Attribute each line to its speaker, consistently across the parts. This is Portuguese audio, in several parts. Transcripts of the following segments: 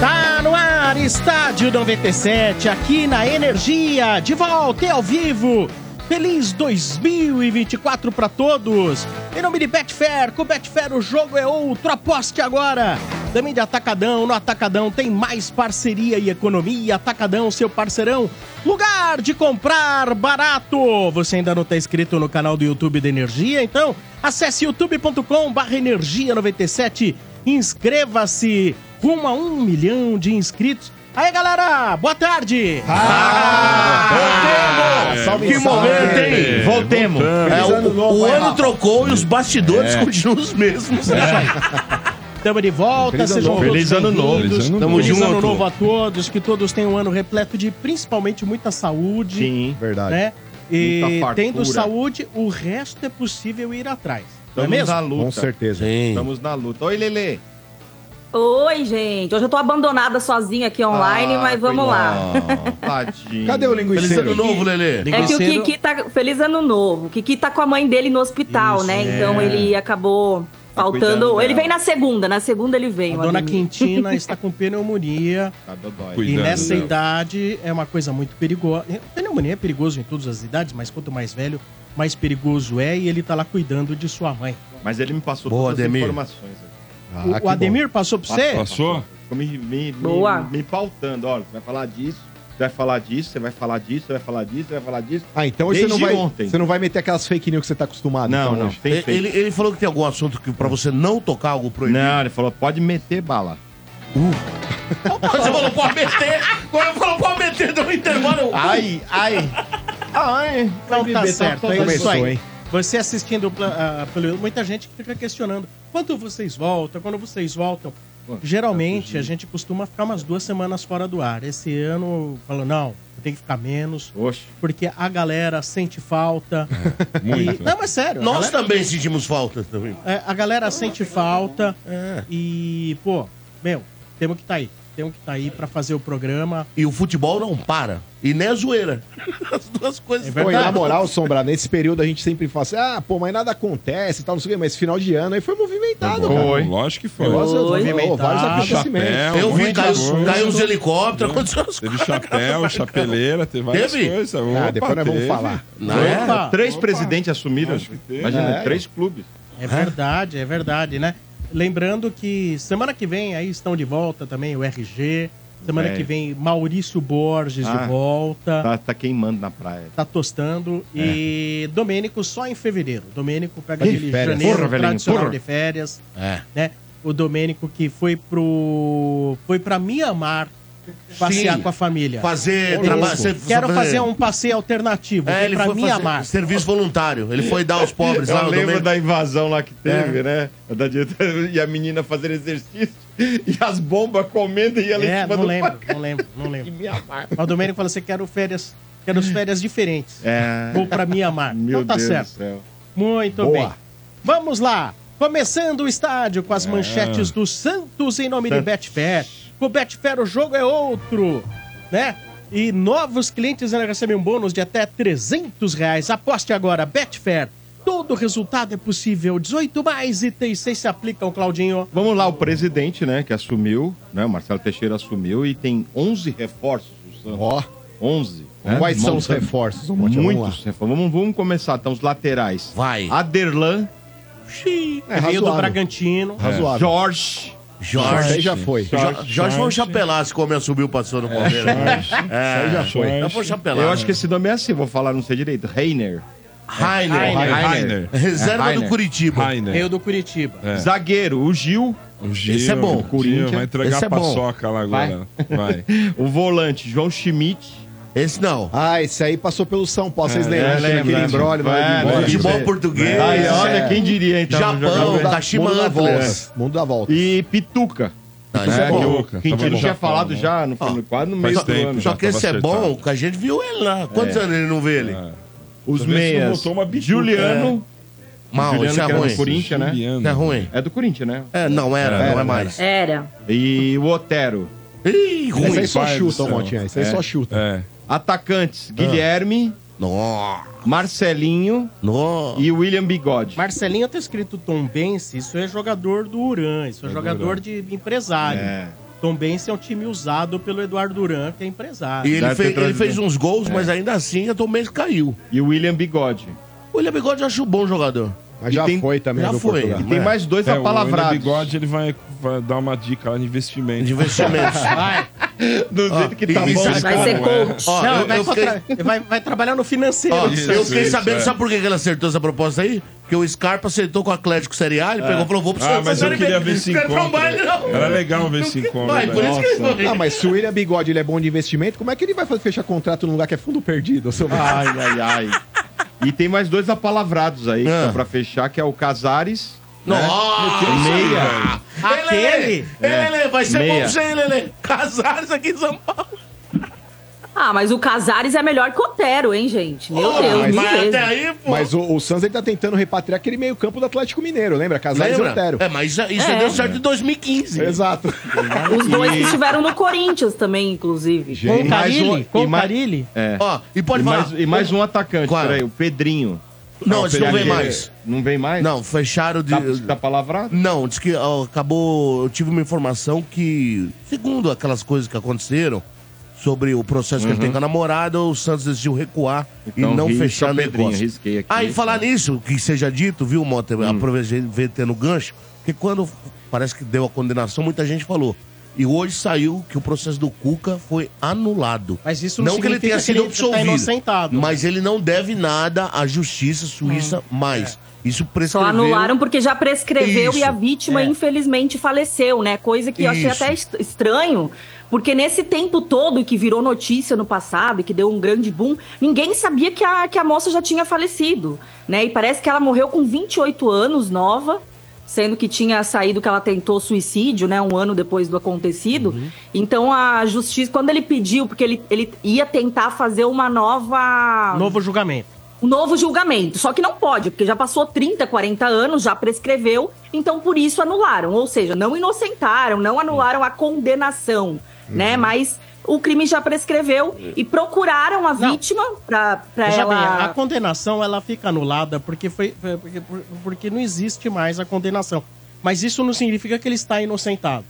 Speaker 1: Tá Rádio 97, aqui na Energia, de volta e ao vivo. Feliz 2024 para todos. Em nome de Betfair, com Betfair o jogo é outro, aposte agora. Também de Atacadão, no Atacadão tem mais parceria e economia. Atacadão, seu parceirão, lugar de comprar barato. Você ainda não está inscrito no canal do YouTube da Energia? Então, acesse youtube.com barra energia 97, inscreva-se rumo a um milhão de inscritos. Aí, galera, boa tarde!
Speaker 2: Ah,
Speaker 3: voltemos!
Speaker 2: Salve,
Speaker 3: É, que
Speaker 2: salve.
Speaker 3: momento, hein?
Speaker 2: É,
Speaker 3: Voltemos.
Speaker 2: voltamos.
Speaker 3: É,
Speaker 2: Feliz
Speaker 3: o
Speaker 2: ano novo,
Speaker 3: o
Speaker 2: vai
Speaker 3: ano
Speaker 2: lá.
Speaker 3: trocou e os bastidores continuam os mesmos. É.
Speaker 1: Estamos de volta,
Speaker 2: Feliz ano
Speaker 1: sejam
Speaker 2: novo.
Speaker 1: todos
Speaker 2: Feliz
Speaker 3: ano novo.
Speaker 1: bem-vindos.
Speaker 2: Feliz ano
Speaker 1: Tamo
Speaker 3: novo.
Speaker 1: Feliz ano
Speaker 3: junto.
Speaker 1: novo a todos, que todos tenham um ano repleto de principalmente muita saúde,
Speaker 3: Sim.
Speaker 2: Verdade.
Speaker 1: né? E
Speaker 4: Muita fartura.
Speaker 1: tendo saúde, o resto é possível ir atrás. Não é
Speaker 4: Estamos
Speaker 1: mesmo?
Speaker 4: na
Speaker 2: Com
Speaker 4: luta.
Speaker 2: certeza.
Speaker 4: Estamos na luta. Oi, Lele.
Speaker 5: Oi, gente. Hoje eu tô abandonada sozinha aqui online,
Speaker 4: Ah,
Speaker 5: mas vamos lá.
Speaker 4: coitado, Tadinho.
Speaker 2: Ah. Cadê
Speaker 3: Feliz
Speaker 2: o
Speaker 3: ano
Speaker 2: linguiceiro?
Speaker 3: novo, Lelê.
Speaker 5: É que o
Speaker 1: Linguiceiro-
Speaker 5: Kiki tá. Feliz ano novo. O Kiki tá com a mãe dele no hospital,
Speaker 1: Isso,
Speaker 5: né? Então ele acabou
Speaker 4: Tá cuidando
Speaker 5: faltando. ele
Speaker 4: dela.
Speaker 5: vem na segunda, na segunda ele
Speaker 1: A
Speaker 5: vem. o
Speaker 1: dona
Speaker 5: Ademir.
Speaker 1: Quintina está com pneumonia
Speaker 4: Tá dodói.
Speaker 1: e
Speaker 6: Cuidado
Speaker 1: nessa
Speaker 6: dela.
Speaker 1: idade é uma coisa muito perigosa. Pneumonia é perigoso em todas as idades, mas quanto mais velho, mais perigoso é e ele tá lá cuidando de sua mãe.
Speaker 4: Mas ele me passou
Speaker 3: Boa,
Speaker 4: todas
Speaker 3: Ademir.
Speaker 4: as informações.
Speaker 2: Ah,
Speaker 1: O-
Speaker 2: que
Speaker 1: o
Speaker 2: bom.
Speaker 1: Ademir passou pra você?
Speaker 6: Passou?
Speaker 4: Ficou me, me, me-
Speaker 5: Boa.
Speaker 4: me pautando. Olha, você vai falar disso, você vai falar disso, você vai falar disso, você vai falar disso, você vai falar disso.
Speaker 2: Ah, então hoje você não,
Speaker 4: Desde
Speaker 2: vai,
Speaker 4: ontem.
Speaker 2: você não vai meter aquelas fake news que você tá acostumado.
Speaker 4: Não,
Speaker 2: então,
Speaker 4: não.
Speaker 2: hoje.
Speaker 4: Tem
Speaker 3: Ele-
Speaker 4: feito.
Speaker 3: Ele, ele falou que tem algum assunto que pra você não tocar algo proibido.
Speaker 4: Não, ele falou, pode meter bala.
Speaker 3: Uh. Você falou, pode meter. Quando eu falo, pode meter, deu um intervalo. eu-
Speaker 4: Ai, ai.
Speaker 3: Ah, é.
Speaker 4: ai.
Speaker 1: Não,
Speaker 2: Vai
Speaker 1: tá
Speaker 2: beber,
Speaker 1: certo,
Speaker 2: tá-
Speaker 1: é isso
Speaker 2: começou,
Speaker 1: aí.
Speaker 2: hein?
Speaker 1: Você assistindo, o pla- ah, pelo- muita gente fica questionando. Quando vocês voltam? Quando vocês voltam? Geralmente, a gente costuma ficar umas duas semanas fora do ar. Esse ano, falou, não, tem que ficar menos,
Speaker 4: Oxe.
Speaker 1: porque a galera sente falta.
Speaker 3: É,
Speaker 6: Muito.
Speaker 1: E-
Speaker 3: né?
Speaker 1: Não, mas sério. a
Speaker 3: Nós
Speaker 1: galera,
Speaker 3: também sentimos falta. Também.
Speaker 1: é, a galera sente falta e, pô, meu, temos que estar aí. Temos que estar aí pra fazer o programa.
Speaker 3: E o futebol não para. E nem a zoeira. As duas coisas.
Speaker 1: É
Speaker 2: Pô, e
Speaker 1: verdade.
Speaker 2: na moral, Sombra, nesse período a gente sempre fala assim, ah, pô, mas nada acontece e tal, não sei o quê, mas final de ano aí foi movimentado, cara.
Speaker 4: Foi. Ah,
Speaker 6: Lógico que foi.
Speaker 2: Nossa,
Speaker 5: Foi.
Speaker 2: pô, vários
Speaker 1: Movimentado.
Speaker 2: acontecimentos.
Speaker 6: Chapéu.
Speaker 3: eu vi,
Speaker 6: muito
Speaker 3: caiu,
Speaker 6: bom.
Speaker 3: caiu os helicópteros, aconteceu as
Speaker 6: Teve
Speaker 3: coisas.
Speaker 6: chapéu, chapeleira, teve várias
Speaker 3: Teve?
Speaker 6: coisas.
Speaker 2: Ah,
Speaker 6: Opa,
Speaker 2: depois nós vamos
Speaker 6: teve.
Speaker 2: falar.
Speaker 3: Não é?
Speaker 1: Opa!
Speaker 4: Ah, Três presidentes assumiram.
Speaker 6: Acho que teve.
Speaker 4: Imagina,
Speaker 2: É.
Speaker 4: três clubes.
Speaker 1: É verdade, é verdade, né? Lembrando que semana que vem aí estão de volta também o RG. Semana
Speaker 4: É.
Speaker 1: que vem Maurício Borges
Speaker 4: Ah,
Speaker 1: de volta. Tá,
Speaker 4: Tá, tá queimando na praia.
Speaker 1: tostando. E Domênico só em fevereiro. Domênico pega
Speaker 2: Tá de
Speaker 1: aquele
Speaker 2: férias.
Speaker 1: janeiro
Speaker 4: Porra, velhinho,
Speaker 1: tradicional
Speaker 4: porra.
Speaker 1: de férias,
Speaker 3: É.
Speaker 1: né? O Domênico que foi pro. foi pra Mianmar passear
Speaker 3: Sim.
Speaker 1: com a família.
Speaker 3: Fazer
Speaker 2: Ô,
Speaker 3: trabalho.
Speaker 2: louco.
Speaker 3: você-
Speaker 1: Quero
Speaker 3: você-
Speaker 1: fazer um passeio alternativo.
Speaker 3: É,
Speaker 1: Vem
Speaker 3: ele
Speaker 1: pra
Speaker 3: foi fazer
Speaker 1: Mianmar.
Speaker 3: serviço voluntário. Ele foi dar aos pobres lá
Speaker 4: Eu
Speaker 3: no
Speaker 4: lembro
Speaker 3: domingo.
Speaker 4: da invasão lá que teve, né? Da diretoria e a menina fazendo exercício e as bombas comendo e ela em
Speaker 1: É,
Speaker 4: cima
Speaker 1: não
Speaker 4: do
Speaker 1: lembro,
Speaker 4: pac-
Speaker 1: não lembro, não
Speaker 4: E
Speaker 1: lembro.
Speaker 4: me amar.
Speaker 1: Mas o Domênico falou assim: quero férias, quero as férias diferentes.
Speaker 4: É.
Speaker 1: Vou pra Mianmar.
Speaker 4: Meu
Speaker 1: então tá
Speaker 4: Deus do
Speaker 1: certo.
Speaker 4: céu.
Speaker 1: Muito
Speaker 2: Boa.
Speaker 1: bem. Vamos lá. Começando o estádio com as manchetes do Santos em nome de
Speaker 4: É. Santos.
Speaker 1: Betfair. Com Betfair o jogo é outro, né? E novos clientes ainda recebem um bônus de até 300 reais. Aposte agora, Betfair. Todo resultado é possível. 18 mais e 36 se aplicam, Claudinho.
Speaker 4: Vamos lá, o presidente, né, que assumiu, né, o Marcelo Teixeira assumiu e tem 11 reforços o Santos.
Speaker 2: Ó,
Speaker 4: 11. né?
Speaker 2: quais são os
Speaker 4: Montando
Speaker 2: reforços? Ô, Monte? Vamos lá.
Speaker 4: Muitos reforços. Vamos, vamos começar, então, os laterais.
Speaker 3: Vai.
Speaker 4: Aderlan,
Speaker 2: É
Speaker 1: Veio do
Speaker 2: razoável.
Speaker 1: Bragantino.
Speaker 4: É.
Speaker 2: Razoável.
Speaker 4: Jorge,
Speaker 2: Isso aí
Speaker 3: Jorge.
Speaker 2: já foi.
Speaker 3: Jo- Jorge, foi um chapelaço como eu subiu passou no Palmeiras. É,
Speaker 2: Isso aí já foi.
Speaker 3: Já foi um chapelaço.
Speaker 4: eu acho que esse nome é assim, vou falar, não sei direito, Reiner.
Speaker 3: Rainer.
Speaker 1: Rainer.
Speaker 6: Rainer.
Speaker 3: Reserva
Speaker 4: Rainer.
Speaker 3: do Curitiba.
Speaker 6: Rainer.
Speaker 1: Veio do Curitiba.
Speaker 6: É.
Speaker 4: Zagueiro, o Gil.
Speaker 6: O Gil,
Speaker 3: Esse é bom.
Speaker 6: o Gil
Speaker 4: Corinthians.
Speaker 6: Vai entregar
Speaker 3: Esse é
Speaker 6: a
Speaker 3: bom.
Speaker 6: paçoca lá agora. Vai.
Speaker 4: O volante, João Schmidt.
Speaker 3: Esse não.
Speaker 2: Ah, esse aí passou pelo São Paulo. Vocês
Speaker 6: É,
Speaker 2: lembram
Speaker 4: é,
Speaker 2: lembram daquele
Speaker 4: lembra,
Speaker 2: embrólio? né?
Speaker 4: lembra.
Speaker 2: vai
Speaker 4: É,
Speaker 2: embora.
Speaker 4: lembra.
Speaker 3: Futebol português.
Speaker 4: Aí,
Speaker 2: é.
Speaker 4: olha quem diria, então.
Speaker 3: Japão.
Speaker 4: jogador.
Speaker 2: Mundo da- né?
Speaker 3: Kashima
Speaker 2: mundo da
Speaker 3: Antlers.
Speaker 2: volta. Mundo da volta.
Speaker 4: E Pituca.
Speaker 3: Não,
Speaker 4: É,
Speaker 3: esse é,
Speaker 4: que
Speaker 3: bom. Tá Ah.
Speaker 4: o
Speaker 6: Pituca, tava
Speaker 4: Quintino
Speaker 6: no
Speaker 4: tinha
Speaker 6: Japão,
Speaker 4: falado
Speaker 6: né?
Speaker 4: já no,
Speaker 3: Ó,
Speaker 4: quase no meio
Speaker 3: só-
Speaker 4: do ano.
Speaker 6: já
Speaker 3: Só que esse
Speaker 6: tava
Speaker 3: é bom,
Speaker 6: acertado.
Speaker 3: que a gente viu ele lá. Quantos anos ele não vê ele?
Speaker 4: É. Ah. Os
Speaker 6: Você vê se não
Speaker 4: meias.
Speaker 6: voltou uma bituca.
Speaker 4: Juliano.
Speaker 3: Mal, esse é
Speaker 4: que era do
Speaker 3: ruim.
Speaker 4: Corinthians, né?
Speaker 6: Juliano.
Speaker 3: Esse é ruim.
Speaker 4: É do Corinthians, né?
Speaker 3: É, não era,
Speaker 4: Era,
Speaker 3: não é
Speaker 4: não
Speaker 3: mais.
Speaker 5: Era.
Speaker 4: E o Otero.
Speaker 3: Ih, ruim.
Speaker 2: Esse aí só
Speaker 6: Pai do
Speaker 2: chuta, ô,
Speaker 6: céu.
Speaker 2: Montinha. Esse aí
Speaker 4: É.
Speaker 2: só chuta.
Speaker 6: É.
Speaker 4: Atacantes,
Speaker 3: Ah.
Speaker 4: Guilherme,
Speaker 3: Nó,
Speaker 4: Marcelinho
Speaker 3: nó.
Speaker 4: e William Bigode.
Speaker 1: Marcelinho tá escrito Tom Bense, isso é jogador do Uran, isso é, jogador de empresário.
Speaker 4: É.
Speaker 1: Tombense é um time usado pelo Eduardo Duran, que é empresário.
Speaker 3: E ele,
Speaker 4: Deve ter
Speaker 3: fez, ele
Speaker 4: trazido.
Speaker 3: fez uns gols,
Speaker 4: É.
Speaker 3: mas ainda assim a Tombense caiu.
Speaker 4: E o William Bigode.
Speaker 3: O William Bigode eu acho um bom jogador.
Speaker 2: Mas já
Speaker 4: E tem-
Speaker 2: foi também
Speaker 3: já
Speaker 2: do
Speaker 3: foi.
Speaker 2: Portugal.
Speaker 4: E tem
Speaker 3: É.
Speaker 4: mais dois
Speaker 6: É, o
Speaker 4: apalavrados.
Speaker 6: William Bigode ele vai, vai dar uma dica lá de investimento.
Speaker 3: De investimentos.
Speaker 4: Do jeito que tá
Speaker 3: e- e
Speaker 4: bom.
Speaker 6: é
Speaker 3: sabe-
Speaker 5: Vai
Speaker 4: cara.
Speaker 5: ser
Speaker 6: né?
Speaker 5: coach.
Speaker 3: Ó,
Speaker 1: Não,
Speaker 3: eu-
Speaker 1: vai,
Speaker 3: eu fiquei-
Speaker 1: contra- vai- vai trabalhar no financeiro.
Speaker 3: Ó,
Speaker 6: Isso,
Speaker 3: eu fiquei
Speaker 6: Ah, isso,
Speaker 3: sabendo,
Speaker 6: é.
Speaker 3: sabe por que que ele acertou essa proposta aí? Porque o Scarpa acertou com o Atlético Série A, ele pegou e falou, vou pro
Speaker 6: Ah,
Speaker 3: Santos.
Speaker 6: mas eu
Speaker 3: Série B.
Speaker 6: queria ver esse
Speaker 3: Não quero ir pra um
Speaker 6: encontro.
Speaker 3: baile, não.
Speaker 6: Era legal ver esse encontro.
Speaker 3: Vai, por
Speaker 6: velho.
Speaker 3: isso que ele
Speaker 2: Ah, mas se o William Bigode ele é bom de investimento, como é que ele vai fazer- fechar contrato num lugar que é fundo perdido? seu
Speaker 3: Ah,
Speaker 2: Marcos?
Speaker 4: Ai, ai, ai. E tem mais dois apalavrados aí,
Speaker 3: Ah.
Speaker 4: só pra fechar, que é o Casares. né?
Speaker 3: Nossa!
Speaker 4: Meia.
Speaker 1: Aquele?
Speaker 3: Ele, é, ele, vai ser bom
Speaker 4: Meia.
Speaker 3: pra você, Lele. Casares aqui em São Paulo.
Speaker 5: Ah, mas o Casares é melhor que o Otero, hein, gente? Meu
Speaker 3: Pô,
Speaker 5: Deus,
Speaker 3: mas
Speaker 5: mil vezes.
Speaker 3: até aí, pô.
Speaker 2: Mas o, o Santos ele tá tentando repatriar aquele meio-campo do Atlético Mineiro, lembra? Casares e Otero.
Speaker 3: É, mas isso, isso
Speaker 5: É.
Speaker 3: deu certo em 2015.
Speaker 2: Exato.
Speaker 5: Os dois que estiveram no Corinthians também, inclusive.
Speaker 1: Com o
Speaker 4: E mais
Speaker 1: Carilli?
Speaker 4: um-
Speaker 1: Com
Speaker 4: e
Speaker 1: o
Speaker 4: mais-
Speaker 1: Carilli?
Speaker 4: É.
Speaker 3: Ó, e pode
Speaker 4: e,
Speaker 3: falar.
Speaker 4: mais, e mais um atacante,
Speaker 3: Qual?
Speaker 4: peraí, o Pedrinho. É
Speaker 3: Não, isso não vem
Speaker 4: Pedrinho.
Speaker 3: mais.
Speaker 4: Não vem mais?
Speaker 3: Não, fecharam de.
Speaker 4: Tá, tá palavrado?
Speaker 3: Não, diz que ó, acabou. Eu tive uma informação que, segundo aquelas coisas que aconteceram sobre o processo que ele tem com a namorada, o Santos decidiu recuar
Speaker 4: Uhum. Então,
Speaker 3: e não
Speaker 4: risca
Speaker 3: fechar
Speaker 4: o
Speaker 3: o
Speaker 4: Pedrinho,
Speaker 3: negócio.
Speaker 4: risquei aqui. então. Hum.
Speaker 3: Aí, falar nisso, que seja dito, viu, Mota? Aproveitando o gancho, que quando parece que deu a condenação, muita gente falou. E hoje saiu que o processo do Cuca foi anulado.
Speaker 1: Mas isso não
Speaker 3: não que ele tenha
Speaker 1: significa
Speaker 3: sido
Speaker 1: que ele tá
Speaker 3: absolvido.
Speaker 1: inocentado.
Speaker 3: mas ele não deve nada à justiça suíça mais. Isso
Speaker 5: Só
Speaker 3: prescreveu.
Speaker 5: anularam porque já prescreveu
Speaker 3: Isso,
Speaker 5: e a vítima,
Speaker 1: é.
Speaker 5: infelizmente, faleceu, né? Coisa que eu achei
Speaker 3: Isso.
Speaker 5: até est- estranho, porque nesse tempo todo que virou notícia no passado e que deu um grande boom, ninguém sabia que a, que a moça já tinha falecido, né? E parece que ela morreu com 28 anos, nova, sendo que tinha saído que ela tentou suicídio, né? Um ano depois do acontecido.
Speaker 1: Uhum.
Speaker 5: Então a justiça, quando ele pediu, porque ele, ele ia tentar fazer uma nova
Speaker 1: Novo julgamento.
Speaker 5: um novo julgamento. Só que não pode, porque já passou 30, 40 anos, já prescreveu, então por isso anularam. Ou seja, não inocentaram, não anularam a condenação, né? Mas o crime já prescreveu e procuraram a
Speaker 1: Não.
Speaker 5: vítima pra, pra
Speaker 1: Veja bem,
Speaker 5: ela.
Speaker 1: a condenação ela fica anulada porque, foi, foi- porque, por- porque não existe mais a condenação. Mas isso não significa que ele está inocentado.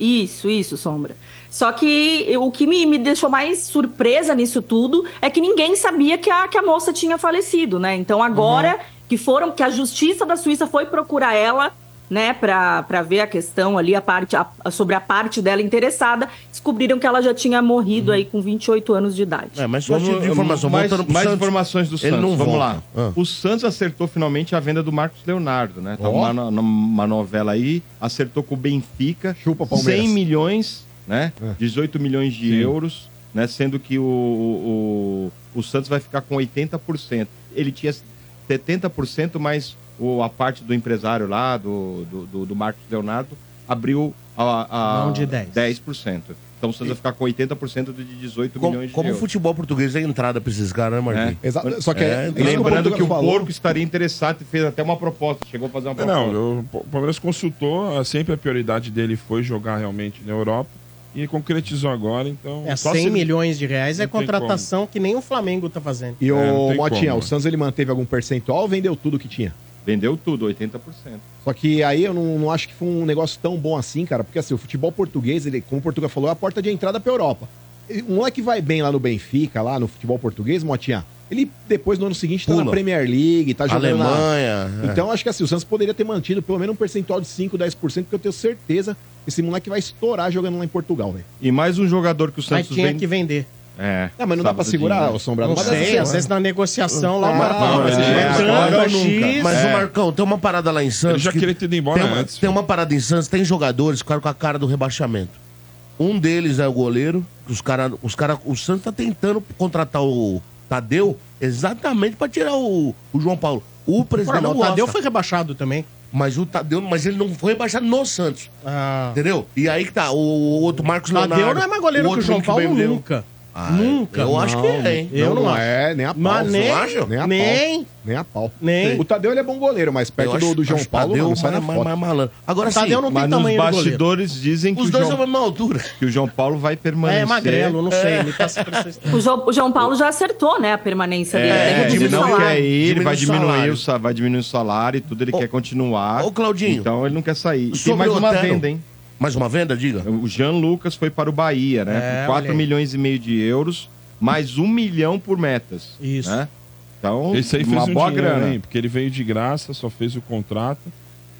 Speaker 5: Isso, isso, Sombra. Só que eu- o que me, me deixou mais surpresa nisso tudo é que ninguém sabia que a, que a moça tinha falecido, né? Então agora
Speaker 4: Uhum.
Speaker 5: que foram, que a justiça da Suíça foi procurar ela, né, pra, pra ver a questão ali, a parte, a- a- sobre a parte dela interessada, descobriram que ela já tinha morrido
Speaker 4: Uhum.
Speaker 5: aí com 28 anos de idade.
Speaker 3: É, mas só
Speaker 4: Vamos-
Speaker 3: tipo de informação.
Speaker 4: mais,
Speaker 3: voltando pro
Speaker 4: mais
Speaker 3: Santos.
Speaker 4: informações do
Speaker 3: Ele
Speaker 4: Santos.
Speaker 3: não
Speaker 4: Vamos
Speaker 3: volta.
Speaker 4: lá.
Speaker 3: Ah.
Speaker 4: O Santos acertou finalmente a venda do Marcos Leonardo, né? Tá
Speaker 2: Ó.
Speaker 4: uma, no- uma novela aí, acertou com o Benfica.
Speaker 2: Chupa, Palmeiras.
Speaker 4: 100 milhões, né?
Speaker 3: É.
Speaker 4: 18 milhões de euros, né? Sendo que o, o, o Santos vai ficar com 80%. Ele tinha 70%, mas o, a parte do empresário lá, do, do, do- do Marcos Leonardo, abriu a, a
Speaker 1: Mão de 10.
Speaker 4: 10%. Então o Santos vai ficar com 80% de 18
Speaker 3: Como,
Speaker 4: milhões de
Speaker 3: como o
Speaker 4: euros.
Speaker 3: futebol português é entrada pra esses caras, né, Marquinhos?
Speaker 2: Exato. Só que
Speaker 3: É,
Speaker 2: isso que
Speaker 4: Lembrando
Speaker 2: Portugal
Speaker 4: um que o
Speaker 2: falou.
Speaker 4: porco estaria interessado e fez até uma proposta, chegou a fazer uma proposta.
Speaker 6: Não, eu- o Palmeiras consultou, ah, sempre a prioridade dele foi jogar realmente na Europa e concretizou agora, então.
Speaker 1: É,
Speaker 6: só
Speaker 1: 100
Speaker 6: se-
Speaker 1: milhões de reais é
Speaker 6: Não tem
Speaker 1: contratação que nem o Flamengo tá fazendo.
Speaker 2: E
Speaker 6: É, não
Speaker 2: o
Speaker 6: tem
Speaker 2: Motinha,
Speaker 6: como.
Speaker 2: o Santos ele manteve algum percentual ou vendeu tudo que tinha?
Speaker 4: Vendeu tudo, 80%.
Speaker 2: Só que aí eu não, não acho que foi um negócio tão bom assim, cara, porque assim, o futebol português, ele, como o Portugal falou, é a porta de entrada pra Europa. E Um moleque vai bem lá no Benfica, lá no futebol português, Motinha, ele depois no ano seguinte tá na
Speaker 3: Pula.
Speaker 2: Premier League, tá jogando na-
Speaker 3: Alemanha. é.
Speaker 2: Então acho que assim, o Santos poderia ter mantido pelo menos um percentual de 5, 10%, porque eu tenho certeza que esse moleque vai estourar jogando lá em Portugal, velho.
Speaker 4: E mais um jogador que o
Speaker 1: Mas
Speaker 4: Santos
Speaker 1: tinha
Speaker 4: vende-
Speaker 1: que vender.
Speaker 4: É.
Speaker 2: Não, mas não dá pra
Speaker 4: Sábado
Speaker 2: segurar,
Speaker 4: dinheiro.
Speaker 2: o Sombrado.
Speaker 1: Não
Speaker 2: Mas assim,
Speaker 1: sei, às vezes na negociação
Speaker 3: Ah,
Speaker 6: Ah,
Speaker 1: lá o Marcão
Speaker 2: não,
Speaker 1: vai
Speaker 2: é,
Speaker 1: se
Speaker 4: agora ou
Speaker 1: juntando, X.
Speaker 4: nunca.
Speaker 3: Mas
Speaker 4: É.
Speaker 3: o Marcão, tem uma parada lá em
Speaker 6: Ele
Speaker 3: Santos.
Speaker 6: já
Speaker 3: que-
Speaker 6: queria ter ido embora
Speaker 3: tem, uma,
Speaker 6: antes.
Speaker 3: tem uma parada em Santos, tem jogadores que ficaram com a cara do rebaixamento. Um deles é o goleiro. que Os cara, os cara, o Santos tá tentando contratar o Tadeu exatamente pra tirar o, o João Paulo. O presidente
Speaker 1: Porra, mas
Speaker 3: não
Speaker 1: o Tadeu
Speaker 3: gosta,
Speaker 1: foi rebaixado também.
Speaker 3: mas o Tadeu, mas ele não foi rebaixado no Santos,
Speaker 1: Ah,
Speaker 3: entendeu? E aí que tá o, o outro Marcos Leonardo.
Speaker 1: Tadeu não é mais goleiro
Speaker 3: o
Speaker 1: que o
Speaker 3: outro
Speaker 1: João Paulo
Speaker 3: bem-
Speaker 1: nunca.
Speaker 3: Ah,
Speaker 1: nunca.
Speaker 3: Eu acho que é, hein?
Speaker 1: Eu não acho.
Speaker 2: é, nem a pau.
Speaker 1: Mas nem,
Speaker 3: não acha?
Speaker 2: Nem a pau.
Speaker 1: nem,
Speaker 2: Nem a pau.
Speaker 1: nem.
Speaker 2: O Tadeu ele é bom goleiro, mas perto
Speaker 3: Eu
Speaker 2: do,
Speaker 3: acho-
Speaker 2: do João
Speaker 3: acho
Speaker 2: Paulo
Speaker 3: Tadeu
Speaker 2: não sai na
Speaker 3: mais-
Speaker 2: foto.
Speaker 3: mais malandro. Agora
Speaker 1: O
Speaker 3: sim,
Speaker 1: Tadeu não tem
Speaker 4: Mas nos
Speaker 1: tamanho do goleiro.
Speaker 4: bastidores dizem que o,
Speaker 3: os dois são
Speaker 4: João,
Speaker 3: da mesma altura.
Speaker 4: que o João Paulo vai permanecer.
Speaker 1: É magrelo, não sei. tá Me passa pra vocês.
Speaker 5: O, Jo- o João Paulo já acertou, né, a permanência dele.
Speaker 4: É,
Speaker 5: até
Speaker 3: tem que
Speaker 4: ele
Speaker 5: reduzir o
Speaker 3: diminuir
Speaker 4: não
Speaker 5: salário.
Speaker 4: quer ir, ele
Speaker 3: Diminui
Speaker 4: vai
Speaker 3: o
Speaker 4: diminuir,
Speaker 3: salário.
Speaker 4: o, sa- vai diminuir o salário e tudo, ele
Speaker 3: Ô,
Speaker 4: quer continuar.
Speaker 3: ô, Claudinho.
Speaker 4: Então ele não quer sair. E tem
Speaker 3: Sobre
Speaker 4: mais
Speaker 3: o
Speaker 4: uma
Speaker 3: Otero.
Speaker 4: venda, hein?
Speaker 3: Mais uma venda, diga?
Speaker 4: O Jean Lucas foi para o Bahia, né?
Speaker 1: É,
Speaker 4: Com
Speaker 1: olha
Speaker 4: 4
Speaker 1: aí.
Speaker 4: milhões e meio de euros, mais um milhão por metas.
Speaker 1: Isso.
Speaker 4: né? Então,
Speaker 6: Esse aí fez
Speaker 4: uma
Speaker 6: um
Speaker 4: boa
Speaker 6: dinheiro,
Speaker 4: grana.
Speaker 6: hein? Porque ele veio de graça, só fez o contrato.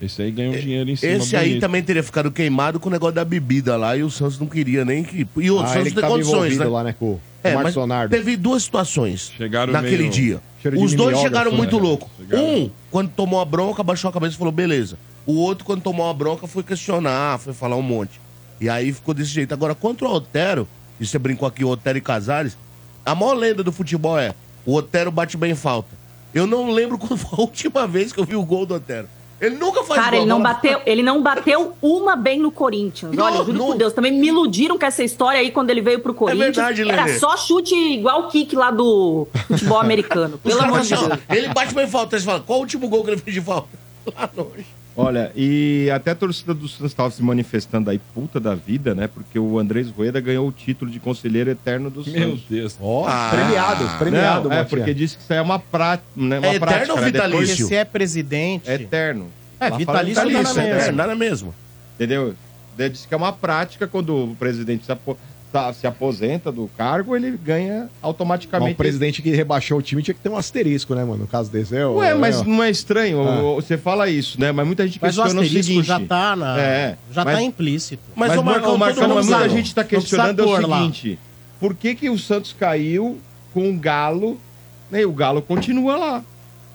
Speaker 6: Esse aí ganhou dinheiro em cima
Speaker 3: Esse aí
Speaker 6: bonito.
Speaker 3: também teria ficado queimado com o negócio da bebida lá e o Santos não queria nem que. E o
Speaker 2: Ah,
Speaker 3: Santos
Speaker 2: ele que
Speaker 3: tem
Speaker 2: tava
Speaker 3: condições,
Speaker 2: envolvido
Speaker 3: né?
Speaker 2: lá, né, com o
Speaker 3: É,
Speaker 2: Marcos
Speaker 3: mas
Speaker 2: Leonardo.
Speaker 3: teve duas situações
Speaker 6: Chegaram
Speaker 3: naquele
Speaker 6: meio-
Speaker 3: dia.
Speaker 2: cheiro de
Speaker 3: Os dois
Speaker 2: mimeógrafo,
Speaker 3: chegaram muito
Speaker 6: né?
Speaker 3: louco.
Speaker 6: Chegaram.
Speaker 3: Um, quando tomou a bronca, baixou a cabeça e falou, beleza. O outro, quando tomou a bronca, foi questionar, foi falar um monte. E aí ficou desse jeito. Agora, contra o Otero, e você brincou aqui, o Otero e Casares, a maior lenda do futebol é o Otero bate bem falta. Eu não lembro quando foi a última vez que eu vi o gol do Otero. Ele nunca faz
Speaker 5: Cara,
Speaker 3: gol.
Speaker 5: ele não,
Speaker 3: Agora-
Speaker 5: bateu, ele não bateu uma bem no Corinthians.
Speaker 3: Não,
Speaker 5: Olha, eu juro
Speaker 3: não. É
Speaker 5: por Deus, também me iludiram com essa história aí quando ele veio pro Corinthians.
Speaker 3: verdade,
Speaker 5: Era
Speaker 3: Lelê.
Speaker 5: só chute igual o kick lá do futebol americano.
Speaker 3: Os
Speaker 5: Pelo amor
Speaker 3: caras
Speaker 5: de
Speaker 3: falam
Speaker 5: Deus.
Speaker 3: assim, ó, ele bate bem falta. Eles falam, qual o último gol que ele fez de falta? Lá longe.
Speaker 4: Olha, e até a torcida do Santos estava se manifestando aí, puta da vida, né? Porque o Andrés Rueda ganhou o título de conselheiro eterno do
Speaker 6: Meu
Speaker 4: Santos.
Speaker 6: Deus.
Speaker 2: Ó,
Speaker 3: Ah.
Speaker 2: premiado, premiado,
Speaker 4: Não, é,
Speaker 2: Motinha.
Speaker 4: porque disse que isso aí é uma, prá, né, uma
Speaker 3: É eterno
Speaker 4: prática.
Speaker 3: ou
Speaker 4: né? Depois-
Speaker 1: Porque
Speaker 3: vitalício?
Speaker 1: se é presidente.
Speaker 4: É eterno.
Speaker 1: É,
Speaker 4: Lá
Speaker 1: vitalício
Speaker 4: fala
Speaker 1: não dá
Speaker 4: vitalício,
Speaker 1: na
Speaker 4: é
Speaker 1: mesma.
Speaker 4: eterno.
Speaker 3: nada mesmo.
Speaker 4: Entendeu? Ele disse que é uma prática quando o presidente se, apo- tá- se aposenta do cargo, ele ganha
Speaker 2: Mas
Speaker 4: automaticamente.
Speaker 2: o presidente que rebaixou o time tinha que ter um asterisco, né, mano? No caso desse. É,
Speaker 4: Ué,
Speaker 2: é,
Speaker 4: mas
Speaker 2: ó.
Speaker 4: não é estranho?
Speaker 2: Ah.
Speaker 4: o- Você fala isso, né? Mas muita gente
Speaker 1: Mas o
Speaker 4: questiona o
Speaker 1: asterisco
Speaker 4: seguinte.
Speaker 1: já tá na.
Speaker 4: É,
Speaker 1: já
Speaker 4: mas-
Speaker 1: tá implícito.
Speaker 3: Mas, o Marcão,
Speaker 4: ô, Marcão,
Speaker 3: todo mundo
Speaker 4: mas muita
Speaker 3: sabe.
Speaker 4: gente está
Speaker 1: Não precisa
Speaker 4: questionando é o
Speaker 1: pôr lá.
Speaker 4: seguinte: por que, que o Santos caiu com o Galo? Né? E o Galo continua lá.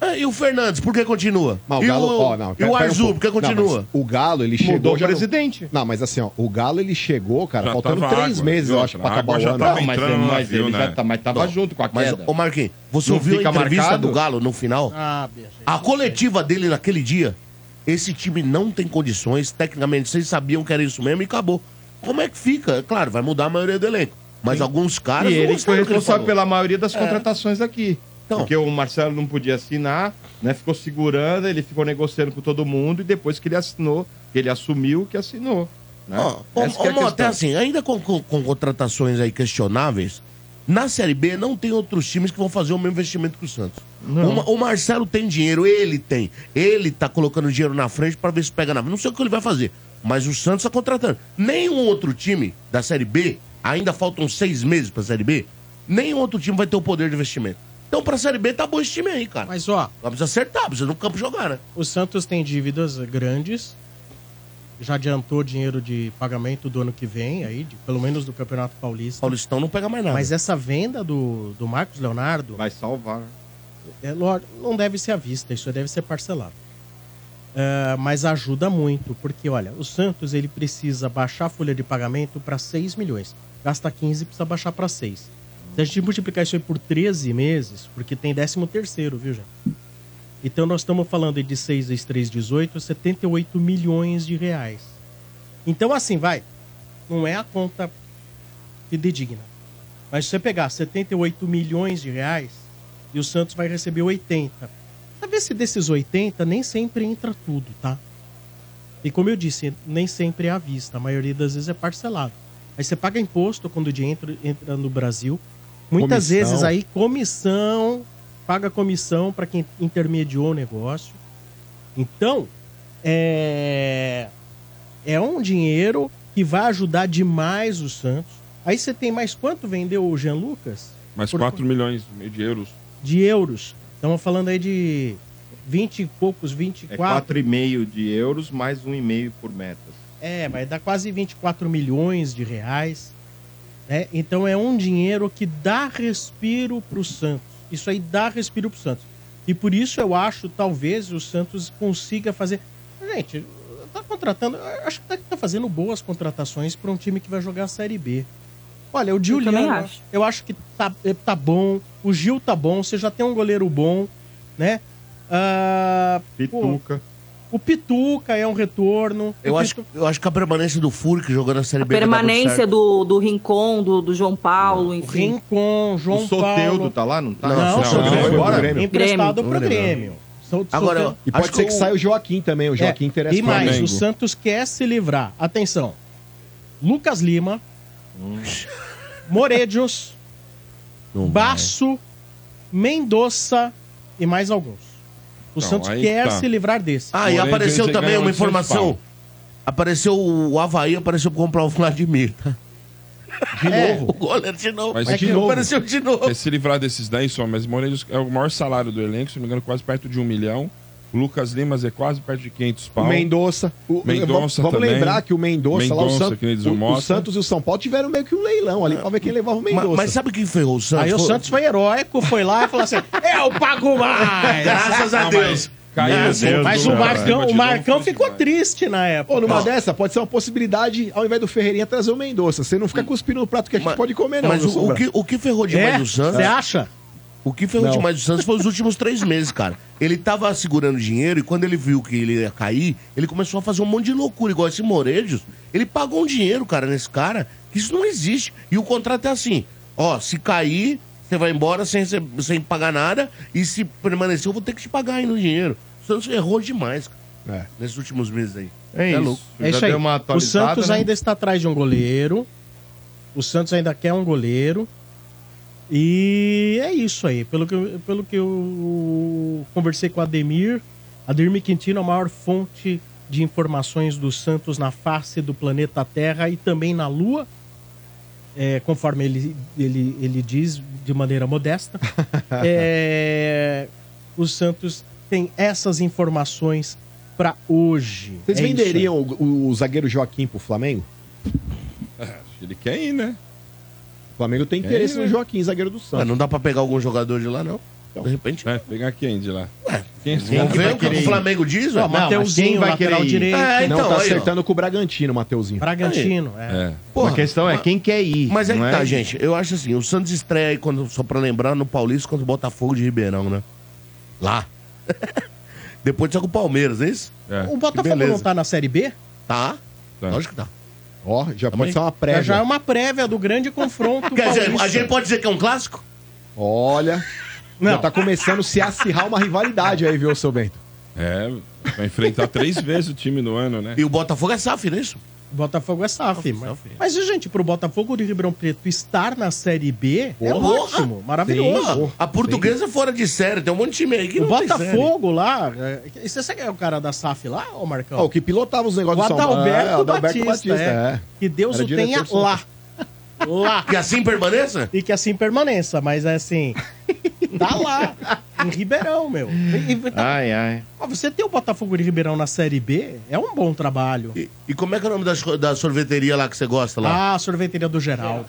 Speaker 3: É, e o Fernandes, por que continua?
Speaker 2: Mas
Speaker 3: e
Speaker 2: o Galo,
Speaker 3: o,
Speaker 2: ó, não,
Speaker 3: e
Speaker 2: pera-
Speaker 3: o
Speaker 2: pera um
Speaker 3: Arzu,
Speaker 2: pouco.
Speaker 3: por que
Speaker 2: Não,
Speaker 3: continua?
Speaker 2: mas o Galo, ele
Speaker 4: Mudou
Speaker 2: chegou
Speaker 4: o
Speaker 2: já no-
Speaker 4: presidente.
Speaker 2: Não, mas assim, ó, o Galo ele chegou, cara,
Speaker 4: Tá
Speaker 6: Já
Speaker 2: Tá faltando
Speaker 6: tava
Speaker 2: três
Speaker 6: água,
Speaker 2: meses,
Speaker 6: viu?
Speaker 2: eu acho, pra
Speaker 6: A
Speaker 2: acabar
Speaker 6: água
Speaker 2: o
Speaker 6: já
Speaker 2: ano.
Speaker 6: tava
Speaker 4: mas,
Speaker 6: entrando no
Speaker 4: né? mas ele
Speaker 6: navio,
Speaker 4: já
Speaker 6: né?
Speaker 4: tá, mas tava
Speaker 3: Não.
Speaker 4: junto com a
Speaker 3: Mas,
Speaker 4: queda.
Speaker 3: ô Marquinhos, você
Speaker 4: Não
Speaker 3: ouviu a
Speaker 4: fica
Speaker 3: entrevista
Speaker 4: marcado?
Speaker 3: do Galo no final?
Speaker 1: Ah, bicho.
Speaker 3: A coletiva dele naquele dia, esse time não tem condições, tecnicamente vocês sabiam que era isso mesmo e acabou. Como é que fica? É Claro, vai mudar a maioria do elenco. Mas alguns caras
Speaker 4: e
Speaker 3: não
Speaker 4: ele Ah, foi
Speaker 3: gostaram do que ele
Speaker 4: responsável
Speaker 3: falou.
Speaker 4: pela maioria das contratações aqui.
Speaker 3: Então.
Speaker 4: Porque o Marcelo não podia assinar, né? Ficou segurando, ele ficou negociando com todo mundo e depois que ele assinou, que ele assumiu que assinou. Né?
Speaker 3: Ó, ô,
Speaker 4: Essa que é
Speaker 3: ô,
Speaker 4: a
Speaker 3: Mota,
Speaker 4: questão.
Speaker 3: assim, ainda com, com- com contratações aí questionáveis, na Série B não tem outros times que vão fazer o mesmo investimento que o Santos. O, Ma- o Marcelo tem dinheiro, ele tem. Ele tá colocando dinheiro na frente pra ver se pega na. Não sei o que ele vai fazer, mas o Santos tá contratando. Nenhum outro time da Série B, ainda faltam seis meses pra Série B, nenhum outro time vai ter o poder de investimento. Então pra Série B tá bom esse time aí, cara. Mas...
Speaker 1: Mas ó,
Speaker 3: Precisa acertar, precisa no campo jogar, né?
Speaker 1: o Santos tem dívidas grandes. Já adiantou dinheiro de pagamento do ano que vem, aí, de- pelo menos do Campeonato Paulista.
Speaker 3: Paulistão não pega mais nada.
Speaker 1: Mas essa venda do, do Marcos Leonardo
Speaker 4: Vai salvar. né?
Speaker 1: é, lógico, não deve ser à vista, isso deve ser parcelado. Ah, mas ajuda muito, porque olha, o Santos ele precisa baixar a folha de pagamento para 6 milhões. Gasta 15, precisa baixar para 6. Se a gente multiplicar isso aí por 13 meses, porque tem 13 terceiro, viu, gente? Então nós estamos falando aí de 6 vezes 3, 18, 78 milhões de reais. Então assim, vai, não é a conta fidedigna. Mas se você pegar 78 milhões de reais e o Santos vai receber 80. Pra ver se desses 80 nem sempre entra tudo, tá? E como eu disse, nem sempre é à vista, a maioria das vezes é parcelado. Aí você paga imposto quando o dinheiro entra- entra no Brasil. Muitas
Speaker 2: Comissão.
Speaker 1: vezes aí comissão, paga comissão para quem intermediou o negócio. Então, é é um dinheiro que vai ajudar demais o Santos. Aí você tem mais quanto vendeu o Jean Lucas?
Speaker 6: Mais
Speaker 1: Por-
Speaker 6: 4 milhões e meio de euros.
Speaker 1: De euros. Então, Estamos falando aí de 20 e poucos,
Speaker 4: É
Speaker 1: 24.
Speaker 4: 4,5 de euros mais 1,5 por metas.
Speaker 1: É, vai dar quase 24 milhões de reais. né? Então é um dinheiro que dá respiro para o Santos. Isso aí dá respiro para o Santos. E por isso eu acho, talvez, o Santos consiga fazer. Gente, tá contratando. eu Acho que tá, tá fazendo boas contratações para um time que vai jogar a Série B. Olha, o Juliano,
Speaker 5: também
Speaker 1: eu acho.
Speaker 5: acho.
Speaker 1: que tá, eh, tá bom. O Gil tá bom. Você já tem um goleiro bom, né? Ah, pô,
Speaker 4: Pituca.
Speaker 1: o Pituca é um retorno.
Speaker 3: Eu
Speaker 1: O
Speaker 3: acho,
Speaker 1: Pitu-
Speaker 3: eu acho que a permanência do Furk jogando a Série
Speaker 5: A
Speaker 3: B vai dar muito
Speaker 5: permanência
Speaker 3: certo.
Speaker 5: do, do Rincon, do, do João Paulo, enfim.
Speaker 1: Rincon, João
Speaker 4: o Soteudo
Speaker 1: Paulo.
Speaker 4: tá lá, não tá?
Speaker 3: Não,
Speaker 1: Não,
Speaker 3: Soteudo
Speaker 1: não,
Speaker 4: foi
Speaker 1: foi
Speaker 4: embora?
Speaker 1: embora. Emprestado pro
Speaker 3: Grêmio.
Speaker 1: Grêmio. So-
Speaker 3: Agora,
Speaker 1: Soteudo-
Speaker 2: é- E pode
Speaker 3: Acho
Speaker 2: ser
Speaker 3: que
Speaker 2: que,
Speaker 3: o-
Speaker 2: saia o Joaquim também, o
Speaker 1: É,
Speaker 2: Joaquim interessa
Speaker 1: E mais,
Speaker 6: Flamengo.
Speaker 1: o Santos quer se livrar. Atenção. Lucas Lima, Moredios,
Speaker 3: Hum. Não vai.
Speaker 1: Basso, Mendonça e mais alguns. O
Speaker 6: Então,
Speaker 1: Santos
Speaker 6: aí
Speaker 1: quer
Speaker 6: tá.
Speaker 1: se livrar desse.
Speaker 3: Ah, e
Speaker 6: Porém,
Speaker 3: apareceu
Speaker 6: você
Speaker 3: também
Speaker 6: ganhou
Speaker 3: uma
Speaker 6: um de São
Speaker 3: informação.
Speaker 6: Paulo.
Speaker 3: Apareceu o o Havaí, apareceu pra comprar o Vladimir, tá?
Speaker 2: De
Speaker 3: É,
Speaker 2: novo.
Speaker 3: O goleiro de novo.
Speaker 6: Mas
Speaker 3: É
Speaker 6: de
Speaker 3: que
Speaker 6: novo.
Speaker 3: Apareceu de novo.
Speaker 6: É se livrar desses 10 só, mas Morelos é o maior salário do elenco, se não me engano, quase perto de um milhão. O Lucas Limas é quase perto de 500
Speaker 2: O
Speaker 6: pau.
Speaker 2: Mendonça. O,
Speaker 6: Mendonça
Speaker 2: vamos
Speaker 6: também.
Speaker 2: lembrar que o Mendonça, lá o,
Speaker 6: Mendonça,
Speaker 2: Santos,
Speaker 6: que nem diz o
Speaker 2: o- o
Speaker 6: Mota.
Speaker 2: Santos e o São Paulo tiveram meio que um leilão ali pra ver quem levava o
Speaker 3: Ma-
Speaker 2: Mendonça.
Speaker 3: Mas, sabe quem ferrou o Santos?
Speaker 1: Aí o
Speaker 3: Foi-
Speaker 1: Santos foi heróico, foi lá e falou assim: Eu pago
Speaker 2: Ah,
Speaker 1: mais!
Speaker 2: é,
Speaker 3: Graças a
Speaker 6: Não,
Speaker 3: Deus.
Speaker 6: mas Caiu,
Speaker 1: Ah,
Speaker 6: Deus do
Speaker 1: mas o
Speaker 6: céu,
Speaker 1: Marcão,
Speaker 6: velho.
Speaker 1: o Marcão
Speaker 6: Batidão
Speaker 1: ficou
Speaker 6: foi
Speaker 1: triste na época.
Speaker 2: Pô, numa
Speaker 1: Não.
Speaker 2: dessa, pode ser uma possibilidade, ao invés do Ferreirinha, trazer o Mendonça. Você não fica cuspindo no prato que a gente
Speaker 3: Mas-
Speaker 2: pode comer, não.
Speaker 3: Mas
Speaker 2: viu,
Speaker 3: o, o
Speaker 2: Sombra?
Speaker 3: que, o que ferrou demais
Speaker 1: É?
Speaker 3: o Santos?
Speaker 1: Você acha?
Speaker 3: O que ferrou
Speaker 2: Não.
Speaker 3: demais do Santos foi os últimos três meses, cara. Ele tava segurando dinheiro e quando ele viu que ele ia cair, ele começou a fazer um monte de loucura, igual esse Morejos. Ele pagou um dinheiro, cara, nesse cara, que isso não existe. E o contrato é assim: ó, se cair, você vai embora sem, rece- sem pagar nada, e se permanecer, eu vou ter que te pagar ainda o dinheiro. O Santos errou demais, cara,
Speaker 2: É.
Speaker 3: nesses últimos meses aí.
Speaker 4: É isso. Já
Speaker 1: É isso aí.
Speaker 4: deu uma
Speaker 1: O
Speaker 4: atualizada,
Speaker 1: Santos
Speaker 4: né?
Speaker 1: ainda está atrás de um goleiro. O Santos ainda quer um goleiro. E é isso aí. Pelo que, eu- pelo que eu conversei com o Ademir, Ademir Quintino é a maior fonte de informações do Santos na face do planeta Terra e também na Lua. É, conforme ele, ele, ele diz de maneira modesta. É, o Santos tem essas informações para hoje.
Speaker 2: Vocês
Speaker 1: É isso aí.
Speaker 2: venderiam o, o zagueiro Joaquim pro Flamengo?
Speaker 3: É,
Speaker 6: Ele quer ir, né?
Speaker 2: O Flamengo tem interesse
Speaker 6: É,
Speaker 2: no
Speaker 6: né?
Speaker 2: Joaquim, zagueiro do
Speaker 3: Ué,
Speaker 2: Santos.
Speaker 3: não dá pra pegar algum jogador de lá, não. De repente.
Speaker 6: Vai pegar quem de lá?
Speaker 3: Ué,
Speaker 6: Quem
Speaker 3: Vamos ver o que
Speaker 1: querer
Speaker 3: o
Speaker 1: ir?
Speaker 3: Flamengo diz, ó.
Speaker 1: Não, mas- Mateuzinho,
Speaker 2: quem
Speaker 1: lateral
Speaker 2: ir?
Speaker 1: direito.
Speaker 3: É,
Speaker 2: não,
Speaker 3: então,
Speaker 2: tá
Speaker 3: aí, ó.
Speaker 2: acertando com o Bragantino, Mateuzinho.
Speaker 1: Bragantino, é.
Speaker 6: É.
Speaker 3: Porra,
Speaker 4: a questão é
Speaker 3: mas-
Speaker 4: quem quer ir.
Speaker 3: Mas é que
Speaker 4: não
Speaker 3: tá, gente. Eu acho assim, o Santos estreia aí, quando, só pra lembrar, no Paulista contra o Botafogo de Ribeirão, né? Lá. Depois só com o Palmeiras, é isso?
Speaker 6: É.
Speaker 1: O Botafogo
Speaker 3: beleza.
Speaker 1: não tá na Série B?
Speaker 3: Tá.
Speaker 6: Tá.
Speaker 3: Lógico que tá.
Speaker 2: Ó, já pode
Speaker 3: aí.
Speaker 2: ser uma
Speaker 1: É,
Speaker 2: prévia.
Speaker 1: Já é uma prévia do grande confronto
Speaker 3: Quer dizer,
Speaker 1: paulista.
Speaker 3: a gente pode dizer que é um clássico?
Speaker 2: Olha,
Speaker 1: Não.
Speaker 2: já tá começando a se acirrar uma rivalidade aí, viu, seu Bento?
Speaker 6: É, vai enfrentar três vezes o time do ano, né?
Speaker 3: E o Botafogo é SAF, não é isso?
Speaker 1: O Botafogo é SAF. Mas,
Speaker 3: SAF.
Speaker 1: mas, gente, pro Botafogo de Ribeirão Preto estar na Série B é
Speaker 3: Porra!
Speaker 1: ótimo, maravilhoso.
Speaker 3: Porra, a portuguesa é fora de série. Tem um monte de time aí que
Speaker 1: O
Speaker 3: não tem série.
Speaker 1: Botafogo lá... é, Você sabe quem é o cara da SAF lá, ô Marcão?
Speaker 2: Ó, o que pilotava os negócios
Speaker 1: o
Speaker 2: do São Paulo.
Speaker 1: Adalberto,
Speaker 2: É, o Adalberto
Speaker 1: Batista, é.
Speaker 2: é.
Speaker 1: Que Deus
Speaker 2: Era
Speaker 1: o
Speaker 2: diretor
Speaker 1: tenha
Speaker 2: do São
Speaker 1: lá. lá.
Speaker 3: Que assim permaneça?
Speaker 1: E que assim permaneça, mas é assim... Tá lá, em Ribeirão, meu. E- e tá
Speaker 4: Ai, ai.
Speaker 1: Ah, você ter o Botafogo de Ribeirão na Série B é um bom trabalho.
Speaker 3: E, e como é que é o nome da, cho- da sorveteria lá que você gosta lá?
Speaker 1: Ah, a sorveteria do Geraldo.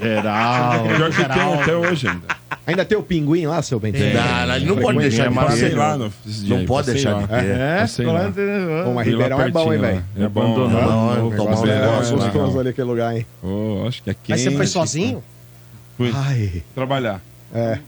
Speaker 4: Geral.
Speaker 6: Pior que
Speaker 1: geral.
Speaker 6: tem até hoje ainda.
Speaker 2: Ainda tem o pinguim lá, seu Bento? né?
Speaker 1: Tem.
Speaker 3: Ah, lá, ele não pode
Speaker 4: Frequente,
Speaker 3: deixar
Speaker 4: é
Speaker 3: de
Speaker 4: maravilha.
Speaker 6: Passei
Speaker 3: fazer.
Speaker 6: lá.
Speaker 3: Não,
Speaker 6: No, esses dias,
Speaker 3: não pode
Speaker 6: passei
Speaker 3: deixar
Speaker 6: lá.
Speaker 3: de ter.
Speaker 4: É,
Speaker 6: Sei lá.
Speaker 2: Bom, mas
Speaker 6: Fui lá
Speaker 2: Ribeirão é bom, hein,
Speaker 6: pertinho
Speaker 2: velho?
Speaker 6: lá. É bom,
Speaker 4: Abandonou.
Speaker 6: né?
Speaker 3: Não,
Speaker 4: Vamos
Speaker 3: tomar um
Speaker 4: Mas é
Speaker 2: Nossa, é
Speaker 6: negócio lá.
Speaker 2: gostoso ali aquele lugar, hein?
Speaker 6: Ô, acho que é quente.
Speaker 1: Mas você foi sozinho?
Speaker 6: Fui
Speaker 2: Ai.
Speaker 6: trabalhar.
Speaker 2: É.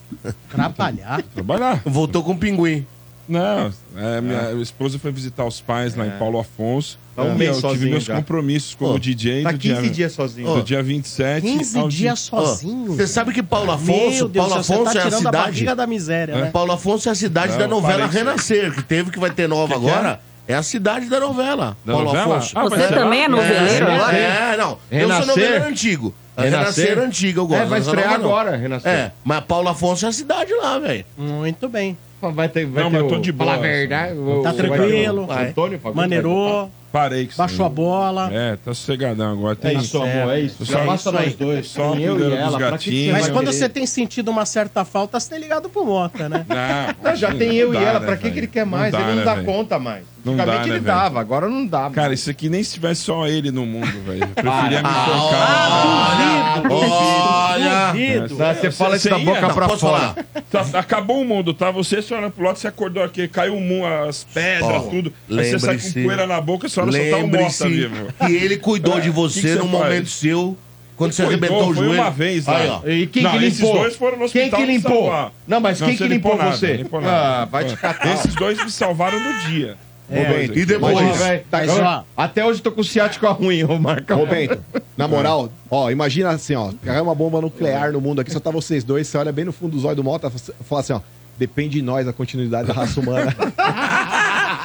Speaker 1: Trabalhar.
Speaker 6: Trabalhar.
Speaker 3: Voltou com o pinguim.
Speaker 6: Não, é, minha esposa foi visitar os pais lá em Paulo Afonso.
Speaker 4: Tá um
Speaker 6: E
Speaker 4: mês
Speaker 6: eu tive
Speaker 4: sozinho
Speaker 6: meus
Speaker 4: já.
Speaker 6: compromissos como
Speaker 3: Pô,
Speaker 6: DJ
Speaker 4: Tá
Speaker 6: do dia,
Speaker 4: 15 dias sozinho.
Speaker 6: do dia 27.
Speaker 1: 15
Speaker 6: ao
Speaker 1: dias
Speaker 3: Ó,
Speaker 1: sozinho.
Speaker 3: Você sabe que Paulo
Speaker 1: Meu
Speaker 3: Afonso,
Speaker 1: Deus,
Speaker 3: Paulo
Speaker 1: do céu,
Speaker 3: Afonso
Speaker 1: você tá
Speaker 3: é a
Speaker 1: tirando a
Speaker 3: cidade.
Speaker 1: barriga da miséria, né?
Speaker 3: Paulo Afonso é a cidade
Speaker 6: Não,
Speaker 3: da novela
Speaker 6: parece-
Speaker 3: Renascer, que teve, que vai ter nova
Speaker 6: que
Speaker 3: agora. É? a cidade da novela.
Speaker 6: Da
Speaker 3: Paulo
Speaker 6: novela?
Speaker 3: Afonso.
Speaker 6: Ah,
Speaker 5: Você
Speaker 6: mas é
Speaker 5: também é
Speaker 6: lá-
Speaker 5: noveleiro?
Speaker 3: é,
Speaker 5: agora?
Speaker 3: é, não. Eu
Speaker 4: Renascer?
Speaker 3: sou noveleiro antigo. A Renascer,
Speaker 4: Renascer?
Speaker 3: antiga, eu gosto.
Speaker 4: É, vai
Speaker 3: Essa
Speaker 4: estrear
Speaker 3: nova não.
Speaker 4: agora, Renascer.
Speaker 3: É, mas Paulo Afonso é a cidade lá, velho.
Speaker 1: Muito bem.
Speaker 4: Vai ter, vai
Speaker 6: Não,
Speaker 4: ter
Speaker 6: mas eu tô
Speaker 4: o-
Speaker 6: de boa,
Speaker 4: Fala a verdade. o-
Speaker 1: Tá
Speaker 4: o-
Speaker 1: tranquilo.
Speaker 4: vai ter o- Antônio Fagundes vai
Speaker 1: Maneirou,
Speaker 6: Parei que
Speaker 1: baixou a bola.
Speaker 6: É, tá sossegadão agora.
Speaker 4: ter- É
Speaker 6: Tem um
Speaker 4: isso,
Speaker 1: certo.
Speaker 4: amor, é isso.
Speaker 6: Só-
Speaker 4: Já basta
Speaker 1: isso aí.
Speaker 4: nós dois.
Speaker 6: Só
Speaker 4: tem
Speaker 6: cuidando dos
Speaker 4: pra que que você
Speaker 6: gatinhos.
Speaker 4: vai
Speaker 1: Mas quando
Speaker 4: querer?
Speaker 1: você tem sentido uma certa falta, você tem ligado pro Mota, né?
Speaker 6: Não,
Speaker 4: Não, já
Speaker 6: não
Speaker 4: tem eu
Speaker 6: dá,
Speaker 4: e ela,
Speaker 6: né,
Speaker 4: pra que, que
Speaker 6: velho?
Speaker 4: ele quer mais?
Speaker 6: dá,
Speaker 4: ele não
Speaker 6: né,
Speaker 4: dá
Speaker 6: velho?
Speaker 4: conta mais.
Speaker 6: Não dá,
Speaker 4: Antigamente
Speaker 6: né,
Speaker 4: ele
Speaker 6: velho?
Speaker 4: dava, agora não dá.
Speaker 6: Cara,
Speaker 4: mano.
Speaker 6: isso aqui nem se tivesse só ele no mundo, velho. Eu preferia me focar.
Speaker 1: Ah, duvido.
Speaker 3: Olha.
Speaker 1: Duvido.
Speaker 4: Tá, você fala isso da
Speaker 6: Você
Speaker 4: boca
Speaker 6: ia? Não,
Speaker 4: pra
Speaker 3: posso
Speaker 4: fora.
Speaker 3: falar?
Speaker 6: Tá- acabou o mundo, tá? Você, senhora pro lado, você acordou aqui, caiu o mundo, as pedras,
Speaker 3: Ó,
Speaker 6: tudo. Aí você sai com
Speaker 3: lembre-se-
Speaker 6: poeira na boca, a senhora só tá um morta
Speaker 3: Lembre-se
Speaker 6: vivo. É,
Speaker 3: que ele cuidou de
Speaker 6: que que
Speaker 3: você
Speaker 6: você
Speaker 3: num
Speaker 6: faz?
Speaker 3: momento seu, quando você
Speaker 6: Cuidou,
Speaker 3: arrebentou o
Speaker 6: foi
Speaker 3: joelho.
Speaker 6: uma vez, né?
Speaker 3: Aí, ó.
Speaker 4: E quem
Speaker 6: Não,
Speaker 4: que
Speaker 6: esses
Speaker 4: limpou?
Speaker 6: dois foram no
Speaker 4: quem
Speaker 6: hospital
Speaker 4: que
Speaker 6: me
Speaker 4: limpou?
Speaker 6: salvar.
Speaker 4: Não, mas
Speaker 6: Não,
Speaker 4: quem
Speaker 6: você
Speaker 4: que limpou,
Speaker 6: nada,
Speaker 4: você?
Speaker 6: limpou nada.
Speaker 4: Ah, vai te catar. É,
Speaker 6: Esses dois me salvaram no dia. É,
Speaker 3: Bem, E depois?
Speaker 4: Porra, velho.
Speaker 2: Tá,
Speaker 4: Eu-
Speaker 1: ó.
Speaker 4: Até hoje eu tô com o ciático ruim, ô Marcão.
Speaker 2: Ô, Bento, na moral, ó, imagina assim, ó, caiu uma bomba nuclear no mundo aqui, só tá vocês dois, você olha bem no fundo dos olhos do Mota e fala assim, ó, depende de nós a continuidade da raça humana.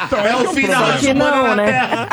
Speaker 6: Então,
Speaker 3: É o
Speaker 6: um
Speaker 3: fim da
Speaker 6: problema.
Speaker 5: Só que
Speaker 3: raça humana
Speaker 5: não,
Speaker 3: na
Speaker 5: né?
Speaker 3: Terra.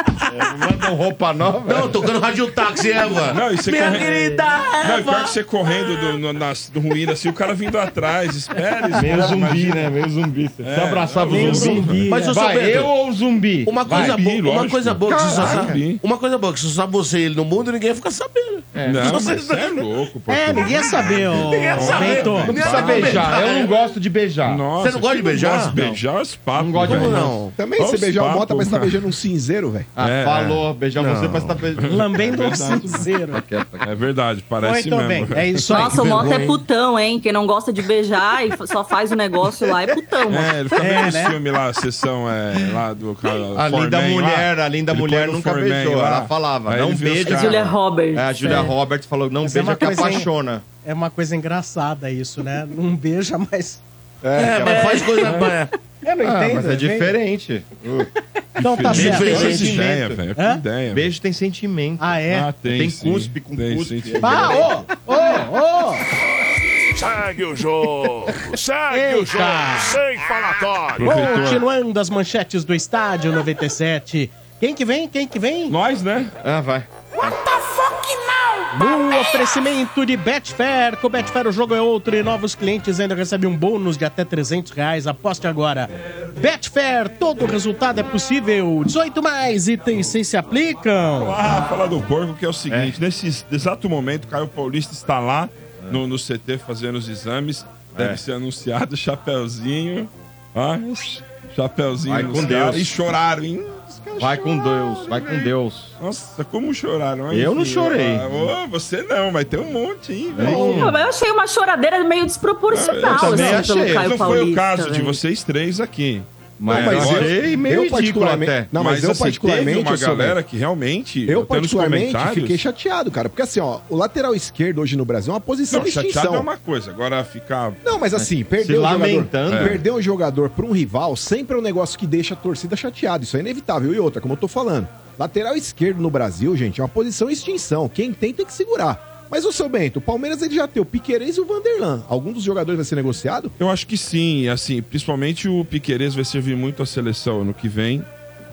Speaker 4: Mandam um roupa nova.
Speaker 3: Não, tocando rádio táxi, Eva.
Speaker 6: Não, e você
Speaker 3: Minha
Speaker 6: corre-
Speaker 3: querida
Speaker 6: Não, e pior
Speaker 3: Eva.
Speaker 6: que você correndo do, no, nas, do ruína, assim, o cara vindo atrás, espere.
Speaker 4: Meio
Speaker 6: espere,
Speaker 4: zumbi,
Speaker 6: mas-
Speaker 4: né? Meio zumbi. Você
Speaker 6: É,
Speaker 4: abraçava
Speaker 6: meio
Speaker 4: o zumbi.
Speaker 1: zumbi,
Speaker 4: Mas
Speaker 3: né?
Speaker 4: eu sou
Speaker 3: Vai,
Speaker 4: Pedro.
Speaker 3: eu
Speaker 4: ou o zumbi?
Speaker 3: Uma coisa,
Speaker 6: Vai,
Speaker 3: boa, uma
Speaker 6: lógico.
Speaker 3: coisa boa que você só
Speaker 6: Caraca.
Speaker 3: sabe. Uma coisa boa que só sabe você e ele no mundo, ninguém fica sabendo.
Speaker 6: Não,
Speaker 3: Só
Speaker 6: mas
Speaker 3: você
Speaker 6: você é
Speaker 3: sabe.
Speaker 6: louco, pô.
Speaker 1: É, ninguém ia saber, ô.
Speaker 3: Ninguém ia saber.
Speaker 1: Bento.
Speaker 3: Não
Speaker 4: Não precisa
Speaker 3: Vai,
Speaker 4: beijar.
Speaker 3: beijar.
Speaker 4: Eu não gosto de beijar.
Speaker 6: Nossa,
Speaker 3: Você não gosta de
Speaker 6: quem
Speaker 3: beijar?
Speaker 6: gosta de
Speaker 3: Não.
Speaker 6: beijar é os papos.
Speaker 4: Não gosta de
Speaker 3: Como
Speaker 6: velho.
Speaker 4: beijar.
Speaker 3: não?
Speaker 2: Também
Speaker 6: Olha
Speaker 2: você
Speaker 6: os
Speaker 2: beijar o
Speaker 6: papos,
Speaker 2: Mota, mas tá
Speaker 6: cara.
Speaker 2: beijando um cinzeiro, velho.
Speaker 4: Ah,
Speaker 6: É.
Speaker 4: falou. Beijar
Speaker 6: Não.
Speaker 4: você, mas tá beijando.
Speaker 1: Lambendo o cinzeiro.
Speaker 4: tá
Speaker 6: É verdade,
Speaker 1: Foi,
Speaker 6: parece
Speaker 1: então bem.
Speaker 6: mesmo.
Speaker 1: É isso aí.
Speaker 5: Nossa, o Mota
Speaker 3: vergonha,
Speaker 5: é
Speaker 3: hein?
Speaker 5: putão, hein? Quem não gosta de beijar e só faz o negócio lá é putão. mano.
Speaker 6: É, ele fica
Speaker 1: É,
Speaker 6: vendo
Speaker 1: né?
Speaker 6: o filme lá, a sessão é, lá do cara.
Speaker 4: A linda
Speaker 6: Foreman lá.
Speaker 4: mulher, a linda
Speaker 6: Ele põe
Speaker 4: mulher
Speaker 6: no
Speaker 4: nunca
Speaker 6: Foreman
Speaker 4: beijou.
Speaker 6: lá.
Speaker 4: Ela falava,
Speaker 6: Aí ele
Speaker 4: não
Speaker 6: vê os
Speaker 4: beija.
Speaker 6: caras.
Speaker 5: Julia Roberts.
Speaker 4: É, a Julia
Speaker 5: é.
Speaker 4: Roberts falou, não
Speaker 1: assim, Mas é
Speaker 4: beija
Speaker 1: uma
Speaker 4: que
Speaker 1: coisa, hein?
Speaker 4: apaixona.
Speaker 1: É uma coisa engraçada isso, né? Não beija, mas.
Speaker 3: É, mas faz coisa. é.
Speaker 1: Eu não
Speaker 4: Ah,
Speaker 1: entendo.
Speaker 4: mas é
Speaker 1: bem-
Speaker 4: diferente.
Speaker 1: Então tá
Speaker 6: Uh, Beijo,
Speaker 1: certo.
Speaker 6: tem
Speaker 3: Diferente.
Speaker 6: essa ideia, velho. Que
Speaker 1: Hã?
Speaker 6: ideia. velho.
Speaker 4: Beijo tem sentimento.
Speaker 1: Ah, é?
Speaker 6: Ah,
Speaker 4: Tem
Speaker 6: sim.
Speaker 4: cuspe com
Speaker 6: Tem
Speaker 4: cuspe.
Speaker 6: sentimento.
Speaker 1: Ah, ô! Ô, ô!
Speaker 7: Segue o jogo! Segue o jogo!
Speaker 1: Eita.
Speaker 7: Sem falatório!
Speaker 6: Aproveitou.
Speaker 1: Continuando as manchetes do estádio 97. Quem que vem? Quem que vem?
Speaker 6: Nós, né?
Speaker 4: Ah, vai.
Speaker 1: No oferecimento de Betfair. Com Betfair o jogo é outro e novos clientes ainda recebem um bônus de até 300 reais. Aposte agora. Betfair, todo resultado é possível. 18 mais itens se se aplicam.
Speaker 6: Ah, falar do porco que é o seguinte: nesse exato momento, Caio Paulista está lá no, no CT fazendo os exames. Deve
Speaker 4: É.
Speaker 6: ser anunciado chapéuzinho. Ah, chapéuzinho
Speaker 4: Vai
Speaker 6: nos
Speaker 4: com
Speaker 6: caras.
Speaker 4: Deus.
Speaker 6: E choraram, hein?
Speaker 4: Vai com Deus, vai com Deus.
Speaker 6: Nossa, como choraram, hein?
Speaker 4: Eu não chorei.
Speaker 6: Ah, ô, você não, mas tem um monte, hein, velho?
Speaker 5: Pô, mas eu achei uma choradeira meio desproporcional,
Speaker 6: Eu também
Speaker 5: assim,
Speaker 4: achei.
Speaker 5: pelo Caio
Speaker 6: Não foi o
Speaker 5: Paulista, né?
Speaker 6: caso de
Speaker 5: velho.
Speaker 6: vocês três aqui.
Speaker 4: Mas,
Speaker 6: mas
Speaker 4: eu
Speaker 6: eu-
Speaker 4: achei meio ridículo
Speaker 2: particularmente-
Speaker 4: até.
Speaker 2: Não, mas, eu
Speaker 6: assim,
Speaker 2: particularmente.
Speaker 6: Teve uma
Speaker 2: eu sou-
Speaker 6: galera que realmente.
Speaker 2: Eu,
Speaker 6: até nos
Speaker 2: particularmente,
Speaker 6: comentários-
Speaker 2: fiquei chateado, cara. Porque assim, ó, o lateral esquerdo hoje no Brasil é uma posição
Speaker 6: Não,
Speaker 2: de
Speaker 6: chateado
Speaker 2: extinção.
Speaker 6: é uma coisa. Agora ficar. né,
Speaker 2: Não, mas assim, perder o
Speaker 4: lamentando.
Speaker 6: É.
Speaker 2: jogador, perder um jogador para um rival sempre é um negócio que deixa a torcida chateada. Isso é inevitável. E outra, como eu tô falando, lateral esquerdo no Brasil, gente, é uma posição em extinção. Quem tem tem que segurar. Mas o seu Bento, o Palmeiras ele já tem o Piqueires e o Vanderlan. Algum dos jogadores vai ser negociado?
Speaker 6: Eu acho que sim, e assim, principalmente o Piqueires vai servir muito à seleção ano que vem.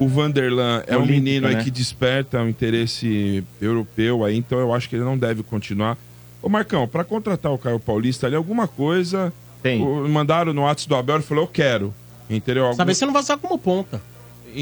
Speaker 6: O Vanderlan é um
Speaker 4: Olímpico,
Speaker 6: menino aí
Speaker 4: né?
Speaker 6: que desperta um interesse europeu aí, então eu acho que ele não deve continuar. Ô Marcão, pra contratar o Caio Paulista ali, alguma coisa.
Speaker 4: Tem.
Speaker 6: o- mandaram no Atos do Abel e falou, eu quero. Entendeu? Algum-
Speaker 1: Saber se não vazar como ponta.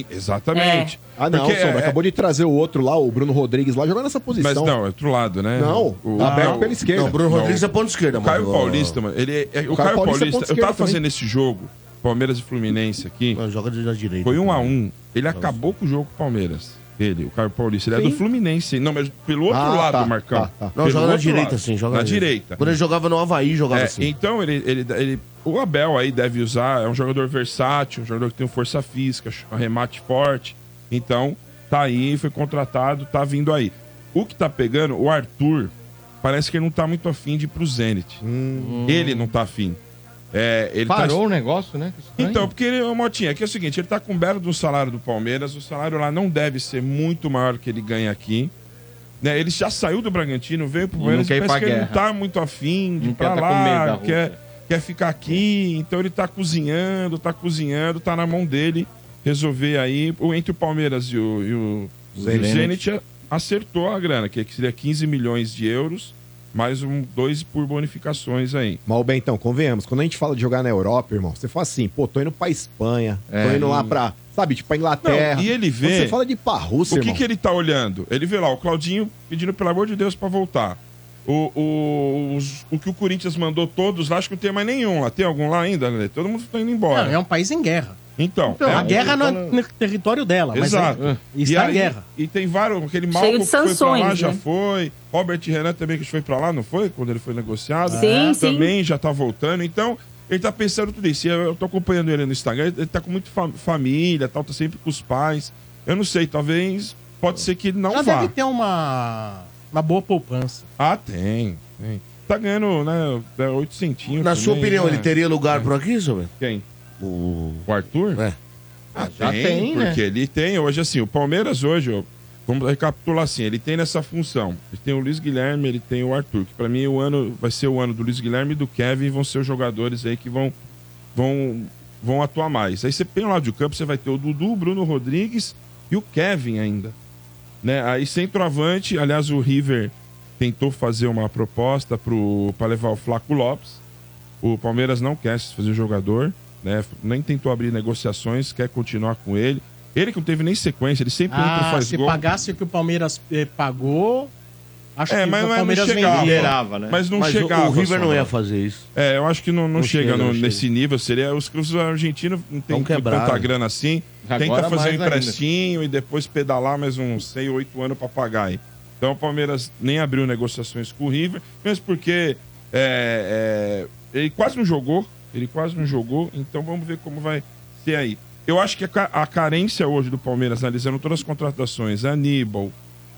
Speaker 6: Exatamente.
Speaker 2: Ah, não,
Speaker 6: Porque
Speaker 2: Sombra,
Speaker 6: é-
Speaker 2: acabou de trazer o outro lá, o Bruno Rodrigues, lá jogando nessa
Speaker 6: Mas
Speaker 2: posição.
Speaker 6: não, é outro lado, né?
Speaker 2: Não,
Speaker 6: o,
Speaker 2: tá aberto
Speaker 6: o-
Speaker 2: pela esquerda.
Speaker 3: Não, Bruno
Speaker 6: Não.
Speaker 3: Rodrigues é ponto esquerda,
Speaker 6: O Caio
Speaker 3: mano.
Speaker 6: Paulista, mano, ele é, o, Caio Paulista,
Speaker 2: é ponto
Speaker 6: eu tava
Speaker 2: esquerda também.
Speaker 6: fazendo esse jogo, Palmeiras e Fluminense aqui.
Speaker 3: Mano, Joga de- da direita.
Speaker 6: Foi um a um. Ele acabou com o jogo com o Palmeiras. Ele, o Caio Paulista. Ele é do Fluminense. Não, mas pelo outro
Speaker 2: Ah,
Speaker 6: lado,
Speaker 2: tá,
Speaker 6: Marcão.
Speaker 2: tá, tá.
Speaker 3: Não,
Speaker 6: Pelo
Speaker 3: joga na
Speaker 6: outro
Speaker 3: direita,
Speaker 6: lado.
Speaker 3: assim. Joga
Speaker 6: na direita.
Speaker 3: Quando ele jogava no Havaí, jogava
Speaker 6: É,
Speaker 3: assim.
Speaker 6: Então, ele, ele, ele- o Abel aí deve usar. É um jogador versátil, um jogador que tem força física, ch- arremate forte. Então, tá aí, foi contratado, tá vindo aí. O que tá pegando, o Arthur, parece que ele não tá muito afim de ir pro Zenit. Ele não tá afim. É, ele tá-
Speaker 4: Hum. Parou o negócio, né? Que estranho.
Speaker 6: então, porque ele, ô, Motinha, aqui é o seguinte, ele tá com um belo do salário do Palmeiras, o salário lá não deve ser muito maior que ele ganha aqui. Né, ele já saiu do Bragantino, veio
Speaker 4: E
Speaker 6: pro Palmeiras,
Speaker 4: não quer ir pra
Speaker 6: parece que ele não
Speaker 4: guerra.
Speaker 6: tá muito afim de ir
Speaker 4: Não
Speaker 6: pra
Speaker 4: quer tá com medo da
Speaker 6: lá,
Speaker 4: Rússia.
Speaker 6: quer, quer ficar aqui, então ele tá cozinhando, tá cozinhando, tá na mão dele resolver aí, o- entre o Palmeiras e o, e o, e o
Speaker 4: Zenit.
Speaker 6: Zenit a- acertou a grana, que seria 15 milhões de euros, mais um, dois por bonificações aí.
Speaker 2: Mas, ô, Bentão, convenhamos, quando a gente fala de jogar na Europa, irmão, você fala assim, pô, tô indo pra Espanha, tô
Speaker 4: É.
Speaker 2: indo lá pra, sabe, tipo, pra Inglaterra.
Speaker 6: Não, e ele vê-
Speaker 2: Quando você fala de ir pra Rússia,
Speaker 6: O que,
Speaker 2: irmão,
Speaker 6: que ele tá olhando? Ele vê lá o Claudinho pedindo, pelo amor de Deus, pra voltar. O, o, os- o que o Corinthians mandou todos lá, acho que não tem mais nenhum lá. Tem algum lá ainda, né? Todo mundo tá indo embora.
Speaker 1: Não, é um país em guerra.
Speaker 6: Então,
Speaker 1: a
Speaker 6: um-
Speaker 1: guerra não é no território dela, mas
Speaker 6: Exato.
Speaker 1: é- está
Speaker 6: E
Speaker 1: em
Speaker 6: aí-
Speaker 1: guerra.
Speaker 6: E tem vários. Aquele Malco
Speaker 5: de
Speaker 6: que foi pra lá
Speaker 5: sanções,
Speaker 6: já
Speaker 5: né?
Speaker 6: foi. Robert Renan também que foi pra lá, não foi? Quando ele foi negociado.
Speaker 5: Sim, sim.
Speaker 6: Também já tá voltando. Então, ele tá pensando tudo isso. E Eu, eu tô acompanhando ele no Instagram. Ele tá com muita fa- família, tal, tá sempre com os pais. Eu não sei, talvez. Pode ser que ele não
Speaker 1: Ela
Speaker 6: vá.
Speaker 1: deve ter uma, uma boa poupança.
Speaker 6: Ah, tem, tem. Tá ganhando, né? 8 centinhos.
Speaker 3: Na
Speaker 6: também,
Speaker 3: sua opinião,
Speaker 6: né?
Speaker 3: ele teria lugar por aqui, Sombra?
Speaker 6: Quem?
Speaker 3: O...
Speaker 6: O Arthur?
Speaker 3: É.
Speaker 6: Ah,
Speaker 4: já tem, né?
Speaker 6: porque ele tem hoje, assim, o Palmeiras hoje, ó, vamos recapitular assim, ele tem nessa função. Ele tem o Luiz Guilherme, ele tem o Arthur, que pra mim é o ano vai ser o ano do Luiz Guilherme e do Kevin, vão ser os jogadores aí que vão vão vão atuar mais. Aí você tem o lado de campo, você vai ter o Dudu, o Bruno Rodrigues e o Kevin ainda. Né? Aí centroavante, aliás, o River tentou fazer uma proposta para levar o Flaco Lopes. O Palmeiras não quer se fazer jogador, né? Nem tentou abrir negociações, quer continuar com ele. Ele que não teve nem sequência, ele sempre entra e
Speaker 1: Ah,
Speaker 6: faz
Speaker 1: se
Speaker 6: gol.
Speaker 1: pagasse o que o Palmeiras eh, pagou, acho
Speaker 6: É,
Speaker 1: que
Speaker 6: mas,
Speaker 1: o
Speaker 6: mas
Speaker 1: Palmeiras né?
Speaker 6: não chegava.
Speaker 1: vendia.
Speaker 6: Mas não
Speaker 3: Mas o-
Speaker 6: chegava.
Speaker 3: o River não
Speaker 6: Sombra.
Speaker 3: ia fazer isso.
Speaker 6: É, eu acho que não, não,
Speaker 3: Não
Speaker 6: chega,
Speaker 3: chega,
Speaker 6: no-
Speaker 3: não chega. né?
Speaker 6: nesse nível. Seria os clubes argentinos não tem
Speaker 3: quebraram.
Speaker 6: tanta grana assim.
Speaker 3: Agora
Speaker 6: tenta fazer um
Speaker 3: mais ainda.
Speaker 6: emprestinho e depois pedalar mais uns 6, 8 anos pra pagar aí. Então o Palmeiras nem abriu negociações com o River, mesmo porque é, é, ele quase não jogou. Ele quase não jogou, então vamos ver como vai ser aí. Eu acho que a, ca- a carência hoje do Palmeiras, analisando todas as contratações, Aníbal,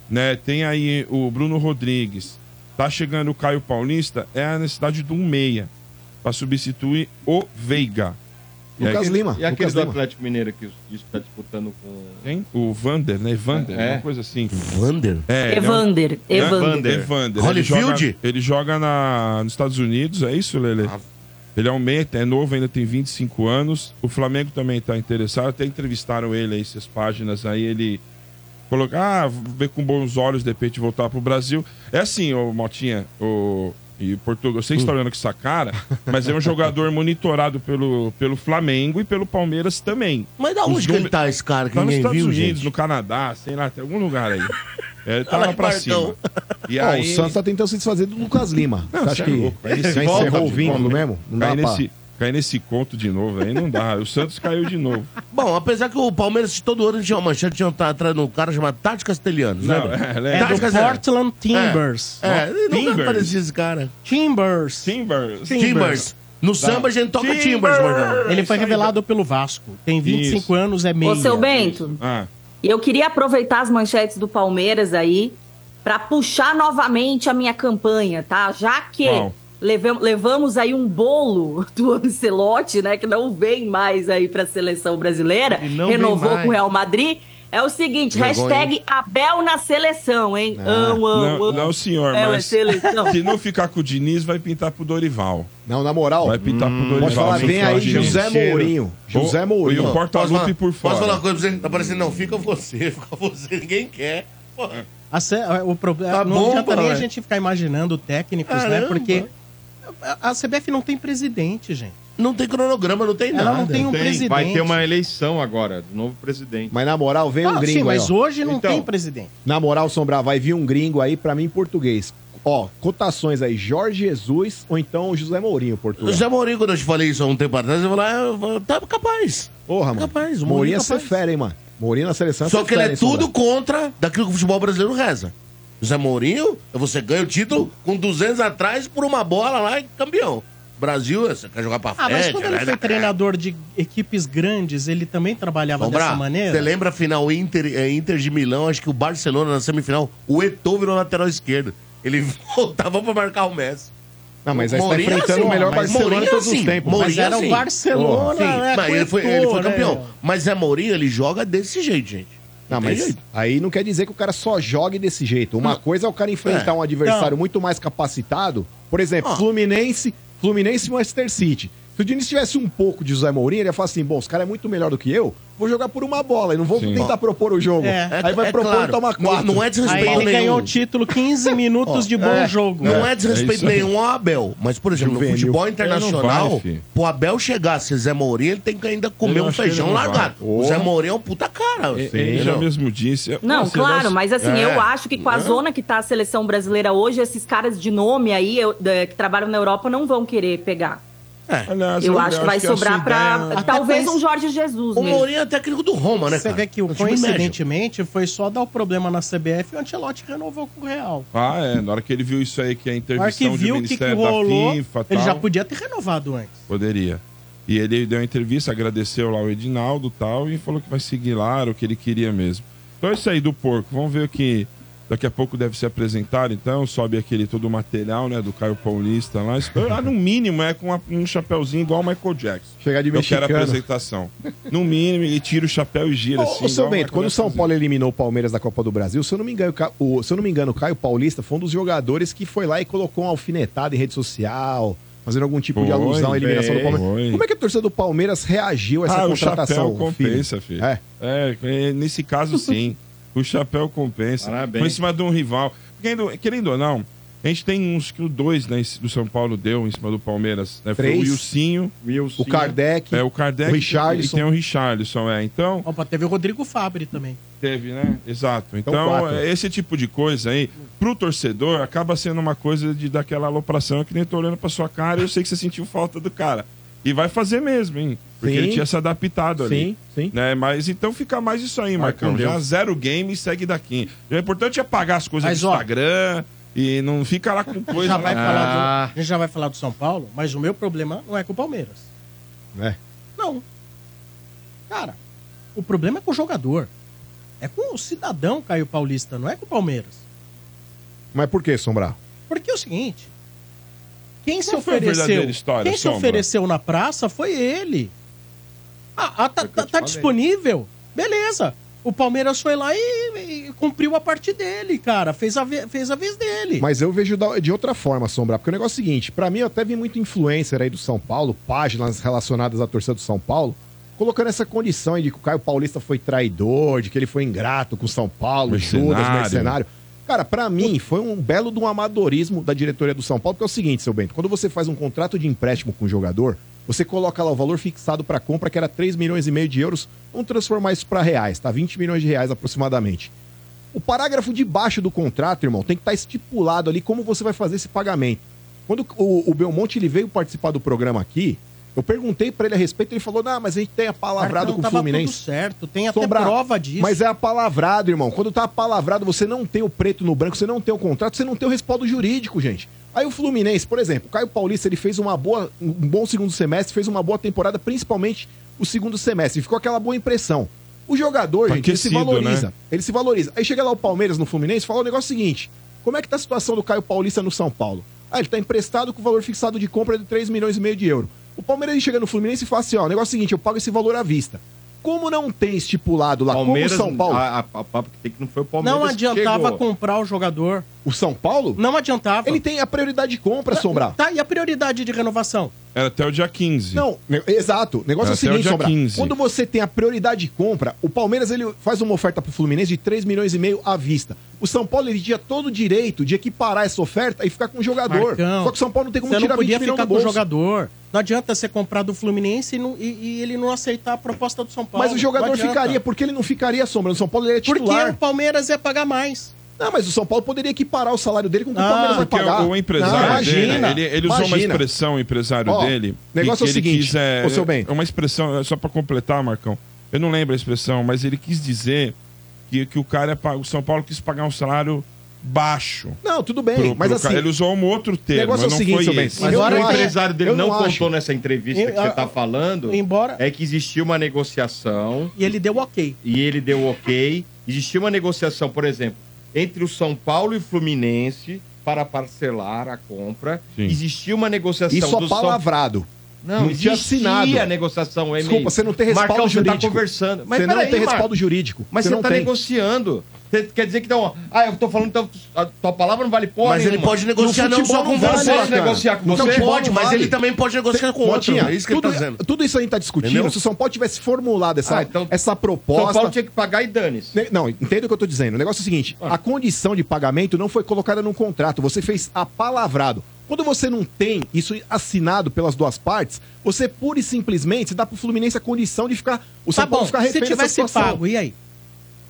Speaker 6: né? Tem aí o Bruno Rodrigues. Tá chegando o Caio Paulista, é a necessidade de um meia para substituir o Veiga. E
Speaker 4: aquele-
Speaker 6: aquele-
Speaker 4: E aquele do Atlético Mineiro que está disputando com.
Speaker 6: Quem? O Vander, né? Vander,
Speaker 4: É.
Speaker 6: uma coisa assim.
Speaker 3: Vander?
Speaker 6: É,
Speaker 5: Evander,
Speaker 6: ele é um-
Speaker 5: Evander.
Speaker 6: É, Evander.
Speaker 3: Holyfield?
Speaker 6: Ele joga, ele joga na, nos Estados Unidos, é isso, Lele? Ele é um meia, é novo, ainda tem 25 anos. O Flamengo também tá interessado. Até entrevistaram ele aí, essas páginas aí. Ele colocar, ah, ver com bons olhos, de repente voltar pro Brasil. É assim, ô Motinha, ô, e Portugal, eu sei
Speaker 3: Hum.
Speaker 6: que você tá olhando com essa cara, mas é um jogador monitorado pelo, pelo Flamengo e pelo Palmeiras também.
Speaker 3: Mas da
Speaker 6: Os
Speaker 3: onde que ele
Speaker 6: números-
Speaker 3: tá, esse cara que
Speaker 6: Tá nos
Speaker 3: ninguém
Speaker 6: Estados
Speaker 3: viu,
Speaker 6: Unidos,
Speaker 3: gente?
Speaker 6: no Canadá, sei lá, tem algum lugar aí. É, ele tá
Speaker 3: Olha
Speaker 6: lá
Speaker 3: que
Speaker 6: pra
Speaker 3: bardão.
Speaker 6: cima. E
Speaker 2: Ó,
Speaker 6: aí...
Speaker 2: o Santos tá tentando se desfazer do Lucas Lima.
Speaker 6: Não,
Speaker 2: você
Speaker 6: cê
Speaker 2: acha
Speaker 6: é
Speaker 2: que
Speaker 6: louco.
Speaker 2: vai
Speaker 6: Esse
Speaker 2: encerrar
Speaker 6: volta
Speaker 2: o
Speaker 6: de
Speaker 2: vínculo
Speaker 6: novo.
Speaker 2: mesmo? Não dá
Speaker 6: cair,
Speaker 2: pra...
Speaker 6: nesse, cair nesse conto de novo aí não dá. O Santos caiu de novo.
Speaker 3: Bom, apesar que o Palmeiras de todo ano tinha uma manchete, tinha um tá atrás de um cara chamado Tati Castelhanos,
Speaker 6: Não,
Speaker 3: lembra?
Speaker 6: é, lembra.
Speaker 1: É do
Speaker 3: Castelhanos.
Speaker 1: Portland Timbers.
Speaker 3: É, não
Speaker 6: Timbers.
Speaker 3: Timbers. aparecia esse cara.
Speaker 1: Timbers.
Speaker 6: Timbers.
Speaker 1: Sim.
Speaker 3: Timbers. No samba a gente toca Timbers, mano.
Speaker 1: Ele foi revelado pelo Vasco. Tem 25
Speaker 6: Isso.
Speaker 1: anos, é meio.
Speaker 5: Ô, seu Bento,
Speaker 6: Ah,
Speaker 5: eu queria aproveitar as manchetes do Palmeiras aí para puxar novamente a minha campanha, tá? Já que
Speaker 6: Qual?
Speaker 5: levem- levamos aí um bolo do Ancelotti, né, que não vem mais aí para a seleção brasileira,
Speaker 3: Ele não vem
Speaker 5: renovou
Speaker 3: mais.
Speaker 5: com o Real Madrid. É o seguinte,
Speaker 3: Vergonha,
Speaker 5: hashtag Abel na seleção, hein? Ão, ão,
Speaker 6: É. não, é
Speaker 5: ão.
Speaker 6: não, senhor,
Speaker 5: Abel na
Speaker 6: mas
Speaker 5: seleção.
Speaker 6: se não ficar com o Diniz, vai pintar pro Dorival.
Speaker 2: Não, na moral, Hum,
Speaker 6: Vai pintar pro
Speaker 3: Hum,
Speaker 6: Dorival.
Speaker 2: pode falar
Speaker 6: sem
Speaker 2: bem
Speaker 6: ficar
Speaker 2: aí,
Speaker 6: o Diniz.
Speaker 2: José Mourinho. José
Speaker 6: O-
Speaker 2: Mourinho.
Speaker 6: e o Porta
Speaker 3: Posso
Speaker 6: Lupe
Speaker 3: falar-
Speaker 6: por fora.
Speaker 3: Posso falar uma coisa pra você? Tá parecendo, não, fica você, fica você, ninguém quer. Pô,
Speaker 1: A se- O problema
Speaker 3: Tá
Speaker 1: não
Speaker 3: bom,
Speaker 1: adianta nem a
Speaker 3: cara.
Speaker 1: gente ficar imaginando técnicos, né?
Speaker 3: Caramba.
Speaker 1: Porque a a CBF não tem presidente, gente.
Speaker 3: Não tem cronograma, não tem
Speaker 1: Ela
Speaker 3: nada.
Speaker 1: não tem um presidente.
Speaker 4: Vai ter uma eleição agora, do novo presidente.
Speaker 2: Mas na moral, vem um
Speaker 1: Ah,
Speaker 2: gringo
Speaker 1: sim,
Speaker 2: aí,
Speaker 1: mas
Speaker 2: ó.
Speaker 1: hoje não
Speaker 4: Então.
Speaker 1: tem presidente.
Speaker 2: Na moral, Sombra, vai vir um gringo aí pra mim em português. Ó, cotações aí, Jorge Jesus ou então José Mourinho,
Speaker 3: O
Speaker 2: português.
Speaker 3: Zé Mourinho, quando eu te falei isso há um tempo atrás, eu falei, ah, eu vou- tá capaz.
Speaker 2: Porra, mano.
Speaker 3: Capaz, o
Speaker 2: Mourinho
Speaker 3: Mourinho
Speaker 2: é
Speaker 3: capaz.
Speaker 2: ser fera, hein, mano. né? Mourinho na seleção
Speaker 3: Só
Speaker 2: ser
Speaker 3: que ele
Speaker 2: fera,
Speaker 3: é
Speaker 2: hein, Sombra?
Speaker 3: tudo contra daquilo que o futebol brasileiro reza. O Zé Mourinho, você ganha o título com 200 atrás por uma bola lá e campeão. Brasil, você quer jogar pra
Speaker 1: Ah,
Speaker 3: frente.
Speaker 1: mas quando ele
Speaker 3: né?
Speaker 1: foi treinador de equipes grandes, ele também trabalhava
Speaker 3: Sombra,
Speaker 1: dessa maneira?
Speaker 3: Você lembra a final Inter, eh, Inter de Milão? Acho que o Barcelona na semifinal, o Eto'o virou lateral esquerdo. Ele voltava pra marcar o Messi.
Speaker 2: Não, mas aí você tá
Speaker 3: Mourinho é
Speaker 2: enfrentando
Speaker 3: assim,
Speaker 2: o melhor
Speaker 3: mas
Speaker 2: Barcelona
Speaker 3: Mourinho
Speaker 2: de
Speaker 3: é
Speaker 2: todos os
Speaker 3: assim,
Speaker 2: tempos.
Speaker 3: Mourinho-
Speaker 1: Mas era o
Speaker 3: Sim.
Speaker 1: Barcelona,
Speaker 3: Sim,
Speaker 1: né?
Speaker 3: mas ele foi,
Speaker 1: Coitou,
Speaker 3: ele foi
Speaker 1: né?
Speaker 3: campeão. Mas Zé Mourinho, ele joga desse jeito, gente.
Speaker 2: Não,
Speaker 3: Tem
Speaker 2: mas
Speaker 3: jeito.
Speaker 2: aí não quer dizer que o cara só jogue desse jeito. Uma coisa é o cara
Speaker 3: É.
Speaker 2: enfrentar
Speaker 3: Ah.
Speaker 2: um adversário
Speaker 1: Não.
Speaker 2: muito mais capacitado. Por exemplo,
Speaker 3: Ó.
Speaker 2: Fluminense, Fluminense e Manchester City. Se o Diniz tivesse um pouco de José Mourinho, ele ia falar assim: bom, os caras é muito melhor do que eu, vou jogar por uma bola e não vou
Speaker 6: Sim.
Speaker 2: tentar propor o jogo.
Speaker 1: É.
Speaker 2: Aí vai propor e
Speaker 3: claro,
Speaker 2: toma quatro.
Speaker 3: Não, não é
Speaker 1: Aí
Speaker 3: desrespeito
Speaker 1: ele
Speaker 3: nenhum.
Speaker 1: ganhou o título 15 minutos de bom
Speaker 3: É,
Speaker 1: jogo.
Speaker 3: Não
Speaker 1: É.
Speaker 3: é, desrespeito
Speaker 6: é isso aí.
Speaker 3: nenhum ao Abel. Mas, por exemplo,
Speaker 2: Juvenil.
Speaker 3: no futebol
Speaker 6: Ele não
Speaker 3: internacional,
Speaker 6: vai, fi.
Speaker 3: pro Abel chegar a ser Zé Mourinho, ele tem que ainda comer
Speaker 6: Eu
Speaker 3: um
Speaker 6: acho que ele
Speaker 3: feijão
Speaker 6: não vai.
Speaker 3: largado. O Zé Mourinho é um puta cara.
Speaker 6: Ele-
Speaker 3: assim,
Speaker 6: Ele já
Speaker 3: entendeu?
Speaker 6: mesmo disse.
Speaker 5: Não,
Speaker 6: Nossa,
Speaker 5: claro,
Speaker 6: nós-
Speaker 5: mas assim,
Speaker 3: É.
Speaker 5: eu acho que com a zona que tá a seleção brasileira hoje, esses caras de nome aí, eu- da- que trabalham na Europa, não vão querer pegar.
Speaker 6: É. Aliás,
Speaker 5: eu acho que vai
Speaker 6: a
Speaker 5: sobrar
Speaker 6: sua
Speaker 5: pra.
Speaker 6: ideia-
Speaker 1: Até
Speaker 5: Talvez
Speaker 1: com
Speaker 5: um Jorge Jesus.
Speaker 3: O
Speaker 5: mesmo.
Speaker 3: Mourinho é técnico do Roma, né,
Speaker 1: Você
Speaker 3: cara?
Speaker 1: vê que,
Speaker 3: É um time médio.
Speaker 1: coincidentemente, foi só dar o problema na CBF e o Ancelotti renovou com o Real.
Speaker 6: Ah, é. Na hora que ele viu isso aí, que é a
Speaker 1: Na hora que
Speaker 6: intervenção de
Speaker 1: viu o que, que
Speaker 6: Ministério
Speaker 1: rolou,
Speaker 6: da FIFA
Speaker 1: ele
Speaker 6: tal.
Speaker 1: já podia ter renovado antes.
Speaker 6: Poderia. E ele deu uma entrevista, agradeceu lá o Edinaldo e tal, e falou que vai seguir lá, era o que ele queria mesmo. Então é isso aí do porco. Vamos ver o que daqui a pouco deve se apresentar, então. Sobe aquele todo o material, né, do Caio Paulista lá. Ah, no mínimo é com uma- um chapéuzinho igual o Michael Jackson.
Speaker 2: Chegar de
Speaker 6: Eu quero a
Speaker 2: mexicano.
Speaker 6: apresentação. No mínimo, ele tira o chapéu e gira assim.
Speaker 2: Ô, ô, seu
Speaker 6: igual
Speaker 2: Bento,
Speaker 6: Michael
Speaker 2: quando o São
Speaker 6: Jackson.
Speaker 2: Paulo eliminou o Palmeiras da Copa do Brasil, se eu não me engano, o Ca- o, se eu não me engano, o Caio Paulista foi um dos jogadores que foi lá e colocou uma alfinetada em rede social, fazendo algum tipo de
Speaker 6: Foi,
Speaker 2: alusão à eliminação do
Speaker 6: bem,
Speaker 2: Palmeiras.
Speaker 6: foi.
Speaker 2: Como é que a torcida do Palmeiras reagiu a essa
Speaker 6: ah, o
Speaker 2: contratação?
Speaker 6: chapéu compensa, filho.
Speaker 2: É.
Speaker 6: É, é, nesse caso sim. O chapéu compensa.
Speaker 4: Parabéns.
Speaker 6: Foi em cima de um rival. Querendo, querendo ou não, a gente tem uns que o dois né, esse do São Paulo deu em cima do Palmeiras. Né? Foi o
Speaker 2: Três.
Speaker 6: Wilsinho.
Speaker 4: Wilson.
Speaker 2: O Kardec.
Speaker 6: É, o Kardec.
Speaker 2: O Richarlison.
Speaker 6: E tem o Richarlison, é. Então,
Speaker 1: Opa, teve o Rodrigo Fabri também.
Speaker 6: Teve, né? Exato. Então,
Speaker 2: quatro.
Speaker 6: esse tipo de coisa aí, pro torcedor, acaba sendo uma coisa de daquela alopração que nem eu tô olhando pra sua cara e eu sei que você sentiu falta do cara. E vai fazer mesmo, hein? Porque
Speaker 2: Sim.
Speaker 6: ele tinha se adaptado ali.
Speaker 2: Sim, sim.
Speaker 6: Né? Mas então fica mais isso aí,
Speaker 4: Marcão,
Speaker 6: Marcão. Já
Speaker 4: Deus.
Speaker 6: zero game e segue daqui. O importante é pagar as coisas
Speaker 1: Mas,
Speaker 6: do
Speaker 1: ó,
Speaker 6: Instagram e não fica lá com
Speaker 1: A gente
Speaker 6: coisa.
Speaker 1: já vai
Speaker 6: né?
Speaker 1: falar do- a gente já vai falar do São Paulo, mas o meu problema não é com o Palmeiras.
Speaker 6: Ah,
Speaker 2: É.
Speaker 1: Não. Cara, o problema é com o jogador. É com o cidadão Caio Paulista, não é com o Palmeiras.
Speaker 2: Mas por que, Sombra?
Speaker 1: Porque é o seguinte, quem se
Speaker 6: Qual foi a
Speaker 1: ofereceu,
Speaker 6: verdadeira história,
Speaker 1: quem se
Speaker 6: Sombra?
Speaker 1: ofereceu na praça foi ele. Ah, ah, tá,
Speaker 4: Foi o que eu
Speaker 1: tá-
Speaker 4: te
Speaker 1: tá
Speaker 4: falei.
Speaker 1: disponível? Beleza. O Palmeiras foi lá e, e cumpriu a parte dele, cara. Fez a, ve- fez a vez dele.
Speaker 2: Mas eu vejo da- de outra forma, Sombra, porque o negócio é o seguinte, pra mim eu até vi muito influencer aí do São Paulo, páginas relacionadas à torcida do São Paulo, colocando essa condição aí de que o Caio Paulista foi traidor, de que ele foi ingrato com o São Paulo,
Speaker 6: Mercenário.
Speaker 2: Judas, mercenário. Cara, pra mim foi um belo de um amadorismo da diretoria do São Paulo, porque é o seguinte, seu Bento, quando você faz um contrato de empréstimo com o jogador, você coloca lá o valor fixado pra compra, que era 3 milhões e meio de euros, vamos transformar isso pra reais, tá? 20 milhões de reais aproximadamente. O parágrafo de baixo do contrato, irmão, tem que estar estipulado ali como você vai fazer esse pagamento. Quando o, o Belmonte ele veio participar do programa aqui, eu perguntei pra ele a respeito, ele falou: "Não, mas a gente tem apalavrado
Speaker 1: Marcão,
Speaker 2: com o
Speaker 1: tava
Speaker 2: Fluminense".
Speaker 1: tudo certo, tem até
Speaker 2: Sombra,
Speaker 1: prova disso.
Speaker 2: Mas é apalavrado, irmão. Quando tá apalavrado, você não tem o preto no branco, você não tem o contrato, você não tem o respaldo jurídico, gente. Aí o Fluminense, por exemplo, o Caio Paulista, ele fez uma boa, um bom segundo semestre, fez uma boa temporada, principalmente o segundo semestre. Ficou aquela boa impressão. O jogador,
Speaker 6: Tá
Speaker 2: gente, ele se
Speaker 6: aquecido,
Speaker 2: valoriza.
Speaker 6: né?
Speaker 2: Ele se valoriza. Aí chega lá o Palmeiras no Fluminense e fala o negócio seguinte: como é que tá a situação do Caio Paulista no São Paulo? Ah, ele tá emprestado com o valor fixado de compra de 3 milhões e meio de euro. O Palmeiras ele chega no Fluminense e fala assim: ó, o negócio é o seguinte, eu pago esse valor à vista. Como não tem estipulado lá,
Speaker 4: Palmeiras,
Speaker 2: como o São Paulo.
Speaker 4: A, a, a papo que tem que não foi o Palmeiras.
Speaker 1: não
Speaker 4: que
Speaker 1: adiantava
Speaker 4: chegou.
Speaker 1: comprar o jogador.
Speaker 2: O São Paulo?
Speaker 1: Não adiantava.
Speaker 2: Ele tem a prioridade de compra, Sombra.
Speaker 1: Tá, e a prioridade de renovação?
Speaker 6: Era até o dia 15.
Speaker 2: Não, ne- exato. O negócio é
Speaker 6: Até
Speaker 2: o
Speaker 6: o
Speaker 2: seguinte,
Speaker 6: dia
Speaker 2: Sombra.
Speaker 6: 15.
Speaker 2: Quando você tem a prioridade de compra, o Palmeiras ele faz uma oferta pro Fluminense de 3 milhões e meio à vista. O São Paulo ele tinha todo o direito de equiparar essa oferta e ficar com o jogador.
Speaker 1: Marcão,
Speaker 2: Só que o São Paulo não tem como
Speaker 1: Você não
Speaker 2: tirar 20
Speaker 1: podia
Speaker 2: milhões
Speaker 1: ficar
Speaker 2: do
Speaker 1: com o
Speaker 2: bolso.
Speaker 1: jogador. Não adianta você comprar do Fluminense e, não- e- e ele não aceitar a proposta do São Paulo.
Speaker 2: Mas o jogador
Speaker 1: Não adianta.
Speaker 2: ficaria, porque ele não ficaria sombra. No São Paulo ele é
Speaker 1: Porque
Speaker 2: titular.
Speaker 1: o Palmeiras ia pagar mais.
Speaker 2: Não, mas o São Paulo poderia equiparar o salário dele com o que o
Speaker 1: Ah,
Speaker 2: Palmeiras vai
Speaker 6: Porque
Speaker 2: pagar.
Speaker 6: É, o empresário
Speaker 2: Não,
Speaker 6: dele, né? ele, ele usou uma expressão, o empresário
Speaker 2: Ó,
Speaker 6: dele.
Speaker 2: negócio
Speaker 6: e
Speaker 2: é o seguinte,
Speaker 6: é,
Speaker 2: ô, seu bem.
Speaker 6: é uma expressão, é só pra completar, Marcão. Eu não lembro a expressão, mas ele quis dizer que, que o cara, ia pa- o São Paulo quis pagar um salário baixo.
Speaker 2: Não, tudo bem,
Speaker 6: pro-
Speaker 2: mas
Speaker 6: pro
Speaker 2: assim...
Speaker 6: cara. Ele usou um outro termo,
Speaker 2: negócio é o
Speaker 6: não
Speaker 2: seguinte, seu
Speaker 6: foi
Speaker 2: bem,
Speaker 6: esse.
Speaker 2: mas
Speaker 4: Mas
Speaker 2: eu
Speaker 4: o
Speaker 2: não acho-
Speaker 4: empresário dele
Speaker 2: eu
Speaker 4: não,
Speaker 2: não
Speaker 4: contou
Speaker 2: acho.
Speaker 4: nessa entrevista
Speaker 1: Eu-
Speaker 4: que você
Speaker 1: a-
Speaker 4: tá falando.
Speaker 1: Embora.
Speaker 4: É que existiu uma negociação
Speaker 1: E ele deu ok.
Speaker 4: e ele deu ok. Existia uma negociação, por exemplo, entre o São Paulo e o Fluminense para parcelar a compra.
Speaker 6: Sim.
Speaker 4: Existia uma negociação
Speaker 2: Isso
Speaker 4: do São
Speaker 2: apalavrado.
Speaker 4: Não,
Speaker 2: Não tinha assinado.
Speaker 4: a negociação. o e-mail.
Speaker 2: Desculpa, você não tem respaldo
Speaker 4: Marcão,
Speaker 2: jurídico.
Speaker 4: você tá conversando. Mas
Speaker 2: você não
Speaker 4: peraí,
Speaker 2: tem
Speaker 4: Marcos,
Speaker 2: respaldo jurídico.
Speaker 4: Mas você,
Speaker 2: não
Speaker 4: tá
Speaker 2: tem.
Speaker 4: negociando. Você quer dizer que não. Ah, eu tô falando então a tua palavra não vale porra
Speaker 3: Mas ele
Speaker 4: nenhuma.
Speaker 3: pode negociar
Speaker 2: No
Speaker 3: não só
Speaker 2: futebol
Speaker 3: com
Speaker 2: não vale,
Speaker 3: você.
Speaker 4: pode
Speaker 3: cara.
Speaker 4: negociar com
Speaker 3: não
Speaker 4: você.
Speaker 3: pode,
Speaker 2: Não
Speaker 3: mas
Speaker 2: vale.
Speaker 3: ele também pode negociar com outro.
Speaker 2: Motinha,
Speaker 3: É isso que
Speaker 2: tudo,
Speaker 3: ele tá dizendo.
Speaker 2: tudo isso a gente tá discutindo.
Speaker 3: Entendeu?
Speaker 2: Se o São Paulo tivesse formulado essa,
Speaker 4: Ah, então-
Speaker 2: essa
Speaker 4: São Paulo
Speaker 2: proposta.
Speaker 4: tinha que pagar e dane-se.
Speaker 2: Ne- Não, entenda o que eu tô dizendo. O negócio é o seguinte:
Speaker 1: Ah.
Speaker 2: a condição de pagamento não foi colocada num contrato, você fez apalavrado. Quando você não tem isso assinado pelas duas partes, você pura e simplesmente dá pro Fluminense a condição de ficar. O São
Speaker 1: Tá
Speaker 2: Paulo
Speaker 1: bom,
Speaker 2: ficar
Speaker 1: se
Speaker 2: refém dessa
Speaker 1: tivesse
Speaker 2: situação.
Speaker 1: pago, e aí?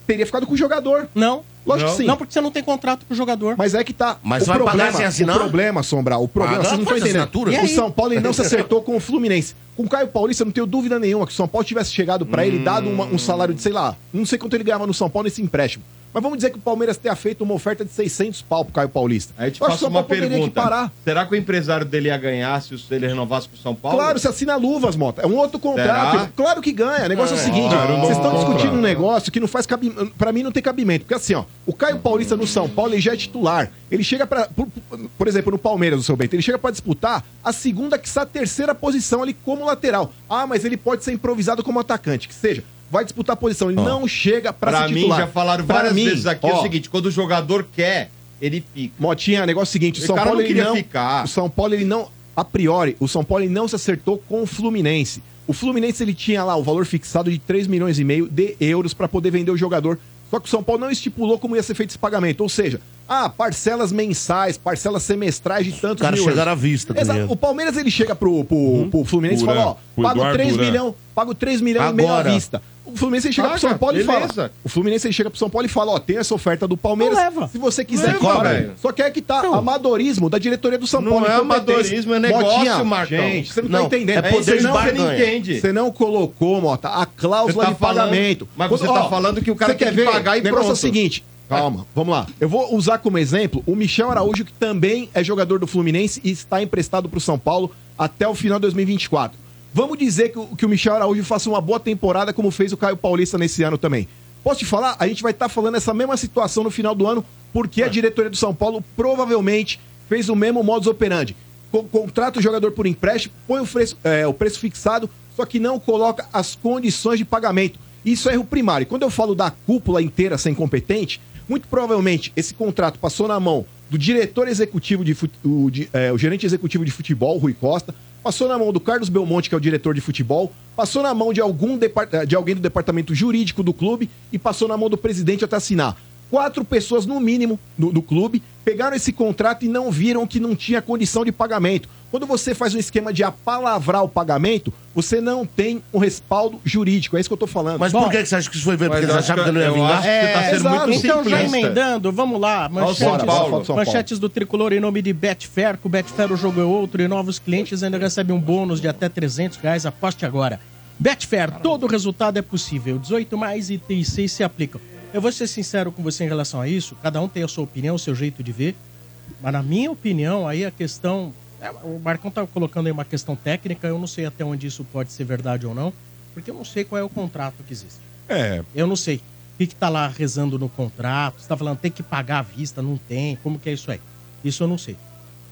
Speaker 2: Teria ficado com o jogador.
Speaker 1: Não.
Speaker 2: Lógico
Speaker 4: Não.
Speaker 2: que sim.
Speaker 1: Não, porque você não tem contrato com o jogador.
Speaker 2: Mas é que tá.
Speaker 3: Mas vai pagar sem assinar?
Speaker 2: O problema, Sombra, o problema,
Speaker 3: Paga,
Speaker 2: vocês não estão
Speaker 3: faz
Speaker 2: entendendo.
Speaker 3: assinatura. E
Speaker 2: O
Speaker 1: aí?
Speaker 2: São Paulo ele não se acertou com o Fluminense. Com o Caio Paulista, eu não tenho dúvida nenhuma que o São Paulo tivesse chegado pra
Speaker 3: Hum.
Speaker 2: ele, dado uma- um salário de, sei lá, não sei quanto ele ganhava no São Paulo nesse empréstimo. Mas vamos dizer que o Palmeiras tenha feito uma oferta de 600 pau pro Caio Paulista.
Speaker 4: Aí eu te
Speaker 2: Eu
Speaker 4: faço
Speaker 2: acho que o São
Speaker 4: uma
Speaker 2: Paulo poderia
Speaker 4: pergunta.
Speaker 2: equiparar.
Speaker 4: Será que o empresário dele ia ganhar se ele renovasse com o São Paulo?
Speaker 2: Claro, se assina luvas, Mota. É um outro contrato.
Speaker 4: Será?
Speaker 2: Claro que ganha. O negócio é o seguinte:
Speaker 6: cara, um novo
Speaker 2: vocês estão
Speaker 6: contrato.
Speaker 2: discutindo um negócio que não faz cabimento. Pra mim não tem cabimento. Porque assim, ó, o Caio Paulista no São Paulo ele já é titular. Ele chega pra. Por, por exemplo, no Palmeiras, o seu Bento, ele chega pra disputar a segunda, que a terceira posição ali como lateral. Ah, mas ele pode ser improvisado como atacante, que seja. Vai disputar a posição, ele não chega pra,
Speaker 4: Pra
Speaker 2: ser
Speaker 4: mim,
Speaker 2: titular.
Speaker 4: já falaram
Speaker 2: Pra
Speaker 4: várias
Speaker 2: mim,
Speaker 4: vezes aqui
Speaker 2: ó,
Speaker 4: o seguinte: quando o jogador quer, ele fica.
Speaker 2: Motinha, o negócio é o seguinte, o
Speaker 4: O
Speaker 2: São
Speaker 4: cara
Speaker 2: Paulo
Speaker 4: não
Speaker 2: ele
Speaker 4: queria
Speaker 2: não,
Speaker 4: ficar.
Speaker 2: o São Paulo ele não, a priori, o São Paulo ele não se acertou com o Fluminense. O Fluminense ele tinha lá o valor fixado de 3 milhões e meio de euros pra poder vender o jogador. Só Só que o São Paulo não estipulou como ia ser feito esse pagamento. Ou seja, ah, parcelas mensais, parcelas semestrais de tantos
Speaker 3: caras
Speaker 2: mil euros.
Speaker 3: chegaram à vista tá com
Speaker 2: Exato.
Speaker 3: dinheiro.
Speaker 2: O Palmeiras ele chega pro, pro, pro Fluminense e
Speaker 3: Duran,
Speaker 2: fala, ó,
Speaker 3: Uhum. pro
Speaker 2: pago
Speaker 3: Eduardo
Speaker 2: 3
Speaker 3: Duran.
Speaker 2: milhões, pago 3 milhões e meio à
Speaker 3: Agora.
Speaker 2: vista. O Fluminense ele chega
Speaker 4: Ah,
Speaker 2: pro
Speaker 3: Paga,
Speaker 2: São Paulo e fala.
Speaker 3: beleza.
Speaker 2: O Fluminense ele chega pro São Paulo e fala, ó, tem essa oferta do Palmeiras. Se você quiser,
Speaker 3: Leva,
Speaker 2: cobra.
Speaker 3: velho.
Speaker 2: Só que é que tá amadorismo da diretoria do São
Speaker 3: Não
Speaker 2: Paulo.
Speaker 3: é
Speaker 2: incompetência.
Speaker 3: amadorismo, é negócio,
Speaker 2: Motinha,
Speaker 3: Marcão.
Speaker 2: Gente, você não,
Speaker 3: Não,
Speaker 2: tá entendendo.
Speaker 3: é poder
Speaker 2: Você
Speaker 3: de
Speaker 2: não- você
Speaker 3: barganha.
Speaker 2: não entende. Você não colocou, Mota, a
Speaker 4: Você
Speaker 2: cláusula
Speaker 4: tá
Speaker 2: de
Speaker 4: falando-
Speaker 2: pagamento.
Speaker 4: mas você tá falando que o cara
Speaker 2: você
Speaker 4: tem
Speaker 2: quer
Speaker 4: que
Speaker 2: ver?
Speaker 4: pagar e
Speaker 2: O negócio é o
Speaker 4: pronto.
Speaker 2: seguinte, Calma, vamos lá. Eu vou usar como exemplo o Michel Araújo, que também é jogador do Fluminense e está emprestado para o São Paulo até o final de 2024. Vamos dizer que, o- que o Michel Araújo faça uma boa temporada, como fez o Caio Paulista nesse ano também. Posso te falar? A gente vai estar falando essa mesma situação no final do ano, porque a diretoria do São Paulo provavelmente fez o mesmo modus operandi. Co- contrata o jogador por empréstimo, põe o preço, é, o preço fixado, só que não coloca as condições de pagamento. Isso é erro primário. E Quando eu falo da cúpula inteira ser incompetente, muito provavelmente esse contrato passou na mão do diretor executivo de fut- o, de- é, o gerente executivo de futebol, Rui Costa, passou na mão do Carlos Belmonte, que é o diretor de futebol, passou na mão de algum depar- é, de alguém do departamento jurídico do clube e passou na mão do presidente até assinar quatro pessoas no mínimo no, no clube pegaram esse contrato e não viram que não tinha condição de pagamento. Quando você faz um esquema de apalavrar o pagamento, você não tem um respaldo jurídico. É isso que eu tô falando.
Speaker 3: Mas por que que você acha que isso foi ver? Porque eles achavam que tá não ia vingar?
Speaker 1: então já emendando, vamos lá.
Speaker 3: Olha o São
Speaker 1: Manchetes,
Speaker 3: Paulo. São Paulo.
Speaker 1: manchetes do Tricolor em nome de Betfair. Com Betfair o jogo é outro e novos clientes ainda recebem um bônus de até 300 reais. Aposte agora. Betfair, todo resultado é possível. 18 mais e 36 se aplicam. Eu vou ser sincero com você em relação a isso. Cada um tem a sua opinião, o seu jeito de ver. Mas na minha opinião, aí a questão... é, O Marcão tá colocando aí uma questão técnica. Eu não sei até onde isso pode ser verdade ou não. Porque eu não sei qual é o contrato que existe.
Speaker 6: É.
Speaker 1: Eu não sei. O que, que tá lá rezando no contrato? Você tá falando tem que pagar à vista, não tem. Como que é isso aí? Isso eu não sei.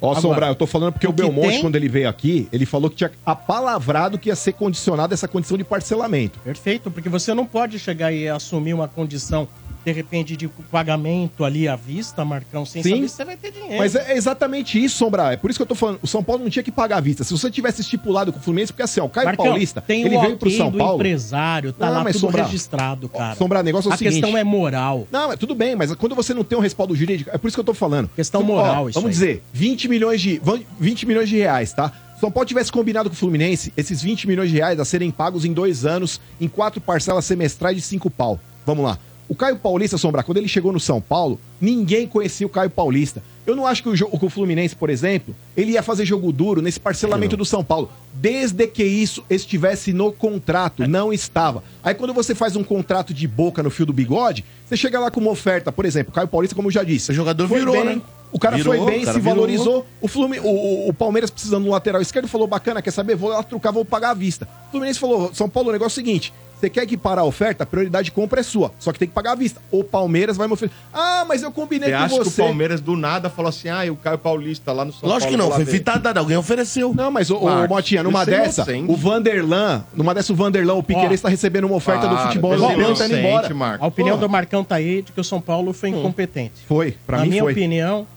Speaker 2: Ó,
Speaker 1: Agora,
Speaker 2: Sombra, eu tô falando porque o,
Speaker 1: o que
Speaker 2: Belmonte,
Speaker 1: tem-
Speaker 2: quando ele veio aqui, ele falou que tinha apalavrado que ia ser condicionado essa condição de parcelamento.
Speaker 1: Perfeito, porque você não pode chegar e assumir uma condição, de repente, de pagamento ali à vista, Marcão, sem saber se você vai ter dinheiro.
Speaker 2: Mas é é exatamente isso, Sombra. É por isso que eu tô falando. O São Paulo não tinha que pagar à vista. Se você tivesse estipulado com o Fluminense, porque assim, ó, o Caio
Speaker 1: Marcão,
Speaker 2: Paulista,
Speaker 1: tem
Speaker 2: ele
Speaker 1: o
Speaker 2: veio pro
Speaker 1: ok
Speaker 2: São
Speaker 1: do
Speaker 2: Paulo.
Speaker 1: empresário, tá
Speaker 2: Não,
Speaker 1: lá
Speaker 2: mas
Speaker 1: tudo
Speaker 2: Sombra,
Speaker 1: registrado, cara.
Speaker 2: Sombra, o negócio é o
Speaker 1: a
Speaker 2: seguinte-
Speaker 1: questão é moral.
Speaker 2: Não, mas tudo bem, mas quando você não tem um respaldo jurídico, é por isso que eu tô falando. Então,
Speaker 1: Questão
Speaker 2: Ó,
Speaker 1: moral, isso
Speaker 2: Vamos
Speaker 1: aí.
Speaker 2: dizer, 20 milhões de van- 20 milhões de reais, tá? Se o São Paulo tivesse combinado com o Fluminense, esses 20 milhões de reais a serem pagos em dois anos, em quatro parcelas semestrais de cinco pau. Vamos lá. O Caio Paulista, Sombra, quando ele chegou no São Paulo, ninguém conhecia o Caio Paulista. Eu não acho que o, jo- que o Fluminense, por exemplo, ele ia fazer jogo duro nesse parcelamento do São Paulo. Desde que isso estivesse no contrato, não estava. Aí quando você faz um contrato de boca no fio do bigode, você chega lá com uma oferta, por exemplo, o Caio Paulista, como eu já disse. O
Speaker 3: jogador virou, né?
Speaker 2: O cara
Speaker 3: Virou,
Speaker 2: foi bem,
Speaker 3: o cara
Speaker 2: se
Speaker 3: virou.
Speaker 2: valorizou. O, Flumin... o, o- o Palmeiras precisando de um lateral esquerdo falou: bacana, quer saber? Vou lá trocar, vou pagar à vista. O Fluminense falou: São Paulo, o negócio é o seguinte. Você quer equiparar a oferta? A prioridade de compra é sua. Só que tem que pagar à vista. O Palmeiras vai me oferecer. Ah, mas eu combinei
Speaker 4: Você
Speaker 2: com
Speaker 4: acha
Speaker 2: você.
Speaker 4: que o Palmeiras do nada falou assim, ah, e o Caio Paulista lá no São
Speaker 2: Lógico
Speaker 4: Paulo.
Speaker 2: que não,
Speaker 4: lá
Speaker 2: foi
Speaker 4: vem."
Speaker 3: Fitada, tá, alguém ofereceu.
Speaker 2: Não, mas, ô, ô
Speaker 4: Marcos,
Speaker 2: Motinha, numa
Speaker 4: você é
Speaker 2: dessa,
Speaker 4: inocente.
Speaker 2: o Vanderlan, numa dessa o Vanderlan, o Piqueires
Speaker 1: Ó,
Speaker 2: tá recebendo uma oferta do
Speaker 1: para,
Speaker 2: futebol
Speaker 1: você é
Speaker 2: europeu e tá indo
Speaker 1: inocente,
Speaker 2: embora.
Speaker 1: A opinião do Marcão tá aí de que o São Paulo foi incompetente.
Speaker 2: Foi, pra
Speaker 1: Na
Speaker 2: mim
Speaker 1: minha
Speaker 2: foi.
Speaker 1: opinião,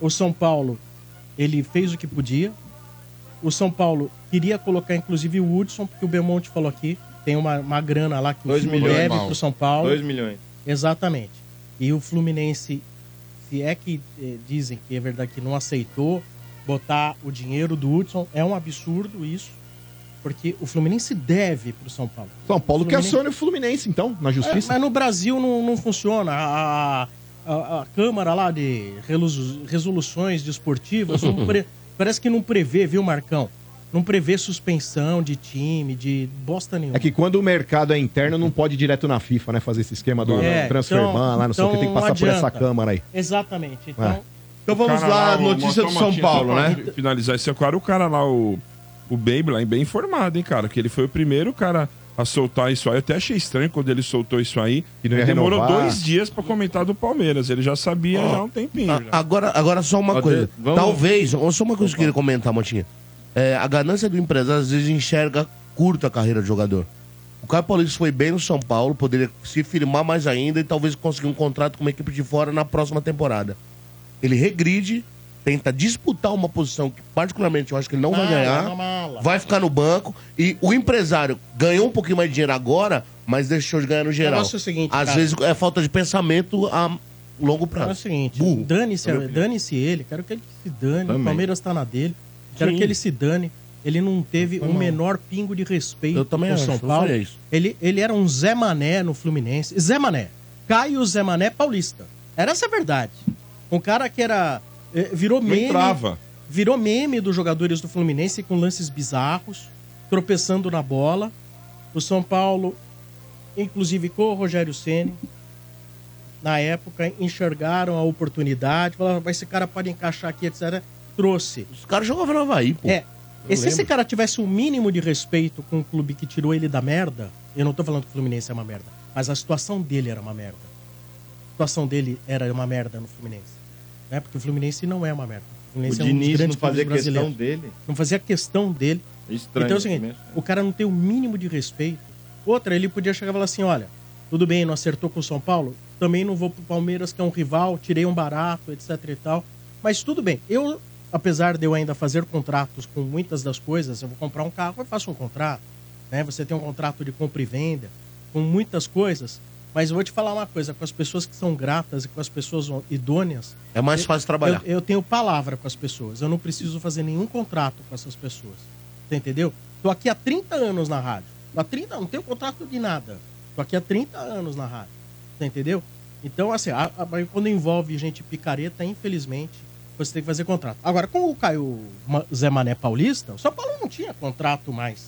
Speaker 1: o São Paulo, ele fez o que podia. O São Paulo queria colocar, inclusive, o Hudson, porque o Belmonte falou aqui, tem uma, uma grana lá que o
Speaker 4: Dois
Speaker 1: Fluminense
Speaker 4: milhões,
Speaker 1: deve
Speaker 4: Paulo.
Speaker 1: pro São Paulo.
Speaker 4: Dois milhões.
Speaker 1: Exatamente. E o Fluminense, se é que eh, dizem que é verdade que não aceitou botar o dinheiro do Hudson, é um absurdo isso, porque o Fluminense deve pro São Paulo.
Speaker 2: São Paulo que
Speaker 1: Fluminense-
Speaker 2: acione o Fluminense, então, na
Speaker 1: é,
Speaker 2: justiça.
Speaker 1: mas no Brasil não, não funciona. A, a- a- a Câmara lá de relus- resoluções desportivas não pre- parece que não prevê, viu, Marcão? Não prevê suspensão de time, de bosta nenhuma.
Speaker 2: É que quando o mercado é interno, não pode ir direto na FIFA, né? Fazer esse esquema do
Speaker 1: É,
Speaker 2: transfer
Speaker 1: então-
Speaker 2: ban lá, não sei o que,
Speaker 1: então
Speaker 2: tem que passar
Speaker 1: não
Speaker 2: por essa
Speaker 1: adianta.
Speaker 2: câmara aí.
Speaker 1: Exatamente. Então,
Speaker 2: É.
Speaker 6: O cara lá, o- só uma notinha, só pra
Speaker 4: né?
Speaker 1: Então,
Speaker 6: Finalizar isso é claro, o cara lá, o, o Baby lá, é bem informado, hein, cara? Que ele foi o primeiro cara a soltar isso aí. Eu até achei estranho quando ele soltou isso aí. E
Speaker 3: não ia
Speaker 6: demorou
Speaker 3: renovar.
Speaker 6: dois dias pra comentar do Palmeiras. Ele já sabia já há um tempinho. já.
Speaker 3: Agora, agora só uma
Speaker 6: Ó,
Speaker 3: coisa.
Speaker 6: de- vamos-
Speaker 3: Talvez, ou só uma coisa que eu queria comentar, Motinha. É, a ganância do empresário às vezes enxerga curto a carreira do jogador. O Caio Paulista foi bem no São Paulo, poderia se firmar mais ainda e talvez conseguir um contrato com uma equipe de fora na próxima temporada. Ele regride, tenta disputar uma posição que, particularmente, eu acho que ele não vai
Speaker 1: Mala,
Speaker 3: ganhar.
Speaker 1: mala.
Speaker 3: Vai ficar no banco e o empresário ganhou um pouquinho mais de dinheiro agora, mas deixou de ganhar no geral.
Speaker 1: negócio é o seguinte,
Speaker 3: Às
Speaker 1: cara.
Speaker 3: vezes é falta de pensamento a longo
Speaker 1: Então é o
Speaker 3: prazo.
Speaker 1: seguinte,
Speaker 2: Uh.
Speaker 3: Burro.
Speaker 1: dane-se,
Speaker 3: Na minha opinião.
Speaker 1: dane-se ele, quero que ele se dane,
Speaker 3: Também.
Speaker 1: o Palmeiras tá na dele, quero
Speaker 3: Sim.
Speaker 1: que ele se dane. Ele não teve
Speaker 3: Foi
Speaker 1: um
Speaker 3: mal.
Speaker 1: menor pingo de respeito
Speaker 3: Eu também
Speaker 1: com
Speaker 3: acho,
Speaker 1: São
Speaker 3: eu
Speaker 1: Paulo.
Speaker 3: falei isso.
Speaker 1: Ele, ele era um Zé Mané no Fluminense. Zé Mané. Caio Zé Mané Paulista. Era essa a verdade. Um cara que era. eh, Virou
Speaker 6: Não
Speaker 1: meme.
Speaker 6: entrava.
Speaker 1: Virou meme dos jogadores do Fluminense com lances bizarros, tropeçando na bola. O São Paulo, inclusive com o Rogério Ceni, na época enxergaram a oportunidade, falaram, "Mas esse cara pode encaixar aqui, etc. Trouxe.
Speaker 3: Os caras jogavam no Havaí, pô.
Speaker 1: É.
Speaker 3: Eu
Speaker 1: E se esse
Speaker 3: lembro.
Speaker 1: cara tivesse o mínimo de respeito com o clube que tirou ele da merda, eu não tô falando que o Fluminense é uma merda, mas a situação dele era uma merda. A situação dele era uma merda no Fluminense. Né? Porque o Fluminense não é uma merda. O
Speaker 4: O
Speaker 1: Fluminense é um dos
Speaker 4: Diniz não
Speaker 1: grandes
Speaker 4: fazia
Speaker 1: clubes
Speaker 4: questão
Speaker 1: brasileiros.
Speaker 4: dele.
Speaker 1: Não fazia questão dele.
Speaker 4: Estranho.
Speaker 1: então é o seguinte,
Speaker 4: mesmo.
Speaker 1: o cara não tem o mínimo de respeito. Outra, ele podia chegar e falar assim, olha, tudo bem, não acertou com o São Paulo, também não vou pro Palmeiras, que é um rival, tirei um barato, etc e tal. Mas tudo bem, eu, apesar de eu ainda fazer contratos com muitas das coisas, eu vou comprar um carro, eu faço um contrato, né? Você tem um contrato de compra e venda, com muitas coisas. Mas eu vou te falar uma coisa, com as pessoas que são gratas e com as pessoas idôneas,
Speaker 3: É mais
Speaker 1: eu-
Speaker 3: fácil trabalhar.
Speaker 1: Eu, eu tenho palavra com as pessoas. Eu não preciso fazer nenhum contrato com essas pessoas. Você entendeu? Tô aqui há 30 anos na rádio. Há 30 não tenho contrato de nada. Tô aqui há 30 anos na rádio. Você entendeu? Então, assim, a- a- mas quando envolve gente picareta, infelizmente, você tem que fazer contrato. Agora, com o Caio Ma- Zé Mané é Paulista, o São Paulo não tinha contrato mais.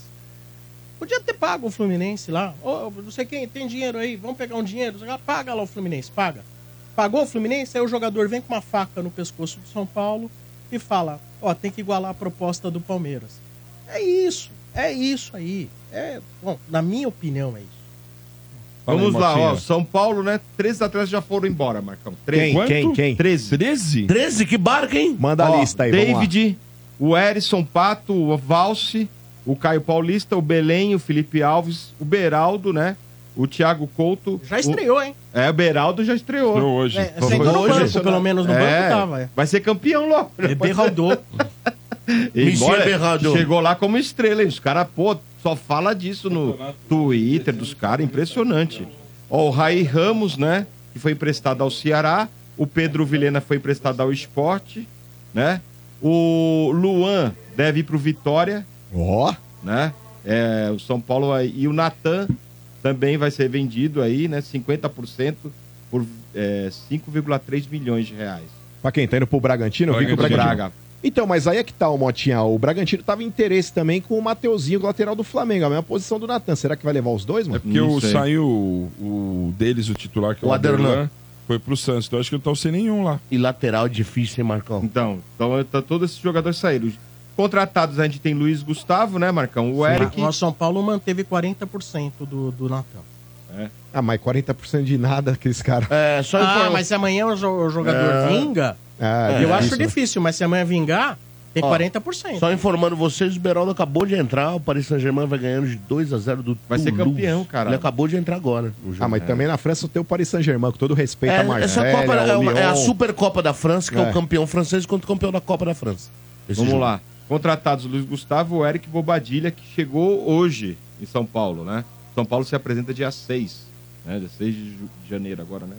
Speaker 1: Podia ter pago o Fluminense lá. Ô, não sei quem, tem dinheiro aí, vamos pegar um dinheiro. Ah, Paga lá o Fluminense, paga. Pagou o Fluminense, aí o jogador vem com uma faca no pescoço do São Paulo e fala: Ó, tem que igualar a proposta do Palmeiras. É isso, é isso aí. É, bom, na minha opinião é isso.
Speaker 6: Fala aí,
Speaker 4: Vamos lá,
Speaker 6: Motinha.
Speaker 4: ó. São Paulo, né? Três atletas já foram embora, Marcão. Três.
Speaker 6: Quanto?
Speaker 2: Quem? Quem?
Speaker 4: 13.
Speaker 6: 13?
Speaker 3: 13? Que barca, hein?
Speaker 2: Manda a lista aí, vamos lá.
Speaker 4: David, o Erisson Pato, o Valse, o Caio Paulista, o Belém, o Felipe Alves, o Beraldo, né? O Thiago Couto.
Speaker 1: Já estreou, hein?
Speaker 4: O... É, o Beraldo já estreou.
Speaker 6: Entrou hoje.
Speaker 1: É, sentou no
Speaker 4: Hoje.
Speaker 1: banco, pelo menos no banco
Speaker 4: É,
Speaker 1: tava. É.
Speaker 4: Vai ser campeão logo.
Speaker 1: É, Berraldou.
Speaker 4: Embora
Speaker 3: Monsieur Beraldo.
Speaker 4: chegou lá como estrela, hein? Os caras, pô, só fala disso no Twitter dos caras, impressionante. Ó, o Raí Ramos, né? Que foi emprestado ao Ceará. O Pedro Vilhena foi emprestado ao esporte, né? O Luan deve ir pro Vitória,
Speaker 2: Ó,
Speaker 4: né? É, o São Paulo aí. E o Natan também vai ser vendido aí, né? 50% por é, 5,3 milhões de reais.
Speaker 2: pra quem tá indo pro Bragantino, eu vi que o
Speaker 4: Pro
Speaker 2: Bragantino...
Speaker 4: Braga.
Speaker 2: Então, mas aí é que tá o Motinha. O Bragantino tava em interesse também com o Mateuzinho, do lateral do Flamengo. A mesma posição do Natan. Será que vai levar os dois,
Speaker 6: É
Speaker 2: mano?
Speaker 6: porque o,
Speaker 4: Isso aí.
Speaker 6: saiu o, o deles, o titular, que é o
Speaker 3: O Aderlan.
Speaker 6: Aderlan, foi pro Santos. Então acho que não estão sem nenhum lá.
Speaker 3: E lateral é difícil, hein, Marcão?
Speaker 4: Então, então tá, todos esses jogadores saíram. Contratados a gente tem Luiz Gustavo, né, Marcão? O Eric.
Speaker 1: O São Paulo manteve 40% do, do Natal.
Speaker 2: Ah, mas 40% de nada aqueles caras.
Speaker 3: É, só É.
Speaker 1: Ah,
Speaker 3: informar.
Speaker 1: mas se amanhã o jo- o jogador vinga,
Speaker 2: É. Ah,
Speaker 1: eu acho
Speaker 2: difícil, né?
Speaker 1: difícil, mas se amanhã vingar, tem
Speaker 3: Ó,
Speaker 1: 40%.
Speaker 3: Só informando vocês, o Beraldo acabou de entrar, o Paris Saint-Germain vai ganhando de 2 a 0 do
Speaker 4: Vai ser
Speaker 3: Toulouse.
Speaker 4: campeão, cara.
Speaker 3: Ele acabou de entrar agora.
Speaker 2: Ah, mas também tá na França tem o Paris Saint-Germain, com todo respeito a
Speaker 3: É,
Speaker 2: Marseille,
Speaker 3: essa Copa é,
Speaker 2: ao
Speaker 3: uma-
Speaker 2: Lyon.
Speaker 3: é a Supercopa da França, que é.
Speaker 2: É.
Speaker 3: o campeão francês contra o campeão da Copa da França. Esse
Speaker 4: Vamos
Speaker 3: jogo.
Speaker 4: lá. Contratados Luiz Gustavo, o Eric Bobadilha, que chegou hoje em São Paulo, né? São Paulo se apresenta dia 6, né? Dia 6 de ju- de janeiro agora, né?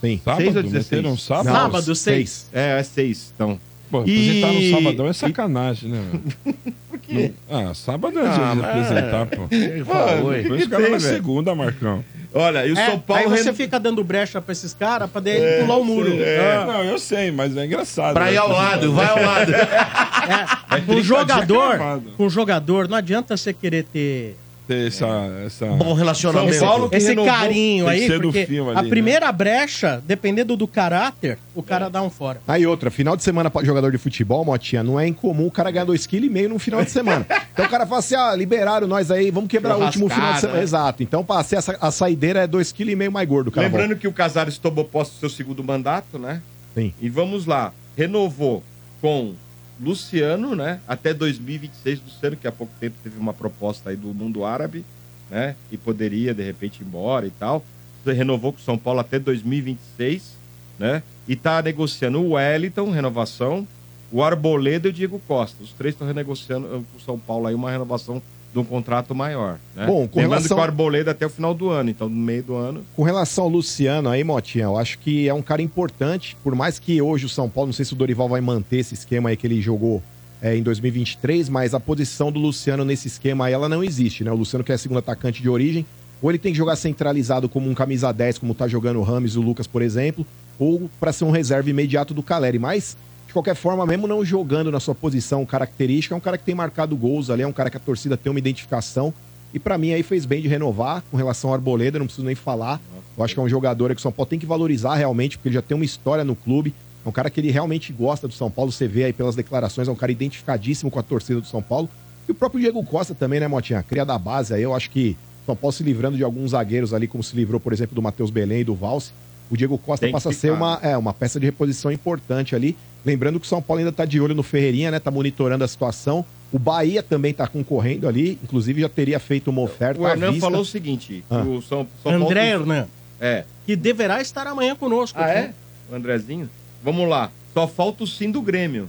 Speaker 2: Sim.
Speaker 6: Sábado?
Speaker 4: Seis ou dezesseis?
Speaker 6: Meteram sábado?
Speaker 1: Não. Sábado, seis.
Speaker 4: É, é 6, então.
Speaker 6: Pô,
Speaker 4: E-
Speaker 6: apresentar no sabadão é sacanagem, né, velho? Por quê? Ah, sábado é dia de apresentar, pô.
Speaker 3: é.
Speaker 4: é,
Speaker 3: Ele fala, oi.
Speaker 6: Põe os
Speaker 4: que
Speaker 6: caras
Speaker 4: tem,
Speaker 6: na
Speaker 4: velho?
Speaker 6: é segunda, Marcão.
Speaker 4: Olha, e o
Speaker 1: É,
Speaker 4: São Paulo.
Speaker 1: aí você
Speaker 4: ren-
Speaker 1: fica dando brecha pra esses caras pra daí ele pular o muro. Ah.
Speaker 6: É, Não, eu sei, mas é engraçado.
Speaker 3: Pra ir ao lado, vai ao lado.
Speaker 1: É, com jogador,
Speaker 6: cravado.
Speaker 1: com jogador, não adianta você querer ter
Speaker 6: Ter essa, essa...
Speaker 3: Bom relacionamento.
Speaker 4: São Paulo- que
Speaker 1: esse
Speaker 4: renovou,
Speaker 1: carinho
Speaker 6: tem que
Speaker 1: aí,
Speaker 6: ser do
Speaker 1: porque
Speaker 6: fio
Speaker 1: a
Speaker 6: ali, né?
Speaker 1: primeira brecha, dependendo do caráter, o cara dá um fora.
Speaker 2: Aí outra, final de semana pra jogador de futebol, Motinha, não é incomum o cara ganhar 2,5 kg num final de semana. então o cara fala assim, ah, liberaram nós aí, vamos quebrar o último final de semana.
Speaker 4: né?
Speaker 2: Exato. Então passei essa, a saideira é 2,5 kg mais gordo, cara.
Speaker 4: Lembrando que o Casares tomou posse do seu segundo mandato, né?
Speaker 2: Sim.
Speaker 4: E vamos lá. Renovou com Luciano, né? Até 2026, Luciano, que há pouco tempo teve uma proposta aí do mundo árabe, né? E poderia, de repente, ir embora e tal. Renovou com o São Paulo até 2026, né? E tá negociando o Wellington, renovação, o Arboleda e o Diego Costa. Os três estão renegociando eh, com o São Paulo aí uma renovação de um contrato maior. Né?
Speaker 2: Bom, com
Speaker 4: Lembrando
Speaker 2: relação-
Speaker 4: que o Arboleda é até o final do ano, então no meio do ano.
Speaker 2: Com relação ao Luciano aí, Motinha, eu acho que é um cara importante, por mais que hoje o São Paulo, não sei se o Dorival vai manter esse esquema aí que ele jogou é, em 2023, mas a posição do Luciano nesse esquema aí, ela não existe, né? O Luciano que é segundo atacante de origem, ou ele tem que jogar centralizado como um camisa 10, como tá jogando o Rames e o Lucas, por exemplo, ou pra ser um reserva imediato do Caleri, mas de qualquer forma, mesmo não jogando na sua posição característica, é um cara que tem marcado gols ali, é um cara que a torcida tem uma identificação. E pra mim aí fez bem de renovar com relação ao Arboleda, não preciso nem falar. Eu acho que é um jogador que o São Paulo tem que valorizar realmente, porque ele já tem uma história no clube. É um cara que ele realmente gosta do São Paulo, você vê aí pelas declarações, é um cara identificadíssimo com a torcida do São Paulo. E o próprio Diego Costa também, né, Motinha? Cria da base aí, eu acho que o São Paulo se livrando de alguns zagueiros ali, como se livrou, por exemplo, do Matheus Belém e do Valse. O Diego Costa
Speaker 4: Tem que
Speaker 2: passa a ser
Speaker 4: ficar,
Speaker 2: uma,
Speaker 4: né?
Speaker 2: é, uma peça de reposição importante ali. Lembrando que o São Paulo ainda tá de olho no Ferreirinha, né? Tá monitorando a situação. O Bahia também tá concorrendo ali. Inclusive, já teria feito uma oferta.
Speaker 4: O
Speaker 2: à
Speaker 4: Hernan
Speaker 2: vista.
Speaker 4: falou o seguinte:
Speaker 2: Ah.
Speaker 4: o São, São Paulo-
Speaker 1: André Hernan,
Speaker 4: É.
Speaker 1: que deverá estar amanhã conosco.
Speaker 4: Ah,
Speaker 1: aqui.
Speaker 4: é? O Andrezinho? Vamos lá. Só falta o sim do Grêmio.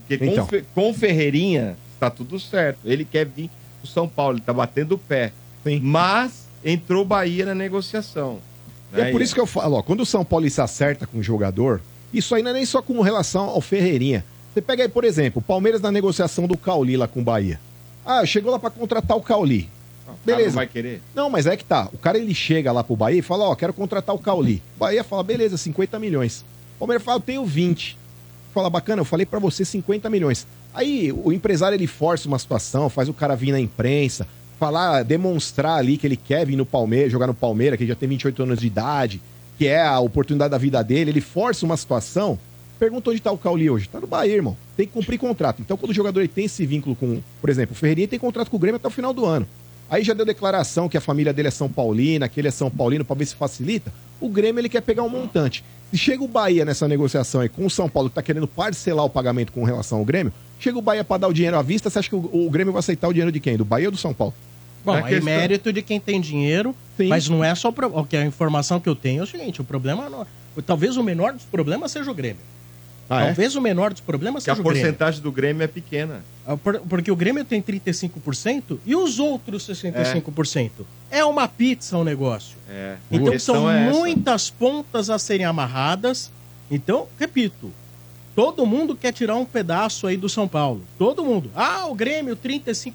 Speaker 4: Porque com
Speaker 2: Então.
Speaker 4: o Fe- com o Ferreirinha, tá tudo certo. Ele quer vir pro São Paulo, ele tá batendo o pé.
Speaker 2: Sim.
Speaker 4: Mas entrou o Bahia na negociação. Né?
Speaker 2: E é por isso que eu falo, ó, quando o São Paulo se acerta com o jogador, isso aí não é nem só com relação ao Ferreirinha. Você pega aí, por exemplo, o Palmeiras na negociação do Cauli lá com o Bahia. Ah, chegou lá pra contratar o Cauli.
Speaker 4: Beleza.
Speaker 2: Beleza.
Speaker 4: Não tá vai querer.
Speaker 2: Não, mas é que tá. O cara ele chega lá pro Bahia e fala: Ó, quero contratar o Cauli. O Bahia fala: beleza, 50 milhões. O Palmeiras fala: eu tenho 20. Fala: bacana, eu falei pra você 50 milhões. Aí o empresário ele força uma situação, faz o cara vir na imprensa, falar, demonstrar ali que ele quer vir no Palmeiras, jogar no Palmeiras, que ele já tem 28 anos de idade, que é a oportunidade da vida dele. Ele força uma situação. Pergunta onde tá o Cauli hoje. Tá no Bahia, irmão. Tem que cumprir contrato. Então, quando o jogador ele tem esse vínculo com, por exemplo, o Ferreirinha tem contrato com o Grêmio até o final do ano. Aí já deu declaração que a família dele é São Paulina, que ele é São Paulino, pra ver se facilita. O Grêmio ele quer pegar um montante. Se chega o Bahia nessa negociação aí com o São Paulo, que tá querendo parcelar o pagamento com relação ao Grêmio, chega o Bahia pra dar o dinheiro à vista, você acha que o, o Grêmio vai aceitar o dinheiro de quem? Do Bahia ou do São Paulo?
Speaker 1: Bom,
Speaker 4: É
Speaker 1: aí
Speaker 4: questão-
Speaker 1: mérito de quem tem dinheiro,
Speaker 2: Sim.
Speaker 1: mas não é só o problema. A informação que eu tenho é o seguinte: o problema não. Talvez o menor dos problemas seja o Grêmio. Talvez o menor dos problemas
Speaker 4: Que Ah, é? a
Speaker 1: seja o Grêmio.
Speaker 4: porcentagem do Grêmio é pequena.
Speaker 1: Ah, por- Porque o Grêmio tem 35% e os outros 65%. É, uma pizza o negócio.
Speaker 4: É. A
Speaker 1: Então
Speaker 4: questão
Speaker 1: são
Speaker 4: é essa.
Speaker 1: muitas pontas a serem amarradas. Então, repito, todo mundo quer tirar um pedaço aí do São Paulo. Todo mundo. Ah, o Grêmio 35%,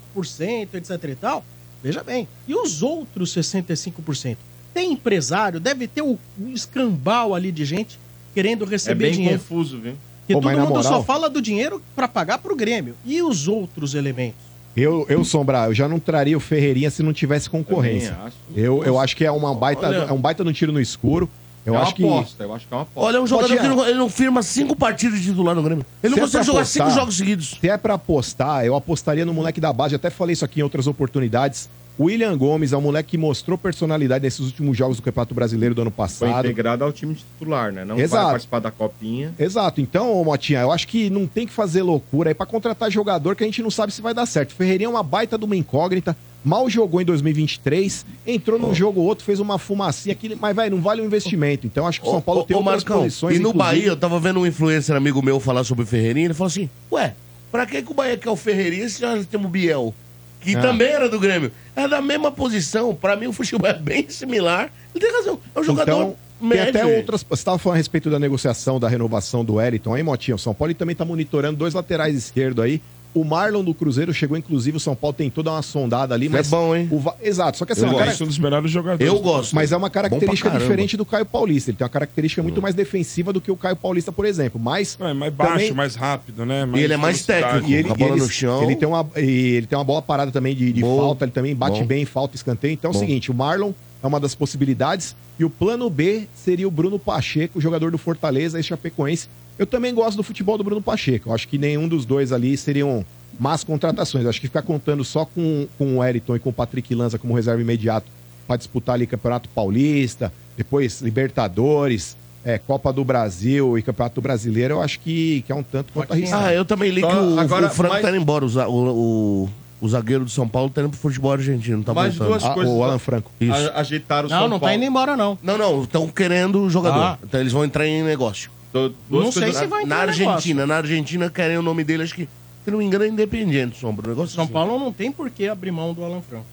Speaker 1: etc e tal. Veja bem. E os outros 65%? Tem empresário, deve ter o um escambau ali de gente querendo
Speaker 4: É
Speaker 1: receber
Speaker 4: bem
Speaker 1: dinheiro.
Speaker 4: confuso, viu?
Speaker 1: Porque
Speaker 2: Pô,
Speaker 1: todo
Speaker 2: mas na
Speaker 1: mundo só
Speaker 2: moral-
Speaker 1: fala do dinheiro para pagar pro Grêmio. E os outros elementos?
Speaker 2: Eu, eu, Sombra, eu já não traria o Ferreirinha se não tivesse concorrência.
Speaker 4: Também acho.
Speaker 2: Eu, eu acho que é uma baita,
Speaker 3: Olha.
Speaker 2: é um baita no tiro no escuro. Eu
Speaker 4: é uma
Speaker 2: acho que.
Speaker 4: aposta, eu acho que é uma aposta.
Speaker 3: Olha, é um jogador
Speaker 2: Pode
Speaker 3: que
Speaker 2: ir.
Speaker 3: não, ele não firma cinco partidas de titular no Grêmio. Ele
Speaker 2: Se é
Speaker 3: não consegue
Speaker 2: pra
Speaker 3: jogar
Speaker 2: apostar-
Speaker 3: cinco jogos seguidos.
Speaker 2: Se é pra apostar, eu apostaria no moleque da base. Eu até falei isso aqui em outras oportunidades. O William Gomes é um moleque que mostrou personalidade nesses últimos jogos do Campeonato Brasileiro do ano
Speaker 4: Foi
Speaker 2: passado.
Speaker 4: integrado ao time titular, né? Não
Speaker 2: Exato.
Speaker 4: vai participar da copinha.
Speaker 2: Exato. Então, ô, Motinha, eu acho que não tem que fazer loucura aí pra contratar jogador que a gente não sabe se vai dar certo. Ferreirinha é uma baita de uma incógnita. Mal jogou em 2023, entrou num jogo ou outro, fez uma fumacinha aqui, mas vai, não vale o investimento. Então, acho que o São Paulo
Speaker 3: Ô,
Speaker 2: tem
Speaker 3: ô,
Speaker 2: outras
Speaker 3: Marcão,
Speaker 2: posições.
Speaker 3: E no
Speaker 2: inclusive.
Speaker 3: Bahia, eu tava vendo um influencer amigo meu falar sobre o Ferreirinha, ele falou assim, ué, pra que, que o Bahia quer o Ferreirinha se nós temos o Biel?
Speaker 2: Ah.
Speaker 3: Que também era do Grêmio. É da mesma posição, pra mim o futebol é bem similar. Ele tem razão, é um jogador
Speaker 2: Então,
Speaker 3: médio.
Speaker 2: tem até outras. Você estava falando a respeito da negociação, da renovação do Wellington aí, Motinha. O São Paulo também está monitorando dois laterais esquerdo aí. O Marlon do Cruzeiro chegou, inclusive, o São Paulo tentou dar uma sondada ali,
Speaker 3: Isso é
Speaker 2: mas.
Speaker 3: bom, hein?
Speaker 2: o Va- Exato, só que assim,
Speaker 6: Eu
Speaker 2: é um cara-
Speaker 6: gosto um dos melhores jogadores.
Speaker 3: Eu gosto.
Speaker 2: mas é uma
Speaker 3: Bom pra
Speaker 2: característica
Speaker 3: caramba.
Speaker 2: diferente do Caio Paulista. Ele tem uma característica muito mais defensiva do que o Caio Paulista, por exemplo. Mas.
Speaker 6: É, mais baixo,
Speaker 2: também-
Speaker 6: mais rápido, né?
Speaker 3: E ele é mais
Speaker 6: velocidade. é
Speaker 3: técnico.
Speaker 2: E ele,
Speaker 3: Com a bola
Speaker 2: e ele-
Speaker 3: no chão.
Speaker 2: Ele tem uma, e ele tem uma boa parada também de, de
Speaker 3: Bom.
Speaker 2: falta, ele também bate
Speaker 3: Bom.
Speaker 2: bem em falta, escanteio. Então é
Speaker 3: Bom.
Speaker 2: o seguinte, o Marlon é uma das possibilidades. E o plano B seria o Bruno Pacheco, jogador do Fortaleza, ex-chapecoense. Eu também gosto do futebol do Bruno Pacheco. Eu acho que nenhum dos dois ali seriam más contratações. Eu acho que ficar contando só com, com o Eriton e com o Patrick Lanza como reserva imediato para disputar ali Campeonato Paulista, depois Libertadores, é, Copa do Brasil e Campeonato Brasileiro, eu acho que, que é um tanto quanto arriscado.
Speaker 3: Ah, eu também li
Speaker 4: Só
Speaker 3: que o,
Speaker 4: Então, agora,
Speaker 3: o Franco
Speaker 4: mais-
Speaker 3: tá indo embora, o, za- o, o- o zagueiro do São Paulo tá indo pro futebol argentino, tá
Speaker 4: Mais
Speaker 3: voltando.
Speaker 4: duas-
Speaker 2: Ah,
Speaker 4: coisas-
Speaker 2: o Alan Franco.
Speaker 3: Isso.
Speaker 4: A, ajeitaram o
Speaker 1: não,
Speaker 4: São
Speaker 1: não tá
Speaker 4: Paulo.
Speaker 1: indo embora, não.
Speaker 3: Não, não, estão querendo o jogador.
Speaker 1: Ah.
Speaker 3: Então eles vão entrar em negócio.
Speaker 4: Do- duas
Speaker 1: Não sei
Speaker 4: coisas-
Speaker 1: se vai-
Speaker 3: Na
Speaker 1: entrar em
Speaker 3: Argentina, na Argentina querem o nome dele, acho que se não me engano, é independente, Sombra. O negócio assim.
Speaker 4: São Paulo não tem por que abrir mão do Alan Franco.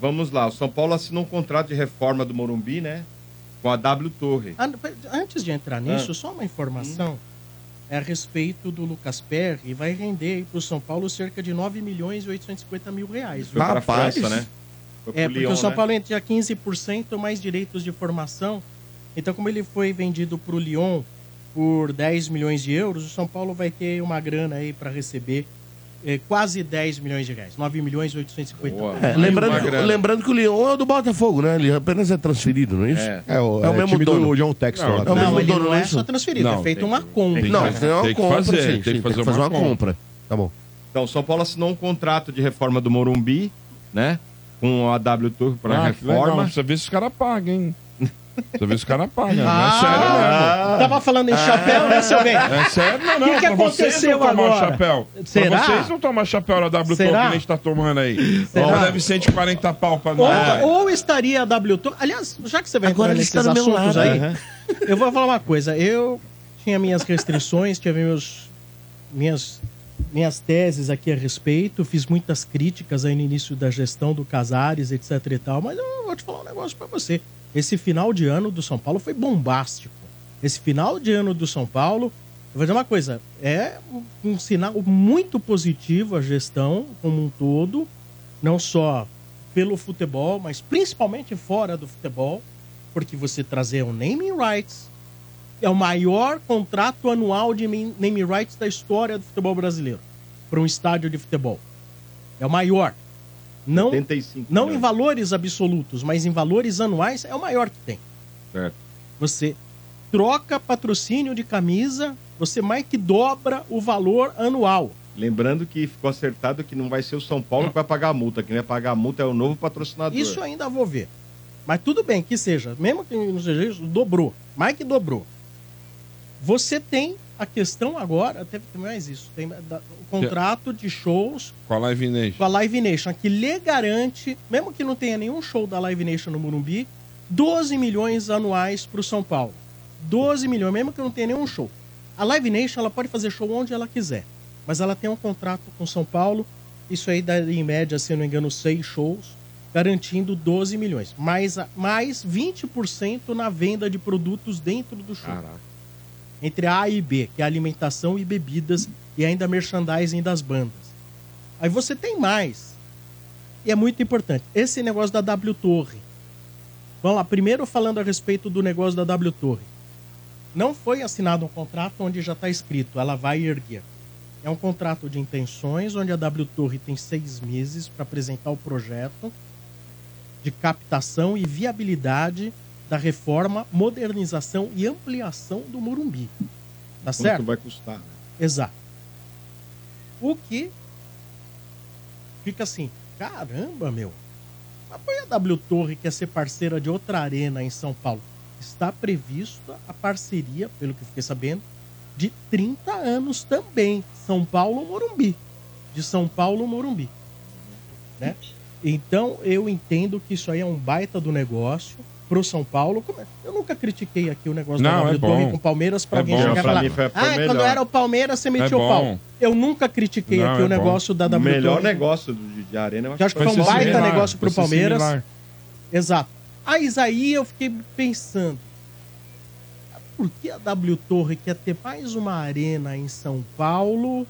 Speaker 4: Vamos lá, o São Paulo assinou um contrato de reforma do Morumbi, né? Com a W Torre.
Speaker 1: Ah, pe- Antes de entrar nisso,
Speaker 4: Ah.
Speaker 1: só uma informação é a respeito do Lucas Perry. Vai render para o São Paulo cerca de 9 milhões e 850 mil reais.
Speaker 4: Foi pra
Speaker 3: Rapaz.
Speaker 4: França, né? Foi pro
Speaker 1: É, porque
Speaker 4: Lyon,
Speaker 1: o São
Speaker 4: né?
Speaker 1: Paulo tinha 15% mais direitos de formação. Então, como ele foi vendido para o Lyon por 10 milhões de euros, o São Paulo vai ter uma grana aí para receber eh, quase 10 milhões de reais. 9 milhões e 850
Speaker 4: Boa.
Speaker 3: É,
Speaker 4: Uma
Speaker 3: lembrando,
Speaker 4: grana.
Speaker 3: lembrando que o Lyon é o do Botafogo, né? Ele apenas é transferido, não é isso?
Speaker 4: É.
Speaker 2: É o,
Speaker 3: É o
Speaker 2: é o
Speaker 3: mesmo
Speaker 2: time
Speaker 3: dono.
Speaker 2: do John Texton
Speaker 6: Não,
Speaker 2: lá.
Speaker 3: não,
Speaker 2: também.
Speaker 1: Não,
Speaker 3: Mas
Speaker 1: ele
Speaker 3: dono
Speaker 1: não é
Speaker 3: isso?
Speaker 1: só transferido,
Speaker 6: Não,
Speaker 1: é feito
Speaker 4: tem
Speaker 1: uma
Speaker 4: que-
Speaker 1: compra.
Speaker 3: Não,
Speaker 6: Tem que-
Speaker 3: isso é uma
Speaker 6: tem que
Speaker 3: compra,
Speaker 6: fazer,
Speaker 3: sim,
Speaker 6: tem que
Speaker 3: sim,
Speaker 6: fazer uma compra.
Speaker 3: Tá bom.
Speaker 4: Então, o São Paulo assinou um contrato de reforma do Morumbi, né? Com a W Torre para
Speaker 6: Ah, que legal.
Speaker 4: reforma.
Speaker 6: Precisa ver se os caras pagam, hein? Precisa ver se os caras pagam.
Speaker 1: Ah,
Speaker 6: não é sério, mesmo.
Speaker 1: Tava falando em chapéu, né, seu bem?
Speaker 6: É sério, não, não.
Speaker 1: Que que
Speaker 6: pra vocês
Speaker 1: aconteceu
Speaker 6: não tomar um
Speaker 1: agora?
Speaker 6: chapéu.
Speaker 1: Será?
Speaker 6: Pra vocês não tomar chapéu na W Tour que
Speaker 1: Será?
Speaker 6: a gente tá tomando aí.
Speaker 1: Será?
Speaker 6: Ó, deve 140 pau pra
Speaker 1: Ou,
Speaker 6: nós.
Speaker 1: ou estaria a W Torre. Aliás, já que você vai
Speaker 3: Agora
Speaker 1: entrar
Speaker 3: ele
Speaker 1: nesses
Speaker 3: está do meu
Speaker 1: assuntos
Speaker 3: lado.
Speaker 1: aí, eu vou falar uma coisa. Eu tinha minhas restrições, tinha meus, minhas, minhas teses aqui a respeito, fiz muitas críticas aí no início da gestão do Casares, etc e tal, mas eu vou te falar um negócio pra você. Esse final de ano do São Paulo foi bombástico. Esse final de ano do São Paulo, eu vou dizer uma coisa, é um- um sinal muito positivo a gestão como um todo, não só pelo futebol, mas principalmente fora do futebol, porque você trazer o naming rights é o maior contrato anual de min- naming rights da história do futebol brasileiro para um estádio de futebol. É o maior. Não,
Speaker 4: 85
Speaker 1: não em
Speaker 4: milhões.
Speaker 1: valores absolutos, mas em valores anuais é o maior que tem.
Speaker 4: Certo.
Speaker 1: Você troca patrocínio de camisa, você mais que dobra o valor anual.
Speaker 4: Lembrando que ficou acertado que não vai ser o São Paulo que vai pagar a multa. Quem vai pagar a multa é o novo patrocinador.
Speaker 1: Isso eu ainda vou ver. Mas tudo bem que seja, mesmo que não seja isso, dobrou. Mais que dobrou. Você tem a questão agora, até tem mais isso, tem da- o contrato de shows
Speaker 6: Com a Live
Speaker 1: com
Speaker 6: Nation.
Speaker 1: a Live Nation, que lhe garante, mesmo que não tenha nenhum show da Live Nation no Morumbi, 12 milhões anuais para o São Paulo. 12 milhões, mesmo que não tenha nenhum show. A Live Nation ela pode fazer show onde ela quiser, mas ela tem um contrato com São Paulo, isso aí dá em média, se eu não me engano, seis shows, garantindo 12 milhões, mais, a- mais 20% na venda de produtos dentro do show entre A e B, que é alimentação e bebidas e ainda merchandising das bandas. Aí você tem mais. E é muito importante. Esse negócio da W Torre. Vamos lá, primeiro falando a respeito do negócio da W Torre. Não foi assinado um contrato onde já está escrito, ela vai erguer. É um contrato de intenções, onde a W Torre tem seis meses para apresentar o projeto de captação e viabilidade da reforma, modernização e ampliação do Morumbi. Tá
Speaker 4: Quanto
Speaker 1: certo?
Speaker 4: vai custar? né?
Speaker 1: Exato. O que fica assim, caramba, meu. Mas põe a W Torre quer ser parceira de outra arena em São Paulo. Está prevista a parceria, pelo que eu fiquei sabendo, de 30 anos também. São Paulo Morumbi. De São Paulo Morumbi. Né? Então eu entendo que isso aí é um baita do negócio pro São Paulo. Como é? Eu nunca critiquei aqui o negócio
Speaker 6: Não,
Speaker 1: da W
Speaker 6: é
Speaker 1: Torre
Speaker 6: bom.
Speaker 1: com o Palmeiras pra
Speaker 6: É
Speaker 1: alguém
Speaker 6: bom,
Speaker 1: chegar e
Speaker 6: pra
Speaker 1: falar.
Speaker 4: mim foi- foi
Speaker 1: ah, quando
Speaker 4: melhor."
Speaker 1: era o Palmeiras, você metia o
Speaker 6: É bom.
Speaker 1: pau. Eu nunca critiquei
Speaker 6: Não,
Speaker 1: aqui
Speaker 6: é
Speaker 1: o
Speaker 6: bom.
Speaker 1: negócio da
Speaker 4: O
Speaker 1: W.
Speaker 4: melhor
Speaker 1: Torre.
Speaker 4: negócio do, de arena, eu acho
Speaker 1: Eu acho que foi um
Speaker 6: Vai ser
Speaker 1: baita
Speaker 6: similar,
Speaker 1: negócio pro
Speaker 6: vai ser
Speaker 1: Palmeiras.
Speaker 6: Ah, similar.
Speaker 1: Exato. Mas aí eu fiquei pensando, por que a W Torre quer ter mais uma arena em São Paulo,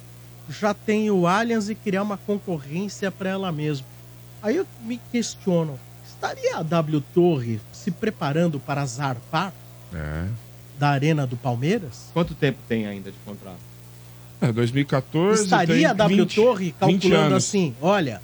Speaker 1: já tem o Allianz e criar uma concorrência para ela mesma? Aí eu me questiono, estaria a W Torre se preparando para zarpar
Speaker 6: É.
Speaker 1: da arena do Palmeiras?
Speaker 4: Quanto tempo tem ainda tipo, de contrato?
Speaker 6: É, 2014. tem
Speaker 1: Estaria a W
Speaker 6: 20,
Speaker 1: Torre
Speaker 6: 20
Speaker 1: calculando
Speaker 6: anos,
Speaker 1: assim, olha,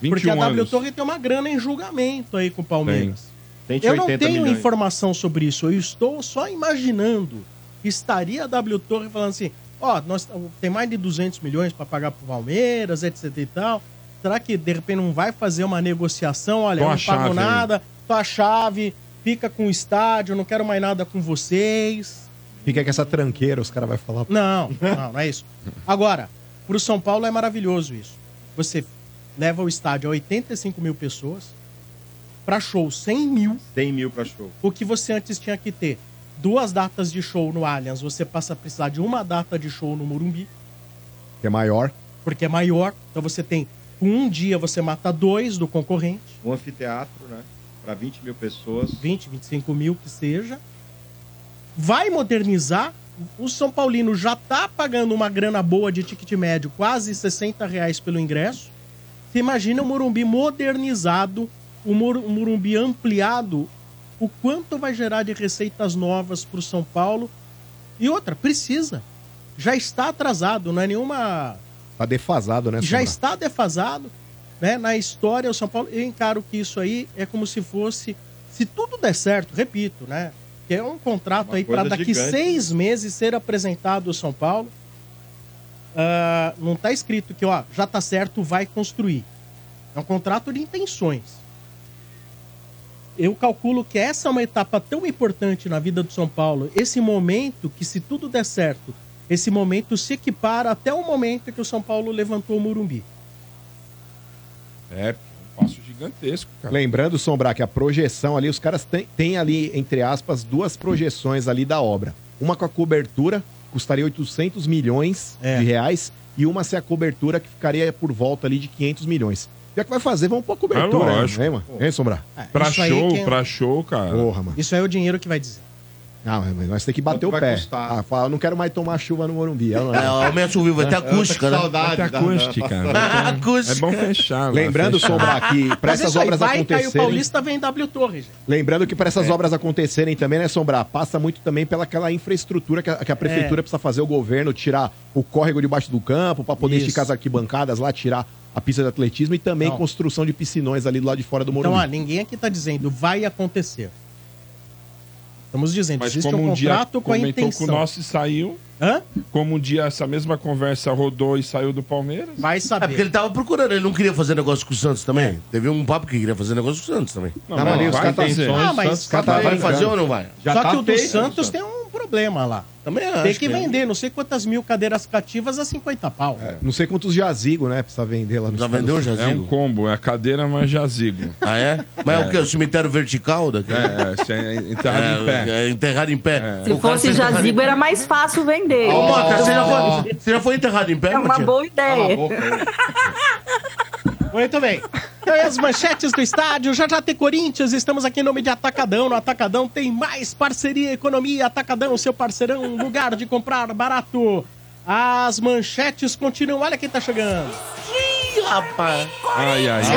Speaker 6: 21
Speaker 1: porque a W
Speaker 6: anos.
Speaker 1: Torre tem uma grana em julgamento aí com o Palmeiras.
Speaker 4: Tem
Speaker 1: Eu não
Speaker 4: 80
Speaker 1: tenho
Speaker 4: milhões.
Speaker 1: informação sobre isso, eu estou só imaginando. Estaria a W Torre falando assim: ó, nós tem mais de 200 milhões para pagar pro Palmeiras, etc e tal. Será que de repente não vai fazer uma negociação? Olha,
Speaker 6: Tô
Speaker 1: eu
Speaker 6: a
Speaker 1: não
Speaker 6: chave
Speaker 1: pago
Speaker 6: aí.
Speaker 1: nada, tua chave, fica com o estádio, não quero mais nada com vocês.
Speaker 2: Fica com essa tranqueira, os caras vão falar.
Speaker 1: Não, não, não é isso. Agora, pro São Paulo é maravilhoso isso. Você leva o estádio a 85 mil pessoas, para show 100 mil.
Speaker 4: 100 mil pra show.
Speaker 1: O que você antes tinha que ter duas datas de show no Allianz, você passa a precisar de uma data de show no Morumbi,
Speaker 2: Que é maior.
Speaker 1: porque é maior. Então você tem, com um dia você mata dois do concorrente,
Speaker 4: Um anfiteatro, né? Para 20 mil pessoas.
Speaker 1: 20, 25 mil que seja. Vai modernizar. O São Paulino já tá pagando uma grana boa de ticket médio, quase 60 reais pelo ingresso. Você imagina o Morumbi modernizado, o Moru- o Morumbi ampliado, o quanto vai gerar de receitas novas para o São Paulo. E outra, precisa. Já está atrasado, não é nenhuma
Speaker 2: Tá defasado, né?
Speaker 1: já
Speaker 2: Sombra?
Speaker 1: está defasado né, na história o São Paulo. Eu encaro que isso aí é como se fosse, se tudo der certo, repito, né? Que é um contrato
Speaker 4: Uma
Speaker 1: aí para
Speaker 4: coisa
Speaker 1: daqui
Speaker 4: gigante. né?
Speaker 1: seis meses ser apresentado ao São Paulo. Ah, não está escrito que, ó, já tá certo, vai construir. É um contrato de intenções. Eu calculo que essa é uma etapa tão importante na vida do São Paulo, esse momento que, se tudo der certo, esse momento se equipara até o momento que o São Paulo levantou o Murumbi.
Speaker 6: É, um passo gigantesco, cara.
Speaker 2: Lembrando, Sombra, que a projeção ali, os caras têm têm ali, entre aspas, duas projeções ali da obra. Uma com a cobertura, custaria 800 milhões
Speaker 1: É.
Speaker 2: de reais, e uma sem a cobertura, que ficaria por volta ali de 500 milhões. Já que vai fazer, vamos pôr a
Speaker 6: É
Speaker 2: cobertura, né?
Speaker 6: lógico.
Speaker 2: Hein, mano? Hein, Sombra?
Speaker 6: Pra
Speaker 1: É, Isso aí
Speaker 6: show,
Speaker 1: quem-
Speaker 6: pra show, cara.
Speaker 2: Porra, mano.
Speaker 1: Isso aí é o dinheiro que vai dizer.
Speaker 2: Ah, mas nós temos que bater
Speaker 4: Quanto
Speaker 2: o
Speaker 4: vai
Speaker 2: pé.
Speaker 4: custar?
Speaker 2: Ah, fala, não quero mais tomar chuva no Morumbi. Eu não-
Speaker 3: É, o homem subiu, vai ter acústica, né?
Speaker 6: Até acústica.
Speaker 3: Acústica.
Speaker 6: É bom fechar. mano,
Speaker 2: Lembrando,
Speaker 6: fechar.
Speaker 2: Sombra, que para
Speaker 1: Mas
Speaker 2: essas
Speaker 1: isso aí
Speaker 2: obras
Speaker 1: vai,
Speaker 2: acontecerem...
Speaker 1: Caio Paulista É. vem W Torres. gente.
Speaker 2: Lembrando que para essas obras acontecerem também, né, Sombra? Passa muito também pela aquela infraestrutura que a, que a
Speaker 1: É.
Speaker 2: prefeitura precisa fazer o governo, tirar o córrego debaixo do campo, para poder
Speaker 1: Isso.
Speaker 2: esticar as arquibancadas lá, tirar a pista de atletismo e também
Speaker 1: Não.
Speaker 2: construção de piscinões ali do lado de fora do
Speaker 1: Então,
Speaker 2: Morumbi.
Speaker 1: ó, ninguém aqui tá dizendo vai acontecer. Estamos dizendo,
Speaker 6: Mas
Speaker 1: existe
Speaker 6: como
Speaker 1: um
Speaker 6: um dia
Speaker 1: contrato com a
Speaker 6: comentou com
Speaker 1: intenção.
Speaker 6: o nosso e saiu,
Speaker 1: Hã?
Speaker 6: como um dia essa mesma conversa rodou e saiu do Palmeiras.
Speaker 1: Vai
Speaker 3: É porque
Speaker 1: saber.
Speaker 3: ele tava procurando, ele não queria fazer negócio com o Santos também. Teve um papo que queria fazer negócio com o Santos também.
Speaker 6: Não,
Speaker 2: Tá,
Speaker 6: mas
Speaker 2: mas aí os
Speaker 6: vai
Speaker 2: caras tá-
Speaker 6: fazer.
Speaker 1: Ah, mas
Speaker 4: Santos
Speaker 1: cada-
Speaker 2: tá
Speaker 3: vai
Speaker 2: brincando.
Speaker 3: fazer ou não vai?
Speaker 4: Já
Speaker 1: Só
Speaker 4: tá
Speaker 1: que o do
Speaker 4: feito,
Speaker 1: Santos
Speaker 4: já.
Speaker 1: tem um problema lá.
Speaker 3: Também
Speaker 1: Tem
Speaker 3: acho.
Speaker 1: que
Speaker 3: né?
Speaker 1: vender não sei quantas mil cadeiras cativas a 50 pau.
Speaker 2: Não sei quantos jazigo, né? Precisa vender lá no
Speaker 3: Já
Speaker 2: estado.
Speaker 3: vendeu o
Speaker 6: É um
Speaker 3: jazigo?
Speaker 6: combo, é a cadeira mais jazigo.
Speaker 3: Ah, é? Mas é, o quê? O cemitério vertical daqui?
Speaker 6: É, é, você é enterrado em pé.
Speaker 3: É, é enterrado em pé.
Speaker 5: Se
Speaker 3: O cara
Speaker 5: fosse
Speaker 3: ser enterrado em
Speaker 5: jazigo, era mais fácil vender.
Speaker 3: Ô, Mota, você, já foi, você já foi enterrado em pé,
Speaker 5: É uma
Speaker 3: Matias?
Speaker 5: boa ideia.
Speaker 1: Muito bem. Então, e as manchetes do estádio, já já tem Corinthians, estamos aqui em nome de Atacadão. No Atacadão tem mais parceria, economia, Atacadão, seu parceirão, lugar de comprar barato. As manchetes continuam, olha quem tá chegando.
Speaker 3: Ih, rapaz.
Speaker 6: Ai, ai,
Speaker 1: Ai,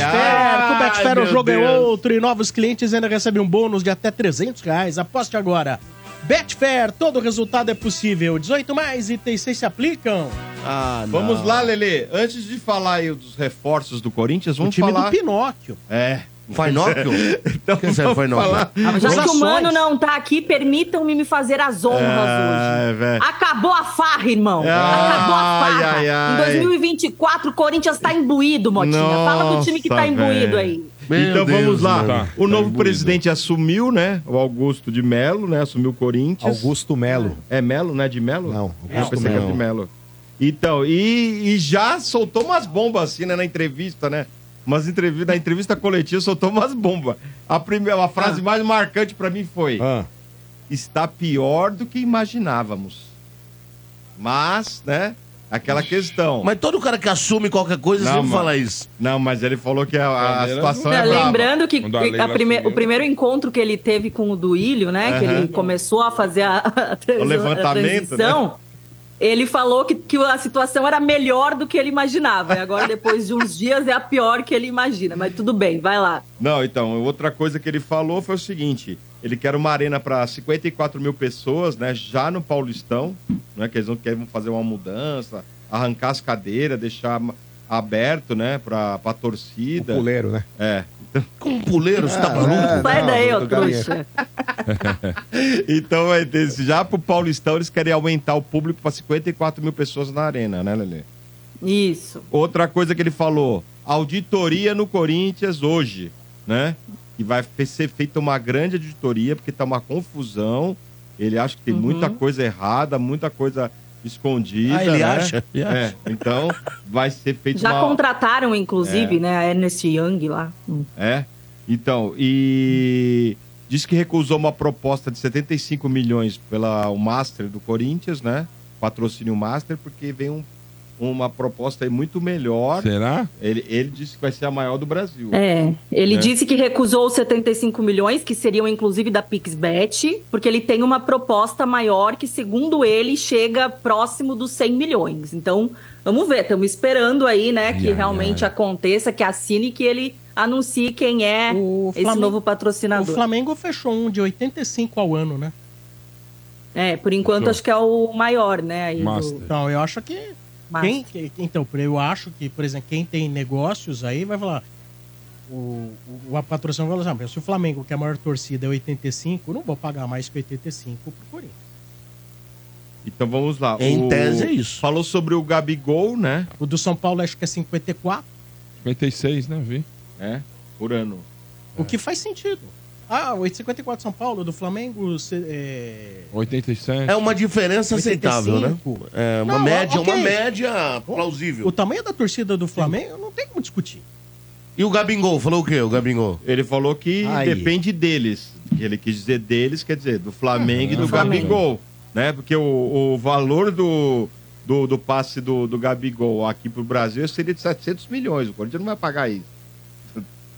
Speaker 1: ai, ai, com o Betfair o jogo é outro e novos clientes ainda recebem um bônus de até 300 reais. Aposte agora. Betfair, todo resultado é possível. 18 mais itens 6 se aplicam.
Speaker 3: Ah, não.
Speaker 4: Vamos lá, Lele. Antes de falar aí dos reforços do Corinthians,
Speaker 1: O
Speaker 4: vamos
Speaker 1: time
Speaker 4: falar.
Speaker 1: do Pinóquio.
Speaker 4: É.
Speaker 3: Fainóquio?
Speaker 4: Então,
Speaker 3: Quem sabe Fainóquio?
Speaker 5: Ah, Já que o
Speaker 1: Ações.
Speaker 5: Mano não tá aqui, permitam-me me fazer as honras hoje.
Speaker 4: É, velho.
Speaker 5: Acabou a farra, irmão. Acabou a
Speaker 4: Ai,
Speaker 5: farra.
Speaker 4: ai, ai.
Speaker 5: Em 2024, o Corinthians tá imbuído, Motinha. Fala do time que tá
Speaker 4: Nossa,
Speaker 5: imbuído
Speaker 4: velho.
Speaker 5: aí.
Speaker 3: Meu
Speaker 4: então
Speaker 3: Deus,
Speaker 4: vamos lá.
Speaker 6: mano.
Speaker 4: O
Speaker 6: Tá
Speaker 4: novo
Speaker 6: imbuído.
Speaker 4: presidente assumiu, né? O Augusto de Melo, né? Assumiu o Corinthians.
Speaker 2: Augusto Melo.
Speaker 4: É Melo, né? De Melo?
Speaker 2: Não,
Speaker 4: eu
Speaker 2: Augusto
Speaker 4: pensei que era
Speaker 2: Melo.
Speaker 4: de Melo. Então, e, e já soltou umas bombas assim, né? Na entrevista, né? Mas entrevista, na entrevista coletiva soltou umas bombas. A primeira, a frase mais marcante pra mim foi:
Speaker 2: Ah,
Speaker 4: está pior do que imaginávamos. Mas, né? Aquela questão.
Speaker 3: Mas todo cara que assume qualquer coisa
Speaker 4: Não,
Speaker 3: sempre
Speaker 4: mano.
Speaker 3: fala isso.
Speaker 4: Não, mas ele falou que a, a
Speaker 6: Palmeiras
Speaker 4: situação
Speaker 5: Não,
Speaker 4: é brava.
Speaker 5: lembrando que
Speaker 6: Quando a Leila
Speaker 5: a prime-
Speaker 6: subiu.
Speaker 5: o primeiro encontro que ele teve com o Duílio, né? Que ele começou a fazer a, a trans-
Speaker 4: O
Speaker 6: né?
Speaker 4: levantamento,
Speaker 5: a transição, ele falou que, que a situação era melhor do que ele imaginava. E agora, depois de uns dias, é a pior que ele imagina. Mas tudo bem, vai lá.
Speaker 4: Não, então, outra coisa que ele falou foi o seguinte: ele quer uma arena para 54 mil pessoas, né? Já no Paulistão, né? Que eles vão querem fazer uma mudança, arrancar as cadeiras, deixar ma- aberto, né? Para a
Speaker 2: o
Speaker 4: torcida.
Speaker 2: puleiro, né?
Speaker 4: É.
Speaker 3: Com um puleiro, você tá maluco?
Speaker 2: É,
Speaker 5: Sai
Speaker 2: não,
Speaker 5: daí, ó,
Speaker 2: do galinha.
Speaker 5: trouxa.
Speaker 4: Então, vai ter, já pro Paulistão eles querem aumentar o público para 54 mil pessoas na arena, né, Lelê?
Speaker 5: Isso.
Speaker 4: Outra coisa que ele falou: auditoria no Corinthians hoje, né? E vai fe- ser feita uma grande auditoria, porque tá uma confusão. Ele acha
Speaker 5: Uhum.
Speaker 4: que tem muita coisa errada, muita coisa escondida.
Speaker 3: Ah, ele
Speaker 4: né?
Speaker 3: acha? Ele acha.
Speaker 4: É, então vai ser feita
Speaker 5: Já
Speaker 4: uma.
Speaker 5: contrataram,
Speaker 6: É.
Speaker 5: inclusive, né? A Ernest Young lá. Hum.
Speaker 4: É. Então, e diz que recusou uma proposta de 75 milhões pela o Master do Corinthians, né? Patrocínio Master, porque vem um, uma proposta aí muito melhor.
Speaker 6: Será?
Speaker 4: Ele, ele disse que vai ser a maior do Brasil.
Speaker 5: É, ele
Speaker 4: Né?
Speaker 5: disse que recusou os 75 milhões, que seriam inclusive da PixBet, porque ele tem uma proposta maior que, segundo ele, chega próximo dos 100 milhões. Então, vamos ver, estamos esperando aí, né, que
Speaker 6: Ia,
Speaker 5: realmente aconteça, que assine e que ele anuncie quem é
Speaker 1: O
Speaker 5: esse
Speaker 1: Flamengo-
Speaker 5: novo
Speaker 1: O
Speaker 5: patrocinador.
Speaker 1: Flamengo fechou um de 85 ao ano, né?
Speaker 5: É, por enquanto
Speaker 6: Fechou.
Speaker 5: acho que é o maior, né, aí
Speaker 6: Master.
Speaker 5: do...
Speaker 1: Então, eu acho que Quem,
Speaker 5: Master.
Speaker 1: que- então, eu acho que, por exemplo, quem tem negócios aí vai falar. O, o, a patrocinação vai falar assim: "Ah, se o Flamengo, que é a maior torcida, é 85, eu não vou pagar mais que 85 pro Corinthians.
Speaker 4: Então vamos lá.
Speaker 3: Em
Speaker 4: O-
Speaker 3: tese é isso.
Speaker 4: Falou sobre o Gabigol, né?
Speaker 1: O do São Paulo acho que é 54,
Speaker 6: 56, né? Vi.
Speaker 4: É, por ano.
Speaker 1: o que faz sentido. Ah, o 54 São Paulo, do Flamengo. se- é,
Speaker 6: 87.
Speaker 3: É uma diferença aceitável, né?
Speaker 1: 85.
Speaker 3: É uma
Speaker 1: Não,
Speaker 3: média,
Speaker 1: ok.
Speaker 3: uma média plausível.
Speaker 1: O tamanho da torcida do Flamengo não tem como discutir.
Speaker 3: E o Gabingol, falou o quê, o Gabingol?
Speaker 4: Ele falou que
Speaker 2: Aí.
Speaker 4: depende deles. Ele quis dizer deles, quer dizer, do Flamengo e do
Speaker 5: Flamengo.
Speaker 4: Gabigol. Né? Porque o, o valor do, do, do passe do, do Gabigol aqui pro Brasil seria de 700 milhões. O Corinthians não vai pagar isso.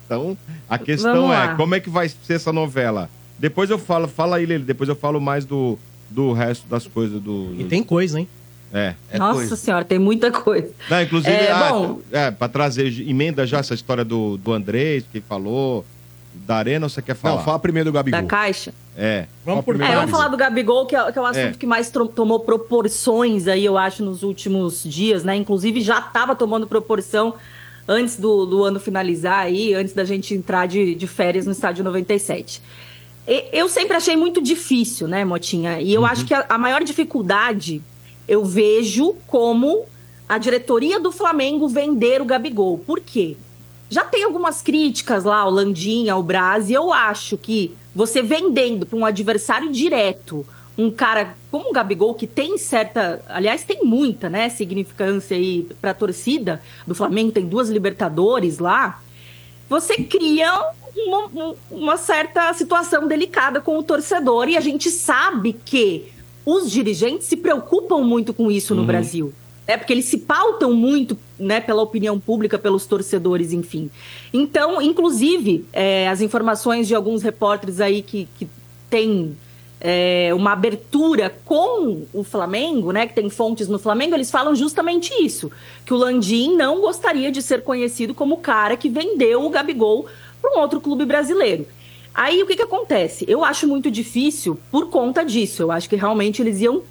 Speaker 4: Então, a questão
Speaker 5: Vamos
Speaker 4: é,
Speaker 5: lá.
Speaker 4: como é que vai ser essa novela? Depois eu falo, fala aí, Lele, depois eu falo mais do, do resto das coisas do...
Speaker 1: E tem coisa, hein?
Speaker 4: É.
Speaker 3: É
Speaker 5: Nossa
Speaker 3: coisa.
Speaker 5: senhora, tem muita coisa.
Speaker 4: Não, inclusive,
Speaker 5: É,
Speaker 4: ah,
Speaker 5: bom.
Speaker 4: é, pra trazer, emenda já essa história do, do Andrés, que falou, da Arena, ou você quer falar?
Speaker 2: Não, fala primeiro do Gabigol.
Speaker 5: Da Caixa.
Speaker 4: É.
Speaker 1: Vamos por
Speaker 5: É,
Speaker 1: partes.
Speaker 5: vamos falar do Gabigol, que é, que é o assunto
Speaker 4: É.
Speaker 5: que mais tro- tomou proporções aí, eu acho, nos últimos dias, né? Inclusive já estava tomando proporção antes do, do ano finalizar aí, antes da gente entrar de, de férias no estádio 97. E- eu sempre achei muito difícil, né, Motinha? E eu acho que a, a maior dificuldade eu vejo como a diretoria do Flamengo vender o Gabigol. Por quê? Já tem algumas críticas lá ao Landim, ao Braz, e eu acho que você vendendo para um adversário direto, um cara como o Gabigol, que tem certa, aliás, tem muita, né, significância aí para a torcida do Flamengo, tem duas Libertadores lá, você cria uma, um- uma certa situação delicada com o torcedor e a gente sabe que os dirigentes se preocupam muito com isso no Brasil. É porque eles se pautam muito, né, pela opinião pública, pelos torcedores, enfim. Então, inclusive, é, as informações de alguns repórteres aí que, que têm é, uma abertura com o Flamengo, né, que tem fontes no Flamengo, eles falam justamente isso, que o Landim não gostaria de ser conhecido como o cara que vendeu o Gabigol para um outro clube brasileiro. Aí o que, que acontece? Eu acho muito difícil por conta disso. Eu acho que realmente eles iam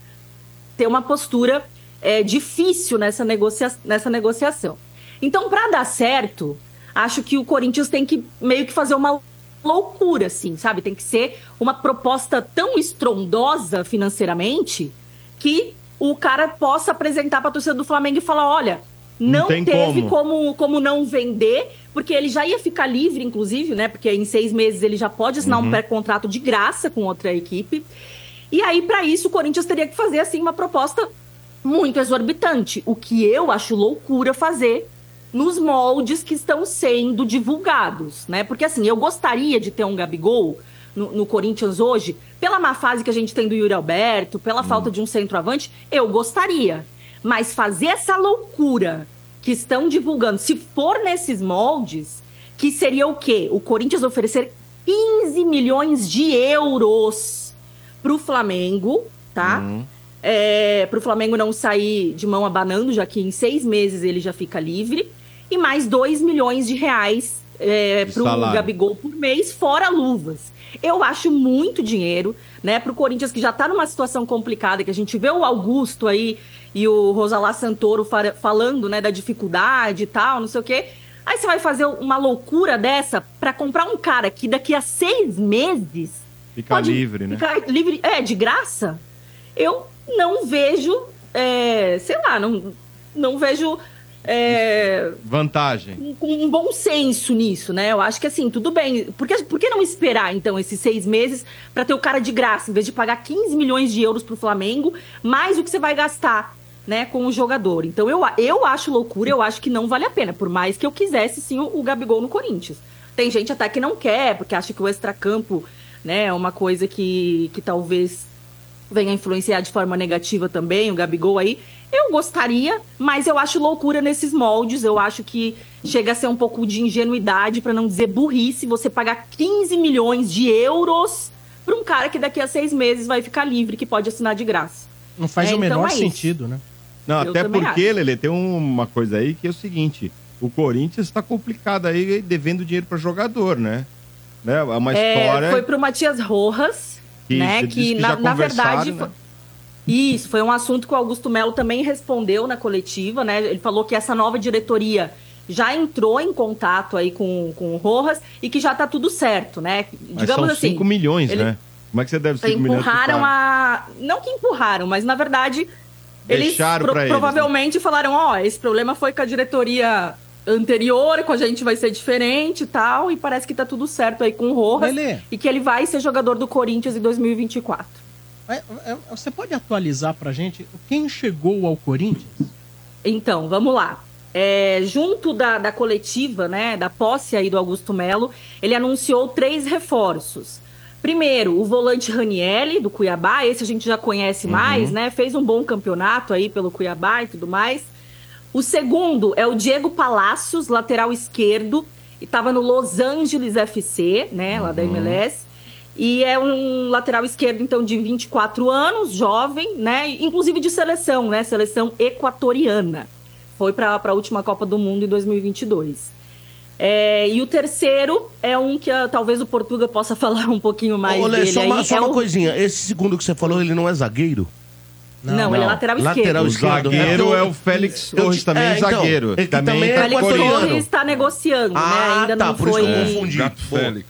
Speaker 5: ter uma postura é, difícil nessa, negocia nessa negociação. Então, para dar certo, acho que o Corinthians tem que meio que fazer uma loucura, assim, sabe? Tem que ser uma proposta tão estrondosa financeiramente que o cara possa apresentar para a torcida do Flamengo e falar: olha,
Speaker 4: Não
Speaker 5: não,
Speaker 4: tem
Speaker 5: teve
Speaker 4: como.
Speaker 5: como como, como não vender, porque ele já ia ficar livre, inclusive, né? Porque em seis meses ele já pode assinar
Speaker 4: Uhum.
Speaker 5: um pré-contrato de graça com outra equipe. E aí, para isso, o Corinthians teria que fazer, assim, uma proposta muito exorbitante, o que eu acho loucura fazer nos moldes que estão sendo divulgados, né? Porque, assim, eu gostaria de ter um Gabigol no, no Corinthians hoje, pela má fase que a gente tem do Yuri Alberto, pela falta de um centroavante, eu gostaria. Mas fazer essa loucura que estão divulgando, se for nesses moldes, que seria o quê? O Corinthians oferecer 15 milhões de euros pro Flamengo, tá?
Speaker 4: Uhum.
Speaker 5: É, pro Flamengo não sair de mão abanando, já que em seis meses ele já fica livre. E mais 2 milhões de reais é,
Speaker 4: De
Speaker 5: pro
Speaker 4: salário.
Speaker 5: Gabigol por mês, fora luvas. Eu acho muito dinheiro, né, pro Corinthians que já tá numa situação complicada, que a gente vê o Augusto aí e o Rosalá Santoro fara- falando, né, da dificuldade e tal, não sei o quê. Aí você vai fazer uma loucura dessa pra comprar um cara que daqui a seis meses
Speaker 4: Fica
Speaker 5: Pode
Speaker 4: livre, né?
Speaker 5: ficar livre, é, de graça, eu não vejo, é, sei lá, não, não vejo é,
Speaker 4: Vantagem.
Speaker 5: um- com um bom senso nisso, né? Eu acho que assim, tudo bem. Por que, por que não esperar, então, esses seis meses pra ter o cara de graça, em vez de pagar 15 milhões de euros pro Flamengo, mais o que você vai gastar, né, com o jogador? Então, eu, a- eu acho loucura, eu acho que não vale a pena, por mais que eu quisesse sim o, o Gabigol no Corinthians. Tem gente até que não quer, porque acha que o extracampo, né, é uma coisa que, que talvez venha influenciar de forma negativa também, o Gabigol aí. Eu gostaria, mas eu acho loucura nesses moldes. Eu acho que chega a ser um pouco de ingenuidade, para não dizer burrice, você pagar 15 milhões de euros para um cara que daqui a seis meses vai ficar livre, que pode assinar de graça.
Speaker 1: Não faz
Speaker 5: É,
Speaker 1: o
Speaker 5: então
Speaker 1: menor
Speaker 5: é isso.
Speaker 1: sentido, né?
Speaker 4: Não,
Speaker 5: Eu
Speaker 4: até
Speaker 5: também
Speaker 4: porque,
Speaker 5: acho.
Speaker 4: Lele, tem uma coisa aí que é o seguinte: o Corinthians tá complicado aí devendo dinheiro para jogador, né? né? É Uma
Speaker 5: É,
Speaker 4: história.
Speaker 5: foi pro Matias Rojas,
Speaker 4: Que já
Speaker 5: né?
Speaker 4: disse
Speaker 5: Que,
Speaker 4: que já
Speaker 5: na, na
Speaker 4: conversaram,
Speaker 5: verdade.
Speaker 4: né?
Speaker 5: foi- Isso, foi um assunto que o Augusto Melo também respondeu na coletiva, né? Ele falou que essa nova diretoria já entrou em contato aí com, com o Rojas e que já tá tudo certo, né?
Speaker 4: mas são 5 milhões,
Speaker 5: ele-
Speaker 4: né? Como é que você deve 5 milhões? pro
Speaker 5: empurraram
Speaker 4: cara?
Speaker 5: a. Não que empurraram, mas na verdade.
Speaker 4: Deixaram pra
Speaker 5: eles
Speaker 4: eles, né?
Speaker 5: pro- provavelmente falaram: ó, esse problema foi com a diretoria anterior, com a gente vai ser diferente e tal. E parece que tá tudo certo aí com o Rojas.
Speaker 1: Lelê.
Speaker 5: E que ele vai ser jogador do Corinthians em 2024.
Speaker 1: É, é, você pode atualizar pra gente quem chegou ao Corinthians?
Speaker 5: Então, vamos lá. É, junto da, da coletiva, né, da posse aí do Augusto Melo, ele anunciou três reforços. Primeiro, o volante Ranielli, do Cuiabá, esse a gente já conhece mais, né? Fez um bom campeonato aí pelo Cuiabá e tudo mais. O segundo é o Diego Palacios, lateral esquerdo, e estava no Los Angeles FC, né, lá da MLS. E é um lateral esquerdo, então, de 24 anos, jovem, né? Inclusive de seleção, né? Seleção equatoriana. Foi para a última Copa do Mundo em 2022. É, e o terceiro é um que ah, talvez o Portuga possa falar um pouquinho mais
Speaker 3: Ô, Lê,
Speaker 5: dele
Speaker 3: só
Speaker 5: aí.
Speaker 3: uma, só
Speaker 5: é
Speaker 3: uma
Speaker 5: o-
Speaker 3: coisinha. Esse segundo que você falou, ele não é zagueiro?
Speaker 5: Não, ele é lateral esquerdo.
Speaker 3: Lateral
Speaker 4: O
Speaker 3: esquerdo.
Speaker 4: zagueiro
Speaker 3: né?
Speaker 4: é o Félix
Speaker 3: Eu te-
Speaker 4: Torres também,
Speaker 3: é, então,
Speaker 4: zagueiro.
Speaker 3: é que também é
Speaker 4: tá
Speaker 5: Alex
Speaker 3: equatoriano.
Speaker 4: coreano.
Speaker 5: Torres está negociando, né?
Speaker 3: Ah,
Speaker 5: Ainda
Speaker 3: tá,
Speaker 5: não
Speaker 3: por isso
Speaker 5: foi.
Speaker 3: que eu confundi.
Speaker 6: Gato
Speaker 3: Pô.
Speaker 6: Félix.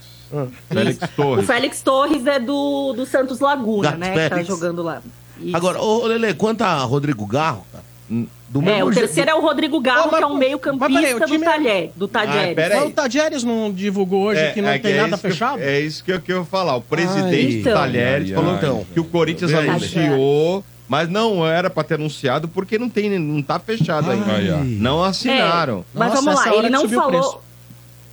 Speaker 4: Félix
Speaker 5: O
Speaker 4: Torres.
Speaker 5: Félix Torres é do, do Santos Laguna,
Speaker 3: Gato
Speaker 5: né? Que tá
Speaker 3: Félix.
Speaker 5: jogando lá. Isso.
Speaker 3: Agora, ô, Lele, quanto a Rodrigo Garro, cara? Do
Speaker 5: é, o terceiro é o Rodrigo Galo,
Speaker 1: Ó, mas-
Speaker 5: que é um meio
Speaker 1: mas peraí, o
Speaker 5: campista do
Speaker 1: time- é Ah,
Speaker 5: Talher, do Talheres.
Speaker 4: pera aí.
Speaker 1: Mas O Tadieres não divulgou hoje que não
Speaker 4: é
Speaker 1: tem
Speaker 4: é
Speaker 1: nada
Speaker 4: isso que eu-
Speaker 1: fechado?
Speaker 4: é isso que eu, que eu ia falar. O presidente
Speaker 5: então.
Speaker 4: Talheres
Speaker 6: Ai,
Speaker 4: falou
Speaker 6: ai,
Speaker 3: então.
Speaker 4: que o Corinthians
Speaker 3: Ai.
Speaker 4: anunciou, mas não era pra ter anunciado porque não, tem, não tá fechado
Speaker 6: Ai,
Speaker 4: ainda.
Speaker 6: ai.
Speaker 4: Não assinaram.
Speaker 5: Mas
Speaker 1: Nossa,
Speaker 5: vamos
Speaker 1: essa
Speaker 5: lá,
Speaker 1: hora
Speaker 5: ele
Speaker 1: que
Speaker 5: não
Speaker 1: subiu o
Speaker 5: falou.
Speaker 1: preço.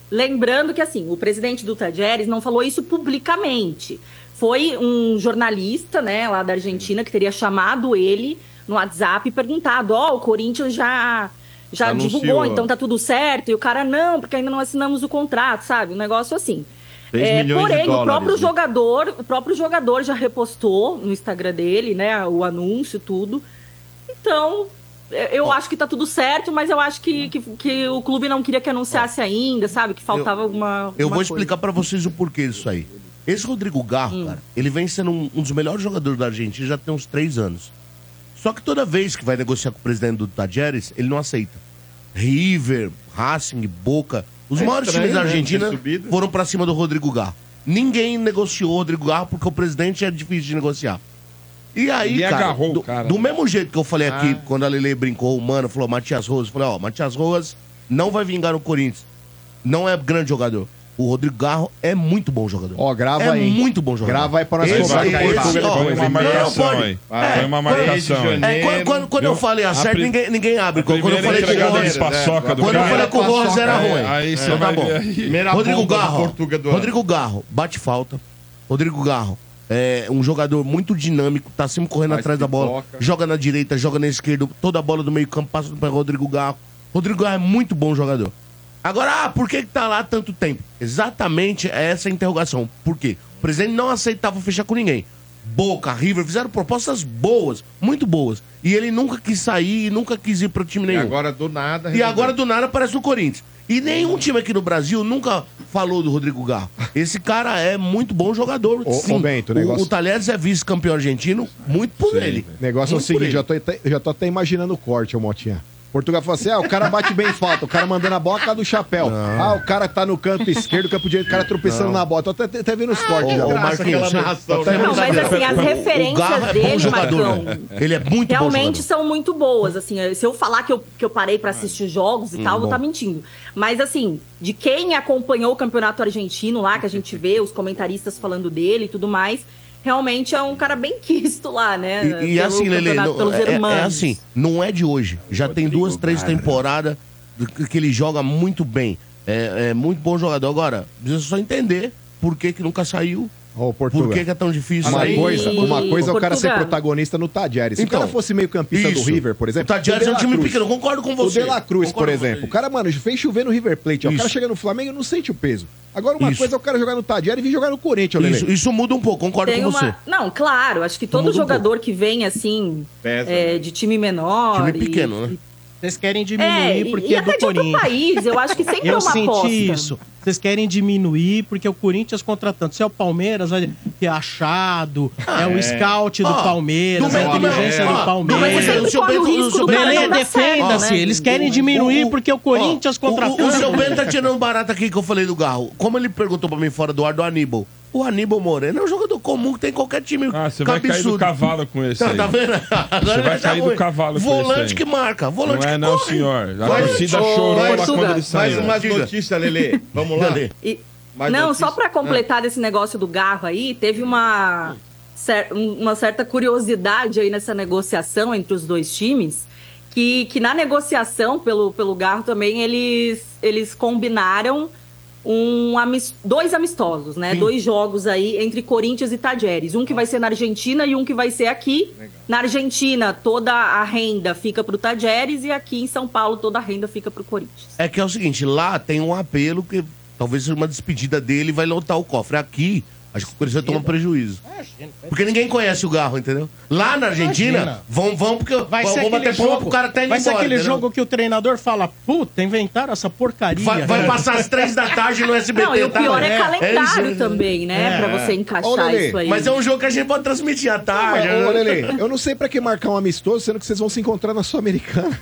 Speaker 5: Lembrando que assim, o presidente do Tajeres não falou isso publicamente. Foi um jornalista, né, lá da Argentina, que teria chamado ele no WhatsApp e perguntado: "Ó, o Corinthians já já
Speaker 4: Anunciou.
Speaker 5: divulgou, então tá tudo certo?" E o cara: "Não, porque ainda não assinamos o contrato", sabe? Um negócio assim.
Speaker 4: 3 milhões de
Speaker 5: porém, o
Speaker 4: dólares,
Speaker 5: próprio
Speaker 4: né?
Speaker 5: jogador, o próprio jogador já repostou no Instagram dele, né, o anúncio e tudo. Então, eu- eu acho que tá tudo certo, mas eu acho que, que, que o clube não queria que anunciasse ainda, sabe? Que faltava alguma.
Speaker 3: Eu
Speaker 5: alguma
Speaker 3: vou
Speaker 5: coisa.
Speaker 3: explicar pra vocês o porquê disso aí. Esse Rodrigo Garro, cara, ele vem sendo um, um dos melhores jogadores da Argentina já tem uns três anos. Só que toda vez que vai negociar com o presidente do Tajeres, ele não aceita. River, Racing, Boca, os
Speaker 4: É
Speaker 3: maiores
Speaker 4: estranho,
Speaker 3: times da
Speaker 4: né,
Speaker 3: Argentina
Speaker 4: ter subido.
Speaker 3: foram pra cima do Rodrigo Garro. Ninguém negociou o Rodrigo Garro porque o presidente é difícil de negociar. E aí,
Speaker 6: Ele
Speaker 3: cara,
Speaker 6: agarrou o
Speaker 3: do,
Speaker 6: cara.
Speaker 3: do mesmo jeito que eu falei
Speaker 6: Ah.
Speaker 3: aqui, quando a Lele brincou, o Mano falou, Matias Rojas, eu falei, ó, Matias Rojas não vai vingar no Corinthians. Não é grande jogador. O Rodrigo Garro é muito bom jogador.
Speaker 2: Ó, grava
Speaker 3: é
Speaker 2: aí, hein?
Speaker 3: muito bom jogador.
Speaker 2: Grava aí pra nós
Speaker 3: Esse-
Speaker 2: cobrar,
Speaker 3: esse-
Speaker 2: cara, aí,
Speaker 3: esse-
Speaker 2: Fábio.
Speaker 3: ó,
Speaker 6: Foi uma
Speaker 3: não,
Speaker 6: marcação
Speaker 3: pode.
Speaker 6: aí.
Speaker 3: É,
Speaker 6: Foi uma
Speaker 3: quando-
Speaker 6: marcação aí.
Speaker 3: É, quando, quando- quando eu
Speaker 6: Viu?
Speaker 3: falei acerto,
Speaker 6: Apre-
Speaker 3: ninguém, ninguém abre.
Speaker 6: A
Speaker 3: Quando eu
Speaker 6: primeira
Speaker 3: falei com o
Speaker 6: entregada de
Speaker 3: Rojas,
Speaker 6: paçoca do
Speaker 3: quando eu falei
Speaker 6: cara.
Speaker 3: com o Rojas era
Speaker 2: Aí-
Speaker 3: ruim.
Speaker 6: aí você
Speaker 3: Então tá
Speaker 6: vai
Speaker 3: bom.
Speaker 6: ver aí.
Speaker 4: Primeira
Speaker 3: Rodrigo
Speaker 4: bomba do
Speaker 3: Garro.
Speaker 4: Portuga do ano.
Speaker 3: Rodrigo Garro, bate falta. Rodrigo Garro é um jogador muito dinâmico, tá sempre correndo
Speaker 4: Faz
Speaker 3: atrás da bola.
Speaker 4: pipoca.
Speaker 3: Joga na direita, joga na esquerda, toda a bola do meio campo passa para Rodrigo Garro. Rodrigo Garro é muito bom jogador. Agora, ah, por que que tá lá tanto tempo? Exatamente essa a interrogação. Por quê? O presidente não aceitava fechar com ninguém. Boca, River fizeram propostas boas, muito boas. E ele nunca quis sair, nunca quis ir pro time
Speaker 4: E
Speaker 3: nenhum.
Speaker 4: agora do nada.
Speaker 3: E agora do nada aparece o Corinthians. E nenhum time aqui no Brasil nunca falou do Rodrigo Garro. Esse cara é muito bom jogador.
Speaker 2: Ô,
Speaker 3: sim.
Speaker 2: ô, Bento, o
Speaker 3: o,
Speaker 2: negócio-
Speaker 3: o Talheres é vice-campeão argentino, muito por ele.
Speaker 2: O negócio
Speaker 3: Muito
Speaker 2: é o
Speaker 3: por
Speaker 2: seguinte,
Speaker 3: ele.
Speaker 2: já tô, até- já tô até imaginando o corte, ô Motinha. Portugal falou assim: ah, o cara bate bem falta, o cara mandando a bola por causa do chapéu. Ah, o cara tá no canto esquerdo, campo direito, o cara tropeçando na bola. Tô até, até vendo os cortes. já.
Speaker 3: Ô, ô, Marquinhos,
Speaker 4: aquela narração,
Speaker 3: tá
Speaker 4: né?
Speaker 5: Não, mas
Speaker 3: brincadeira.
Speaker 5: assim, as
Speaker 3: o Garro
Speaker 5: referências
Speaker 3: é bom
Speaker 5: dele,
Speaker 3: jogador.
Speaker 5: Marcão,
Speaker 3: velho. Ele é muito bom
Speaker 5: realmente
Speaker 3: jogador.
Speaker 5: são muito boas. Assim, se eu falar que eu, que eu parei pra assistir jogos e
Speaker 3: Hum,
Speaker 5: tal, eu tá mentindo. Mas assim, de quem acompanhou o campeonato argentino lá, que a gente vê os comentaristas falando dele e tudo mais, realmente é um cara bem quisto lá, né?
Speaker 3: E- E,
Speaker 5: Pelo
Speaker 3: assim, Lele,
Speaker 5: campeonato,
Speaker 3: não-
Speaker 5: pelos
Speaker 3: é, é
Speaker 5: hermanos.
Speaker 3: assim, não é de hoje. Já tem duas, três temporadas que- que ele joga muito bem. É, é muito bom jogador. Agora, precisa só entender por que, que nunca saiu
Speaker 2: Ó, o Portugal.
Speaker 3: Por que que é tão difícil
Speaker 2: uma
Speaker 3: aí?
Speaker 2: Coisa, uma coisa é o cara ser
Speaker 5: Portugal.
Speaker 2: protagonista no Tadjeres. Se
Speaker 3: Então,
Speaker 2: o cara fosse meio campista
Speaker 3: isso.
Speaker 2: do River, por exemplo.
Speaker 3: O Tadjeres
Speaker 2: De La
Speaker 3: é um time
Speaker 2: Cruz.
Speaker 3: pequeno, eu concordo com você.
Speaker 2: O De La Cruz, por
Speaker 3: Concordo com
Speaker 2: exemplo.
Speaker 3: você.
Speaker 2: O cara, mano, fez chover no River Plate. ó. O
Speaker 3: Isso.
Speaker 2: cara chega no Flamengo e não sente o peso. Agora, uma
Speaker 3: Isso.
Speaker 2: coisa é o cara jogar no Tadjeres e vir jogar no Corinthians, Lele.
Speaker 3: Isso, isso muda um pouco, concordo
Speaker 5: Tem
Speaker 3: com você.
Speaker 5: uma... Não, claro, acho que todo
Speaker 3: Muda um
Speaker 5: jogador que vem assim,
Speaker 4: Pesa,
Speaker 5: é, de time menor.
Speaker 3: Time pequeno, né?
Speaker 1: né? Vocês querem
Speaker 5: E, é,
Speaker 1: diminuir
Speaker 5: e,
Speaker 1: porque
Speaker 5: e
Speaker 1: é
Speaker 5: até
Speaker 1: do
Speaker 5: de outro
Speaker 1: Corinthians.
Speaker 5: país, eu acho que sempre é
Speaker 1: Eu
Speaker 5: uma
Speaker 1: senti
Speaker 5: aposta.
Speaker 1: isso. Vocês querem diminuir porque é o Corinthians contratando. Se é o Palmeiras, vai ter achado. é o scout do
Speaker 3: Ó,
Speaker 1: Palmeiras,
Speaker 3: do
Speaker 1: é a
Speaker 3: meu-
Speaker 1: inteligência
Speaker 3: é. Ó,
Speaker 1: do
Speaker 3: do
Speaker 5: Mas você
Speaker 1: Palmeiras.
Speaker 5: sempre
Speaker 3: O seu
Speaker 5: corre o
Speaker 3: Bento- o
Speaker 5: risco
Speaker 3: seu
Speaker 5: do
Speaker 3: Bento-
Speaker 5: cara não
Speaker 1: Nenê,
Speaker 5: dar certo,
Speaker 1: defenda-se.
Speaker 5: né?
Speaker 1: Eles querem diminuir porque é o Corinthians
Speaker 3: Ó,
Speaker 1: contratando.
Speaker 3: O, o seu Ben tá tirando barato aqui que eu falei do Garro. Como ele perguntou pra mim fora do ar do Aníbal. O Aníbal Moreno é um jogador comum que tem em qualquer time.
Speaker 6: Ah, você vai cair do
Speaker 3: cabeçudo.
Speaker 6: cavalo com esse
Speaker 3: Tá,
Speaker 6: aí.
Speaker 3: tá vendo? Agora
Speaker 6: vai
Speaker 3: vai dar
Speaker 6: cair do
Speaker 3: ruim.
Speaker 6: cavalo com esse
Speaker 3: Volante
Speaker 6: aí.
Speaker 3: que marca, volante
Speaker 6: Não é
Speaker 3: que
Speaker 6: não,
Speaker 3: corre.
Speaker 6: senhor. A
Speaker 3: Vai,
Speaker 6: torcida
Speaker 3: ô,
Speaker 6: chorou
Speaker 3: vai,
Speaker 6: lá
Speaker 5: Suga.
Speaker 6: quando ele
Speaker 4: Mais
Speaker 6: saiu.
Speaker 4: uma
Speaker 3: Diga.
Speaker 4: notícia, Lelê. Vamos lá.
Speaker 3: Lelê.
Speaker 5: E-
Speaker 4: Mais
Speaker 5: não,
Speaker 4: notícia.
Speaker 5: só pra completar esse negócio do garro aí, teve uma, cer- um- uma certa curiosidade aí nessa negociação entre os dois times, que, que na negociação pelo, pelo garro também eles, eles combinaram um amis- dois amistosos, né? Dois jogos aí entre Corinthians e Tajeres. Um que vai ser na Argentina e um que vai ser aqui. Na Argentina, toda a renda fica pro Tajeres e aqui em São Paulo, toda a renda fica pro Corinthians.
Speaker 3: É que é o seguinte, lá tem um apelo que talvez seja uma despedida dele e vai lotar o cofre. Aqui, acho que o Corinthians vai tomar um prejuízo. Porque ninguém conhece o Garro, entendeu? Lá na Argentina,
Speaker 1: Imagina.
Speaker 3: vão, vão, porque
Speaker 1: Vai
Speaker 3: vão,
Speaker 1: ser
Speaker 3: vão
Speaker 1: aquele
Speaker 3: bater palma
Speaker 1: jogo,
Speaker 3: pro cara até indo
Speaker 1: vai ser
Speaker 3: embora,
Speaker 1: aquele
Speaker 3: entendeu?
Speaker 1: jogo que o treinador fala, puta, inventaram essa porcaria. né?"
Speaker 3: Vai, vai passar às três da tarde no SBT,
Speaker 5: Não, e o
Speaker 3: tá?
Speaker 5: pior
Speaker 4: né?
Speaker 5: é,
Speaker 3: É,
Speaker 5: calendário
Speaker 3: isso.
Speaker 5: também, né?
Speaker 1: É. Tá,
Speaker 5: pra você
Speaker 2: Ô,
Speaker 5: encaixar
Speaker 2: Lelê,
Speaker 5: isso aí.
Speaker 3: Mas é um jogo que a gente pode transmitir à tarde.
Speaker 2: Ô,
Speaker 3: né?
Speaker 2: Lele, eu não sei pra que marcar um amistoso, sendo que vocês vão se encontrar na Sul-Americana.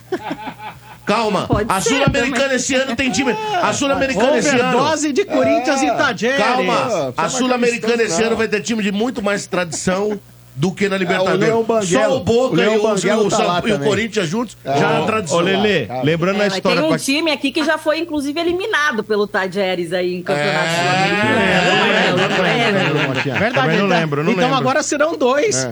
Speaker 3: Calma,
Speaker 5: Pode
Speaker 3: a
Speaker 5: ser
Speaker 3: Sul-Americana
Speaker 5: também.
Speaker 3: esse ano tem time. A Sul-Americana esse ano. É.
Speaker 1: Overdose de Corinthians e Tajeres.
Speaker 3: Calma,
Speaker 2: marcar
Speaker 3: a Sul-Americana esse
Speaker 2: amistoso,
Speaker 3: ano
Speaker 2: não.
Speaker 3: vai ter time de muito mais tradição do que na
Speaker 1: É,
Speaker 3: Libertadores.
Speaker 2: Leão Banguela.
Speaker 3: Só o Boca
Speaker 2: O Leão
Speaker 3: e o,
Speaker 2: Banguela
Speaker 3: o
Speaker 2: tá
Speaker 3: São-
Speaker 2: lá
Speaker 3: e o
Speaker 2: também.
Speaker 3: Corinthians juntos
Speaker 1: É.
Speaker 3: já é na
Speaker 4: Ô,
Speaker 3: tradição.
Speaker 4: ô, Lelê,
Speaker 1: Tá.
Speaker 4: lembrando
Speaker 5: É,
Speaker 4: a
Speaker 5: mas
Speaker 4: história
Speaker 5: tem um
Speaker 4: com a...
Speaker 5: time aqui que já foi, inclusive, eliminado pelo Tajeres aí em campeonato sul-americano. Não é, não
Speaker 3: é,
Speaker 5: é, não é.
Speaker 1: Verdade,
Speaker 4: Também não
Speaker 1: então-
Speaker 4: lembro, não
Speaker 1: Então
Speaker 4: lembro.
Speaker 1: agora serão dois.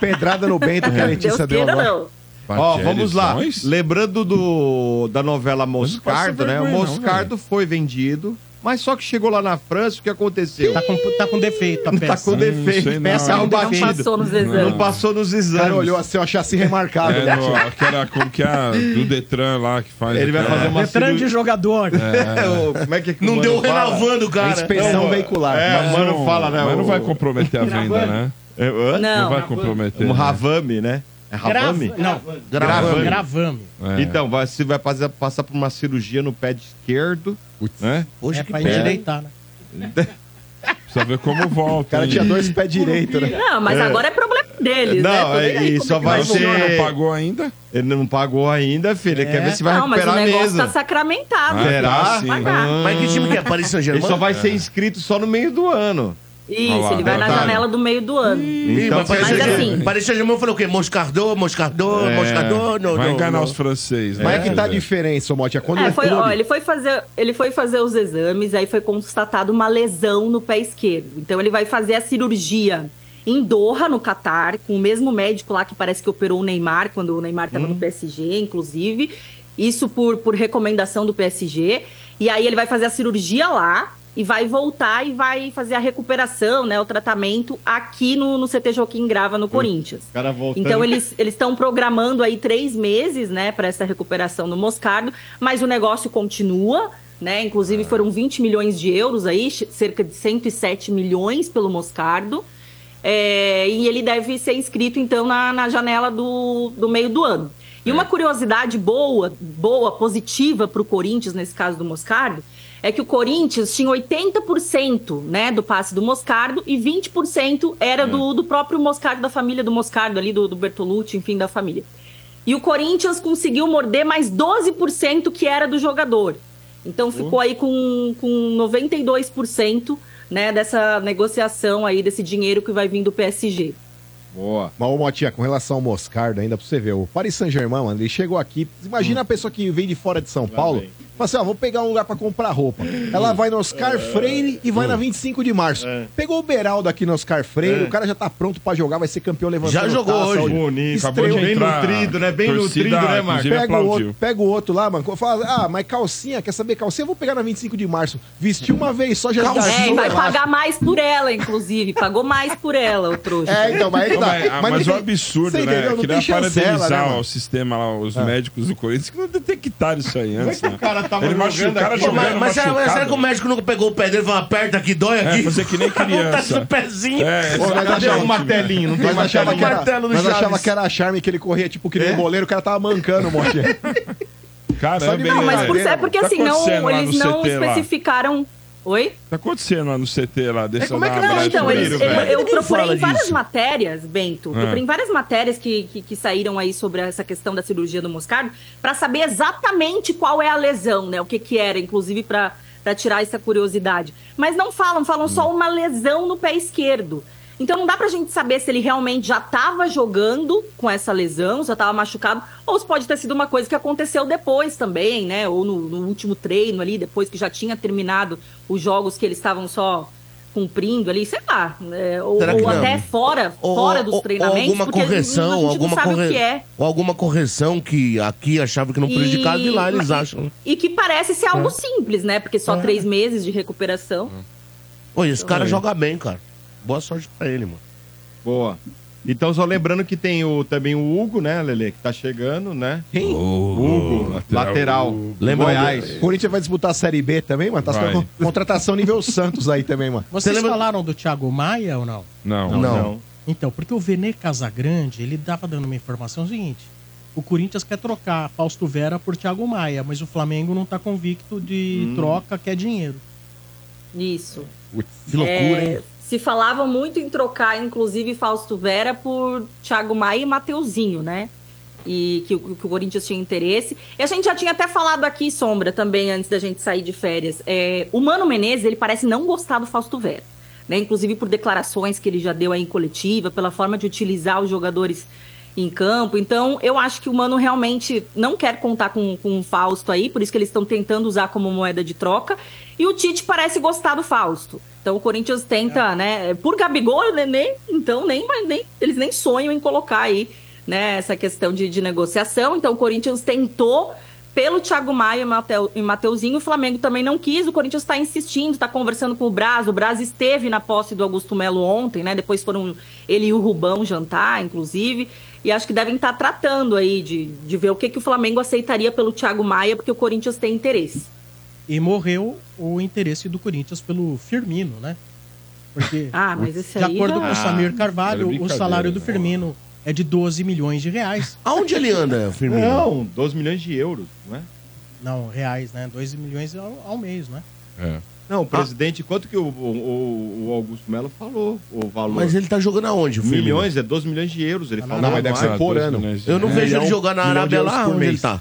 Speaker 2: Pedrada no Bento que a
Speaker 5: Deus
Speaker 2: Letícia deu
Speaker 5: queira,
Speaker 2: agora.
Speaker 5: não.
Speaker 4: Ó, vamos lá.
Speaker 6: Nós?
Speaker 4: Lembrando do, da novela Moscardo, né? O
Speaker 6: vergonha não,
Speaker 4: Moscardo foi vendido, mas só que chegou lá na França, o que aconteceu?
Speaker 1: Tá com, tá com defeito a
Speaker 4: Tá
Speaker 1: peça.
Speaker 4: com defeito, é
Speaker 6: sei não,
Speaker 4: peça
Speaker 6: hein?
Speaker 4: não
Speaker 5: Não
Speaker 4: batida.
Speaker 5: passou nos
Speaker 4: Não
Speaker 5: exames.
Speaker 4: passou nos
Speaker 2: O cara olhou
Speaker 4: exames.
Speaker 2: assim, ó, chassi remarcado.
Speaker 6: É, no, aquela, como que é a do Detran lá que faz.
Speaker 4: Ele vai
Speaker 6: aquela-
Speaker 4: fazer uma
Speaker 1: Detran de jogador.
Speaker 4: cirurgia. Como é que
Speaker 3: Não
Speaker 4: o
Speaker 3: deu
Speaker 4: mano fala?
Speaker 3: renovando, cara.
Speaker 2: Inspeção veicular.
Speaker 4: É, o
Speaker 6: É Mas
Speaker 4: mano fala, né?
Speaker 6: Mas não
Speaker 4: o-
Speaker 6: vai comprometer a venda, né?
Speaker 4: É, hã?
Speaker 6: Não
Speaker 5: Não.
Speaker 6: vai comprometer.
Speaker 4: Um
Speaker 6: né?
Speaker 4: ravame, né? É ravame?
Speaker 1: Grava- Não,
Speaker 3: Gravando.
Speaker 1: gravame.
Speaker 6: É.
Speaker 4: Então, vai, se vai fazer, passar por uma cirurgia no pé esquerdo, né?
Speaker 3: Hoje
Speaker 1: É
Speaker 3: que
Speaker 1: pra
Speaker 3: pena.
Speaker 1: endireitar, né?
Speaker 6: Precisa ver como volta.
Speaker 2: O cara
Speaker 6: hein?
Speaker 2: tinha dois pés direito, né?
Speaker 5: Não, mas agora é problema deles, né?
Speaker 4: Não,
Speaker 5: Tô nem
Speaker 4: é-
Speaker 5: aí
Speaker 4: e
Speaker 5: como
Speaker 4: só
Speaker 5: é que
Speaker 4: vai
Speaker 6: Mas o senhor
Speaker 4: ser-
Speaker 6: não pagou ainda?
Speaker 4: Ele não pagou ainda, filho. Ele
Speaker 1: É.
Speaker 4: Quer ver se vai
Speaker 5: Não, mas o
Speaker 4: recuperar
Speaker 5: negócio
Speaker 4: mesmo.
Speaker 5: tá sacramentado.
Speaker 6: Ah,
Speaker 4: Será?
Speaker 6: tá, sim.
Speaker 5: Vai dar.
Speaker 3: Mas que time que é? Paris
Speaker 4: Ele
Speaker 3: Saint-Germain?
Speaker 4: só vai ser inscrito só no meio do ano.
Speaker 5: Isso,
Speaker 6: Olha lá,
Speaker 5: ele vai na
Speaker 4: detalhe.
Speaker 5: janela do meio do ano.
Speaker 3: Ih,
Speaker 4: Então,
Speaker 3: mas Paris
Speaker 5: mas
Speaker 3: Saint-Germain
Speaker 5: assim-
Speaker 3: Paris Saint-Germain falou o quê? Moscardô, Moscardô,
Speaker 4: É.
Speaker 3: Moscardô. Não,
Speaker 6: Vai
Speaker 3: não,
Speaker 6: enganar
Speaker 3: não.
Speaker 6: os franceses, né?
Speaker 2: Mas é que tá a
Speaker 6: Quer dizer,
Speaker 2: diferença, ô, Motinha. Quando
Speaker 5: É,
Speaker 2: o
Speaker 5: foi,
Speaker 2: clube-
Speaker 5: ó, ele, foi fazer, ele foi fazer os exames, aí foi constatada uma lesão no pé esquerdo. Então ele vai fazer a cirurgia em Doha, no Catar, com o mesmo médico lá que parece que operou o Neymar, quando o Neymar estava
Speaker 2: Hum.
Speaker 5: no PSG, inclusive. Isso por, por recomendação do PSG. E aí ele vai fazer a cirurgia lá e vai voltar e vai fazer a recuperação, né? O tratamento aqui no, no CT Joaquim Grava,
Speaker 2: Hum.
Speaker 5: no Corinthians.
Speaker 4: O cara voltando.
Speaker 5: Então eles eles estão programando aí três meses, né, para essa recuperação do Moscardo, mas o negócio continua, né? Inclusive foram 20 milhões de euros aí, che- cerca de 107 milhões pelo Moscardo. É, e ele deve ser inscrito, então, na, na janela do, do meio do ano. E uma curiosidade boa, boa, positiva para o Corinthians, nesse caso do Moscardo, é que o Corinthians tinha 80% né, do passe do Moscardo e 20% era do, do próprio Moscardo, da família do Moscardo ali, do, do Bertolucci, enfim, da família. E o Corinthians conseguiu morder mais 12% que era do jogador. Então ficou aí com, com 92% né, dessa negociação aí, desse dinheiro que vai vir do PSG.
Speaker 4: Boa.
Speaker 2: Mas, ô, Motinha, com relação ao
Speaker 4: Hum.
Speaker 2: Moscardo ainda, pra você ver, o Paris Saint-Germain, mano, ele chegou aqui. Imagina a pessoa que vem de fora de São Paulo, Fala assim, ó, vou pegar um lugar pra comprar roupa. Ela vai no
Speaker 4: É.
Speaker 2: Oscar Freire e vai na 25 de março. Pegou o Beraldo aqui no Oscar Freire,
Speaker 4: Hum. É.
Speaker 2: o cara já tá pronto pra jogar, vai ser campeão levantando
Speaker 3: Já jogou
Speaker 2: taça,
Speaker 3: hoje.
Speaker 4: Bonito,
Speaker 2: Estreou.
Speaker 4: acabou de
Speaker 2: Bem
Speaker 4: entrar.
Speaker 6: nutrido, né? Bem
Speaker 4: Torcida,
Speaker 6: nutrido, né, Marcos?
Speaker 4: inclusive,
Speaker 2: Pega o,
Speaker 4: aplaudiu.
Speaker 2: outro, pega o outro lá, mano. Fala, ah, mas calcinha, quer saber calcinha? Eu vou pegar na 25 de março. Vestiu uma vez só, já tá
Speaker 3: Calcinha,
Speaker 5: É, e
Speaker 2: engasgou,
Speaker 5: vai
Speaker 2: relaxa.
Speaker 5: pagar mais por ela, inclusive. Pagou mais por ela, o trouxa.
Speaker 2: É, então, mas aí que
Speaker 6: Não,
Speaker 2: tá.
Speaker 6: mas, ah,
Speaker 2: não
Speaker 6: mas
Speaker 2: tem-
Speaker 6: o absurdo,
Speaker 2: você
Speaker 6: né?
Speaker 2: entendeu?
Speaker 6: Eu
Speaker 2: Não
Speaker 6: queria
Speaker 2: tem chancela,
Speaker 6: parabenizar
Speaker 2: né, mano?
Speaker 6: o sistema lá, os médicos do Corinthians que não detectaram isso aí antes, né?
Speaker 4: cara tava
Speaker 6: Ele machucou o
Speaker 4: jogando
Speaker 6: cara
Speaker 4: aqui,
Speaker 6: jogando.
Speaker 3: Mas, mas
Speaker 5: é,
Speaker 3: será,
Speaker 6: machucado.
Speaker 3: será que o médico nunca pegou o pé dele e falou, aperta aqui, dói aqui?
Speaker 6: É, fazer que nem criança.
Speaker 3: Tá no pezinho.
Speaker 6: É,
Speaker 2: Pô, mas
Speaker 4: Cadê
Speaker 2: achava-
Speaker 3: um
Speaker 4: o martelinho? Não tem
Speaker 2: Nós achava,
Speaker 4: martelinho.
Speaker 2: que era,
Speaker 3: Martelo no
Speaker 2: nós achava
Speaker 3: Chaves.
Speaker 2: que era charme que ele corria tipo que nem
Speaker 4: É?
Speaker 2: goleiro, o cara tava mancando, Mote.
Speaker 6: caramba, hein,
Speaker 5: Não, mas por,
Speaker 6: velho?
Speaker 5: é porque
Speaker 6: Tá
Speaker 5: assim, não,
Speaker 6: acontecendo lá
Speaker 5: eles
Speaker 6: no
Speaker 5: não
Speaker 6: CT lá.
Speaker 5: especificaram. Oi?
Speaker 6: Tá acontecendo lá no CT lá, desse
Speaker 4: como é que
Speaker 6: da
Speaker 4: não,
Speaker 5: Não,
Speaker 6: Abraço
Speaker 5: então,
Speaker 4: Brasileiro,
Speaker 5: eles,
Speaker 6: Mineiro,
Speaker 5: eu,
Speaker 6: velho.
Speaker 5: eu procurei
Speaker 3: É. fala
Speaker 5: em várias
Speaker 3: disso. É.
Speaker 5: matérias, Bento,
Speaker 6: Ah.
Speaker 5: procurei em várias matérias que, que, que saíram aí sobre essa questão da cirurgia do Moscardo, pra saber exatamente qual é a lesão, né? O que que era, inclusive pra pra tirar essa curiosidade. Mas não falam, falam só uma lesão no pé esquerdo. Então não dá pra gente saber se ele realmente já tava jogando com essa lesão, já tava machucado, ou se pode ter sido uma coisa que aconteceu depois também, né? Ou no, no último treino ali, depois que já tinha terminado os jogos que eles estavam só cumprindo ali, sei lá, é, ou,
Speaker 3: Será que
Speaker 5: ou
Speaker 3: não?
Speaker 5: até fora,
Speaker 3: Ou-
Speaker 5: fora dos
Speaker 3: ou-
Speaker 5: treinamentos,
Speaker 3: ou alguma
Speaker 5: porque
Speaker 3: correção,
Speaker 5: a gente
Speaker 3: alguma
Speaker 5: não sabe
Speaker 3: corre-
Speaker 5: o que é.
Speaker 3: Ou alguma correção que aqui achava que não prejudicava e lá eles
Speaker 5: mas-
Speaker 3: acham. né? É.
Speaker 5: E que parece ser algo simples, né? Porque só três meses de recuperação.
Speaker 3: Pô, esse
Speaker 6: É.
Speaker 3: cara joga bem, cara. Boa sorte pra ele, mano.
Speaker 4: Boa. Então, só lembrando que tem o, também o Hugo, né, Lele? Que tá chegando, né?
Speaker 2: Quem?
Speaker 4: Hugo, lateral.
Speaker 3: Lembra-
Speaker 4: Goiás.
Speaker 2: O Corinthians vai disputar a Série B também, mano. Tá
Speaker 6: Vai.
Speaker 2: sendo contratação nível Santos aí também, mano.
Speaker 1: Vocês
Speaker 3: Você lembra-
Speaker 1: falaram do Thiago Maia ou não?
Speaker 6: Não.
Speaker 3: Não.
Speaker 1: Então, porque o Vene Casagrande, ele tava dando uma informação seguinte. O Corinthians quer trocar Fausto Vera por Thiago Maia, mas o Flamengo não tá convicto de troca, quer dinheiro.
Speaker 5: Isso.
Speaker 3: Que loucura,
Speaker 5: É,
Speaker 3: hein?
Speaker 5: Se falavam muito em trocar, inclusive, Fausto Vera por Thiago Maia e Mateuzinho, né? E que, o- que o Corinthians tinha interesse. E a gente já tinha até falado aqui, Sombra, também, antes da gente sair de férias. É, o Mano Menezes, ele parece não gostar do Fausto Vera. Né? Inclusive por declarações que ele já deu aí em coletiva, pela forma de utilizar os jogadores em campo. Então, eu acho que o Mano realmente não quer contar com, com o Fausto aí, por isso que eles estão tentando usar como moeda de troca. E o Tite parece gostar do Fausto. Então o Corinthians tenta, né? Por Gabigol, né, nem, então nem, mas nem eles nem sonham em colocar aí né, essa questão de, de negociação. Então o Corinthians tentou pelo Thiago Maia e Mateu- e Mateuzinho, o Flamengo também não quis, o Corinthians está insistindo, está conversando com o Braz, o Braz esteve na posse do Augusto Melo ontem, né? Depois foram ele e o Rubão jantar, inclusive, e acho que devem estar tratando aí de, de ver o que, que o Flamengo aceitaria pelo Thiago Maia, porque o Corinthians tem interesse.
Speaker 1: E morreu o interesse do Corinthians pelo Firmino, né? Porque,
Speaker 5: Ah, mas esse
Speaker 1: de
Speaker 5: aí
Speaker 1: acordo
Speaker 5: já-
Speaker 1: com o Samir
Speaker 6: Ah, era
Speaker 1: Carvalho, o
Speaker 6: brincadeira,
Speaker 1: salário do
Speaker 6: né?
Speaker 1: Firmino é de 12 milhões de reais.
Speaker 3: Aonde ele anda, Firmino?
Speaker 4: Não, 12 milhões de euros, não
Speaker 6: né?
Speaker 4: é?
Speaker 1: Não, reais, né? 12 milhões ao, ao mês, né?
Speaker 4: Não, o presidente, quanto que o, o, o Augusto Melo falou o valor?
Speaker 3: Mas ele tá jogando aonde, o Firmino?
Speaker 4: Milhões, é 12 milhões de euros, ele
Speaker 1: Não,
Speaker 4: falou.
Speaker 2: não, mas
Speaker 4: no
Speaker 2: deve
Speaker 4: ar.
Speaker 2: ser por ano.
Speaker 3: Eu não
Speaker 2: É,
Speaker 3: vejo ele
Speaker 2: milhão-
Speaker 3: jogar na
Speaker 2: milhão
Speaker 3: Arábia
Speaker 2: de euros
Speaker 3: lá,
Speaker 2: por
Speaker 3: onde
Speaker 2: mês.
Speaker 3: ele tá.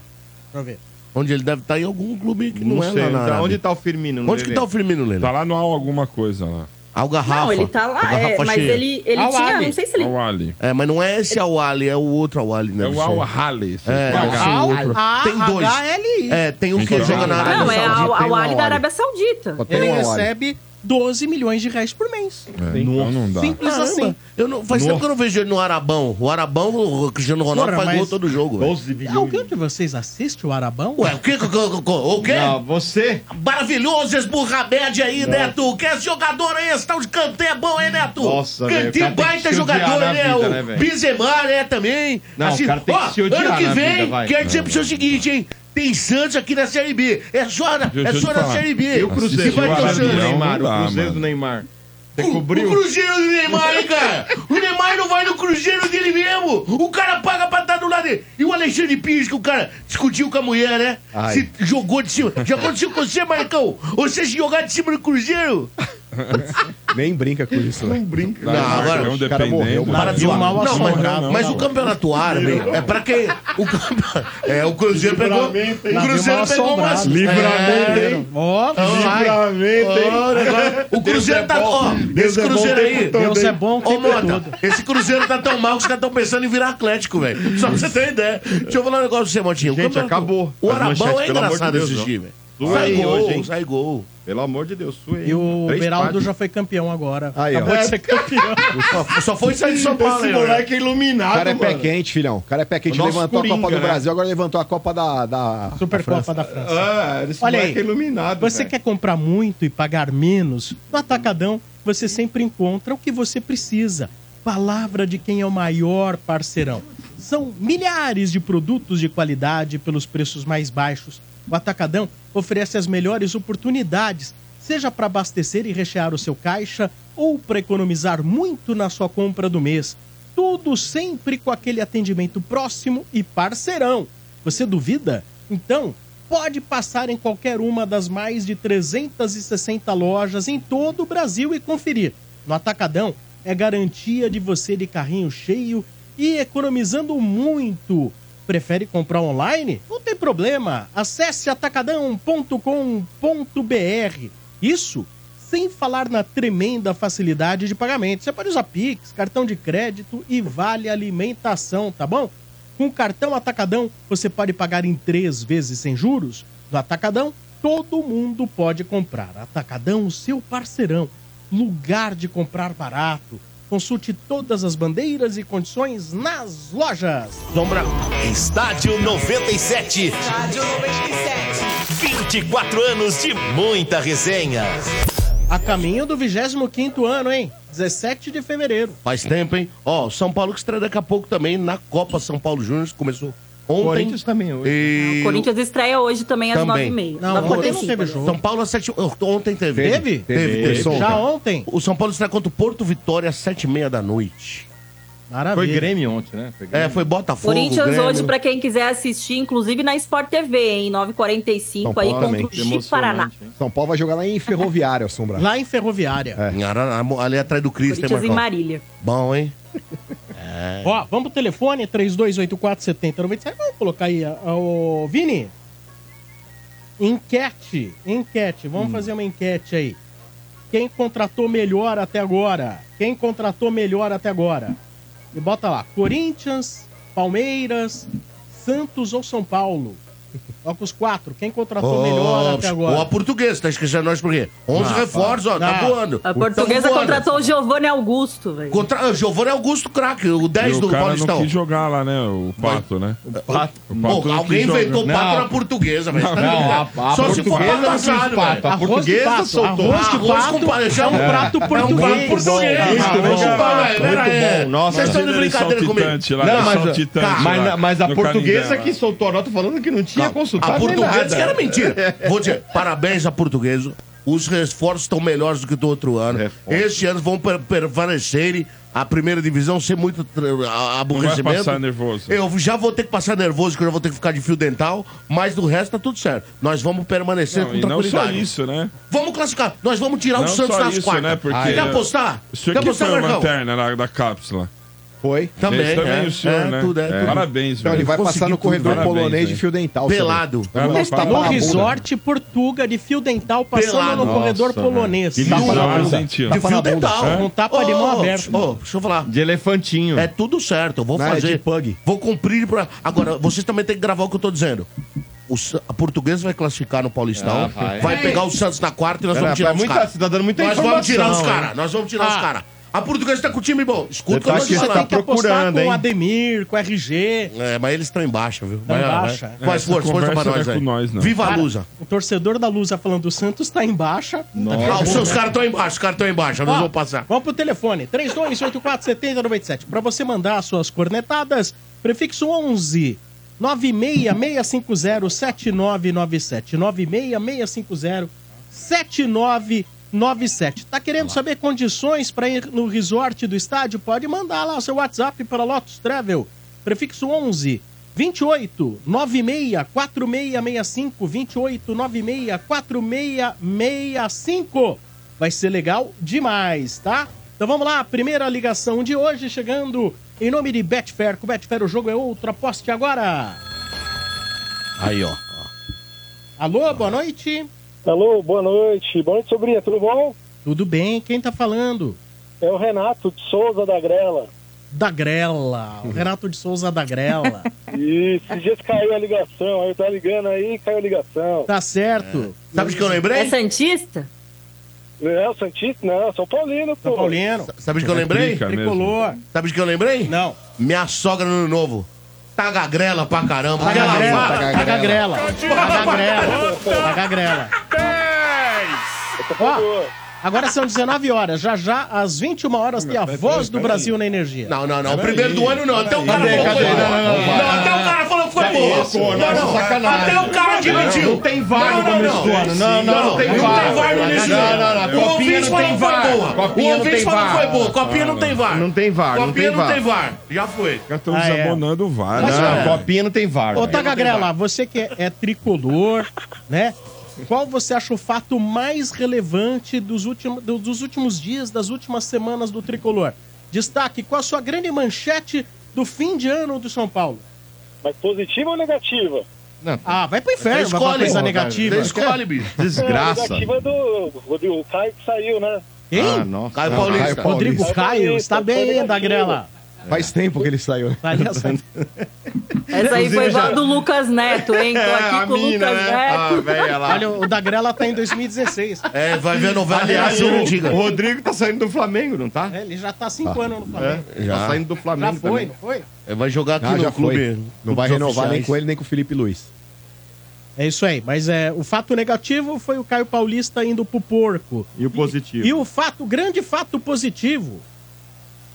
Speaker 1: Pra ver.
Speaker 3: Onde ele deve estar em algum clube que
Speaker 4: Não,
Speaker 3: não, é
Speaker 4: sei,
Speaker 3: lá na
Speaker 4: tá-
Speaker 3: Arábia.
Speaker 4: onde
Speaker 3: Onde,
Speaker 4: tá o Firmino?
Speaker 3: que
Speaker 4: Lele?
Speaker 3: tá o Firmino, Lele?
Speaker 6: Tá lá no Al alguma coisa lá.
Speaker 3: Ao Garrafa.
Speaker 5: não, ele tá
Speaker 3: Ao
Speaker 5: lá, é,
Speaker 3: Garrafa
Speaker 5: mas
Speaker 3: cheia.
Speaker 5: ele, ele tinha, não sei se ele
Speaker 6: Al Ali.
Speaker 3: É, mas não é esse Al Ali, é o outro Al Ali, né?
Speaker 6: É o
Speaker 3: Não sei.
Speaker 6: Al Ali. esse
Speaker 3: É,
Speaker 6: cara.
Speaker 3: esse outro. Tem dois.
Speaker 1: H-L-I.
Speaker 3: É, tem um que
Speaker 6: Então,
Speaker 3: joga na
Speaker 6: Al-
Speaker 3: Arábia
Speaker 5: Não, é
Speaker 3: Saudita.
Speaker 5: a, a
Speaker 2: tem uma
Speaker 5: Wali da
Speaker 2: hora.
Speaker 5: Arábia Saudita.
Speaker 2: Só tem
Speaker 1: Ele
Speaker 2: uma hora.
Speaker 1: recebe 12 milhões de reais por mês.
Speaker 6: É, Então não dá.
Speaker 1: Simples
Speaker 3: Caramba,
Speaker 1: assim.
Speaker 3: eu não, faz tempo que eu não vejo ele no Arabão. O Arabão, o Cristiano Ronaldo
Speaker 1: Porra,
Speaker 3: faz pagou
Speaker 1: mas-
Speaker 3: todo jogo. velho.
Speaker 4: 12 milhões.
Speaker 1: Alguém de vocês assiste o Arabão?
Speaker 3: Ué, o que? O quê?
Speaker 4: Não, você.
Speaker 3: Maravilhoso esse Burramed aí, Neto. Que esse jogador aí, esse tal de Kanté é bom, hein, Neto?
Speaker 4: Nossa, velho,
Speaker 3: Kanté
Speaker 4: o cara tem que
Speaker 3: baita
Speaker 4: se odiar
Speaker 3: jogador,
Speaker 4: na
Speaker 3: né?
Speaker 4: vida,
Speaker 3: o
Speaker 4: né, velho?
Speaker 3: Benzema, né, também.
Speaker 4: Não, o cara tem que se odiar
Speaker 3: Ano que
Speaker 4: na
Speaker 3: vem,
Speaker 4: vida, vai.
Speaker 3: quero dizer pro senhor o seguinte, hein? Tem Santos aqui na Série B. É só na,
Speaker 6: Deixa
Speaker 3: é
Speaker 6: eu
Speaker 3: só
Speaker 6: te
Speaker 3: na
Speaker 6: falar.
Speaker 3: Série B.
Speaker 4: E o Cruzeiro?
Speaker 3: Se vai
Speaker 6: Eu
Speaker 3: ter o
Speaker 6: acho
Speaker 4: do
Speaker 3: Santos.
Speaker 6: que
Speaker 4: Neymar,
Speaker 6: Não dá,
Speaker 4: o Cruzeiro
Speaker 6: mano.
Speaker 4: do Neymar. Você
Speaker 3: O- O
Speaker 4: cobriu?
Speaker 3: Cruzeiro do Neymar, hein, cara? O Neymar não vai no Cruzeiro dele mesmo. O cara paga pra estar do lado dele. E o Alexandre Pires, que o cara discutiu com a mulher, né?
Speaker 2: Ai.
Speaker 3: Se jogou de cima. Já aconteceu com você, Marcão? Você se jogar de cima do Cruzeiro?
Speaker 2: Nem brinca com isso, velho.
Speaker 4: brinca. é
Speaker 3: Não, agora-
Speaker 6: Marcão
Speaker 4: um
Speaker 2: o cara morreu,
Speaker 6: dependendo.
Speaker 2: mano.
Speaker 3: Para de
Speaker 1: E o
Speaker 3: zoar.
Speaker 1: mal
Speaker 3: Não, mas,
Speaker 1: assombrado,
Speaker 3: mas
Speaker 1: não.
Speaker 3: o campeonato árabe é pra quem. O, campe- é, o Cruzeiro pegou. O Cruzeiro pegou umas.
Speaker 4: né? Livramento,
Speaker 3: É,
Speaker 4: hein?
Speaker 1: Ó,
Speaker 3: vai. Olha, agora, O
Speaker 4: é
Speaker 3: Cruzeiro tá. Ó, esse Cruzeiro aí.
Speaker 1: Deus é bom o
Speaker 3: Ô,
Speaker 1: tempo
Speaker 3: Mota,
Speaker 1: todo.
Speaker 3: esse Cruzeiro tá tão mal que os caras estão pensando em virar Atlético, velho. Só pra você ter ideia. Deixa eu falar um negócio pra você, Motinho. O
Speaker 4: Gente,
Speaker 3: campeonato-
Speaker 4: acabou.
Speaker 3: O
Speaker 4: As
Speaker 3: Arabão
Speaker 4: manchetes,
Speaker 3: é
Speaker 4: pelo amor de
Speaker 3: engraçado
Speaker 4: Deus,
Speaker 3: assistir,
Speaker 4: não.
Speaker 3: velho.
Speaker 4: Sua
Speaker 3: Sai
Speaker 4: aí
Speaker 3: gol,
Speaker 4: hoje, hein?
Speaker 3: sai gol.
Speaker 4: Pelo amor de Deus, sua aí.
Speaker 1: E o
Speaker 4: Três
Speaker 1: Beraldo
Speaker 4: quadros.
Speaker 1: já foi campeão agora.
Speaker 2: Aí, ó.
Speaker 1: Acabou de ser campeão.
Speaker 3: É, Só, só foi sair de São Paulo, né?
Speaker 8: Esse
Speaker 3: hein, Leonardo?
Speaker 8: moleque é iluminado,
Speaker 2: O cara é pé
Speaker 8: mano.
Speaker 2: quente, filhão. O cara é pé quente.
Speaker 4: O nosso
Speaker 2: Levantou a Copa
Speaker 4: Coringa,
Speaker 2: do
Speaker 4: né?
Speaker 2: Brasil, agora levantou a Copa da. da...
Speaker 1: Supercopa da França.
Speaker 4: Ah, esse
Speaker 1: Olha
Speaker 4: moleque
Speaker 1: aí.
Speaker 4: é iluminado.
Speaker 1: Você
Speaker 4: velho.
Speaker 1: quer comprar muito e pagar menos? No Atacadão, você sempre encontra o que você precisa. Palavra de quem é o maior parceirão. São milhares de produtos de qualidade pelos preços mais baixos. O Atacadão oferece as melhores oportunidades, seja para abastecer e rechear o seu caixa ou para economizar muito na sua compra do mês. Tudo sempre com aquele atendimento próximo e parceirão. Você duvida? Então, pode passar em qualquer uma das mais de 360 lojas em todo o Brasil e conferir. No Atacadão é garantia de você de carrinho cheio e economizando muito. Prefere comprar online? Não tem problema. Acesse atacadão.com.br. Isso sem falar na tremenda facilidade de pagamento. Você pode usar Pix, cartão de crédito e vale alimentação, tá bom? Com o cartão Atacadão, você pode pagar em três vezes sem juros. No Atacadão, todo mundo pode comprar. Atacadão, seu parceirão. Lugar de comprar barato. Consulte todas as bandeiras e condições nas lojas.
Speaker 3: Sombra.
Speaker 9: Estádio 97. Estádio 97. 24 anos de muita resenha.
Speaker 1: A caminho do 25º ano, hein? 17 de fevereiro.
Speaker 3: Faz tempo, hein? Ó, São Paulo que estreia daqui a pouco também na Copa São Paulo Júnior. que Começou ontem.
Speaker 4: Corinthians tá também hoje.
Speaker 3: E...
Speaker 5: né? O Corinthians estreia hoje também às
Speaker 3: Também.
Speaker 5: nove e meia.
Speaker 1: Não,
Speaker 5: Na
Speaker 1: ontem
Speaker 5: Copa do
Speaker 1: não teve
Speaker 5: Mundo.
Speaker 1: jogo.
Speaker 3: São Paulo às sete... Ontem teve.
Speaker 1: Teve?
Speaker 3: Teve. teve.
Speaker 2: Terçou.
Speaker 1: Já ontem?
Speaker 3: O São Paulo está contra o Porto Vitória às sete e meia da noite.
Speaker 1: Maravilha.
Speaker 4: Foi Grêmio ontem, né? Foi Grêmio.
Speaker 3: É, foi Botafogo,
Speaker 5: Corinthians
Speaker 3: Grêmio.
Speaker 5: hoje, pra quem quiser assistir, inclusive na Sport TV, hein? 9h45 aí
Speaker 3: Então,
Speaker 5: contra
Speaker 2: também.
Speaker 5: o Chico Paraná.
Speaker 4: Emocionante, hein?
Speaker 2: São Paulo vai jogar lá em É. Ferroviária, Sombra.
Speaker 1: Lá em Ferroviária.
Speaker 3: Em Arara- Ali atrás do Cristo, hein,
Speaker 5: Corinthians e
Speaker 3: Marcão?
Speaker 5: Marília.
Speaker 3: Bom, hein?
Speaker 1: Ó, vamos pro telefone, 3284-7097. Vamos colocar aí, o Vini. Enquete, enquete. Vamos fazer uma enquete aí. Quem contratou melhor até agora? Quem contratou melhor até agora? E bota lá, Corinthians, Palmeiras, Santos ou São Paulo? Coloca os quatro. Quem contratou melhor até agora?
Speaker 3: Ó, português, tá esquecendo nós por quê? 11 reforços, ó, tá
Speaker 1: não.
Speaker 3: voando.
Speaker 5: A portuguesa
Speaker 3: Tamo voando.
Speaker 5: contratou o Giovanni Augusto, velho.
Speaker 3: Contra... ah, é O Giovanni Augusto, craque, o 10
Speaker 6: E
Speaker 3: do
Speaker 6: o cara
Speaker 3: Paulistão.
Speaker 6: não quis jogar lá, né? O Pato, né? O
Speaker 3: Pô,
Speaker 6: não
Speaker 3: alguém
Speaker 6: quis jogar.
Speaker 3: inventou pato
Speaker 8: Não.
Speaker 3: na portuguesa, velho.
Speaker 8: Não, a,
Speaker 3: Só
Speaker 8: a
Speaker 3: se for pra
Speaker 8: portuguesa não quis
Speaker 3: passado,
Speaker 8: pato.
Speaker 3: velho.
Speaker 8: A
Speaker 1: Arroz de
Speaker 8: portuguesa
Speaker 1: pato,
Speaker 8: soltou.
Speaker 1: arroz de
Speaker 3: Arroz
Speaker 1: pato
Speaker 3: com pa-
Speaker 1: é um
Speaker 3: É.
Speaker 1: prato
Speaker 3: É
Speaker 1: português.
Speaker 3: um prato português.
Speaker 8: muito
Speaker 3: Muito
Speaker 8: bom.
Speaker 3: Pera aí.
Speaker 4: Nossa,
Speaker 3: Vocês estão de
Speaker 6: Imagina ele
Speaker 3: brincadeira comigo.
Speaker 6: saltitante lá,
Speaker 3: Não,
Speaker 6: ele
Speaker 3: mas-
Speaker 6: saltitante
Speaker 3: Cara,
Speaker 6: lá
Speaker 3: mas
Speaker 4: na- mas a
Speaker 6: no
Speaker 4: portuguesa
Speaker 6: Canindé,
Speaker 4: que
Speaker 6: lá.
Speaker 4: soltou a nota falando que não tinha consultado.
Speaker 3: A
Speaker 4: nem
Speaker 3: portuguesa
Speaker 4: nada.
Speaker 3: que era mentira. Vou dizer, parabéns à portuguesa. Os reforços estão melhores do que do outro ano.
Speaker 4: Reforço.
Speaker 3: Este ano vão per- permanecerem a primeira divisão sem muito tra- a- aborrecimento.
Speaker 6: Não vai passar nervoso.
Speaker 3: Eu já vou ter que passar nervoso, que eu já vou ter que ficar de fio dental, mas do resto tá tudo certo. Nós vamos permanecer
Speaker 6: Não,
Speaker 3: com
Speaker 6: e não só
Speaker 3: tranquilidade.
Speaker 6: isso, né?
Speaker 3: Vamos classificar. Nós vamos tirar o
Speaker 6: Não
Speaker 3: Santos
Speaker 6: só
Speaker 3: das
Speaker 6: isso,
Speaker 3: quartas.
Speaker 6: né, porque-
Speaker 3: Quer apostar?
Speaker 6: Isso
Speaker 3: Quer
Speaker 6: aqui
Speaker 3: apostar,
Speaker 6: foi a
Speaker 3: Marcão?
Speaker 6: lanterna lá da cápsula.
Speaker 2: Foi.
Speaker 3: Também,
Speaker 6: Esse também
Speaker 3: é.
Speaker 6: o senhor,
Speaker 3: É,
Speaker 6: né?
Speaker 3: tudo, é, tudo.
Speaker 6: Parabéns,
Speaker 2: Então ele
Speaker 6: velho.
Speaker 2: vai passar no
Speaker 6: tudo,
Speaker 2: corredor
Speaker 6: parabéns,
Speaker 2: polonês de
Speaker 6: velho. É,
Speaker 2: fio dental. Sombra.
Speaker 3: Pelado.
Speaker 6: Vai lá,
Speaker 2: Nossa,
Speaker 6: vai
Speaker 2: tá
Speaker 1: No
Speaker 6: lá.
Speaker 2: bom.
Speaker 1: resort Portuga de fio dental passando
Speaker 3: Pelado.
Speaker 1: no corredor
Speaker 4: Nossa,
Speaker 1: polonês.
Speaker 6: Que
Speaker 1: Tá É.
Speaker 3: Duro.
Speaker 6: bizarro, hein, tio?
Speaker 3: De fio dental.
Speaker 1: Com tapa de mão aberta.
Speaker 3: Ô, deixa eu falar.
Speaker 4: De elefantinho.
Speaker 3: É tudo certo, eu vou
Speaker 2: Não, é
Speaker 3: fazer.
Speaker 2: de pug.
Speaker 3: Vou cumprir pra. Agora, vocês também têm que gravar o que eu tô dizendo. O Sa- a portuguesa vai classificar no Paulistão,
Speaker 4: Ah, vai.
Speaker 3: vai
Speaker 1: É.
Speaker 3: pegar o Santos na quarta e nós
Speaker 4: Cara,
Speaker 3: vamos tirar um
Speaker 4: tá
Speaker 3: os
Speaker 4: muita-
Speaker 3: caras.
Speaker 4: Você tá dando muita
Speaker 3: Nós vamos tirar os
Speaker 4: informação,
Speaker 3: caras, nós vamos
Speaker 1: Ah.
Speaker 3: tirar os caras. A portuguesa tá com o time bom. Escuta o que eu
Speaker 4: Tá
Speaker 3: tô te
Speaker 4: aqui,
Speaker 1: Você
Speaker 4: tá
Speaker 1: tem
Speaker 3: falando.
Speaker 1: que apostar
Speaker 4: procurando,
Speaker 1: com o
Speaker 4: hein?
Speaker 1: Ademir, com o Tá RG.
Speaker 3: É, mas eles estão em baixa, viu?
Speaker 1: Tão em
Speaker 3: Vai, vai.
Speaker 1: baixa.
Speaker 3: Faz
Speaker 6: Essa
Speaker 3: força, força pra
Speaker 6: conversa
Speaker 3: nós
Speaker 6: não é
Speaker 3: aí.
Speaker 6: com nós, não.
Speaker 3: Viva a Lusa.
Speaker 1: é. O torcedor da Lusa falando do Santos tá em baixa.
Speaker 3: Ah, os
Speaker 4: Nossa.
Speaker 3: seus caras estão embaixo, os caras estão embaixo, nós
Speaker 1: Ó,
Speaker 3: vamos passar.
Speaker 1: Vamos pro telefone, 32847097. Pra você mandar as suas cornetadas, prefixo 11 966507997. 966507997. Tá querendo saber condições pra ir no resort do estádio? Pode mandar lá o seu WhatsApp para Lotus Travel. Prefixo 11 28 96 4665 28 96 4665 Vai ser legal demais, tá? Então vamos lá, primeira ligação de hoje chegando em nome de Betfair. Com Betfair o jogo é outro, aposte agora.
Speaker 3: Aí, ó.
Speaker 1: Alô, boa noite.
Speaker 10: Alô, boa noite. Boa noite, sobrinha, tudo bom?
Speaker 1: Tudo bem, quem tá falando?
Speaker 10: É o Renato de Souza da Grela.
Speaker 1: da Grela. O Renato de Souza da Grela.
Speaker 10: E esses dias caiu a ligação, aí eu tava ligando aí caiu a ligação.
Speaker 1: Tá certo.
Speaker 3: Sabe de que eu lembrei?
Speaker 5: É Santista?
Speaker 10: Não, é Santista não, São Paulino, pô.
Speaker 1: São Paulino.
Speaker 10: É
Speaker 3: Sabe de que eu lembrei?
Speaker 6: Trica mesmo.
Speaker 1: Tricolor.
Speaker 3: Sabe de que eu lembrei?
Speaker 1: Não.
Speaker 3: Minha sogra no Ano novo. Taga grela pra caramba. Porque ela
Speaker 1: Taga-grela.
Speaker 3: fala.
Speaker 1: Taga-grela. Taga-grela. Taga-grela. Ó, agora são 19 horas. Já já, às 21 horas, tem a voz do Brasil na energia.
Speaker 3: Não, não, não. O primeiro do ano não. Até o cara
Speaker 2: Cadê,
Speaker 3: falou que foi
Speaker 2: cadê?
Speaker 3: boa.
Speaker 2: Não, não, não,
Speaker 3: Não, até o cara falou que foi boa. Não, não. Até o cara admitiu. Não tem
Speaker 2: VAR no começo do ano. Não, não,
Speaker 3: Não tem VAR no início do
Speaker 2: Não, não,
Speaker 3: ano.
Speaker 2: não.
Speaker 3: O
Speaker 2: Copinha
Speaker 3: ouvinte
Speaker 2: não
Speaker 3: falou
Speaker 2: tem
Speaker 3: que foi boa.
Speaker 2: VAR.
Speaker 3: O
Speaker 2: Copinha não
Speaker 3: ouvinte
Speaker 2: tem
Speaker 3: falou que foi
Speaker 2: VAR.
Speaker 3: boa. Copinha não tem VAR.
Speaker 4: Não tem VAR, não
Speaker 3: Copinha
Speaker 4: tem
Speaker 3: não tem
Speaker 4: VAR.
Speaker 3: VAR. Já foi.
Speaker 6: caras estão
Speaker 1: Ah, é.
Speaker 6: desabonando o VAR.
Speaker 1: Mas,
Speaker 6: né?
Speaker 1: cara,
Speaker 4: Não, copinha não tem VAR.
Speaker 1: Ô,
Speaker 4: velho.
Speaker 1: Taga Grela, você que é, é tricolor, né? Qual você acha o fato mais relevante dos, ultim, do- dos últimos dias, das últimas semanas do tricolor? Destaque, qual a sua grande manchete do fim de ano do São Paulo?
Speaker 10: Mas positiva ou negativa?
Speaker 1: Ah, vai pro inferno, vai pra uma coisa negativa.
Speaker 3: Você Escolhe, bicho.
Speaker 10: É, a
Speaker 4: Desgraça.
Speaker 10: negativa é do Rodrigo Caio que saiu, né?
Speaker 1: Hein?
Speaker 4: Ah, nossa.
Speaker 3: Caio
Speaker 2: Caio
Speaker 3: Paulista.
Speaker 2: Paulista.
Speaker 1: Rodrigo Caio, está bem, hein, da Grela?
Speaker 2: Faz tempo que ele saiu.
Speaker 1: Tá ali essa-
Speaker 5: Essa aí foi
Speaker 4: Inclusive,
Speaker 5: igual
Speaker 4: já-
Speaker 5: a do Lucas Neto, hein? Tô
Speaker 4: É,
Speaker 5: aqui com o Lucas
Speaker 4: né?
Speaker 5: Neto.
Speaker 4: velho,
Speaker 1: Olha, o da Grela tá em 2016.
Speaker 3: É, vai ver a novela.
Speaker 4: Aliás,
Speaker 3: Aliás, eu não diga.
Speaker 4: o, o Rodrigo tá saindo do Flamengo, não tá?
Speaker 1: É, Ele já tá há cinco anos no Flamengo.
Speaker 4: Tá saindo do
Speaker 1: Já
Speaker 4: Flamengo
Speaker 1: foi, não
Speaker 4: também.
Speaker 1: foi?
Speaker 3: É, Vai jogar aqui
Speaker 2: Ah,
Speaker 3: no
Speaker 2: já
Speaker 3: clube.
Speaker 2: foi. Não vai renovar nem com ele, nem com o Felipe Luiz.
Speaker 1: É isso aí, mas é, o fato negativo foi o Caio Paulista indo pro porco.
Speaker 4: E o positivo?
Speaker 1: E o fato, o grande fato positivo,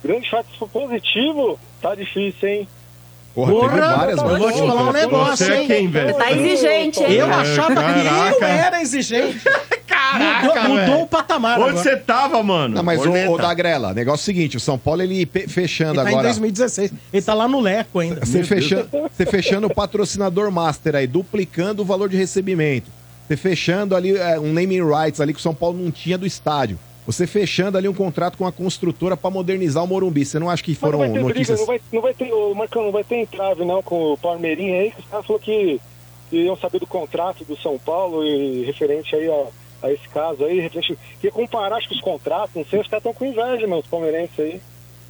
Speaker 10: Grande fato positivo, tá difícil, hein?
Speaker 2: Porra, teve
Speaker 1: Porra,
Speaker 2: várias,
Speaker 1: eu
Speaker 2: mano.
Speaker 1: vou te falar um negócio,
Speaker 4: Você é
Speaker 1: hein?
Speaker 4: quem, velho?
Speaker 5: Tá exigente, hein?
Speaker 1: Eu achava que eu
Speaker 4: caraca.
Speaker 1: era exigente. Caraca, mudou, mudou
Speaker 4: velho.
Speaker 1: o patamar
Speaker 4: Onde
Speaker 1: agora.
Speaker 4: você tava, mano?
Speaker 2: Não, mas
Speaker 3: Corneta.
Speaker 2: o, da Grela, negócio é o seguinte, o São Paulo ele pe- fechando
Speaker 1: Ele tá em
Speaker 2: agora.
Speaker 1: 2016. Ele tá lá no Leco ainda.
Speaker 2: Você fechando, você fechando o patrocinador master aí, duplicando o valor de recebimento. Você fechando ali é, um naming rights ali que o São Paulo não tinha do estádio. Você fechando ali um contrato com a construtora pra modernizar o Morumbi. Você não acha que
Speaker 10: Mas
Speaker 2: foram
Speaker 10: não vai ter
Speaker 2: notícias?
Speaker 10: briga, não vai, não vai ter, o Marcão, não vai ter entrave não com o Palmeirinha aí, que os caras falaram que iam saber do contrato do São Paulo e referente aí a, a esse caso aí, referente, que ia comparar acho que os contratos, não sei, os caras estão com inveja, mano, os palmeirenses aí.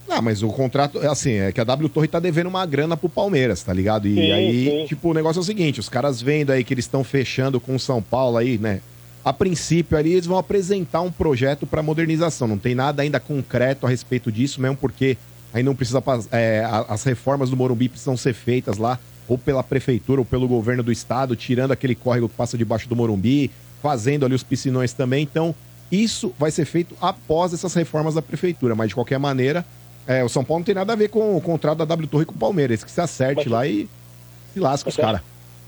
Speaker 2: Ah, mas o contrato, é assim, é que a W Torre tá devendo uma grana pro Palmeiras, tá ligado? E
Speaker 10: Sim,
Speaker 2: aí,
Speaker 10: sim.
Speaker 2: tipo, o negócio é o seguinte, os caras vendo aí que eles estão fechando com o São Paulo aí, né? A princípio ali eles vão apresentar um projeto pra modernização, não tem nada ainda concreto a respeito disso, mesmo porque aí não precisa pas- é, a- as reformas do Morumbi precisam ser feitas lá ou pela prefeitura ou pelo governo do estado, tirando aquele córrego que passa debaixo do Morumbi, fazendo ali os piscinões também. Então, isso vai ser feito após essas reformas da prefeitura, mas de qualquer maneira, é, o São Paulo não tem nada a ver com o contrato da W Torre com o Palmeiras, que se
Speaker 10: Mas-
Speaker 2: acerte lá e se lasca os
Speaker 10: Mas-
Speaker 2: caras.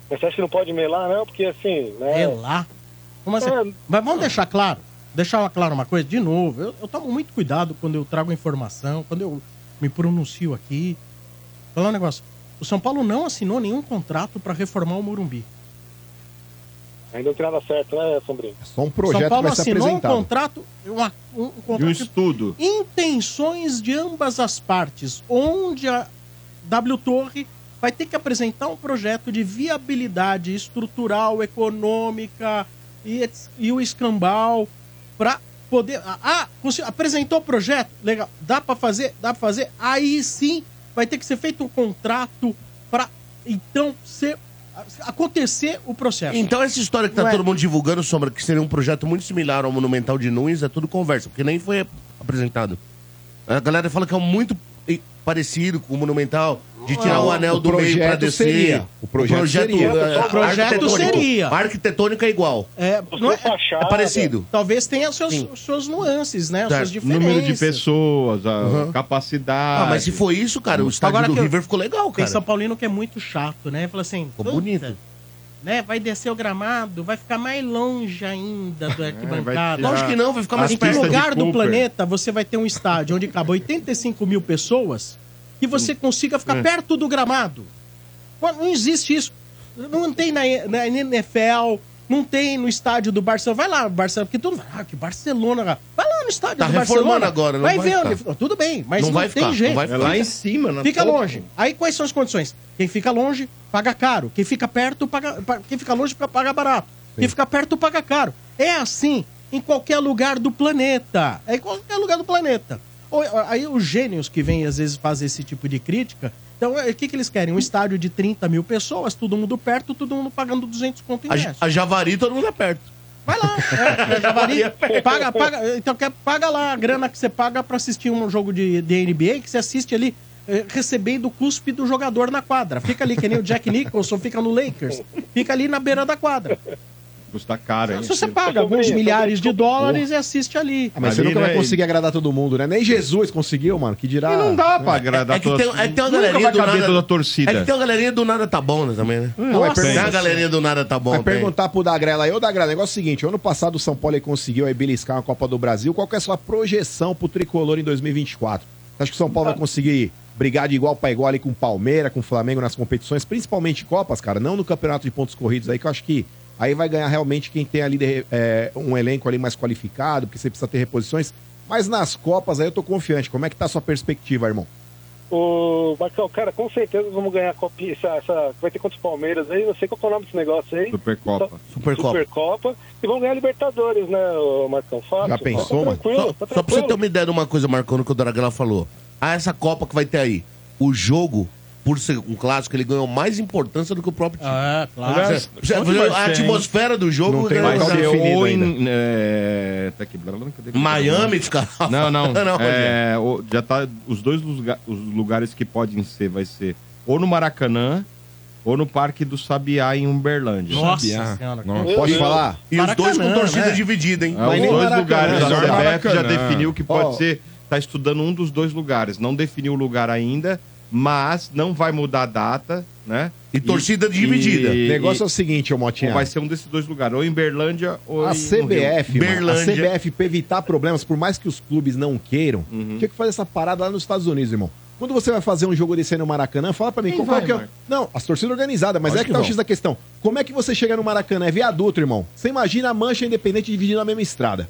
Speaker 10: Mas você acha que não pode melar não? Porque assim, né?
Speaker 1: É lá. Como assim?
Speaker 10: É.
Speaker 1: Mas vamos deixar claro, deixar claro uma coisa, de novo, eu, eu tomo muito cuidado quando eu trago informação, quando eu me pronuncio aqui. Falar um negócio, o São Paulo não assinou nenhum contrato pra reformar o Morumbi.
Speaker 10: Ainda não tem nada certo, né, Sombrinho?
Speaker 2: É só um
Speaker 1: São
Speaker 2: projeto que
Speaker 1: Paulo
Speaker 2: vai ser
Speaker 1: assinou um
Speaker 2: apresentado.
Speaker 1: contrato, uma- um, um
Speaker 4: E um
Speaker 1: contrato de
Speaker 4: estudo.
Speaker 1: intenções de ambas as partes, onde a W Torre vai ter que apresentar um projeto de viabilidade estrutural, econômica e, et- e o escambau para poder. Ah, ah, consi- apresentou o projeto, legal, dá para fazer, dá para fazer. Aí sim vai ter que ser feito um contrato para então ser acontecer o processo.
Speaker 3: Então, essa história que tá
Speaker 1: Não é.
Speaker 3: todo mundo divulgando, Sombra, que seria um projeto muito similar ao Monumental de Nunes, é tudo conversa, porque nem foi apresentado. A galera fala que é muito eh, parecido com o Monumental, de tirar o anel
Speaker 2: o
Speaker 3: do meio pra
Speaker 2: projeto
Speaker 3: descer.
Speaker 2: seria. O projeto seria.
Speaker 3: eh,
Speaker 1: O projeto
Speaker 3: arquitetônico.
Speaker 1: seria.
Speaker 3: Arquitetônico é igual.
Speaker 1: É, não
Speaker 10: Sua
Speaker 1: é-
Speaker 10: fachada,
Speaker 3: É parecido.
Speaker 1: talvez tenha seus,
Speaker 3: Sim.
Speaker 1: suas nuances, né? Suas
Speaker 3: Certo.
Speaker 1: diferenças.
Speaker 4: Tá, Número de pessoas, a
Speaker 3: Uhum.
Speaker 4: capacidade.
Speaker 3: Ah, mas se for isso, cara, o estádio
Speaker 1: Agora
Speaker 3: do
Speaker 1: que eu-
Speaker 3: River ficou legal,
Speaker 1: Tem
Speaker 3: cara.
Speaker 1: São Paulino que é muito chato, né? Fala assim.
Speaker 3: Ficou
Speaker 1: "Puta,
Speaker 3: bonito.
Speaker 1: Né? Vai descer o gramado, vai ficar mais longe
Speaker 3: É,
Speaker 1: ainda do arquibancada.
Speaker 4: tirar-
Speaker 3: Lógico que não, vai ficar mais
Speaker 1: Em que
Speaker 4: pista
Speaker 3: perto.
Speaker 4: de
Speaker 1: lugar do
Speaker 4: Cooper.
Speaker 1: planeta você vai ter um estádio onde cabe 85 mil pessoas e você consiga
Speaker 3: É.
Speaker 1: ficar perto do gramado? Pô, Não existe isso. Não tem na, na NFL, não tem no estádio do Barcelona. Vai lá, Barcelona, porque todo mundo fala, ah, que Barcelona. cara." Vai lá no estádio
Speaker 3: Tá
Speaker 1: do
Speaker 3: reformando
Speaker 1: Barcelona.
Speaker 3: agora, não
Speaker 1: vai,
Speaker 3: vai
Speaker 1: ver
Speaker 3: ficar.
Speaker 1: onde. Tudo bem, mas
Speaker 3: Não
Speaker 1: não,
Speaker 3: vai
Speaker 1: tem
Speaker 3: ficar, não
Speaker 1: jeito.
Speaker 3: vai
Speaker 4: É lá em cima, na
Speaker 1: Fica
Speaker 4: porra.
Speaker 1: longe. Aí quais são as condições? Quem fica longe, paga caro. Quem fica perto, paga. pa- Quem fica longe, fica- paga barato. Quem fica perto, paga caro. É assim em qualquer lugar do planeta. É em qualquer lugar do planeta. Ou- aí os gênios que vêm às vezes fazer esse tipo de crítica. Então, é, o que, que eles querem? Um estádio de 30 mil pessoas, todo mundo perto, todo mundo pagando 200 conto em
Speaker 3: A, a Javari todo mundo é perto.
Speaker 1: É, Javari, paga, paga, então quer, paga lá a grana que você paga pra assistir um jogo de, de NBA que você assiste ali eh, recebendo o cuspe do jogador na quadra. Fica ali, que nem o Jack Nicholson fica no Lakers. Fica ali na beira da quadra.
Speaker 4: Custa caro, hein?
Speaker 1: Se você paga
Speaker 2: Tá
Speaker 1: alguns milhares de dólares e assiste ali.
Speaker 2: Ah, mas você nunca vai conseguir agradar todo mundo, né? Nem Jesus conseguiu, mano. Que dirá.
Speaker 1: E não
Speaker 3: dá
Speaker 4: pra agradar
Speaker 3: É que tem, é que tem uma galerinha do nada. É que tem uma galerinha do nada tá bom, né, também, né?
Speaker 2: Não, é
Speaker 3: tem
Speaker 2: pergunta-
Speaker 3: a galerinha do nada tá bom.
Speaker 2: Vai
Speaker 3: tem.
Speaker 2: perguntar pro Dagrela aí, ô Dagrela, negócio é o seguinte, ano passado o São Paulo aí conseguiu aí beliscar uma Copa do Brasil, qual que é a sua projeção pro Tricolor em 2024? Você acha que o São
Speaker 3: Ah.
Speaker 2: Paulo vai conseguir brigar de igual pra igual ali com o Palmeiras, com o Flamengo nas competições, principalmente Copas, cara, não no Campeonato de Pontos Corridos aí, que eu acho que aí vai ganhar realmente quem tem ali de- é, um elenco ali mais qualificado, porque você precisa ter reposições, mas nas Copas aí eu tô confiante, como é que tá a sua perspectiva, irmão?
Speaker 10: Ô, Marcão, cara, com certeza vamos ganhar a copinha, essa, essa- vai ter contra o Palmeiras aí, não sei qual que é o nome desse negócio aí.
Speaker 4: Supercopa.
Speaker 3: Supercopa.
Speaker 10: Então, Supercopa. E vamos ganhar a Libertadores, né, ô, Marcão? Fácil.
Speaker 3: Já pensou,
Speaker 10: tá
Speaker 3: mano?
Speaker 10: tranquilo,
Speaker 3: Só,
Speaker 10: tá
Speaker 3: só pra você ter
Speaker 10: tranquilo.
Speaker 3: uma ideia de uma coisa, Marcão, que o Dragão falou. Ah, essa Copa que vai ter aí. O jogo, por ser um clássico, ele ganhou mais importância do que o próprio time.
Speaker 1: Ah,
Speaker 4: claro.
Speaker 3: Você- você- você- a atmosfera do jogo
Speaker 4: não tem
Speaker 3: né,
Speaker 4: mais
Speaker 3: você-
Speaker 4: ou em. É, tá aqui, blá, blá, blá, cadê?
Speaker 3: Miami, cara.
Speaker 4: Não, não.
Speaker 3: Não,
Speaker 4: é, o- já tá. Os dois lugar- os lugares que podem ser, vai ser ou no Maracanã ou no Parque do Sabiá, em Umberlândia.
Speaker 1: Nossa Sabiá. Senhora, cara.
Speaker 4: Nossa.
Speaker 2: Posso falar?
Speaker 3: E os dois com
Speaker 1: Maracanã,
Speaker 3: torcida
Speaker 1: né?
Speaker 3: dividida, hein?
Speaker 4: Ah, os dois
Speaker 2: Maracanã,
Speaker 4: lugares
Speaker 2: né?
Speaker 4: da CBF já
Speaker 6: Maracanã.
Speaker 4: definiu que pode
Speaker 2: Ó.
Speaker 4: ser. Tá estudando um dos dois lugares. Não definiu o lugar ainda, mas não vai mudar a data, né?
Speaker 3: E torcida dividida.
Speaker 2: O negócio é o seguinte, ô Motinha.
Speaker 4: vai ser um desses dois lugares, ou em Berlândia ou
Speaker 2: A
Speaker 4: em no Rio.
Speaker 2: CBF, mano, a
Speaker 3: Berlândia.
Speaker 2: CBF pra evitar problemas, por mais que os clubes não queiram,
Speaker 4: Uhum.
Speaker 2: tinha que fazer essa parada lá nos Estados Unidos, irmão. Quando você vai fazer um jogo desse aí no Maracanã, fala pra mim,
Speaker 4: Quem
Speaker 2: qual qual
Speaker 4: vai,
Speaker 2: que é...
Speaker 4: Marco?
Speaker 2: Não, as torcidas organizadas, mas
Speaker 3: Lógico
Speaker 2: é que
Speaker 3: que
Speaker 2: tá o
Speaker 3: vão.
Speaker 2: X da questão. Como é que você chega no Maracanã? É viaduto, irmão. Você imagina a mancha independente dividindo a mesma estrada.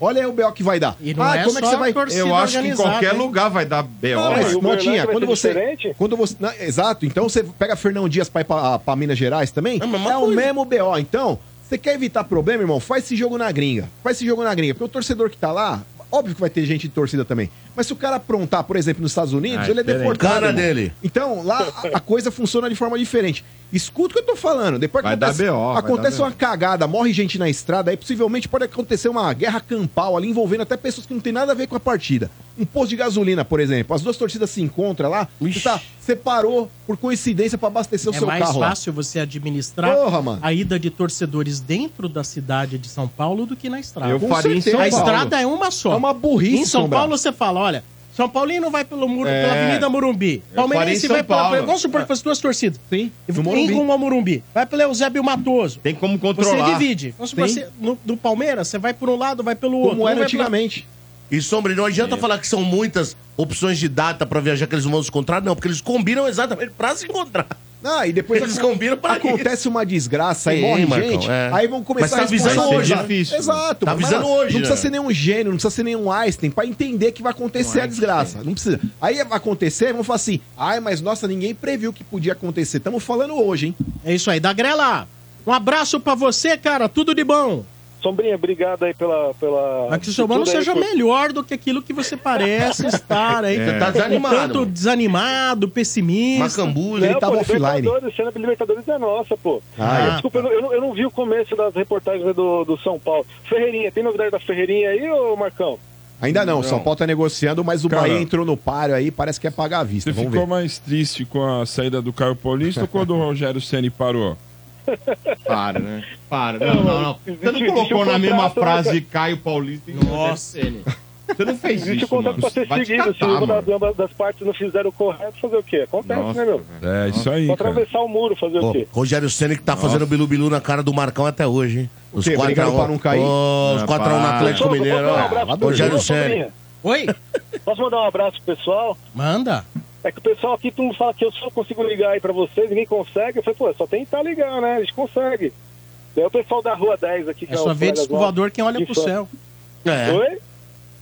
Speaker 2: Olha aí o B.O. que vai dar.
Speaker 1: E não é só a torcida
Speaker 4: Eu acho que em
Speaker 1: organizada,
Speaker 4: qualquer
Speaker 1: hein?
Speaker 4: lugar vai dar B.O.
Speaker 2: Não,
Speaker 4: né?
Speaker 2: mas,
Speaker 10: e o Berlândia
Speaker 2: Motinha,
Speaker 10: vai
Speaker 2: quando
Speaker 10: ser
Speaker 2: você,
Speaker 10: diferente?
Speaker 2: quando você. na- exato, então você pega Fernão Dias pra ir pra, pra Minas Gerais também.
Speaker 3: É a mesma
Speaker 2: É, o
Speaker 3: coisa.
Speaker 2: mesmo BO. Então, você quer evitar problema, irmão? Faz esse jogo na gringa. Faz esse jogo na gringa. Porque o torcedor que tá lá, óbvio que vai ter gente de torcida também. Mas se o cara aprontar, por exemplo, nos Estados Unidos,
Speaker 4: Ah,
Speaker 2: ele é
Speaker 4: diferente.
Speaker 2: deportado.
Speaker 3: Cara
Speaker 2: irmão.
Speaker 3: dele.
Speaker 2: Então, lá a, a coisa funciona de forma diferente. Escuta o que eu tô falando. Depois que
Speaker 4: Vai dar
Speaker 2: acontece,
Speaker 4: BO, vai
Speaker 2: acontece
Speaker 4: dar
Speaker 2: uma cagada, morre gente na estrada, aí possivelmente pode acontecer uma guerra campal ali envolvendo até pessoas que não tem nada a ver com a partida. Um posto de gasolina, por exemplo. As duas torcidas se encontram lá, você,
Speaker 3: Ixi.
Speaker 2: tá, você parou por coincidência pra abastecer o
Speaker 1: É
Speaker 2: seu
Speaker 1: mais
Speaker 2: carro. lá.
Speaker 1: fácil você administrar
Speaker 2: Porra, mano.
Speaker 1: a ida de torcedores dentro da cidade de São Paulo do que na estrada.
Speaker 4: Eu faria em
Speaker 2: certeza.
Speaker 4: São
Speaker 1: a
Speaker 4: Paulo.
Speaker 1: estrada é uma só.
Speaker 2: É uma burrice,
Speaker 1: Em São
Speaker 2: Sombra.
Speaker 1: Paulo você fala, olha, São Paulino vai pelo muro,
Speaker 4: É.
Speaker 1: pela Avenida Morumbi.
Speaker 4: Eu faria em
Speaker 1: Palmeirense
Speaker 4: São
Speaker 1: vai pela...
Speaker 4: Paulo.
Speaker 1: Vamos supor que fosse duas torcidas.
Speaker 2: Sim,
Speaker 1: E
Speaker 2: no
Speaker 1: Em
Speaker 2: Morumbi.
Speaker 1: rumo ao Morumbi. Vai pelo Eusébio Matoso.
Speaker 4: Tem como
Speaker 1: Você
Speaker 4: controlar.
Speaker 1: divide. Vamos supor,
Speaker 2: Sim.
Speaker 1: você, no, do Palmeiras, você vai por um lado, vai pelo outro.
Speaker 2: Como
Speaker 1: Um
Speaker 2: era
Speaker 1: vai pela-
Speaker 2: antigamente.
Speaker 3: E Sombra, não adianta falar que são muitas opções de data pra viajar que eles não vão se encontrar, não, porque eles combinam exatamente pra se encontrar.
Speaker 2: Ah, e depois
Speaker 3: Eles combinam pra
Speaker 2: acontece uma desgraça, aí
Speaker 3: Sim,
Speaker 2: morre
Speaker 3: Marcão,
Speaker 2: gente,
Speaker 3: é.
Speaker 2: aí vão
Speaker 3: Mas
Speaker 2: começar
Speaker 3: tá avisando
Speaker 2: responsabilizar.
Speaker 4: hoje, né? Difícil.
Speaker 2: Exato.
Speaker 3: Tá
Speaker 2: mas,
Speaker 3: avisando
Speaker 2: mano,
Speaker 3: hoje,
Speaker 2: Não precisa
Speaker 3: né?
Speaker 2: ser nenhum gênio, não precisa ser nenhum Einstein pra entender que vai acontecer
Speaker 3: é,
Speaker 2: a desgraça. Não precisa. Aí vai acontecer, vão falar assim, ai, mas nossa, ninguém previu que podia acontecer. Estamos falando hoje, hein?
Speaker 1: É isso aí. Da Grela, um abraço pra você, cara. Tudo de bom.
Speaker 10: Sombrinha, obrigado aí pela. pela
Speaker 1: Mas que o seu mano
Speaker 10: tudo aí,
Speaker 1: seja
Speaker 10: por-
Speaker 1: melhor do que aquilo que você parece estar aí.
Speaker 3: Você tá desanimado,
Speaker 1: Tanto
Speaker 3: mano.
Speaker 1: desanimado, pessimista.
Speaker 3: Macambu,
Speaker 10: Não,
Speaker 3: né?
Speaker 2: Ele tava
Speaker 10: pô,
Speaker 2: offline.
Speaker 10: Libertadores, cena pra Libertadores é nossa, pô.
Speaker 2: Ah,
Speaker 1: eu-
Speaker 10: Desculpa, eu, não- eu não- eu não vi o começo das reportagens do, do São Paulo. Ferreirinha, tem novidade da Ferreirinha aí, ô Marcão?
Speaker 2: Ainda não, São Paulo tá negociando, mas o
Speaker 6: Cara,
Speaker 2: Bahia entrou no páreo aí, parece que é pagar à vista.
Speaker 6: Você
Speaker 2: Vamos
Speaker 6: ficou
Speaker 2: ver.
Speaker 6: mais triste com a saída do Caio Paulista ou quando o Rogério Ceni parou?
Speaker 4: Para, né? Para. Não, não, não. Você não
Speaker 10: Existe- existe
Speaker 4: colocou
Speaker 10: um
Speaker 4: na mesma
Speaker 10: contrato, né,
Speaker 4: frase Caio Paulista e
Speaker 1: Nossa.
Speaker 4: Você não fez
Speaker 10: Existe o
Speaker 4: É isso,
Speaker 10: contrato
Speaker 4: mano.
Speaker 10: pra ser
Speaker 4: Vai te
Speaker 10: seguido. Se
Speaker 4: catar,
Speaker 10: uma das,
Speaker 4: mano.
Speaker 10: ambas das partes não fizer o correto, fazer o quê? Acontece, né, meu?
Speaker 4: Nossa, velho.
Speaker 6: É, isso aí,
Speaker 10: Pra
Speaker 6: cara.
Speaker 10: atravessar o muro, fazer
Speaker 3: Pô,
Speaker 10: o quê?
Speaker 3: Rogério Senna que tá fazendo bilu-bilu na cara do Marcão até hoje, hein? Os
Speaker 2: quê?
Speaker 3: 4x1.
Speaker 2: Brigaram pra não cair?
Speaker 3: Os
Speaker 4: Ah,
Speaker 3: 4x1 no
Speaker 4: para.
Speaker 3: Atlético
Speaker 10: Posso-
Speaker 3: Mineiro.
Speaker 10: posso mandar um
Speaker 3: ó.
Speaker 10: abraço pro
Speaker 3: Rogério
Speaker 10: pessoal,
Speaker 3: Senna.
Speaker 10: Sombrinha?
Speaker 1: Oi?
Speaker 10: Posso mandar um abraço pro pessoal?
Speaker 1: Manda.
Speaker 10: É que o pessoal aqui, todo mundo fala que eu só consigo ligar aí pra vocês, ninguém consegue. Eu falei, pô, é só tentar ligar, né? A gente consegue. Daí o pessoal da Rua 10 aqui... que
Speaker 1: É
Speaker 10: o
Speaker 1: só ver
Speaker 10: colega
Speaker 1: disco
Speaker 10: nosso,
Speaker 1: voador quem olha
Speaker 10: que
Speaker 1: pro
Speaker 10: fã.
Speaker 1: céu.
Speaker 3: É.
Speaker 10: Oi?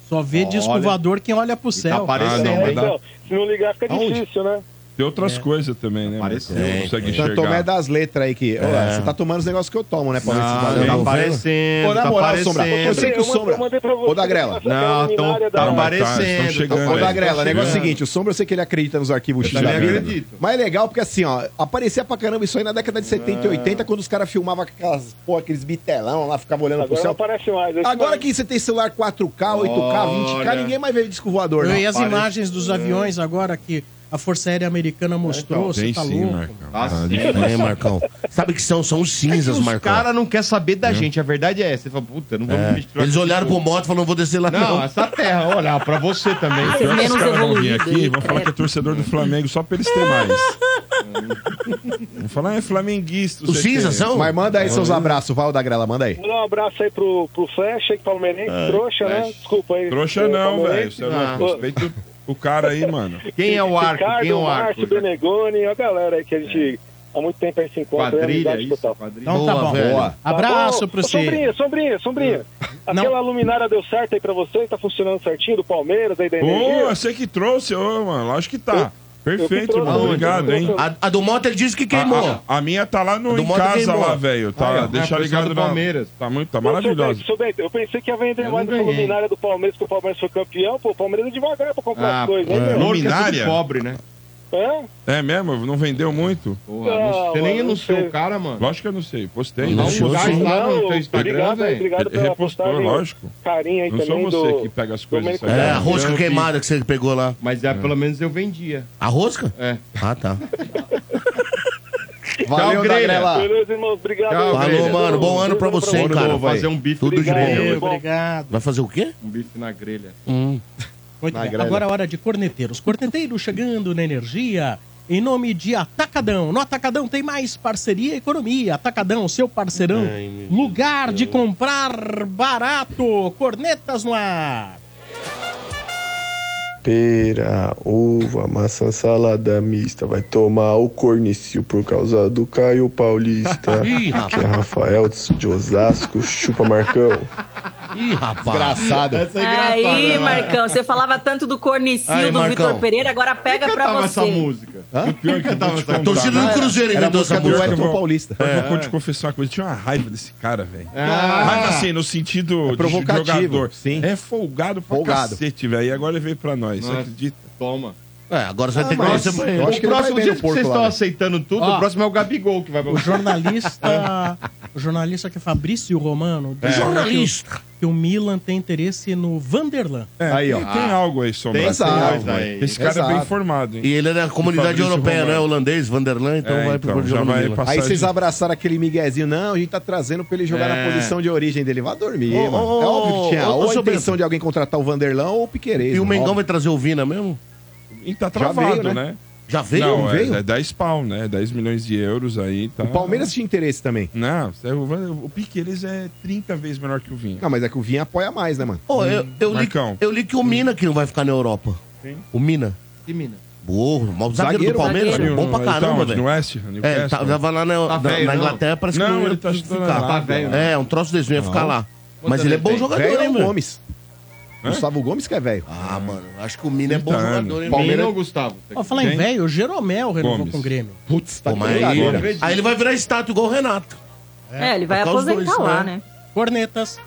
Speaker 1: Só vê disco
Speaker 4: Olha.
Speaker 1: voador quem olha pro
Speaker 4: Tá
Speaker 1: céu.
Speaker 4: aparecendo,
Speaker 6: Ah, não,
Speaker 10: É,
Speaker 4: hein?
Speaker 6: mas dá-
Speaker 10: então, se não ligar fica
Speaker 2: Aonde?
Speaker 10: difícil, né?
Speaker 6: Tem outras coisas também, né?
Speaker 2: Apareceu. É.
Speaker 6: Não consegue
Speaker 2: Santo Então, Tomé
Speaker 6: enxergar.
Speaker 2: das letras aí que. Ô,
Speaker 6: É.
Speaker 2: Você tá tomando os negócios que eu tomo, né? Pra ver se
Speaker 6: Não,
Speaker 2: valeu.
Speaker 6: tá
Speaker 2: Ô,
Speaker 6: aparecendo,
Speaker 2: Ô, na
Speaker 6: tá
Speaker 2: moral,
Speaker 6: aparecendo.
Speaker 2: Sombra. Eu sei
Speaker 6: Eu
Speaker 2: que o
Speaker 6: mandei-
Speaker 2: Sombra.
Speaker 6: eu mandei pra você
Speaker 2: Ô, da Grela.
Speaker 6: essa Não, tão- luminária da- tá aparecendo,
Speaker 2: Ô,
Speaker 6: tão chegando, Tá
Speaker 2: da
Speaker 6: velho.
Speaker 2: Grela, o
Speaker 6: Tão
Speaker 2: negócio é o
Speaker 6: chegando.
Speaker 2: seguinte: o Sombra eu sei que ele acredita nos arquivos X da
Speaker 6: também
Speaker 2: vida.
Speaker 6: acredito.
Speaker 2: Mas é legal porque assim, ó, aparecia pra caramba isso aí na década de 70
Speaker 6: É.
Speaker 2: e 80, quando os caras filmavam com aquelas, pô, aqueles bitelão lá, ficavam olhando pro
Speaker 10: Agora não
Speaker 2: céu.
Speaker 10: aparece mais. esse
Speaker 2: Agora
Speaker 10: parece-
Speaker 2: que você tem celular 4K, 8K, 20K,
Speaker 1: Olha.
Speaker 2: ninguém mais vê disco voador,
Speaker 1: Eu
Speaker 2: não.
Speaker 1: e as
Speaker 2: Aparece.
Speaker 1: imagens dos
Speaker 10: É.
Speaker 1: aviões agora que a Força Aérea Americana mostrou,
Speaker 3: Então,
Speaker 1: você
Speaker 3: tem
Speaker 1: tá
Speaker 3: sim,
Speaker 1: louco.
Speaker 3: Marcão.
Speaker 1: mano.
Speaker 3: Ah, é, Marcão. Sabe que são,
Speaker 6: É
Speaker 3: são os cinzas,
Speaker 4: Os
Speaker 3: Marcão.
Speaker 4: caras não querem saber da
Speaker 3: É.
Speaker 4: gente, a verdade é essa. Você fala, puta, não vamos
Speaker 3: É.
Speaker 4: me misturar.
Speaker 3: Eles
Speaker 4: com
Speaker 3: olharam
Speaker 4: isso.
Speaker 3: pro moto e falaram, não vou descer lá não.
Speaker 4: Não, essa terra, olha, pra você também.
Speaker 6: Pior que os caras vão vir aqui, vão falar que é torcedor do Flamengo, só pra eles terem mais. Vão falar, "Ah, é flamenguista.
Speaker 2: Os cinzas são? Mas manda aí seus
Speaker 6: abraços.
Speaker 2: abraços, vai, ô, da Grela, manda aí.
Speaker 3: Então
Speaker 10: Mandar um abraço aí pro, pro Flash aí, que palmeirense,
Speaker 3: É.
Speaker 6: Ai,
Speaker 10: trouxa, né?
Speaker 6: Flash.
Speaker 10: Desculpa aí.
Speaker 6: É. Trouxa
Speaker 10: eh,
Speaker 6: não, velho.
Speaker 10: palmeirense.
Speaker 6: Você é louco.
Speaker 10: Ah.
Speaker 6: Respeita o- o cara aí, mano.
Speaker 10: é Ricardo,
Speaker 6: é
Speaker 10: Márcio, Benegoni, a galera aí que a gente há muito tempo aí se encontra.
Speaker 6: Quadrilha,
Speaker 10: é amizade
Speaker 6: isso,
Speaker 10: total.
Speaker 6: quadrilha. Então tá Boa, bom. velho. Boa.
Speaker 1: Abraço
Speaker 10: bom?
Speaker 1: pra
Speaker 10: Ô,
Speaker 1: você.
Speaker 10: Sombrinha, sombrinha, sombrinha. Aquela luminária deu certo aí pra você? Tá funcionando certinho do Palmeiras aí da
Speaker 6: Ô,
Speaker 10: energia?
Speaker 6: você tá que trouxe, ô, mano. Acho que tá.
Speaker 10: eu que
Speaker 6: Perfeito,
Speaker 10: trouxe,
Speaker 6: irmão.
Speaker 10: eu que
Speaker 6: Obrigado,
Speaker 10: trouxe.
Speaker 6: hein?
Speaker 10: A-
Speaker 3: do moto ele disse que
Speaker 10: queimou.
Speaker 6: A, a minha tá lá no
Speaker 10: do
Speaker 6: em
Speaker 10: moto
Speaker 6: casa
Speaker 10: queimou.
Speaker 6: lá, velho. Tá,
Speaker 10: Ah, é.
Speaker 6: deixa
Speaker 10: É, a
Speaker 6: ligado
Speaker 10: do
Speaker 6: na-
Speaker 10: Palmeiras.
Speaker 6: Tá muito, tá
Speaker 10: Ô, seu
Speaker 6: maravilhosa.
Speaker 10: Bento, seu Bento, eu pensei que ia vender mais essa
Speaker 6: ganhei.
Speaker 10: luminária do Palmeiras, que o Palmeiras foi campeão. Pô, o Palmeiras é devagar pra comprar as coisas, hein,
Speaker 6: é.
Speaker 10: meu?
Speaker 6: luminária?
Speaker 4: Pobre, né?
Speaker 10: É?
Speaker 6: É mesmo? Não vendeu muito?
Speaker 10: Porra, não- Não, você nem mano, anunciou não sei. o
Speaker 4: cara, mano.
Speaker 6: Lógico que eu não sei. Postei. né?
Speaker 4: Dá um Anunciou, lugar sim. lá no teu Instagram,
Speaker 6: Ah,
Speaker 10: obrigado, aí,
Speaker 4: velho.
Speaker 10: obrigado
Speaker 6: Ele
Speaker 10: pela
Speaker 6: repostou,
Speaker 10: postagem.
Speaker 6: lógico.
Speaker 10: Carinho aí
Speaker 6: Não
Speaker 10: também
Speaker 6: sou você
Speaker 10: do-
Speaker 6: que pega as
Speaker 10: do
Speaker 6: coisas,
Speaker 10: Domênico
Speaker 6: cara.
Speaker 3: É,
Speaker 10: Gabriel.
Speaker 3: a rosca queimada que você pegou lá.
Speaker 4: Mas é, pelo menos eu vendia.
Speaker 3: A rosca?
Speaker 4: É.
Speaker 3: Ah, tá.
Speaker 4: Valeu, Grela.
Speaker 10: Beleza, irmão. Obrigado.
Speaker 4: Tchau,
Speaker 3: Falou,
Speaker 4: Grelha.
Speaker 3: mano. Bom ano pra você,
Speaker 4: Ano
Speaker 3: cara.
Speaker 4: novo,
Speaker 3: Vai.
Speaker 4: fazer um bife
Speaker 3: Tudo de bom.
Speaker 1: Obrigado.
Speaker 3: Vai fazer o quê?
Speaker 4: Um bife na grelha.
Speaker 3: Hum.
Speaker 1: Muito
Speaker 3: Na
Speaker 1: bem.
Speaker 3: grelha.
Speaker 1: Agora é hora de corneteiros. Corneteiros chegando na energia. Em nome de Atacadão. No Atacadão tem mais parceria e economia. Atacadão, seu parceirão. lugar de comprar barato. Cornetas no ar.
Speaker 8: Pera, uva, maçã salada mista. Vai tomar o cornício por causa do Caio Paulista.
Speaker 3: Ih,
Speaker 8: que é Rafael de Osasco. Chupa, Marcão.
Speaker 3: Ih, rapaz.
Speaker 8: Desgraçado.
Speaker 3: é
Speaker 5: Aí,
Speaker 3: né?
Speaker 5: Marcão, você falava tanto do Cornicil,
Speaker 3: Aí,
Speaker 5: do
Speaker 3: Marcão.
Speaker 5: Vitor Pereira, agora pega pra você.
Speaker 2: Hã?
Speaker 4: é
Speaker 6: Pior que eu vou te
Speaker 3: A
Speaker 6: contar,
Speaker 3: torcida do
Speaker 6: né?
Speaker 3: Cruzeiro
Speaker 6: Era
Speaker 3: inventou
Speaker 6: música
Speaker 3: essa
Speaker 6: do
Speaker 3: música.
Speaker 6: Elton
Speaker 2: Paulista.
Speaker 6: É. Eu
Speaker 3: É.
Speaker 6: vou te confessar uma coisa. Eu tinha uma raiva desse cara, velho.
Speaker 3: Ah.
Speaker 6: Raiva assim, no sentido
Speaker 2: É provocativo,
Speaker 6: de jogador.
Speaker 2: sim.
Speaker 6: É folgado pra
Speaker 2: Folgado.
Speaker 6: cacete, velho. E agora ele veio pra nós. Você
Speaker 4: Nossa.
Speaker 6: acredita?
Speaker 4: Toma.
Speaker 3: É, agora você
Speaker 4: Ah,
Speaker 3: vai ter que
Speaker 4: mas
Speaker 3: conhecer pra ele.
Speaker 4: o próximo dia que vocês
Speaker 3: né?
Speaker 4: estão aceitando tudo,
Speaker 1: Ó.
Speaker 4: o próximo é o Gabigol que vai pra É.
Speaker 1: O jornalista. o jornalista que é Fabrício Romano. diz
Speaker 6: É.
Speaker 1: que o-
Speaker 6: Jornalista.
Speaker 1: Que o Milan tem interesse no Vanderlan.
Speaker 6: É, tem, tem algo aí, Sombra.
Speaker 1: Tem
Speaker 6: algo
Speaker 1: exato,
Speaker 6: aí.
Speaker 1: aí.
Speaker 6: Esse cara é bem
Speaker 1: Exato.
Speaker 6: formado, hein?
Speaker 3: E ele é da comunidade
Speaker 6: Fabrício
Speaker 3: europeia,
Speaker 6: Romano.
Speaker 3: né? Holandês, Vanderlan, então
Speaker 6: É,
Speaker 3: vai
Speaker 6: então,
Speaker 3: pro Corinthians
Speaker 6: já
Speaker 3: no
Speaker 6: vai
Speaker 3: Milan.
Speaker 6: passar
Speaker 2: Aí vocês
Speaker 6: de-
Speaker 2: abraçaram aquele miguezinho, não, a gente tá trazendo pra ele jogar
Speaker 3: É.
Speaker 2: na posição de origem dele. Vá dormir,
Speaker 3: Ô,
Speaker 2: mano.
Speaker 3: ô,
Speaker 2: é óbvio que tinha
Speaker 3: ô, ô,
Speaker 2: ou a
Speaker 3: seu
Speaker 2: intenção de alguém contratar o Vanderlan ou o Piqueires.
Speaker 3: E o
Speaker 2: né?
Speaker 3: Mengão
Speaker 2: Óbvio.
Speaker 3: vai trazer o Vina mesmo?
Speaker 6: E tá
Speaker 2: Já
Speaker 6: travado,
Speaker 2: veio, né?
Speaker 6: né?
Speaker 3: Já veio?
Speaker 6: Não, é,
Speaker 3: Veio?
Speaker 6: é 10 pau, né? 10 milhões de euros aí. Tá...
Speaker 2: O Palmeiras tinha interesse também.
Speaker 6: Não, o Van- o Piqueires é 30 vezes menor que o Vinha.
Speaker 2: Não, mas é que o Vinha apoia mais, né, mano?
Speaker 3: Pô, eu, eu, li,
Speaker 6: Hum. Marcão.
Speaker 3: eu li que o Mina que não vai ficar na Europa.
Speaker 6: Quem?
Speaker 3: O Mina.
Speaker 4: Que mina.
Speaker 3: Burro, mas o zagueiro,
Speaker 6: Zagueiro,
Speaker 3: do Palmeiras,
Speaker 6: zagueiro.
Speaker 3: bom pra
Speaker 6: Ele tá
Speaker 3: caramba,
Speaker 6: onde?
Speaker 3: velho.
Speaker 6: No West? No
Speaker 3: É,
Speaker 6: Newcastle?
Speaker 3: tá, tava lá na,
Speaker 6: Tá
Speaker 3: na-
Speaker 6: velho,
Speaker 3: na
Speaker 6: não.
Speaker 3: Inglaterra, parece que
Speaker 6: Não,
Speaker 3: ia
Speaker 6: ele tá estudando
Speaker 3: ficar.
Speaker 6: lá, Tá velho,
Speaker 3: É, um troço desse não ia ficar lá. Mas ele é bom jogador,
Speaker 2: Velho é
Speaker 3: hein,
Speaker 2: o
Speaker 3: velho?
Speaker 2: Gomes. Gustavo Gomes que é velho.
Speaker 3: Ah, mano, acho que o Mina é bom
Speaker 2: 30
Speaker 3: jogador,
Speaker 2: anos.
Speaker 3: hein?
Speaker 2: Palmeiras-
Speaker 3: Mina-
Speaker 4: Gustavo.
Speaker 1: Ó, falar em
Speaker 3: Quem?
Speaker 1: velho, o Jeromel renovou
Speaker 3: Gomes.
Speaker 1: com o Grêmio.
Speaker 2: Putz,
Speaker 3: Pô, mas aí, aí ele vai virar estátua igual o Renato.
Speaker 5: É, ele vai
Speaker 3: Por causa
Speaker 5: aposentar
Speaker 3: dos dois,
Speaker 5: lá,
Speaker 3: né?
Speaker 5: né?
Speaker 1: Cornetas.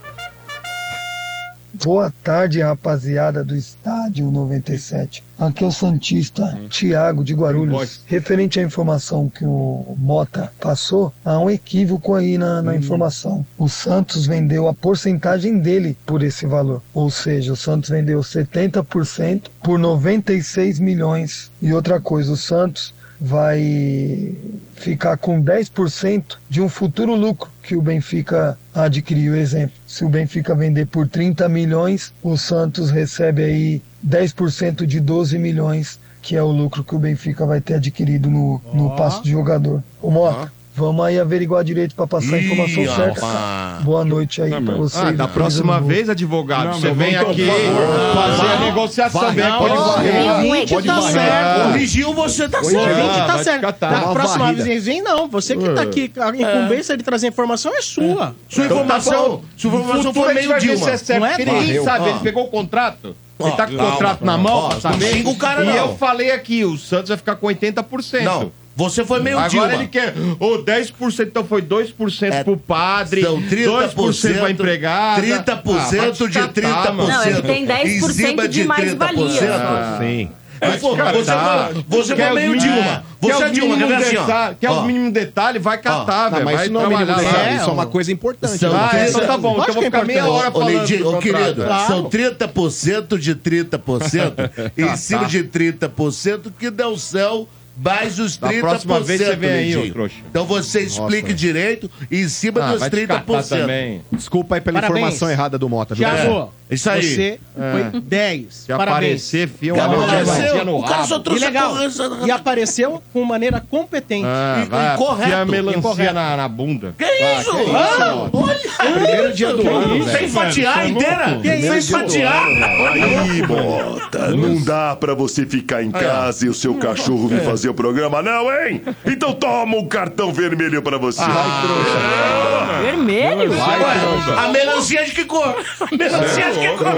Speaker 11: Boa tarde, rapaziada do Estádio 97. Aqui é o Santista Tiago de Guarulhos. Referente à informação que o Mota passou, há um equívoco aí na, na informação. O Santos vendeu a porcentagem dele por esse valor. Ou seja, o Santos vendeu 70% por 96 milhões. E outra coisa, o Santos vai ficar com 10% de um futuro lucro que o Benfica adquiriu. Exemplo, se o Benfica vender por 30 milhões, o Santos recebe aí 10% de 12 milhões, que é o lucro que o Benfica vai ter adquirido no, no passo de jogador. Ô Mota, Vamos aí averiguar direito pra passar a
Speaker 4: Ih,
Speaker 11: informação certa.
Speaker 4: rapaz.
Speaker 11: Boa noite aí pra vocês.
Speaker 4: Ah, da próxima vez, advogado,
Speaker 6: Não,
Speaker 4: você
Speaker 6: meu,
Speaker 4: vem
Speaker 6: vamos
Speaker 4: aqui Ah,
Speaker 6: tomar-
Speaker 4: fazer a
Speaker 6: Vai.
Speaker 4: negociação
Speaker 6: Vai.
Speaker 3: né?
Speaker 4: bem. Pode
Speaker 6: Não,
Speaker 4: varrer.
Speaker 6: o ouvinte
Speaker 4: Pode
Speaker 6: tá
Speaker 4: varrer.
Speaker 6: certo.
Speaker 3: Corrigiu, você tá
Speaker 1: O
Speaker 3: certo.
Speaker 1: ouvinte
Speaker 3: Ah,
Speaker 1: tá
Speaker 3: vai te
Speaker 1: certo.
Speaker 3: catar.
Speaker 1: Da
Speaker 3: Dá uma
Speaker 1: próxima
Speaker 3: varrida.
Speaker 1: vez, hein? não. Você que tá aqui, a incumbência de trazer informação é sua.
Speaker 3: Sua informação- sua informação
Speaker 1: tá No futuro
Speaker 3: foi
Speaker 1: a gente
Speaker 3: meio
Speaker 1: vai ver
Speaker 3: Dilma.
Speaker 1: se é certo,
Speaker 3: Não é?
Speaker 1: porque ninguém
Speaker 3: Varreu.
Speaker 1: sabe.
Speaker 4: Sabe,
Speaker 3: Ó.
Speaker 4: ele pegou o contrato.
Speaker 3: Ó,
Speaker 4: ele tá com o
Speaker 3: calma,
Speaker 4: contrato na
Speaker 3: calma.
Speaker 4: mão,
Speaker 3: Ó,
Speaker 4: pra saber.
Speaker 3: não xinga o cara,
Speaker 4: e
Speaker 3: não.
Speaker 4: eu falei aqui, o Santos vai ficar com 80%.
Speaker 3: Não, você foi meio
Speaker 4: Agora
Speaker 3: Dilma. É,
Speaker 4: ele quer ou 10%, então foi 2% pro padre,
Speaker 3: São
Speaker 4: 2% pra empregada. Ah,
Speaker 5: Ah,
Speaker 3: 30% de 30%.
Speaker 5: tá Não, ele tem 10%
Speaker 3: Em cima
Speaker 5: de mais-valia.
Speaker 3: 30%.
Speaker 4: Ah, sim.
Speaker 3: Mas, É, pô,
Speaker 4: Vai
Speaker 3: você
Speaker 4: catar.
Speaker 3: foi- você
Speaker 4: Quer
Speaker 3: foi meio
Speaker 4: os
Speaker 3: Dilma.
Speaker 4: mínimos-
Speaker 3: Você
Speaker 4: quer
Speaker 3: é
Speaker 4: os
Speaker 3: Dilma, quer ver
Speaker 4: mínimos
Speaker 3: assim, ó.
Speaker 4: deta- Quer
Speaker 3: Ó.
Speaker 4: os mínimos detalhes, vai catar, velho.
Speaker 2: mas
Speaker 4: Vai
Speaker 2: isso não é mínimo
Speaker 4: trabalhar
Speaker 2: detalhe,
Speaker 4: lá.
Speaker 2: isso é uma coisa importante.
Speaker 3: São
Speaker 4: Ah,
Speaker 3: trinta-
Speaker 4: então tá bom, então eu vou
Speaker 2: Lógico que é
Speaker 4: ficar meia
Speaker 2: importante.
Speaker 4: hora
Speaker 3: né? Ô,
Speaker 4: falando
Speaker 3: Lindinho,
Speaker 4: do
Speaker 3: ô,
Speaker 4: contrato.
Speaker 3: querido,
Speaker 4: Claro.
Speaker 3: são 30% de 30%, em
Speaker 4: Tá,
Speaker 3: cima
Speaker 4: tá.
Speaker 3: de 30%, que dá o céu mais os 30%.
Speaker 4: Da próxima vez você vem aí,
Speaker 3: Lindinho.
Speaker 4: ô trouxa.
Speaker 3: Então você explique direito e em cima
Speaker 4: Ah,
Speaker 3: dos
Speaker 4: vai te catar
Speaker 3: 30%.
Speaker 4: também.
Speaker 2: Desculpa aí pela
Speaker 3: Parabéns.
Speaker 2: informação errada do Mota. viu?
Speaker 1: Thiago,
Speaker 3: É, isso aí.
Speaker 1: você
Speaker 3: É.
Speaker 1: foi 10.
Speaker 4: Se
Speaker 1: Parabéns.
Speaker 4: aparecer, fio,
Speaker 3: Que
Speaker 4: uma
Speaker 3: apareceu?
Speaker 4: melodia no
Speaker 3: O cara
Speaker 4: rabo.
Speaker 3: só
Speaker 1: E
Speaker 3: trouxe
Speaker 1: legal.
Speaker 3: a correção.
Speaker 1: E apareceu com maneira competente.
Speaker 4: Ah,
Speaker 1: E-
Speaker 4: vai,
Speaker 1: e correto.
Speaker 4: enfia a melancia
Speaker 1: Incorreto.
Speaker 4: na, na bunda.
Speaker 3: Que isso? Ah, olha!
Speaker 2: Primeiro dia do ano,
Speaker 3: Sem
Speaker 2: velho.
Speaker 3: fatiar inteira? Sem fatiar?
Speaker 7: Aí, Mota, não dá pra você ficar em casa e o seu cachorro vir fazer o programa, não, hein? Então toma um cartão vermelho pra você. É.
Speaker 5: Vermelho?
Speaker 3: Olha, a melancia de que cor? A melancia de que cor? Não,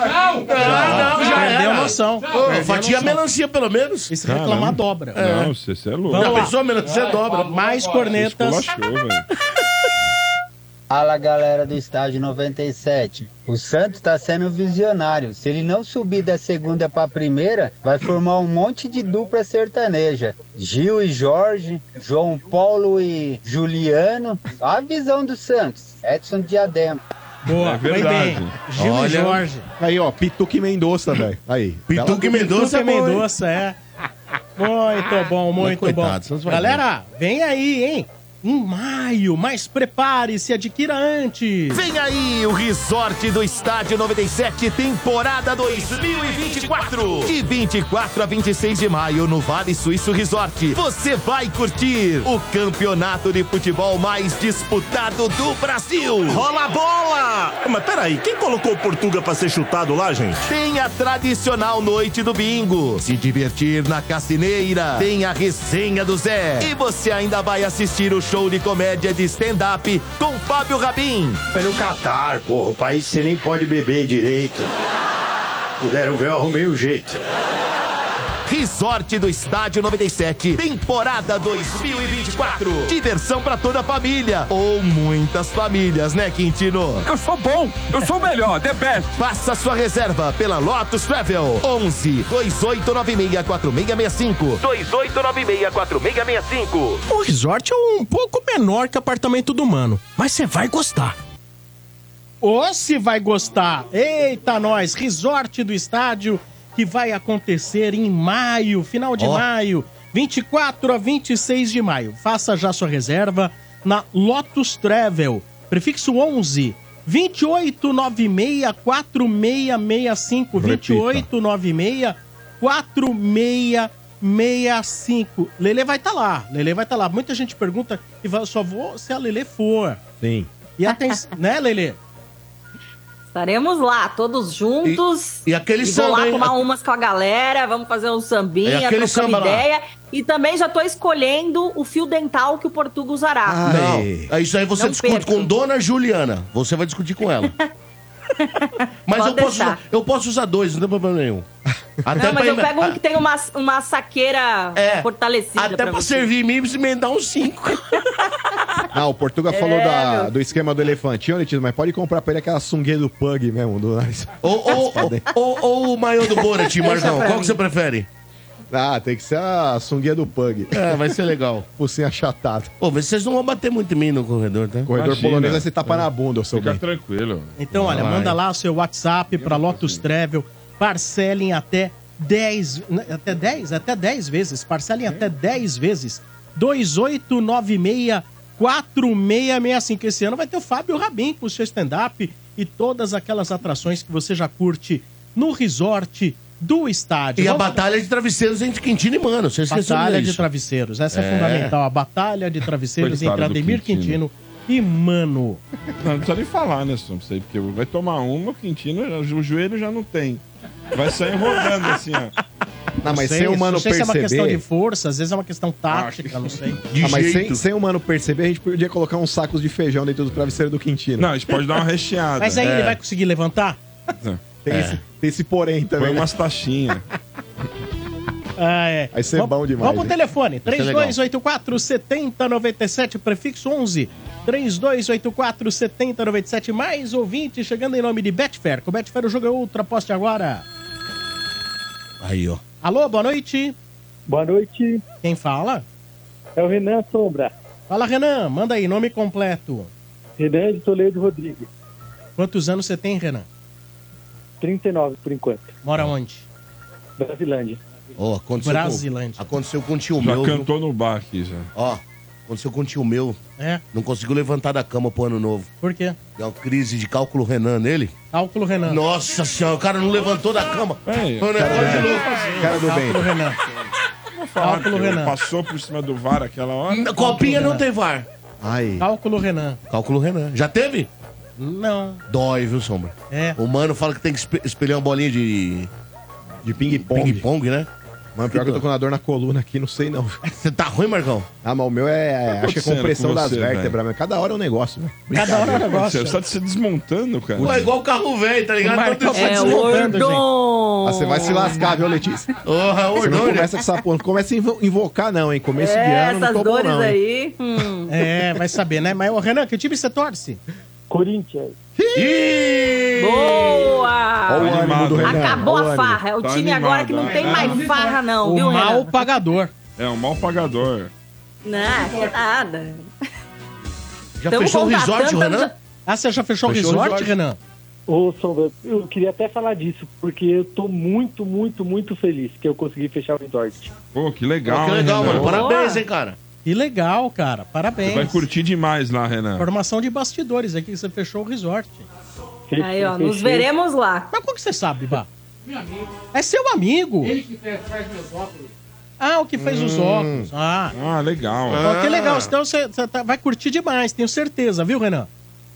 Speaker 3: não, já
Speaker 1: Perdeu a
Speaker 3: era.
Speaker 1: noção.
Speaker 3: Pô, fatia melancia, pelo menos. Ah,
Speaker 1: E se reclamar, dobra.
Speaker 6: Não, você você é louco.
Speaker 3: Já pensou, melancia dobra?
Speaker 1: Mais cornetas.
Speaker 6: Esculachou, velho.
Speaker 12: Fala galera do estádio 97. O Santos tá sendo visionário. Se ele não subir da segunda pra primeira, vai formar um monte de dupla sertaneja. Gil e Jorge, João Paulo e Juliano. Olha a visão do Santos. Edson Diadema.
Speaker 1: Boa,
Speaker 6: É
Speaker 1: foi
Speaker 6: verdade.
Speaker 1: bem. Gil e
Speaker 3: Olha.
Speaker 1: Jorge.
Speaker 2: Aí, ó, Pituque Mendonça, velho. Aí.
Speaker 3: Pituque
Speaker 1: Mendonça
Speaker 3: Mendonça é bom, hein?
Speaker 1: Mendonça, é. Muito bom, muito
Speaker 3: coitado,
Speaker 1: bom.
Speaker 3: vocês vão
Speaker 1: Galera, vem aí, hein? Em maio, mas prepare-se, adquira antes.
Speaker 9: Vem aí o Resort do Estádio 97, temporada 2024. De 24 a 26 de maio no Vale Suíço Resort. Você vai curtir o campeonato de futebol mais disputado do Brasil.
Speaker 7: Rola a bola! Mas peraí, quem colocou o Portuga pra ser chutado lá, gente?
Speaker 9: Tem a tradicional noite do bingo. Se divertir na cassineira. Tem a resenha do Zé. E você ainda vai assistir o show de comédia de stand-up com Fábio Rabin.
Speaker 13: Pelo É Catar, porra. O país você nem pode beber direito. Puderam ver, eu arrumei o jeito.
Speaker 9: Resort do Estádio 97, temporada 2024. Diversão pra toda a família. Ou muitas famílias, né, Quintino?
Speaker 7: Eu sou bom, eu sou melhor, the best.
Speaker 9: Faça sua reserva pela Lotus Travel. 11 2896 4665. 2896 4665.
Speaker 14: O resort é um pouco menor que apartamento do mano, mas você vai gostar.
Speaker 1: Ou se vai gostar. Eita, nós, resort do estádio que vai acontecer em maio, final de
Speaker 3: Ó.
Speaker 1: maio, 24 a 26 de maio. Faça já sua reserva na Lotus Travel, prefixo 11 2896 4665 2896 4665. Lele vai estar lá. Lele vai estar lá. Muita gente pergunta e fala, só vou se a Lele for.
Speaker 2: Sim.
Speaker 1: E atenção, né, Lele?
Speaker 5: Estaremos lá, todos juntos.
Speaker 3: E aquele
Speaker 5: E vou
Speaker 3: samba,
Speaker 5: lá
Speaker 3: hein?
Speaker 5: tomar umas com a galera, vamos fazer um
Speaker 3: É
Speaker 5: sambinha,
Speaker 3: aquele
Speaker 5: trocando
Speaker 3: samba lá.
Speaker 5: ideia. E também já tô escolhendo o fio dental que o Portuga usará.
Speaker 3: Não,
Speaker 2: Ai.
Speaker 3: é isso aí você
Speaker 5: Não
Speaker 3: discute
Speaker 5: perca.
Speaker 3: com Dona Juliana. Você vai discutir com ela. Mas
Speaker 5: Pode
Speaker 3: eu posso,
Speaker 5: deixar.
Speaker 3: usar, eu posso usar dois, não tem problema nenhum. Até
Speaker 5: Não, mas eu
Speaker 3: pra- Ah,
Speaker 5: pego um que tem uma, uma saqueira
Speaker 3: É,
Speaker 5: fortalecida.
Speaker 3: Até pra,
Speaker 5: você.
Speaker 3: servir em mim, você me dá um cinco.
Speaker 2: Não, o Portuga falou da- do esquema do elefantinho, Letícia, mas pode comprar pra ele aquela sungueira do Pug mesmo, do nariz.
Speaker 3: ou, ou, ou, ou- ou o maiô do Borat, Marcão.
Speaker 5: pra
Speaker 3: Qual
Speaker 5: mim.
Speaker 3: que você prefere?
Speaker 2: Ah, tem que ser a sungueira do Pug.
Speaker 3: É, vai ser legal.
Speaker 2: Pulsinho achatado.
Speaker 3: Pô, vê se vocês não vão bater muito em mim no corredor, tá?
Speaker 2: Corredor
Speaker 6: Imagina.
Speaker 2: polonês vai ser tapa na bunda, eu sou
Speaker 6: Fica
Speaker 2: bem.
Speaker 6: tranquilo.
Speaker 1: Então, olha,
Speaker 3: Vai.
Speaker 1: manda lá o seu WhatsApp para Lotus Travel, parcelem até 10, né, até 10, até 10 vezes, parcelem até 10 vezes. 2896 4665. Esse ano vai ter o Fábio Rabin com o seu stand-up e todas aquelas atrações que você já curte no resort do estádio.
Speaker 3: E a
Speaker 1: Vamos-
Speaker 3: batalha de travesseiros entre Quintino e Mano. Você esqueceu
Speaker 1: Batalha de
Speaker 3: disso.
Speaker 1: travesseiros. Essa é,
Speaker 3: É.
Speaker 1: fundamental. A batalha de travesseiros
Speaker 6: Coitado
Speaker 1: entre
Speaker 6: do
Speaker 1: Ademir
Speaker 6: Quintino.
Speaker 1: Quintino. e Mano.
Speaker 6: Não, não precisa nem falar, né, Sum? Sei, porque vai tomar uma, o Quintino, o joelho já não tem. Vai sair rodando assim, ó.
Speaker 2: Não, mas
Speaker 1: sei,
Speaker 2: sem o Mano
Speaker 1: não sei se é uma
Speaker 2: perceber-
Speaker 1: questão de força, às vezes é uma questão tática, não sei.
Speaker 2: Ah, mas sem, sem o mano perceber, a gente podia colocar uns sacos de feijão dentro do travesseiro do Quintino.
Speaker 6: Não, a gente pode dar uma recheada.
Speaker 1: Mas aí
Speaker 6: É.
Speaker 1: ele vai conseguir levantar?
Speaker 2: Tem,
Speaker 6: É.
Speaker 2: esse, tem esse porém também.
Speaker 6: Põe
Speaker 2: né?
Speaker 6: umas taxinhas.
Speaker 1: Ah, é.
Speaker 2: Aí você é
Speaker 1: Vamos-
Speaker 2: bom demais.
Speaker 1: Vamos pro telefone.
Speaker 2: Isso é legal.
Speaker 1: 3284 7097, prefixo 11. 3284 7097, mais ouvinte, chegando em nome de Betfair. Com Betfair o jogo é ultra, poste agora.
Speaker 3: Aí, ó.
Speaker 1: Alô, boa noite.
Speaker 15: Boa noite.
Speaker 1: Quem fala?
Speaker 15: É o Renan Sombra.
Speaker 1: Fala, Renan. Manda aí, nome completo.
Speaker 15: Renan de Toledo Rodrigues.
Speaker 1: Quantos anos você tem, Renan?
Speaker 15: 39 por enquanto.
Speaker 1: Mora onde?
Speaker 15: Brasilândia.
Speaker 3: Ó, aconteceu com-
Speaker 1: Brasilândia.
Speaker 3: aconteceu com o tio
Speaker 6: Já
Speaker 3: meu. viu?
Speaker 6: cantou no bar aqui, já.
Speaker 3: Ó, aconteceu com o tio meu.
Speaker 1: É?
Speaker 3: Não conseguiu levantar da cama pro ano novo.
Speaker 1: Por quê?
Speaker 3: Deu uma crise de cálculo Renan nele.
Speaker 1: Cálculo Renan.
Speaker 3: Nossa senhora, o cara não levantou da cama.
Speaker 6: É,
Speaker 3: Foi um negócio de louco.
Speaker 6: Cara do bem. Cálculo
Speaker 1: Renan. Cálculo Renan.
Speaker 6: Passou por cima do VAR aquela hora.
Speaker 3: Copinha não tem VAR. Aí.
Speaker 1: Cálculo Renan.
Speaker 3: Cálculo Renan. Já teve?
Speaker 1: Não.
Speaker 3: Dói, viu, Sombra?
Speaker 1: É.
Speaker 3: O mano fala que tem que espe- espelhar uma bolinha de.
Speaker 2: De ping-pong.
Speaker 3: Ping-pong, né?
Speaker 2: Mano, pior que eu tô com uma dor na coluna aqui, não sei não.
Speaker 3: Você tá ruim, Marcão?
Speaker 2: Ah, mas o meu é.
Speaker 6: Tá
Speaker 2: acho que é
Speaker 6: acontecendo
Speaker 2: compressão
Speaker 6: com
Speaker 2: das
Speaker 6: você,
Speaker 2: vértebras, mas cada hora é um negócio, velho.
Speaker 1: Cada hora é um negócio.
Speaker 6: Você tá se desmontando, cara.
Speaker 3: Ué, é igual o carro velho, tá ligado?
Speaker 1: Marcão
Speaker 3: Todo
Speaker 1: tá
Speaker 3: esse-
Speaker 1: desmontando, gente.
Speaker 2: Ah, você vai se lascar, viu, Letícia?
Speaker 3: Porra,
Speaker 2: Você
Speaker 3: Ordônia.
Speaker 2: não começa com essa porra, não começa a invo- invocar, não, hein? Começo de
Speaker 3: É,
Speaker 2: ano, não tô bom, não, hein?
Speaker 5: aí. hum.
Speaker 1: É, vai saber, né? Mas, ô, Renan, que time você torce?
Speaker 15: Corinthians.
Speaker 5: Boa!
Speaker 1: Olha o ânimo Animado, do Renan,
Speaker 5: Ah, Acabou
Speaker 1: olha o
Speaker 5: a
Speaker 1: ânimo.
Speaker 5: farra. É o
Speaker 6: Tá
Speaker 5: time
Speaker 6: animado,
Speaker 5: agora que não
Speaker 6: né?
Speaker 5: tem mais farra, não, viu,
Speaker 1: o
Speaker 5: Renan?
Speaker 1: mal pagador.
Speaker 6: É, um mau pagador.
Speaker 5: Não, é que nada.
Speaker 3: Já
Speaker 5: Tamo
Speaker 15: fechou o
Speaker 5: contratando,
Speaker 15: resort,
Speaker 5: tamo
Speaker 15: Renan?
Speaker 5: já-
Speaker 1: Ah, você já fechou,
Speaker 15: Fechou
Speaker 1: o
Speaker 15: o
Speaker 1: resort,
Speaker 15: resort?
Speaker 1: Renan?
Speaker 15: Ô, Sombra, eu queria até falar disso, porque eu tô muito, muito, muito feliz que eu consegui fechar o resort.
Speaker 6: Pô, que legal.
Speaker 15: Pô, que
Speaker 6: hein,
Speaker 15: legal,
Speaker 6: Renan?
Speaker 15: mano. Parabéns,
Speaker 1: hein,
Speaker 3: cara?
Speaker 1: Que legal, cara.
Speaker 6: Você vai
Speaker 1: Parabéns.
Speaker 6: curtir demais lá, Renan.
Speaker 1: Formação de bastidores aqui, você fechou o resort.
Speaker 5: Aí, ó, nos veremos lá.
Speaker 1: Mas como que você sabe, Bá? É seu amigo.
Speaker 16: que faz meus óculos.
Speaker 1: Ah, o que fez os
Speaker 6: Hum.
Speaker 1: óculos. Ah,
Speaker 6: Ah, legal.
Speaker 1: Pô, que legal. Então você, você tá- vai curtir demais, tenho certeza, viu, Renan?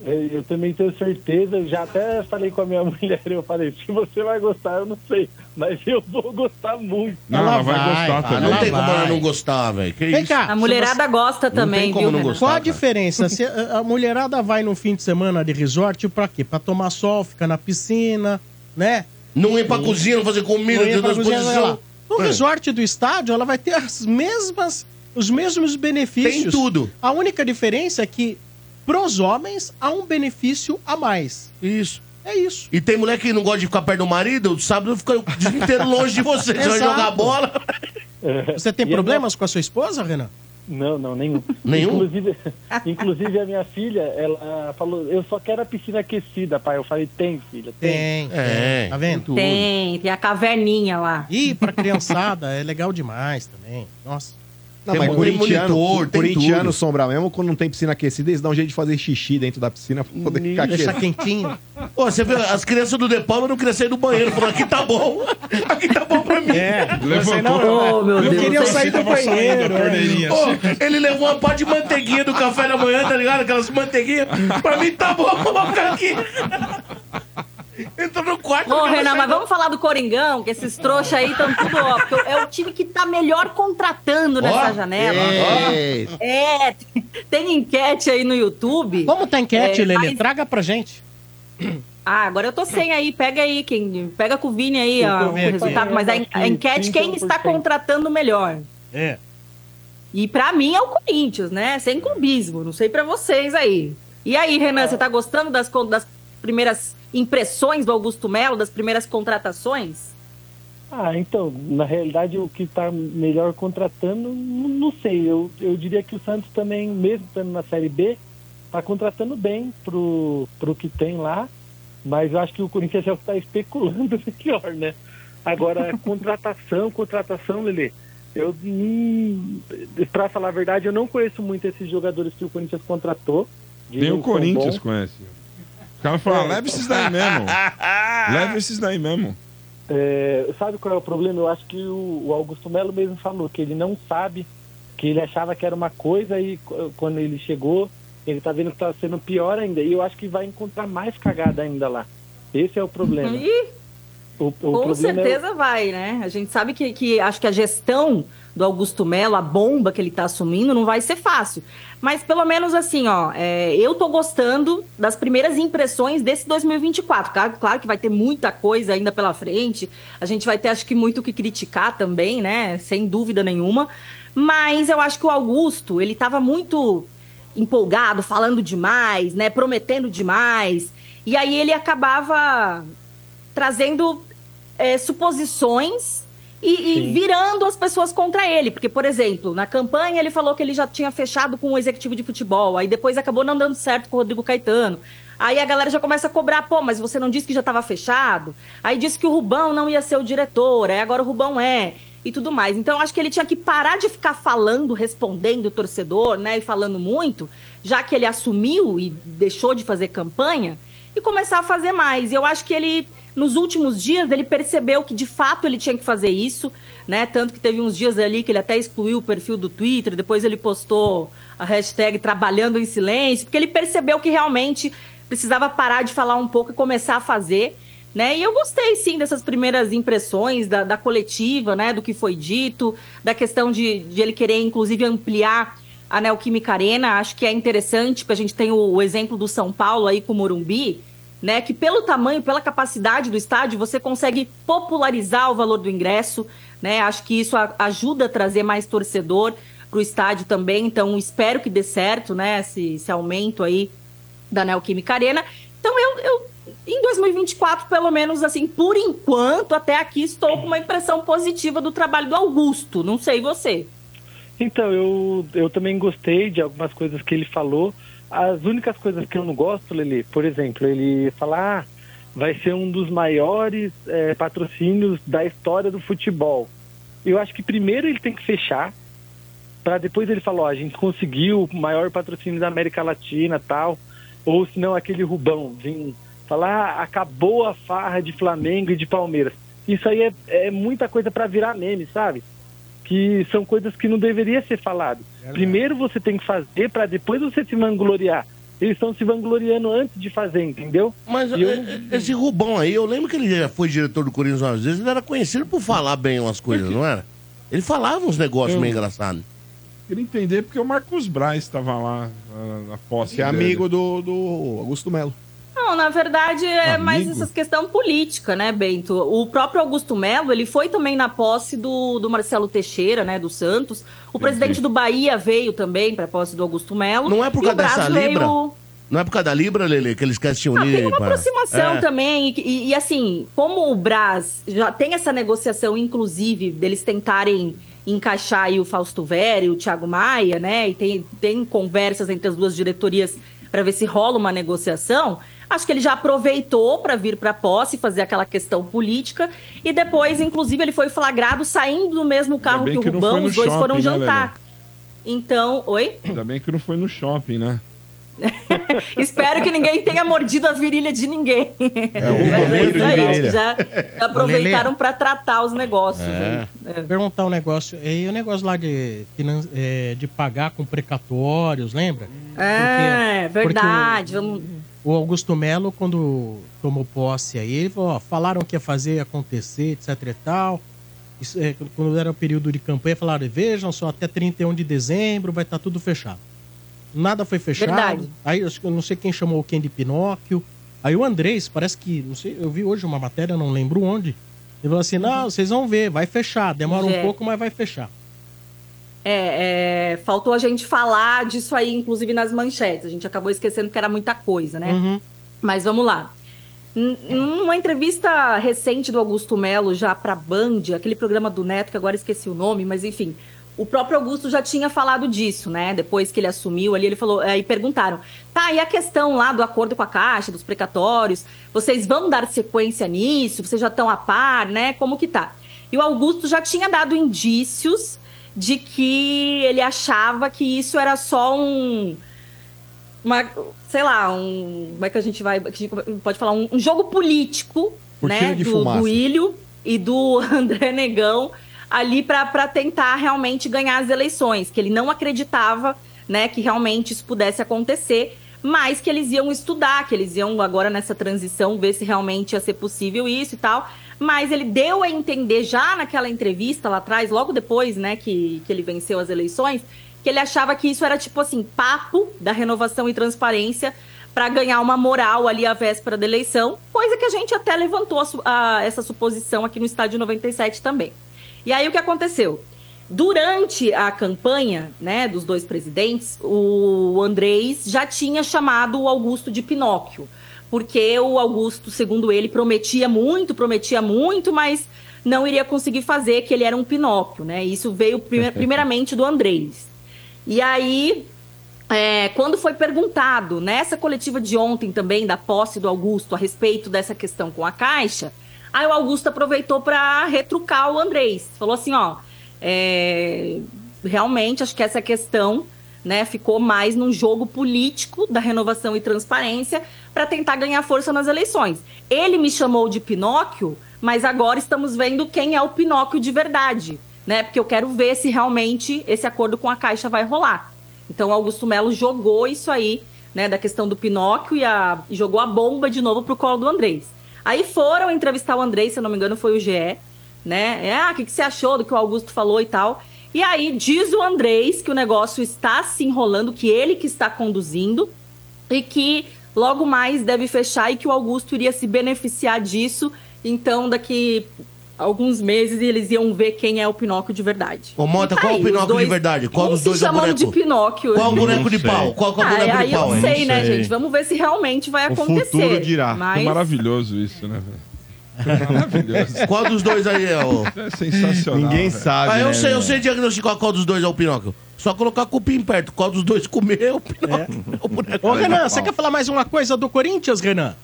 Speaker 15: Eu É, eu também tenho certeza, eu já até falei com a minha mulher, eu falei, se você vai gostar, eu não sei, mas eu vou gostar muito.
Speaker 3: Não,
Speaker 1: Ela
Speaker 6: Ah,
Speaker 3: ela vai gostar
Speaker 1: cara,
Speaker 3: também.
Speaker 1: ela
Speaker 3: Não tem como
Speaker 1: vai.
Speaker 3: ela não gostar, velho. Que
Speaker 1: Vem
Speaker 3: isso?
Speaker 1: cá.
Speaker 5: A mulherada gosta
Speaker 3: Não
Speaker 5: também,
Speaker 3: tem como
Speaker 5: viu,
Speaker 3: não
Speaker 5: Renan?
Speaker 3: gostar.
Speaker 1: Qual a
Speaker 3: cara.
Speaker 1: diferença? Se a, a mulherada vai num fim de semana de resort pra quê? Pra tomar sol, ficar na piscina, né?
Speaker 3: Não ir pra cozinha, não fazer comida,
Speaker 1: Não ir pra
Speaker 3: ter duas
Speaker 1: cozinha, vai
Speaker 3: posições.
Speaker 1: lá. No
Speaker 3: É.
Speaker 1: resort do estádio, ela vai ter as mesmas, os mesmos benefícios.
Speaker 3: Tem tudo.
Speaker 1: A única diferença é que pros homens há um benefício a mais.
Speaker 3: Isso.
Speaker 1: É isso.
Speaker 3: E tem mulher que não gosta de ficar perto do marido, sábado fica o dia inteiro longe de você. Você vai
Speaker 1: Exato.
Speaker 3: jogar bola.
Speaker 1: Você tem
Speaker 15: E a
Speaker 1: problemas com a sua esposa, Renan?
Speaker 15: Não, não, nenhum.
Speaker 1: Nenhum?
Speaker 15: Inclusive, inclusive a minha filha, ela falou, eu só quero a piscina aquecida, pai. Eu falei, tem, filha, tem.
Speaker 1: Tem.
Speaker 14: É,
Speaker 1: tem. Tá vendo?
Speaker 5: Tem, tem a caverninha lá.
Speaker 1: Ih, pra criançada é legal demais também. Nossa.
Speaker 2: Não, mas corintiano,
Speaker 3: monitor, tem
Speaker 2: corintiano
Speaker 3: tudo.
Speaker 2: sombra mesmo, quando não tem piscina aquecida, eles dão um jeito de fazer xixi dentro da piscina pra poder ficar
Speaker 1: Deixa
Speaker 2: quieto.
Speaker 1: quentinho.
Speaker 3: Pô, você viu, as crianças do De Palma não cresceram do banheiro. Falaram, aqui tá bom. Aqui tá bom pra mim.
Speaker 1: É,
Speaker 6: Levantou.
Speaker 5: Oh, meu Deus.
Speaker 1: queria sair do
Speaker 6: Tava saindo a
Speaker 1: banheiro,
Speaker 6: torneirinha,
Speaker 3: Pô,
Speaker 6: assim.
Speaker 3: é. ele levou uma pá de manteiguinha do café da manhã, tá ligado? Aquelas manteiguinhas. Pra mim tá bom, vou ficar aqui. Entrou no quarto.
Speaker 5: Ô,
Speaker 3: porque eu
Speaker 5: Renan,
Speaker 3: não
Speaker 5: mas vamos falar do Coringão, que esses trouxas aí estão tudo, ó. Porque é o time que tá melhor contratando nessa janela.
Speaker 1: Eita.
Speaker 5: É, tem enquete aí no YouTube.
Speaker 1: Como tá a enquete,
Speaker 5: É,
Speaker 1: Lelê?
Speaker 5: mas-
Speaker 1: Traga pra gente.
Speaker 5: Ah, agora eu tô sem aí. Pega aí, quem pega com o Vini aí
Speaker 1: Eu
Speaker 5: ó,
Speaker 1: vou
Speaker 5: o
Speaker 1: ver aqui.
Speaker 5: resultado. Mas a, en- a enquete, quem está contratando melhor?
Speaker 1: É.
Speaker 5: E pra mim é o Corinthians, né? Sem clubismo. Não sei pra vocês aí. E aí, Renan, você tá gostando das, con- das primeiras impressões do Augusto Melo, das primeiras contratações?
Speaker 15: Ah, então, na realidade, o que tá melhor contratando, não, não sei. Eu, eu diria que o Santos também, mesmo estando na Série B, tá contratando bem pro, pro que tem lá. Mas eu acho que o Corinthians já está especulando melhor, né? Agora, contratação, contratação, Lelê. Eu, hum, pra falar a verdade, eu não conheço muito esses jogadores que o Corinthians contratou.
Speaker 6: Nem
Speaker 15: Dizem
Speaker 6: o
Speaker 15: que são bons.
Speaker 6: Corinthians
Speaker 15: É.
Speaker 6: conhece. O cara fala, leva esses daí mesmo. leva esses daí mesmo.
Speaker 15: É, sabe qual é o problema? Eu acho que o, o Augusto Melo mesmo falou que ele não sabe, que ele achava que era uma coisa e qu- quando ele chegou, ele tá vendo que tá sendo pior ainda. E eu acho que vai encontrar mais cagada ainda lá. Esse é o problema.
Speaker 5: Ih,
Speaker 15: O,
Speaker 5: com
Speaker 15: o problema é o-
Speaker 5: certeza vai, né? A gente sabe que, que acho que a gestão do Augusto Melo, a bomba que ele tá assumindo, não vai ser fácil. Mas pelo menos assim, ó, é, eu tô gostando das primeiras impressões desse 2024. Claro, claro que vai ter muita coisa ainda pela frente. A gente vai ter, acho que, muito o que criticar também, né? Sem dúvida nenhuma. Mas eu acho que o Augusto, ele tava muito empolgado, falando demais, né? Prometendo demais. E aí ele acabava trazendo é, suposições e, e
Speaker 17: Sim.
Speaker 5: virando as pessoas contra ele. Porque, por exemplo, na campanha ele falou que ele já tinha fechado com o executivo de futebol, aí depois acabou não dando certo com o Rodrigo Caetano. Aí a galera já começa a cobrar, pô, mas você não disse que já estava fechado? Aí disse que o Rubão não ia ser o diretor, aí agora o Rubão é, e tudo mais. Então acho que ele tinha que parar de ficar falando, respondendo o torcedor, né, e falando muito, já que ele assumiu e deixou de fazer campanha e começar a fazer mais. E eu acho que ele, nos últimos dias, ele percebeu que de fato ele tinha que fazer isso, né? Tanto que teve uns dias ali que ele até excluiu o perfil do Twitter, depois ele postou a hashtag Trabalhando em Silêncio, porque ele percebeu que realmente precisava parar de falar um pouco e começar a fazer. Né? E eu gostei sim dessas primeiras impressões da, da coletiva, né? Do que foi dito, da questão de, de ele querer, inclusive, ampliar a Neoquímica Arena, acho que é interessante, porque a gente tem o, o exemplo do São Paulo aí com o Morumbi, né? Que pelo tamanho, pela capacidade do estádio, você consegue popularizar o valor do ingresso, né? Acho que isso a- ajuda a trazer mais torcedor para o estádio também, então espero que dê certo, né? Esse, esse aumento aí da Neoquímica Arena. Então eu, eu, em 2024, pelo menos assim, por enquanto, até aqui, estou com uma impressão positiva do trabalho do Augusto, não sei você.
Speaker 15: Então, eu, eu também gostei de algumas coisas que ele falou. As únicas coisas que eu não gosto, Lele, por exemplo, ele falar ah, vai ser um dos maiores eh, patrocínios da história do futebol. Eu acho que primeiro ele tem que fechar, para depois ele falar, ó, a gente conseguiu o maior patrocínio da América Latina tal, ou se não aquele Rubão, vim falar, ah, acabou a farra de Flamengo e de Palmeiras. Isso aí é, é muita coisa para virar meme, sabe? que são coisas que não deveria ser falado. Primeiro você tem que fazer para depois você se vangloriar. Eles estão se vangloriando antes de fazer, entendeu?
Speaker 3: Mas
Speaker 15: E eu-
Speaker 3: eh, eh, esse Rubão aí, eu lembro que ele já foi diretor do Corinthians às vezes, ele era conhecido por falar bem umas coisas, não era? Ele falava uns negócios
Speaker 6: Eu-
Speaker 3: meio engraçados.
Speaker 6: Queria entender porque o Marcos Braz estava lá na, na posse.
Speaker 5: Que é amigo
Speaker 6: do, do Augusto Melo.
Speaker 5: Não, na verdade é
Speaker 6: Amigo.
Speaker 5: mais essa questão política, né, Bento? O próprio Augusto Melo, ele foi também na posse do, do Marcelo Teixeira, né, do Santos. O presidente do Bahia veio também para posse do Augusto Melo.
Speaker 3: Não é por
Speaker 5: E o
Speaker 3: causa
Speaker 5: Braz
Speaker 3: dessa Libra?
Speaker 5: veio-
Speaker 3: Não é por causa da Libra, Lele, que eles querem se unir
Speaker 5: Tem uma
Speaker 3: pra-
Speaker 5: aproximação
Speaker 3: É.
Speaker 5: também. e- E, e, assim, como o Brás já tem essa negociação, inclusive, deles tentarem encaixar aí o Fausto Vera e o Thiago Maia, né? E tem, tem conversas entre as duas diretorias para ver se rola uma negociação. Acho que ele já aproveitou para vir para posse, fazer aquela questão política. E depois, inclusive, ele foi flagrado saindo do mesmo carro
Speaker 6: bem
Speaker 5: que o
Speaker 6: que não foi
Speaker 5: Rubão.
Speaker 6: no
Speaker 5: Os dois foram
Speaker 6: shopping, né,
Speaker 5: jantar. então, oi?
Speaker 6: Ainda bem que não foi no shopping, né?
Speaker 5: Espero que ninguém tenha mordido a virilha de ninguém. Mas É,
Speaker 14: goleiro de
Speaker 5: isso aí,
Speaker 14: virilha.
Speaker 5: já já aproveitaram
Speaker 14: É. Lelê.
Speaker 5: para tratar os negócios.
Speaker 14: É.
Speaker 5: né?
Speaker 14: Perguntar um negócio. E o negócio lá de, finan- é, de pagar com precatórios, lembra?
Speaker 5: É,
Speaker 14: Porque- porque o-
Speaker 5: verdade. Vamos...
Speaker 14: O Augusto Melo, quando tomou posse aí, ele falou, ó, falaram que ia fazer acontecer, etc e tal. Isso, é, quando era o período de campanha, falaram, vejam só, até 31 de dezembro vai estar tudo fechado. Nada foi fechado.
Speaker 5: Verdade.
Speaker 14: Aí acho que eu não sei quem chamou quem de Pinóquio. Aí o Andrés, parece que, não sei, eu vi hoje uma matéria, não lembro onde. Ele falou assim, não, vocês vão ver, vai fechar. Demora
Speaker 5: Uhum. É.
Speaker 14: um pouco, mas vai fechar.
Speaker 5: É, é, faltou a gente falar disso aí, inclusive nas manchetes. A gente acabou esquecendo que era muita coisa, né?
Speaker 14: Uhum.
Speaker 5: Mas vamos lá. N- Numa entrevista recente do Augusto Melo já para Band, aquele programa do Neto que agora esqueci o nome, mas enfim, o próprio Augusto já tinha falado disso, né? Depois que ele assumiu ali, ele falou, aí perguntaram: "Tá, e a questão lá do acordo com a Caixa, dos precatórios, vocês vão dar sequência nisso? Vocês já estão a par, né? Como que tá?" E o Augusto já tinha dado indícios de que ele achava que isso era só um uma, sei lá, um. Como é que a gente vai. que a gente pode falar? Um, um jogo político,
Speaker 2: Cortina
Speaker 5: né?
Speaker 2: de
Speaker 5: do,
Speaker 2: fumaça.
Speaker 5: do Ilho. e do André Negão ali para tentar realmente ganhar as eleições, que ele não acreditava né, que realmente isso pudesse acontecer, mas que eles iam estudar, que eles iam agora nessa transição ver se realmente ia ser possível isso e tal. Mas ele deu a entender já naquela entrevista lá atrás, logo depois né, que, que ele venceu as eleições, que ele achava que isso era tipo assim, papo da renovação e transparência para ganhar uma moral ali à véspera da eleição, coisa que a gente até levantou a su- a- essa suposição aqui no estádio 97 também. E aí o que aconteceu? Durante a campanha né, dos dois presidentes, o Andrés já tinha chamado o Augusto de Pinóquio, porque o Augusto, segundo ele, prometia muito, prometia muito, mas não iria conseguir fazer, que ele era um Pinóquio, né? Isso veio prime- primeiramente do Andrés. E aí, é, quando foi perguntado nessa coletiva de ontem também, da posse do Augusto, a respeito dessa questão com a Caixa, aí o Augusto aproveitou para retrucar o Andrés. Falou assim: ó, é, realmente acho que essa questão. Né, ficou mais num jogo político da renovação e transparência para tentar ganhar força nas eleições. Ele me chamou de Pinóquio, mas agora estamos vendo quem é o Pinóquio de verdade, né? Porque eu quero ver se realmente esse acordo com a Caixa vai rolar. Então o Augusto Melo jogou isso aí, né, da questão do Pinóquio e, a- e jogou a bomba de novo pro colo do Andrés. Aí foram entrevistar o Andrés, se eu não me engano, foi o GE, né? É, ah, o que, que você achou do que o Augusto falou e tal? E aí diz o Andrés que o negócio está se enrolando, que ele que está conduzindo e que logo mais deve fechar e que o Augusto iria se beneficiar disso. Então daqui alguns meses eles iam ver quem é o Pinóquio de verdade.
Speaker 3: Ô, Mota,
Speaker 5: E tá
Speaker 3: qual
Speaker 5: aí,
Speaker 3: o Pinóquio
Speaker 5: os dois-
Speaker 3: de verdade? Qual
Speaker 5: um
Speaker 3: dos
Speaker 5: se
Speaker 3: dois é o
Speaker 5: chamando
Speaker 3: boneco?
Speaker 5: de Pinóquio.
Speaker 3: Qual é o boneco de
Speaker 6: Não sei.
Speaker 3: pau? Qual que é o
Speaker 5: Ah,
Speaker 3: boneco
Speaker 5: aí
Speaker 3: de pau?
Speaker 5: eu não
Speaker 3: hein?
Speaker 5: sei, né,
Speaker 6: sei.
Speaker 5: gente? Vamos ver se realmente vai acontecer. Mas...
Speaker 6: É maravilhoso isso, né, velho? Maravilhoso.
Speaker 3: Qual dos dois aí é o...
Speaker 6: É sensacional. velho.
Speaker 3: Ah, eu sei, eu sei diagnosticar qual dos dois é o Pinóquio. Só colocar a cupim perto. Qual dos dois comer é o Pinóquio. É. o boneco.
Speaker 1: Ô, Renan, você quer falar mais uma coisa do Corinthians, Renan?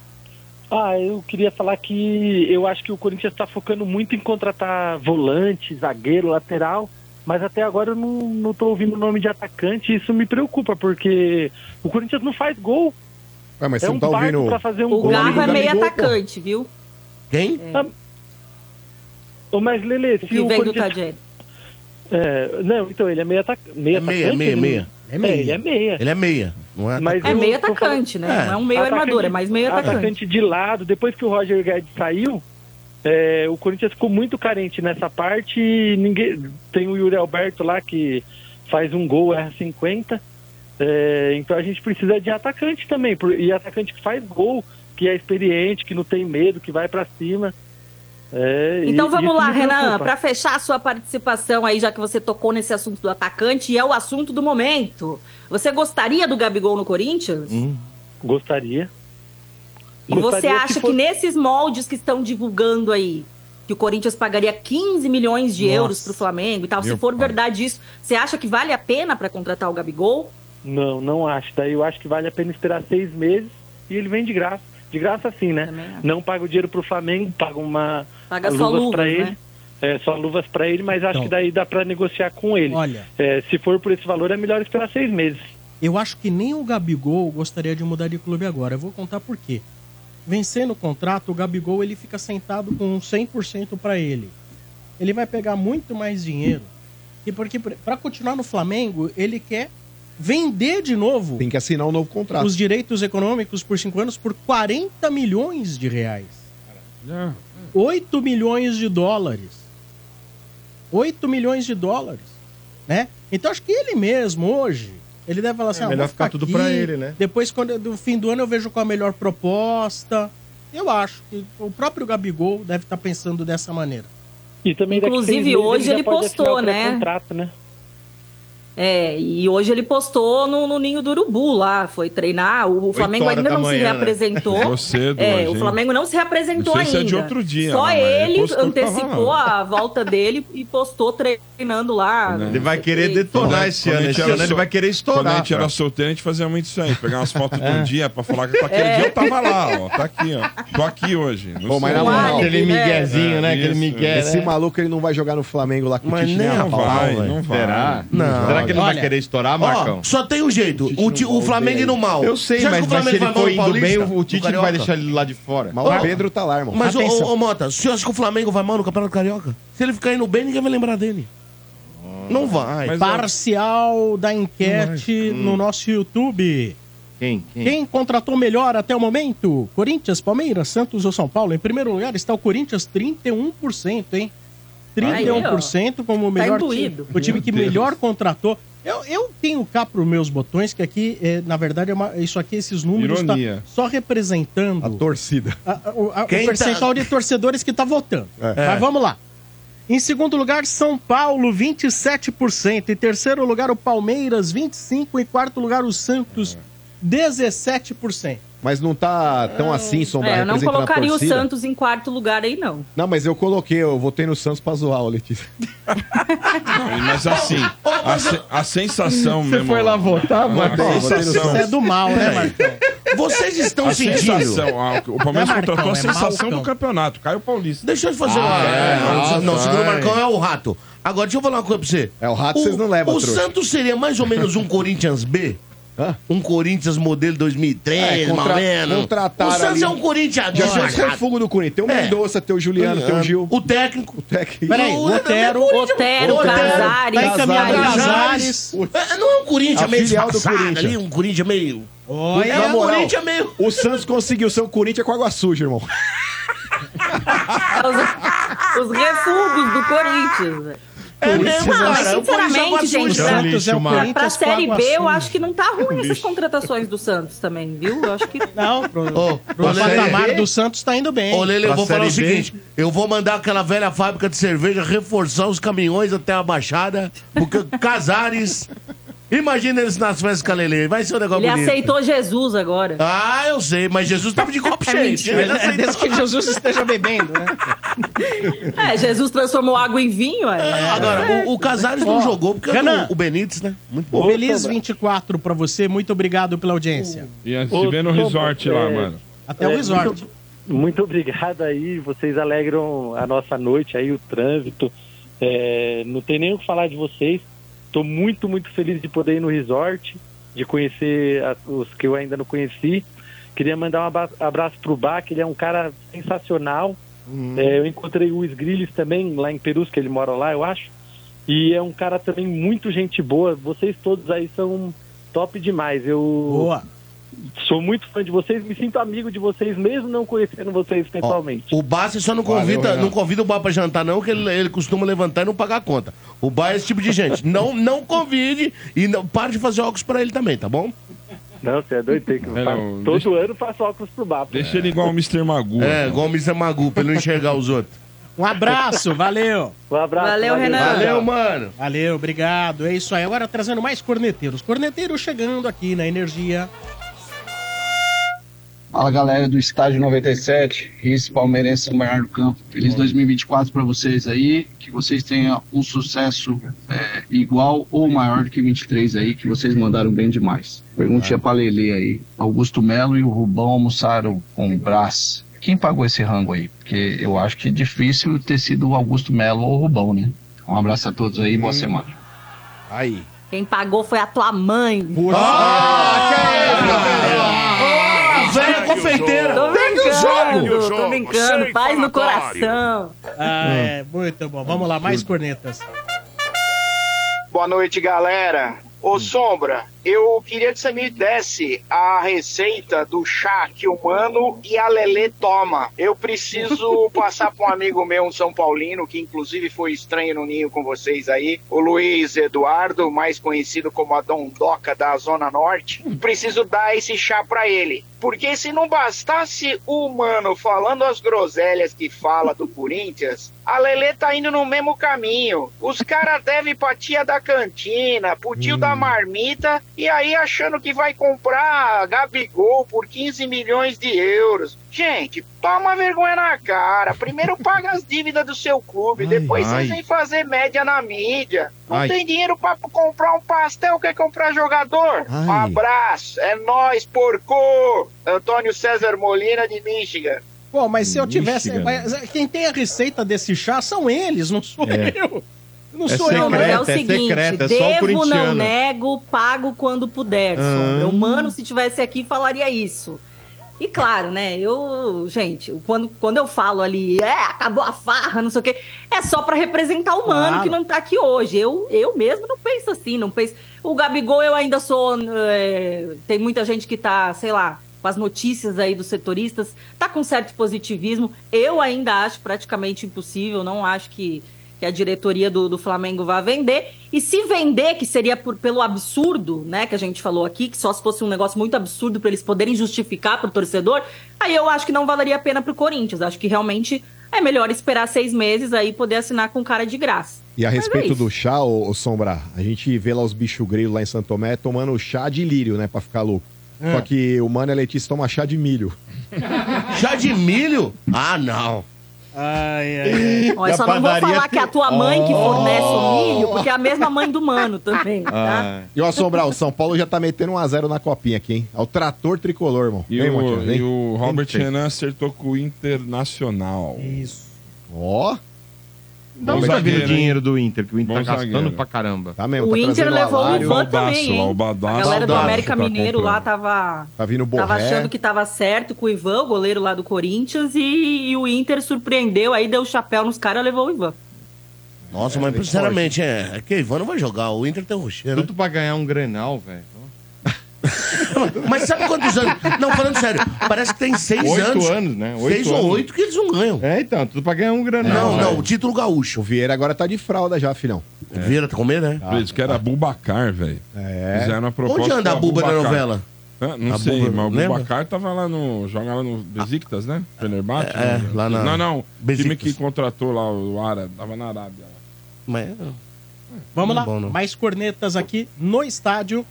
Speaker 15: Ah, eu queria falar que eu acho que o Corinthians está focando muito em contratar volante, zagueiro, lateral, mas até agora eu não, não tô ouvindo o nome de atacante e isso me preocupa, porque o Corinthians não faz gol.
Speaker 2: Ué, mas
Speaker 15: é
Speaker 2: você
Speaker 15: um
Speaker 2: não tá
Speaker 15: barco
Speaker 2: ouvindo.
Speaker 15: pra fazer um
Speaker 5: O
Speaker 15: gol.
Speaker 5: Garro é
Speaker 15: Gabigol,
Speaker 5: meio
Speaker 15: pô.
Speaker 5: atacante, viu?
Speaker 3: Quem?
Speaker 5: É.
Speaker 15: Ô, Mas Lele,
Speaker 5: O
Speaker 15: se
Speaker 5: que
Speaker 15: o
Speaker 5: vem do
Speaker 15: Corinthians...
Speaker 5: Tadjeri.
Speaker 15: É, não, então ele é meio, ataca... meio
Speaker 3: É meia,
Speaker 15: atacante.
Speaker 3: meia,
Speaker 15: né?
Speaker 3: meia.
Speaker 15: É, meia. ele é meia.
Speaker 3: Ele é meia, não é?
Speaker 15: Mas
Speaker 5: É
Speaker 15: eu
Speaker 5: meio
Speaker 15: tô
Speaker 5: atacante, né? Não é um meio armador, é mais meio atacante.
Speaker 15: de lado. Depois que o Roger Guedes saiu, é, o Corinthians ficou muito carente nessa parte. e Ninguém Tem o Yuri Alberto lá que faz um gol, erra 50. É, então a gente precisa de atacante também. por- E atacante que faz gol, que é experiente, que não tem medo, que vai pra cima. É, e
Speaker 5: Então vamos
Speaker 15: isso
Speaker 5: lá,
Speaker 15: me
Speaker 5: Renan,
Speaker 15: preocupa.
Speaker 5: para fechar a sua participação aí, já que você tocou nesse assunto do atacante, e é o assunto do momento. Você gostaria do Gabigol no Corinthians?
Speaker 15: Gostaria.
Speaker 5: E você
Speaker 15: Gostaria
Speaker 5: acha
Speaker 15: se
Speaker 5: que nesses moldes que estão divulgando aí, que o Corinthians pagaria 15 milhões de
Speaker 15: Nossa.
Speaker 5: euros pro Flamengo e tal, se
Speaker 15: Meu
Speaker 5: for
Speaker 15: pai.
Speaker 5: verdade isso, você acha que vale a pena para contratar o Gabigol?
Speaker 15: Não, não acho. Daí eu acho que vale a pena esperar seis meses e ele vem de graça. De graça sim, né? Não paga o dinheiro pro Flamengo, paga uma
Speaker 5: Paga só
Speaker 15: luvas pra
Speaker 5: luvas,
Speaker 15: ele.
Speaker 5: né?
Speaker 15: É, só luvas pra ele, mas acho que daí dá pra negociar com ele.
Speaker 14: Olha.
Speaker 15: É, se for por esse valor, é melhor esperar seis meses.
Speaker 14: Eu acho que nem o Gabigol gostaria de mudar de clube agora. Eu vou contar por quê. Vencendo o contrato, o Gabigol ele fica sentado com 100% para ele. Ele vai pegar muito mais dinheiro. E porque para continuar no Flamengo, ele quer vender de novo
Speaker 2: Tem que assinar um novo contrato.
Speaker 14: os direitos econômicos por 5 anos por 40 milhões de reais.
Speaker 4: É.
Speaker 14: 8 milhões de dólares. 8 milhões de dólares, né? Então acho que ele mesmo hoje, ele deve falar assim, ah,
Speaker 4: É melhor
Speaker 14: vou
Speaker 4: ficar tudo pra ele, né?
Speaker 14: Depois quando eu- do fim do ano eu vejo qual a melhor proposta. Eu acho que o próprio Gabigol deve estar pensando dessa maneira.
Speaker 15: E
Speaker 5: é
Speaker 15: também
Speaker 14: daqui
Speaker 5: Inclusive, seis meses hoje ele já ele pode assinar postou, o né?
Speaker 15: Contrato, né?
Speaker 5: É, e hoje ele postou no, no Ninho do Urubu lá, foi treinar. O, Flamengo
Speaker 6: horas
Speaker 5: ainda
Speaker 6: da
Speaker 5: não
Speaker 6: manhã,
Speaker 5: se
Speaker 6: né?
Speaker 5: reapresentou.
Speaker 6: Chegou cedo
Speaker 5: é,
Speaker 6: hoje,
Speaker 5: o
Speaker 6: hein?
Speaker 5: Flamengo não se reapresentou
Speaker 6: Não sei se é
Speaker 5: ainda.
Speaker 6: de outro dia,
Speaker 5: Só
Speaker 6: né, mas ele
Speaker 5: ele
Speaker 6: postou que tava
Speaker 5: antecipou
Speaker 6: lá. Né?
Speaker 5: a volta dele e postou treinando lá. É,
Speaker 4: Ele vai querer detonar esse ano. Esse ano ele vai querer
Speaker 6: Quando a
Speaker 4: estourar.
Speaker 6: gente era solteiro, a gente fazia muito isso aí. Pegar umas fotos de um dia pra falar que aquele
Speaker 4: É.
Speaker 6: dia eu tava lá, ó. Tá aqui, ó. Tô aqui hoje. Não
Speaker 2: Pô, mas
Speaker 6: sei.
Speaker 2: na moral.
Speaker 6: né? isso.
Speaker 2: né? Esse maluco ele não vai jogar no Flamengo lá com o
Speaker 6: né? Mas
Speaker 2: Tite
Speaker 6: nem
Speaker 2: nem a
Speaker 6: vai,
Speaker 2: pau,
Speaker 6: não
Speaker 2: velho.
Speaker 6: vai.
Speaker 2: Será?
Speaker 6: Não,
Speaker 2: Será
Speaker 4: que ele vai querer estourar,
Speaker 3: Ó,
Speaker 4: Marcão?
Speaker 3: só tem um jeito. O, ti- o Flamengo indo mal.
Speaker 4: Eu sei,
Speaker 3: Você acha
Speaker 4: mas,
Speaker 3: que
Speaker 4: mas se ele
Speaker 3: vai mal
Speaker 4: for
Speaker 3: no
Speaker 4: indo bem,
Speaker 3: Paulista?
Speaker 4: o Tite
Speaker 3: No
Speaker 4: não vai
Speaker 3: Carioca?
Speaker 4: deixar ele lá de fora.
Speaker 3: Mas o Ó, Pedro
Speaker 2: tá lá,
Speaker 3: Mas, ô, ô, ô, Mota, o senhor acha que o Flamengo vai mal no Campeonato Carioca? Se ele ficar indo bem, ninguém vai lembrar dele. Não vai.
Speaker 1: Parcial da enquete
Speaker 3: Hum.
Speaker 1: no nosso YouTube.
Speaker 4: Quem?
Speaker 1: Quem contratou melhor até o momento? Corinthians, Palmeiras, Santos ou São Paulo? Em primeiro lugar está o Corinthians, 31%, hein? 31% como o
Speaker 5: Tá
Speaker 1: melhor time.
Speaker 5: imbuído.
Speaker 1: O time
Speaker 5: Meu
Speaker 1: que
Speaker 5: Deus.
Speaker 1: melhor contratou. Eu, eu tenho cá para os meus botões, que aqui, é, na verdade, é uma- isso aqui, esses números, tá
Speaker 2: Ironia.
Speaker 1: só representando
Speaker 2: A torcida.
Speaker 1: a- o, a- o
Speaker 2: Quem tá-
Speaker 1: percentual de torcedores que tá votando.
Speaker 2: É.
Speaker 1: Mas vamos lá. Em segundo lugar, São Paulo, 27%. Em terceiro lugar, o Palmeiras, 25%. Em quarto lugar, o Santos, 17%.
Speaker 2: Mas não tá tão assim, Sombra,
Speaker 5: É, eu não
Speaker 2: representando a
Speaker 5: colocaria o
Speaker 2: torcida.
Speaker 5: Santos em quarto lugar aí, não.
Speaker 2: Não, mas eu coloquei, eu votei no Santos pra zoar, ô Letícia.
Speaker 6: Mas assim, a, se- a sensação
Speaker 2: Você
Speaker 6: mesmo.
Speaker 2: foi lá votar,
Speaker 6: a
Speaker 2: mano?
Speaker 6: sensação-
Speaker 1: Você é do mal, né, Marcão?
Speaker 3: Vocês estão
Speaker 6: a
Speaker 3: sentindo?
Speaker 6: Sensação, ah, o Palmeiras
Speaker 3: Não é
Speaker 6: contratou a
Speaker 3: Marcão, é
Speaker 6: sensação
Speaker 3: Malcão.
Speaker 6: do campeonato, Caio Paulista. Ah,
Speaker 3: Deixa eu te fazer uma. não, não, o segundo Marcão é o rato. Agora, deixa eu falar uma coisa pra você. É, o
Speaker 2: rato vocês não levam,
Speaker 3: O
Speaker 2: trouxa.
Speaker 3: Santos seria mais ou menos um Corinthians B? Um Corinthians modelo 2003,
Speaker 2: É,
Speaker 3: mais
Speaker 2: contra-
Speaker 3: ou menos.
Speaker 2: contrataram
Speaker 3: O Santos
Speaker 2: ali-
Speaker 3: é um Corinthians
Speaker 2: Já tinha os
Speaker 3: desmarcado.
Speaker 2: refugos do Corinthians. Tem o
Speaker 3: É.
Speaker 2: Mendonça, tem o Juliano, tem o Gil.
Speaker 3: O técnico.
Speaker 2: O técnico.
Speaker 1: Peraí,
Speaker 2: Não,
Speaker 1: Otero,
Speaker 3: não é Corinthians,
Speaker 5: Otero,
Speaker 3: Otero,
Speaker 5: Casares,
Speaker 3: tá encaminhado
Speaker 5: Casares.
Speaker 3: Casares. É, Não é um
Speaker 2: A
Speaker 3: Corinthians meio
Speaker 2: filial do
Speaker 3: disfarçado
Speaker 2: Corinthians.
Speaker 3: ali, um Corinthians meio...
Speaker 2: Olha,
Speaker 3: é
Speaker 2: na
Speaker 3: um
Speaker 2: moral,
Speaker 3: Corinthians meio...
Speaker 2: O Santos conseguiu ser o Corinthians com água suja, irmão.
Speaker 5: Os, os refugos do Corinthians, velho.
Speaker 3: É mesmo,
Speaker 5: Não, mas
Speaker 3: cara, o Corinthians é uma
Speaker 5: sinceramente, gente,
Speaker 3: suja.
Speaker 5: pra,
Speaker 3: É um lixo,
Speaker 5: pra-
Speaker 3: mano.
Speaker 5: pra Série
Speaker 3: Lixo.
Speaker 5: B, eu acho que não tá ruim essas
Speaker 3: Lixo.
Speaker 5: contratações do Santos também, viu? Eu acho que...
Speaker 1: Não,
Speaker 3: Ô,
Speaker 1: O
Speaker 3: Lele.
Speaker 1: patamar do Santos tá indo bem.
Speaker 3: Ô, Lele, eu
Speaker 1: Pra
Speaker 3: vou falar o
Speaker 1: Série B.
Speaker 3: seguinte: eu vou mandar aquela velha fábrica de cerveja reforçar os caminhões até a Baixada, porque Casares. Imagina eles nas festas com a Lele. Vai ser um negócio
Speaker 5: Ele
Speaker 3: bonito.
Speaker 5: aceitou Jesus agora.
Speaker 3: Ah, eu sei, mas Jesus tava de copo
Speaker 5: É
Speaker 3: cheio.
Speaker 5: mentira,
Speaker 3: Ele
Speaker 5: é
Speaker 3: aceitou.
Speaker 5: desde que Jesus esteja
Speaker 1: bebendo, né?
Speaker 5: É, Jesus transformou água em vinho, é.
Speaker 3: Agora, o, o Casares não
Speaker 1: Ó,
Speaker 3: jogou porque era
Speaker 1: Renan.
Speaker 3: o, o Benítez, né? Muito
Speaker 1: O
Speaker 3: bom.
Speaker 1: Feliz 24 pra você, muito obrigado pela audiência.
Speaker 6: E antes de ver no resort lá, mano.
Speaker 1: Até o resort.
Speaker 15: Muito, muito obrigado aí, vocês alegram a nossa noite aí, o trânsito. É, não tem nem o que falar de vocês. Estou muito, muito feliz de poder ir no resort, de conhecer a- os que eu ainda não conheci. Queria mandar um aba- abraço pro Bach, ele é um cara sensacional. É, eu encontrei o Esgrilles também, lá em Perus, que ele mora lá, eu acho. E é um cara também muito gente boa. Vocês todos aí são top demais. Eu
Speaker 1: Boa.
Speaker 15: Sou muito fã de vocês, me sinto amigo de vocês, mesmo não conhecendo vocês pessoalmente.
Speaker 3: O Bassi só não convida,
Speaker 15: Valeu, Renan.
Speaker 3: não convida o Bar pra jantar, não, que ele, ele costuma levantar e não pagar a conta. O Bar é esse tipo de gente. não, não convide e não, para de fazer óculos pra ele também, tá bom?
Speaker 15: Não, você é doido, tem que
Speaker 6: É, não,
Speaker 15: Todo
Speaker 6: deixa-
Speaker 15: ano faço óculos pro Bapa.
Speaker 6: Deixa ele igual o Mr. Magu.
Speaker 3: É, igual o Mr. Magu, pra ele não enxergar os outros.
Speaker 1: Um abraço, valeu.
Speaker 15: Um abraço.
Speaker 1: Valeu, Renan.
Speaker 3: Valeu, mano.
Speaker 1: Valeu, obrigado. É isso aí. Agora trazendo mais corneteiros. Corneteiros chegando aqui na Energia.
Speaker 16: Fala galera do Estádio 97, esse palmeirense São Bernardo do Campo. Feliz 2024 para vocês aí, que vocês tenham um sucesso é, igual ou maior do que 23 aí, que vocês mandaram bem demais. Perguntinha pra Lele aí. Augusto Melo e o Rubão almoçaram com o Brás. Quem pagou esse rango aí? Porque eu acho que é difícil ter sido o Augusto Melo ou o Rubão, né? Um abraço a todos aí, boa semana.
Speaker 2: Aí.
Speaker 5: Quem pagou foi a tua mãe.
Speaker 3: Ah, velha confeiteira.
Speaker 5: Tô
Speaker 3: Segue o
Speaker 5: brincando,
Speaker 3: jogo.
Speaker 5: tô brincando.
Speaker 3: Sem
Speaker 5: Paz no
Speaker 3: falatório.
Speaker 5: coração.
Speaker 1: Ah, é, muito bom. Vamos lá, mais cornetas.
Speaker 17: Boa noite, galera. Ô Sombra, eu queria que você me desse a receita do chá que o Mano e a Lelê toma. Eu preciso passar para um amigo meu, um São Paulino, que inclusive foi estranho no ninho com vocês aí, o Luiz Eduardo, mais conhecido como a Dondoca da Zona Norte. Preciso dar esse chá para ele. Porque se não bastasse o Mano falando as groselhas que fala do Corinthians, a Lelê tá indo no mesmo caminho. Os caras devem pra tia da cantina, pro tio da
Speaker 18: Hum.
Speaker 17: marmita, e aí achando que vai comprar Gabigol por 15 milhões de euros. Gente, toma vergonha na cara. Primeiro paga as dívidas do seu clube, depois
Speaker 18: ai.
Speaker 17: vocês vêm fazer média na mídia. Não
Speaker 18: Ai.
Speaker 17: tem dinheiro pra comprar um pastel, quer comprar jogador?
Speaker 18: Ai.
Speaker 17: Abraço, é nóis, porco! Antônio César Molina de Michigan.
Speaker 1: Bom, mas eh, se eu tivesse.
Speaker 17: Michigan.
Speaker 1: mas quem tem a receita desse chá são eles, não sou
Speaker 17: É.
Speaker 1: eu. Não
Speaker 4: É
Speaker 1: sou eu,
Speaker 5: Não,
Speaker 1: né?
Speaker 5: mas é o
Speaker 4: secreto, é
Speaker 5: seguinte,
Speaker 4: secreto, é só o
Speaker 5: devo, não
Speaker 4: corintiano.
Speaker 5: nego, pago quando puder. Sombra.
Speaker 4: Ah.
Speaker 5: O Mano, se tivesse aqui, falaria isso. E claro, né, eu, gente, quando, quando eu falo ali, é, acabou a farra, não sei o quê, é só pra representar o Mano
Speaker 19: Claro.
Speaker 5: que não tá aqui hoje. Eu, eu mesmo não penso assim, não penso... O Gabigol, eu ainda sou... é, tem muita gente que tá, sei lá, com as notícias aí dos setoristas, tá com certo positivismo. Eu ainda acho praticamente impossível, não acho que que a diretoria do, do Flamengo vai vender. E se vender, que seria por, pelo absurdo, né, que a gente falou aqui, que só se fosse um negócio muito absurdo para eles poderem justificar para o torcedor, aí eu acho que não valeria a pena para o Corinthians. Acho que realmente é melhor esperar seis meses aí e poder assinar com cara de graça.
Speaker 2: E a
Speaker 5: Mas é
Speaker 2: respeito
Speaker 5: isso.
Speaker 2: do chá, ô, ô Sombra, a gente vê lá os bichos grelhos lá em Santo Tomé tomando chá de lírio, né, pra ficar louco.
Speaker 3: É.
Speaker 2: Só que o Mano e a Letícia tomam chá de milho.
Speaker 3: Chá de é milho? Ah, não. É,
Speaker 1: Ai, é.
Speaker 5: ai. Olha, só não vou falar que é a tua mãe
Speaker 19: Oh.
Speaker 5: que fornece o milho, porque é a mesma mãe do mano também,
Speaker 19: Ah,
Speaker 5: tá?
Speaker 6: Ah.
Speaker 2: E ó, Sombra, o São Paulo já tá metendo 1x0 na copinha aqui, hein? É o trator tricolor, irmão.
Speaker 6: E,
Speaker 2: Vem, Montinho,
Speaker 6: o,
Speaker 2: vem.
Speaker 6: e o Robert
Speaker 2: Vem.
Speaker 6: Renan acertou com o Internacional.
Speaker 14: Isso.
Speaker 2: Ó.
Speaker 4: Da onde tá vindo o dinheiro do Inter? Que o Inter
Speaker 6: Bom
Speaker 4: tá gastando
Speaker 6: zagueiro.
Speaker 4: pra caramba.
Speaker 2: Tá
Speaker 5: O Inter levou o Ivan também, hein? a galera do América Mineiro lá tava...
Speaker 2: Tá vindo o Borré.
Speaker 5: Tava achando que tava certo com o Ivan, o goleiro lá do Corinthians, e, e o Inter surpreendeu, aí deu chapéu nos caras e levou o Ivan.
Speaker 3: Nossa, mas sinceramente, é, é que o Ivan não vai jogar. O Inter tem né? o Rocher. Tudo
Speaker 4: pra ganhar um Grenal, velho.
Speaker 3: mas sabe quantos anos? Não, falando sério, parece que tem seis
Speaker 4: Oito
Speaker 3: anos.
Speaker 4: anos, né? Oito
Speaker 3: seis ou
Speaker 4: anos.
Speaker 3: oito que eles não ganham.
Speaker 4: É, então, tudo pra ganhar um Grenal.
Speaker 3: Não,
Speaker 4: velho.
Speaker 3: não, o título gaúcho.
Speaker 2: O Vieira agora tá de fralda já, filhão.
Speaker 3: O Vieira tá com medo, né?
Speaker 6: Eles que era Bubacar, velho.
Speaker 2: É.
Speaker 6: Fizeram uma proposta.
Speaker 3: Onde anda a
Speaker 6: pra
Speaker 3: Buba na
Speaker 6: Bubacar.
Speaker 3: novela?
Speaker 6: Hã? não
Speaker 3: A
Speaker 6: sei,
Speaker 3: Buba,
Speaker 6: mas o
Speaker 3: lembra?
Speaker 6: Bubacar tava lá no. Jogava no Besiktas, né? Fenerbahçe.
Speaker 3: É, é,
Speaker 6: né?
Speaker 3: lá na-
Speaker 6: Não, não. O time
Speaker 3: Besiktas.
Speaker 6: que contratou lá o Ara, tava na Arábia. lá.
Speaker 4: É.
Speaker 3: Mas...
Speaker 4: Tá
Speaker 6: Não
Speaker 14: Vamos lá,
Speaker 6: é bom, não.
Speaker 14: mais cornetas aqui no estádio.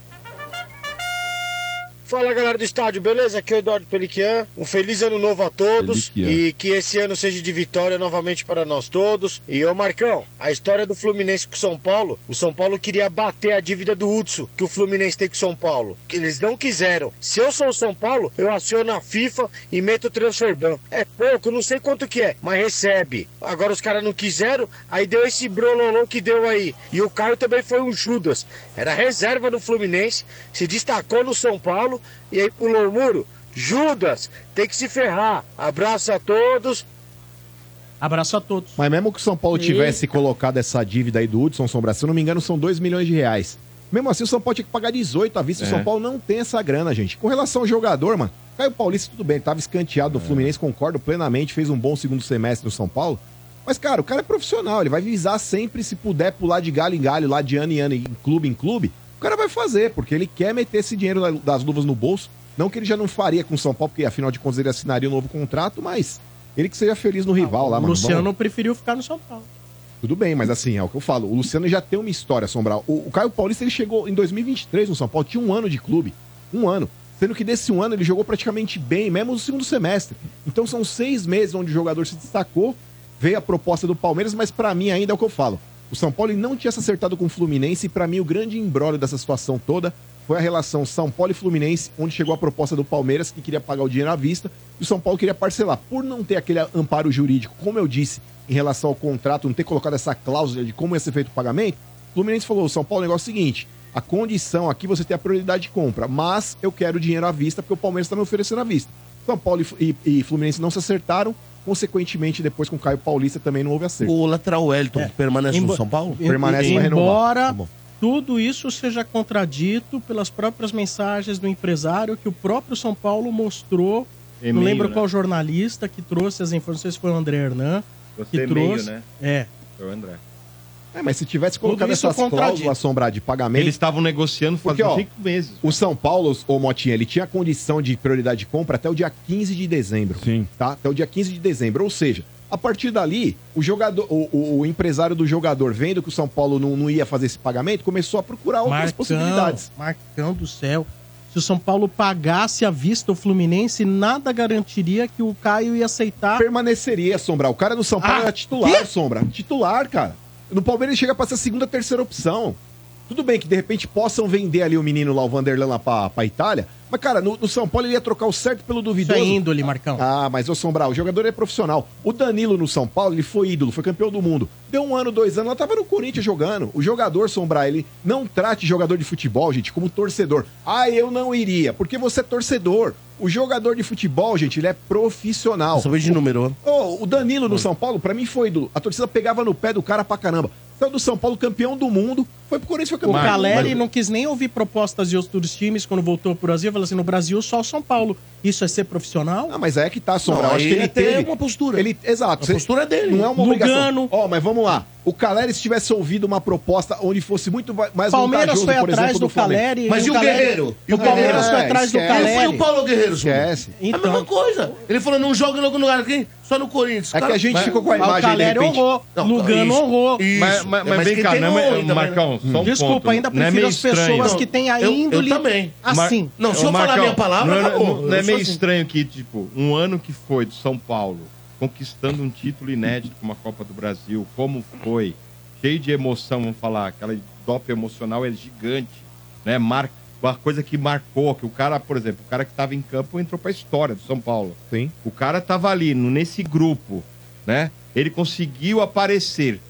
Speaker 18: Fala galera do estádio, beleza? Aqui é o Eduardo Peliquian. Um feliz ano novo a todos
Speaker 6: Peliquian.
Speaker 18: e que esse ano seja de vitória novamente para nós todos. E ô Marcão, a história do Fluminense com o São Paulo, o São Paulo queria bater a dívida do Hudson que o Fluminense tem com o São Paulo. que Eles não quiseram. Se eu sou o São Paulo, eu aciono a FIFA e meto o transfer ban. É pouco, não sei quanto que é, mas recebe. Agora os caras não quiseram, aí deu esse brololô que deu aí. E o Caio também foi um Judas. Era reserva no Fluminense, se destacou no São Paulo e aí pulou o muro. Judas, tem que se ferrar. Abraço a todos.
Speaker 14: Abraço a todos.
Speaker 2: Mas mesmo que o São Paulo tivesse colocado essa dívida aí do Hudson Sombra, se eu não me engano, são 2 milhões de reais. Mesmo assim, o São Paulo tinha que pagar 18 à vista. O
Speaker 4: É.
Speaker 2: São Paulo não tem essa grana, gente. Com relação ao jogador, mano, Caio Paulista, tudo bem, ele tava escanteado do Fluminense, concordo plenamente, fez um bom segundo semestre no São Paulo. Mas, cara, o cara é profissional, ele vai visar sempre, se puder, pular de galho em galho, lá de ano em ano, em clube em clube. O cara vai fazer, porque ele quer meter esse dinheiro da- das luvas no bolso. Não que ele já não faria com o São Paulo, porque afinal de contas ele assinaria um novo contrato, mas ele que seja feliz no rival
Speaker 4: Tá
Speaker 14: O
Speaker 2: lá, Tá, mano. Vamos-
Speaker 14: Luciano preferiu ficar no São Paulo.
Speaker 2: tudo bem, mas assim, é o que eu falo. O Luciano já tem uma história sombral. O, o Caio Paulista ele chegou em 2023 no São Paulo, tinha um ano de clube. Um ano. Sendo que desse um ano ele jogou praticamente bem, mesmo no segundo semestre. Então são seis meses onde o jogador se destacou, veio a proposta do Palmeiras, mas pra mim ainda é o que eu falo. O São Paulo ele não tinha se acertado com o Fluminense e pra mim o grande embrólio dessa situação toda foi a relação São Paulo e Fluminense, onde chegou a proposta do Palmeiras, que queria pagar o dinheiro à vista, e o São Paulo queria parcelar. Por não ter aquele amparo jurídico, como eu disse, em relação ao contrato, não ter colocado essa cláusula de como ia ser feito o pagamento, o Fluminense falou, São Paulo, o negócio é o seguinte, a condição aqui você tem a prioridade de compra, mas eu quero o dinheiro à vista, porque o Palmeiras está me oferecendo à vista. São Paulo e, e- e Fluminense não se acertaram, consequentemente, depois com o Caio Paulista também não houve acerto.
Speaker 3: O lateral Wellington
Speaker 1: É.
Speaker 3: permanece no
Speaker 2: Embo-
Speaker 3: São Paulo?
Speaker 2: Permanece
Speaker 14: Em-
Speaker 2: no renovar.
Speaker 14: Embora
Speaker 2: Tá bom.
Speaker 14: tudo isso seja contradito pelas próprias mensagens do empresário que o próprio São Paulo mostrou. não
Speaker 4: E-mail,
Speaker 14: lembro
Speaker 4: né?
Speaker 14: qual jornalista que trouxe as informações, se foi o André Hernan.
Speaker 4: Trouxe
Speaker 14: que
Speaker 4: e-mail,
Speaker 14: trouxe.
Speaker 4: né?
Speaker 14: É.
Speaker 4: Seu André.
Speaker 2: É, mas se tivesse
Speaker 14: Tudo
Speaker 2: colocado
Speaker 14: isso
Speaker 2: essas
Speaker 14: contradiz.
Speaker 2: cláusulas sombrar de pagamento.
Speaker 4: Eles estavam negociando
Speaker 2: Porque,
Speaker 4: fazendo
Speaker 2: ó,
Speaker 4: cinco meses.
Speaker 2: O São Paulo, ô Motinha, ele tinha condição de prioridade de compra até o dia 15 de dezembro. Sim. Tá? Até o dia 15 de dezembro. Ou seja, a partir dali, o jogador, o, o- o empresário do jogador, vendo que o São Paulo não, não ia fazer esse pagamento, começou a procurar outras
Speaker 14: Marcão,
Speaker 2: possibilidades.
Speaker 14: Marcão do céu. Se o São Paulo pagasse à vista o Fluminense, nada garantiria que o Caio ia aceitar.
Speaker 2: Permaneceria, Sombra. O cara do São Paulo era titular, Sombra. Titular, cara. No Palmeiras ele chega pra ser a segunda, terceira opção. Tudo bem que de repente possam vender ali o menino lá, o Vanderlan, lá pra, pra Itália, Mas, cara, no, no São Paulo ele ia trocar o certo pelo duvidoso.
Speaker 1: Isso é índole, Marcão.
Speaker 2: Ah, mas, ô Sombral, o jogador é profissional. O Danilo no São Paulo, ele foi ídolo, foi campeão do mundo. Deu um ano, dois anos, lá tava no Corinthians jogando. O jogador, Sombral, ele não trate jogador de futebol, gente, como torcedor. Ah, eu não iria, porque você é torcedor. O jogador de futebol, gente, ele é profissional.
Speaker 3: Só vejo de número.
Speaker 2: Ô, o Danilo no São Paulo, pra mim foi ídolo. A torcida pegava no pé do cara pra caramba. Saiu do São Paulo campeão do mundo, foi pro Corinthians foi
Speaker 1: O
Speaker 2: campeão. do
Speaker 1: Caleri
Speaker 2: mundo.
Speaker 1: não quis nem ouvir propostas de outros times quando voltou pro Brasil. Falou assim, no Brasil só o São Paulo. Isso é ser profissional?
Speaker 2: Ah, mas é que tá, Sombra.
Speaker 1: Não,
Speaker 2: Eu acho
Speaker 1: aí
Speaker 2: que ele
Speaker 1: ele tem
Speaker 4: é
Speaker 2: teve.
Speaker 1: uma
Speaker 2: postura. Ele, exato.
Speaker 1: A
Speaker 2: Você-
Speaker 1: postura é dele.
Speaker 2: Não é uma
Speaker 1: Lugano.
Speaker 2: obrigação. Ó, mas vamos lá. O Caleri, se tivesse ouvido uma proposta onde fosse muito va- mais
Speaker 1: Palmeiras
Speaker 2: vantajoso,
Speaker 1: foi
Speaker 2: por
Speaker 1: atrás
Speaker 2: exemplo,
Speaker 1: do
Speaker 2: Flamengo.
Speaker 1: Caleri. Caleri- O Palmeiras foi atrás do
Speaker 3: Ele
Speaker 1: Caleri.
Speaker 3: foi o Paulo Guerreiro.
Speaker 2: Esquece.
Speaker 3: É A mesma coisa. Então. Ele falou, não joga em algum lugar aqui, só no Corinthians.
Speaker 2: É que a gente ficou com a Mas o imagem, de Caleri repente. honrou,
Speaker 1: Lugano honrou.
Speaker 3: Isso.
Speaker 4: Mas, mas, mas vem
Speaker 3: quem
Speaker 4: cá,
Speaker 3: tem
Speaker 4: não, é-
Speaker 3: honra também,
Speaker 4: Marcão,
Speaker 3: né?
Speaker 4: só um
Speaker 1: Desculpa,
Speaker 4: ponto.
Speaker 1: ainda
Speaker 4: Não é
Speaker 1: prefiro
Speaker 4: meio
Speaker 1: as pessoas que têm a
Speaker 3: Eu- eu
Speaker 1: índole
Speaker 3: também.
Speaker 1: assim.
Speaker 3: Não, se
Speaker 4: Ô,
Speaker 3: eu falar minha palavra,
Speaker 4: não, é-
Speaker 3: acabou.
Speaker 4: não,
Speaker 3: Eu
Speaker 4: não é
Speaker 3: sou
Speaker 4: meio
Speaker 3: assim.
Speaker 4: estranho que, tipo, um ano que foi do São Paulo, conquistando um título inédito como a Copa do Brasil, como foi, cheio de emoção, vamos falar, aquela dope emocional é gigante, né? Mar... Uma coisa que marcou, que o cara, por exemplo, o cara que estava em campo entrou pra história do São Paulo.
Speaker 2: Sim.
Speaker 4: O cara tava ali, no- nesse grupo, né? Ele conseguiu aparecer.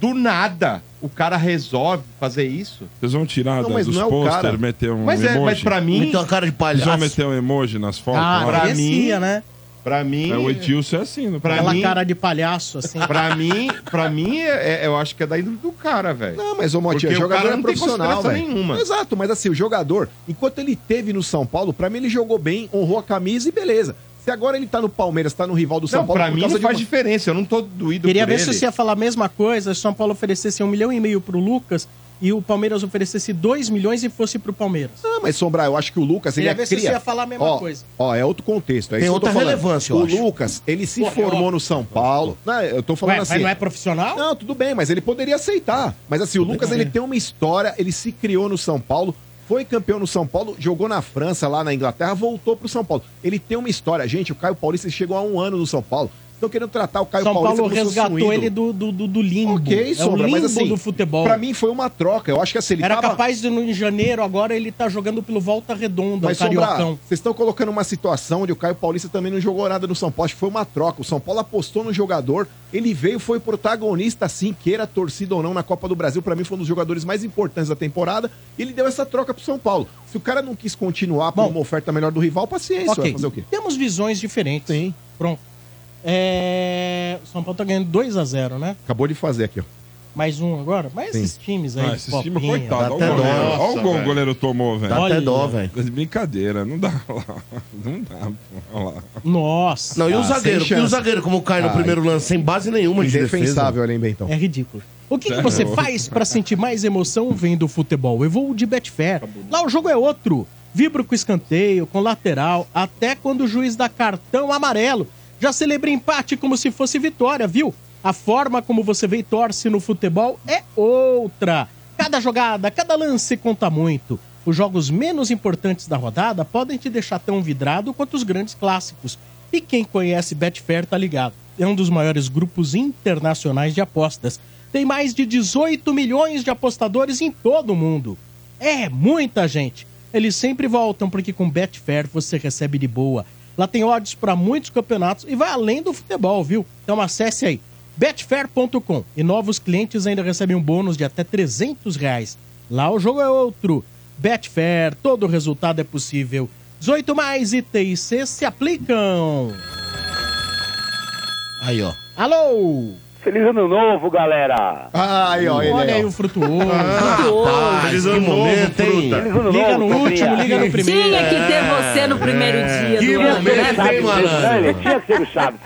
Speaker 4: Do nada, o cara resolve fazer isso.
Speaker 6: Vocês vão tirar
Speaker 4: Não,
Speaker 6: da-
Speaker 4: mas
Speaker 6: dos
Speaker 4: não é o cara.
Speaker 6: posters, meter um
Speaker 4: Mas é,
Speaker 6: emoji?
Speaker 4: mas pra mim- Meter uma cara de palhaço.
Speaker 6: Vocês vão meter um emoji nas fotos?
Speaker 1: Ah,
Speaker 6: lá?
Speaker 1: parecia, né?
Speaker 4: Pra mim.
Speaker 6: É, o Edilson é assim, não
Speaker 4: Pra
Speaker 1: Aquela
Speaker 4: mim,
Speaker 1: cara de palhaço, assim.
Speaker 4: pra mim, pra mim é- é- eu acho que é da índole do cara, velho.
Speaker 2: Não, mas ô Motinha,
Speaker 4: Porque o
Speaker 2: jogador
Speaker 4: cara
Speaker 2: é
Speaker 4: não tem
Speaker 2: profissional,
Speaker 4: consideração
Speaker 2: velho.
Speaker 4: nenhuma.
Speaker 2: Exato, mas assim, o jogador, enquanto ele teve no São Paulo, pra mim ele jogou bem, honrou a camisa e beleza. Se agora ele tá no Palmeiras, tá no rival do São
Speaker 4: Não,
Speaker 2: Paulo,
Speaker 4: pra
Speaker 2: por
Speaker 4: mim
Speaker 2: causa
Speaker 4: não
Speaker 2: de
Speaker 4: faz
Speaker 2: uma-
Speaker 4: diferença, eu não tô doído
Speaker 1: Queria
Speaker 4: por
Speaker 1: ver
Speaker 4: ele.
Speaker 1: se você ia falar a mesma coisa, se o São Paulo oferecesse um milhão e meio pro Lucas e o Palmeiras oferecesse dois milhões e fosse pro Palmeiras.
Speaker 2: Ah, mas Sombra, eu acho que o Lucas, ele
Speaker 1: Queria
Speaker 2: é
Speaker 1: ver se
Speaker 2: cria.
Speaker 1: você ia falar a mesma
Speaker 2: Ó,
Speaker 1: coisa.
Speaker 2: Ó, é outro contexto. É
Speaker 3: Tem
Speaker 2: isso que eu
Speaker 3: outra
Speaker 2: tô falando.
Speaker 3: relevância, eu
Speaker 2: O
Speaker 3: acho.
Speaker 2: Lucas, ele se
Speaker 3: Pô, é
Speaker 2: formou
Speaker 3: óbvio.
Speaker 2: no São Paulo. Não, eu tô falando
Speaker 1: Ué, mas
Speaker 2: assim.
Speaker 1: não é profissional?
Speaker 2: Não, tudo bem, mas ele poderia aceitar. Mas assim, o Lucas, ele tem uma história, ele se criou no São Paulo, foi campeão no São Paulo, jogou na França, lá na Inglaterra, voltou pro São Paulo. Ele tem uma história. Gente, o Caio Paulista chegou há um ano no São Paulo. Estão querendo tratar o Caio
Speaker 1: São
Speaker 2: Paulista
Speaker 1: Paulo
Speaker 2: como se fosse um
Speaker 1: resgatou
Speaker 2: ídolo.
Speaker 1: ele do, do, do, do limbo.
Speaker 2: Ok,
Speaker 1: é o
Speaker 2: Sombra,
Speaker 1: limbo
Speaker 2: mas assim,
Speaker 1: do futebol.
Speaker 2: pra mim foi uma troca. Eu acho que assim, ele
Speaker 1: Era
Speaker 2: tava...
Speaker 1: capaz de, no- em janeiro, agora ele tá jogando pelo Volta Redonda, o
Speaker 2: Mas, Sombra,
Speaker 1: Cariocão.
Speaker 2: vocês estão colocando uma situação onde o Caio Paulista também não jogou nada no São Paulo. Acho que foi uma troca. O São Paulo apostou no jogador, ele veio, foi protagonista, assim, queira torcida ou não, na Copa do Brasil. Pra mim, foi um dos jogadores mais importantes da temporada. E ele deu essa troca pro São Paulo. Se o cara não quis continuar por uma oferta melhor do rival, paciência.
Speaker 1: Ok.
Speaker 2: Vai fazer o quê?
Speaker 1: Temos visões diferentes. Sim. Pronto. É... São Paulo tá ganhando 2x0, né?
Speaker 2: Acabou de fazer aqui, ó.
Speaker 1: Mais um agora. Mas
Speaker 2: Sim.
Speaker 1: esses times aí.
Speaker 6: Ah,
Speaker 1: de
Speaker 6: esse time,
Speaker 1: copinha,
Speaker 6: coitado.
Speaker 1: dá
Speaker 6: Olha o
Speaker 1: até
Speaker 6: goleiro,
Speaker 1: dó.
Speaker 6: olha o gol
Speaker 1: Nossa,
Speaker 6: o goleiro tomou, velho.
Speaker 1: Dá até dó,
Speaker 6: velho. Brincadeira, não dá lá. Não dá, pô. Olha lá.
Speaker 1: Nossa.
Speaker 3: Não, e o
Speaker 6: Ah, sem
Speaker 3: zagueiro? E o
Speaker 6: chance.
Speaker 3: zagueiro, como cai no
Speaker 6: Ah,
Speaker 3: primeiro lance, sem base nenhuma de defesa.
Speaker 2: Indefensável, olha, hein, Bentão.
Speaker 1: É ridículo. O que, que você faz pra sentir mais emoção vendo o futebol? Eu vou de Betfair. Lá o jogo é outro. Vibro com escanteio, com lateral, até quando o juiz dá cartão amarelo. Já celebra empate como se fosse vitória, viu? A forma como você vê e torce no futebol é outra. Cada jogada, cada lance conta muito. Os jogos menos importantes da rodada podem te deixar tão vidrado quanto os grandes clássicos. E quem conhece Betfair tá ligado. É um dos maiores grupos internacionais de apostas. Tem mais de 18 milhões de apostadores em todo o mundo. É muita gente. Eles sempre voltam porque com Betfair você recebe de boa. Lá tem odds para muitos campeonatos e vai além do futebol, viu? Então acesse aí betfair.com e novos clientes ainda recebem um bônus de até 300 reais. Lá o jogo é outro. Betfair, todo resultado é possível. 18 mais e TIC se aplicam.
Speaker 3: Aí, ó.
Speaker 1: Alô?
Speaker 19: Feliz ano novo, galera!
Speaker 2: Ai, ó, ele
Speaker 1: Olha
Speaker 2: aí,
Speaker 1: aí
Speaker 2: ó.
Speaker 1: o frutuoso.
Speaker 3: rapaz, Feliz ano que novo, momento, hein? fruta. Feliz ano
Speaker 1: Liga
Speaker 3: novo,
Speaker 1: no
Speaker 3: Sombrinha.
Speaker 1: último, liga no primeiro.
Speaker 5: Tinha que ter você no primeiro
Speaker 3: É.
Speaker 5: dia do ano, né?
Speaker 19: Ele tinha que ser o Chaves.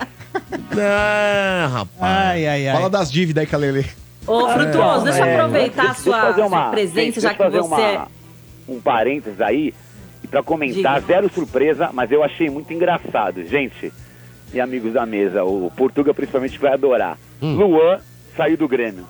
Speaker 3: Ah, rapaz.
Speaker 1: Ai, ai, ai.
Speaker 2: Fala das dívidas aí, Calele.
Speaker 5: Ô, Frutuoso, deixa eu aproveitar a
Speaker 19: É. assim, né? Deixa- deixa eu
Speaker 5: sua,
Speaker 19: fazer uma-
Speaker 5: sua presença,
Speaker 19: deixa
Speaker 5: já
Speaker 19: eu
Speaker 5: que
Speaker 19: fazer
Speaker 5: você é
Speaker 19: uma- um parênteses aí, e pra comentar, zero surpresa, mas eu achei muito engraçado. Gente, e amigos da mesa, o Portuga principalmente vai adorar. Luan saiu do Grêmio.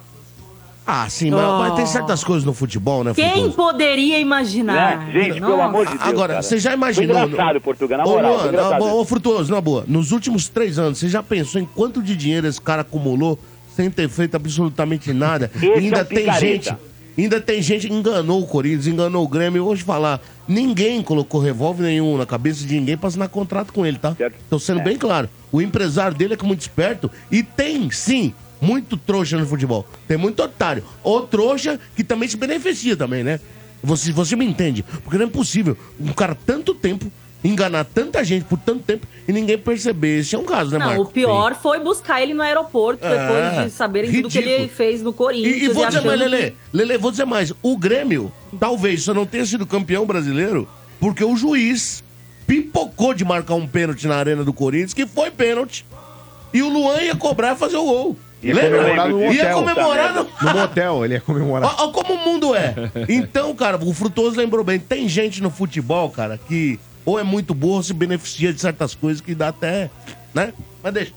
Speaker 3: Ah, sim, mas,
Speaker 5: Oh.
Speaker 3: mas tem certas coisas no futebol, né,
Speaker 5: Quem
Speaker 3: Frutuoso?
Speaker 5: poderia imaginar?
Speaker 3: Né?
Speaker 19: Gente, pelo amor de Deus,
Speaker 3: Agora,
Speaker 19: cara.
Speaker 3: você já
Speaker 19: Foi
Speaker 3: imaginou...
Speaker 19: engraçado, Portuga, na moral,
Speaker 3: Ô,
Speaker 19: foi
Speaker 3: Luan,
Speaker 19: engraçado.
Speaker 3: na boa, ô, Frutuoso, na boa. Nos últimos três anos, você já pensou em quanto de dinheiro esse cara acumulou sem ter feito absolutamente nada?
Speaker 19: Esse
Speaker 3: e ainda
Speaker 19: é um
Speaker 3: tem
Speaker 19: picareta.
Speaker 3: gente... Ainda tem gente que enganou o Corinthians, enganou o Grêmio. Hoje falar, ninguém colocou revólver nenhum na cabeça de ninguém pra assinar contrato com ele, tá? Tô sendo bem claro. O empresário dele é que é muito esperto e tem, sim, muito trouxa no futebol. Tem muito otário. Ou trouxa que também se beneficia também, né? Você, você me entende? Porque não é possível um cara tanto tempo enganar tanta gente por tanto tempo e ninguém perceber. Esse é um caso, né,
Speaker 5: Não,
Speaker 3: Marco?
Speaker 5: o pior foi buscar ele no aeroporto
Speaker 3: É,
Speaker 5: depois de saberem tudo que ele
Speaker 3: ridículo.
Speaker 5: fez no Corinthians.
Speaker 3: E, e vou dizer
Speaker 5: achando
Speaker 3: mais,
Speaker 5: que-
Speaker 3: Lele, Lele, vou dizer mais. O Grêmio, talvez, só não tenha sido campeão brasileiro porque o juiz pipocou de marcar um pênalti na arena do Corinthians, que foi pênalti. E o Luan ia cobrar e fazer o gol.
Speaker 2: Ia
Speaker 3: Lembra?
Speaker 2: comemorar no
Speaker 3: Ia
Speaker 2: hotel.
Speaker 3: comemorar no...
Speaker 2: No motel, ele ia comemorar.
Speaker 3: Olha como o mundo é. Então, cara, o Frutoso lembrou bem. Tem gente no futebol, cara, que ou é muito boa ou se beneficia de certas coisas que dá até, né? Mas deixa.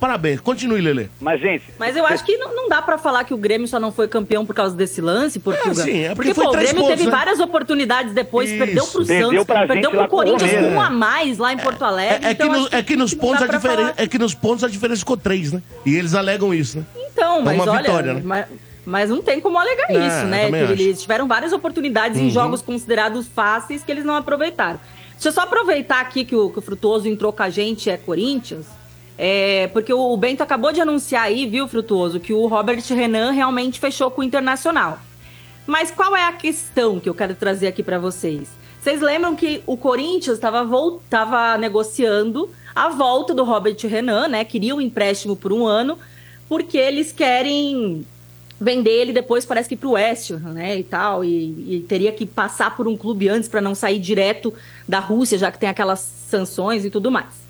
Speaker 3: Parabéns. Continue, Lele.
Speaker 19: Mas, gente...
Speaker 5: Mas
Speaker 3: É.
Speaker 5: eu acho que não, não dá pra falar que o Grêmio só não foi campeão por causa desse lance, porque,
Speaker 3: É,
Speaker 5: o-
Speaker 3: sim, é
Speaker 5: porque,
Speaker 3: porque foi
Speaker 5: pô, o
Speaker 3: três
Speaker 5: Grêmio
Speaker 3: pontos,
Speaker 5: teve
Speaker 3: né?
Speaker 5: várias oportunidades depois,
Speaker 3: Isso.
Speaker 5: perdeu pro
Speaker 3: Perdeu
Speaker 5: Santos,
Speaker 3: pra gente
Speaker 5: perdeu
Speaker 3: lá né?
Speaker 5: pro
Speaker 3: com o
Speaker 5: Corinthians com
Speaker 3: Romero.
Speaker 5: um a mais lá em Porto Alegre.
Speaker 3: É, é que
Speaker 5: então
Speaker 3: nos,
Speaker 5: acho
Speaker 3: é que nos
Speaker 5: não
Speaker 3: pontos
Speaker 5: dá
Speaker 3: a
Speaker 5: pra
Speaker 3: diferença,
Speaker 5: falar.
Speaker 3: é que nos pontos a diferença ficou três, né? E eles alegam isso, né?
Speaker 5: Então,
Speaker 3: É
Speaker 5: mas
Speaker 3: uma
Speaker 5: olha,
Speaker 3: vitória, né?
Speaker 5: mas, mas não tem como alegar
Speaker 3: É,
Speaker 5: isso,
Speaker 3: eu
Speaker 5: né?
Speaker 3: também
Speaker 5: Que eles tiveram várias oportunidades
Speaker 3: Uhum.
Speaker 5: em jogos considerados fáceis que eles não aproveitaram. Deixa eu só aproveitar aqui que o, que o Frutuoso entrou com a gente, é Corinthians. É, porque o, o Bento acabou de anunciar aí, viu, Frutuoso, que o Robert Renan realmente fechou com o Internacional. Mas qual é a questão que eu quero trazer aqui pra vocês? Vocês lembram que o Corinthians estava tava negociando a volta do Robert Renan, né? Queria um empréstimo por um ano, porque eles querem vender ele depois, parece que pro West, Ham, né? E tal. E, e teria que passar por um clube antes para não sair direto da Rússia, já que tem aquelas sanções e tudo mais.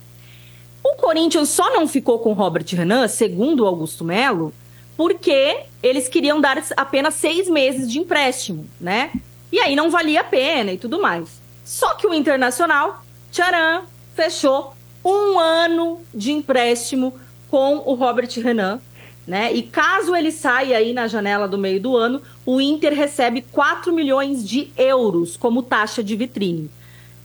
Speaker 5: O Corinthians só não ficou com o Robert Renan, segundo o Augusto Melo, porque eles queriam dar apenas seis meses de empréstimo, né? E aí não valia a pena e tudo mais. Só que o Internacional, tcharam, fechou um ano de empréstimo com o Robert Renan, né? E caso ele saia aí na janela do meio do ano, o Inter recebe 4 milhões de euros como taxa de vitrine.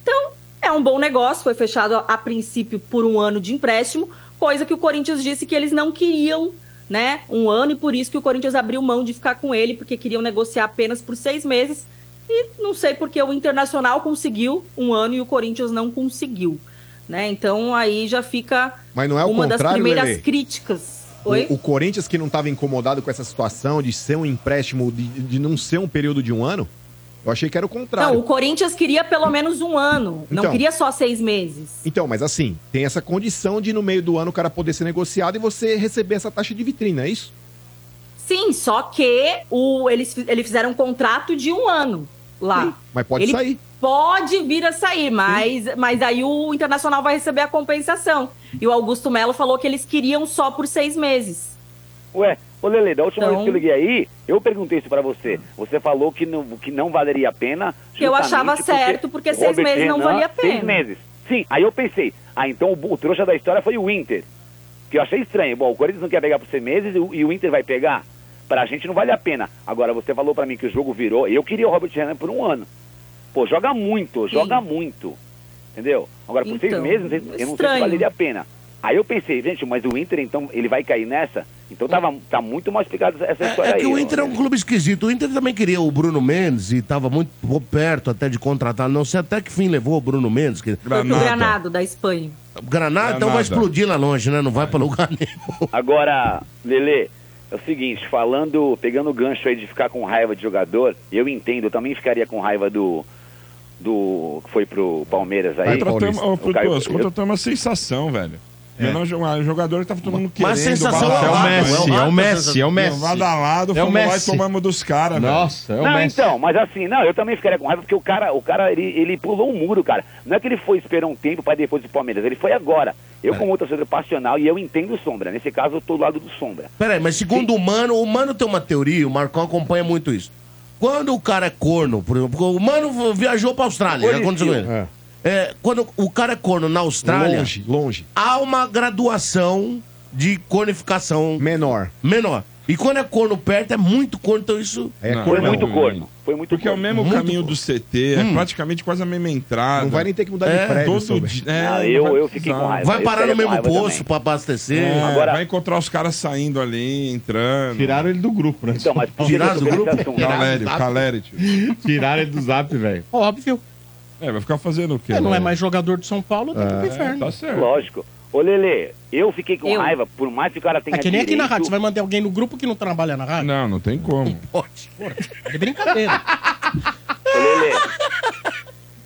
Speaker 5: Então, é um bom negócio, foi fechado a, a princípio por um ano de empréstimo, coisa que o Corinthians disse que eles não queriam, né? Um ano, e por isso que o Corinthians abriu mão de ficar com ele, porque queriam negociar apenas por seis meses. E não sei porque o Internacional conseguiu um ano e o Corinthians não conseguiu. Né? Então aí já fica
Speaker 2: Mas não é o
Speaker 5: uma das
Speaker 2: contrário,
Speaker 5: primeiras
Speaker 2: Lele?
Speaker 5: críticas. Oi?
Speaker 2: O, o Corinthians que não estava incomodado com essa situação de ser um empréstimo, de, de não ser um período de um ano, eu achei que era o contrário.
Speaker 5: Não, o Corinthians queria pelo menos um ano,
Speaker 2: Então.
Speaker 5: não queria só seis meses.
Speaker 2: Então, mas assim, tem essa condição de no meio do ano o cara poder ser negociado e você receber essa taxa de vitrine, é isso?
Speaker 5: Sim, só que o, eles, fi- eles fizeram um contrato de um ano lá.
Speaker 2: Mas pode
Speaker 5: Ele
Speaker 2: sair.
Speaker 5: Pode vir a sair, mas, mas aí o Internacional vai receber a compensação. E o Augusto Melo falou que eles queriam só por seis meses.
Speaker 19: Ué, ô Lele, da última
Speaker 5: Então-
Speaker 19: vez que eu liguei aí, eu perguntei isso pra você. Você falou que não, que não valeria a pena.
Speaker 5: Que eu
Speaker 19: justamente
Speaker 5: achava
Speaker 19: porque
Speaker 5: certo, porque seis
Speaker 19: Robert
Speaker 5: meses não
Speaker 19: Renan,
Speaker 5: valia a
Speaker 19: Seis
Speaker 5: pena.
Speaker 19: meses. Sim, aí eu pensei, ah, então o, o trouxa da história foi o Inter. Que eu achei estranho. Bom, o Corinthians não quer pegar por seis meses e o, e o Inter vai pegar. Pra gente não vale a pena. Agora, você falou pra mim que o jogo virou. Eu queria o Robert Renan por um ano. Pô, joga muito, joga muito. Entendeu? Agora, por seis
Speaker 20: Então,
Speaker 19: meses, não sei- eu não sei se
Speaker 20: estranho.
Speaker 19: valeria a pena. Aí eu pensei, gente, mas o Inter, então, ele vai cair nessa? Então tava, tá muito mal explicado essa
Speaker 3: É,
Speaker 19: história
Speaker 3: é que
Speaker 19: aí.
Speaker 3: o
Speaker 19: ó.
Speaker 3: Inter é um clube esquisito. O Inter também queria o Bruno Mendes e tava muito perto até de contratar. Não sei até que fim levou o Bruno Mendes.
Speaker 2: Ah,
Speaker 3: Que...
Speaker 5: Foi pro Granado da Espanha.
Speaker 3: Granada, então vai
Speaker 19: Granada.
Speaker 3: explodir lá longe, né? Não vai pra lugar nenhum.
Speaker 19: Agora, Lele, é o seguinte, falando, pegando o gancho aí de ficar com raiva de jogador, eu entendo, eu também ficaria com raiva do. do. que foi pro Palmeiras aí.
Speaker 6: Contratamos, ô,
Speaker 19: O Caio-
Speaker 6: Frutuoso, contratamos uma é sensação, velho.
Speaker 3: É.
Speaker 6: Menor jo- um jogador que tava todo mundo querendo.
Speaker 4: Mas sensação
Speaker 6: badalado,
Speaker 4: é o Messi,
Speaker 6: velho.
Speaker 4: é o Messi, é o Messi.
Speaker 6: Badalado,
Speaker 4: É o
Speaker 6: fomos lá e
Speaker 4: Messi.
Speaker 6: tomamos dos caras, velho.
Speaker 4: Nossa, é
Speaker 19: não, então, mas assim, não, eu também ficaria com raiva porque o cara, o cara ele, ele pulou um muro, cara. Não é que ele foi esperar um tempo pra depois do Palmeiras, ele foi agora. Eu, como torcedor passional, e eu entendo o Sombra. Nesse caso, eu tô do lado do Sombra.
Speaker 3: Peraí, mas segundo o Mano, o Mano tem uma teoria, o Marcão acompanha muito isso. Quando o cara é corno, por exemplo, porque o Mano viajou pra Austrália, já aconteceu com ele. É, quando o cara é corno na Austrália,
Speaker 2: Longe, longe.
Speaker 3: há uma graduação de cornificação
Speaker 2: menor.
Speaker 3: Menor. E quando é corno perto, é muito corno, então isso.
Speaker 2: É
Speaker 6: Não, não,
Speaker 2: um
Speaker 6: não. Porque é o mesmo
Speaker 3: Muito
Speaker 6: caminho do CT, é
Speaker 3: Hum.
Speaker 6: praticamente quase a mesma entrada.
Speaker 3: Não vai nem ter que mudar
Speaker 4: É,
Speaker 3: de prédio,
Speaker 6: Todo
Speaker 3: Sombra.
Speaker 6: dia, é,
Speaker 3: Ah, eu- eu fiquei com raiva, É. Vai eu parar ficaria no com mesmo raiva posto também. pra abastecer. Agora-
Speaker 6: É, Vai encontrar os caras saindo ali, entrando.
Speaker 4: Tiraram ele do grupo, né? Então, mas
Speaker 6: Tiraram do grupo?
Speaker 4: Calério,
Speaker 6: Calério, Calério. tio.
Speaker 4: Tiraram ele do zap, velho.
Speaker 1: Óbvio.
Speaker 6: É, vai ficar fazendo o quê?
Speaker 1: É, não
Speaker 6: né?
Speaker 1: é mais jogador do São Paulo, tem que ir
Speaker 3: É,
Speaker 1: pro inferno.
Speaker 3: tá
Speaker 19: Lógico. Ô, Lele, eu fiquei com raiva, por mais que o cara
Speaker 1: É
Speaker 19: tenha
Speaker 1: que nem aqui na
Speaker 19: direito-
Speaker 1: rádio, você vai mandar alguém no grupo que não trabalha na rádio?
Speaker 6: Não, não tem como.
Speaker 1: Pode, porra, é de brincadeira.
Speaker 19: Ô, Lele.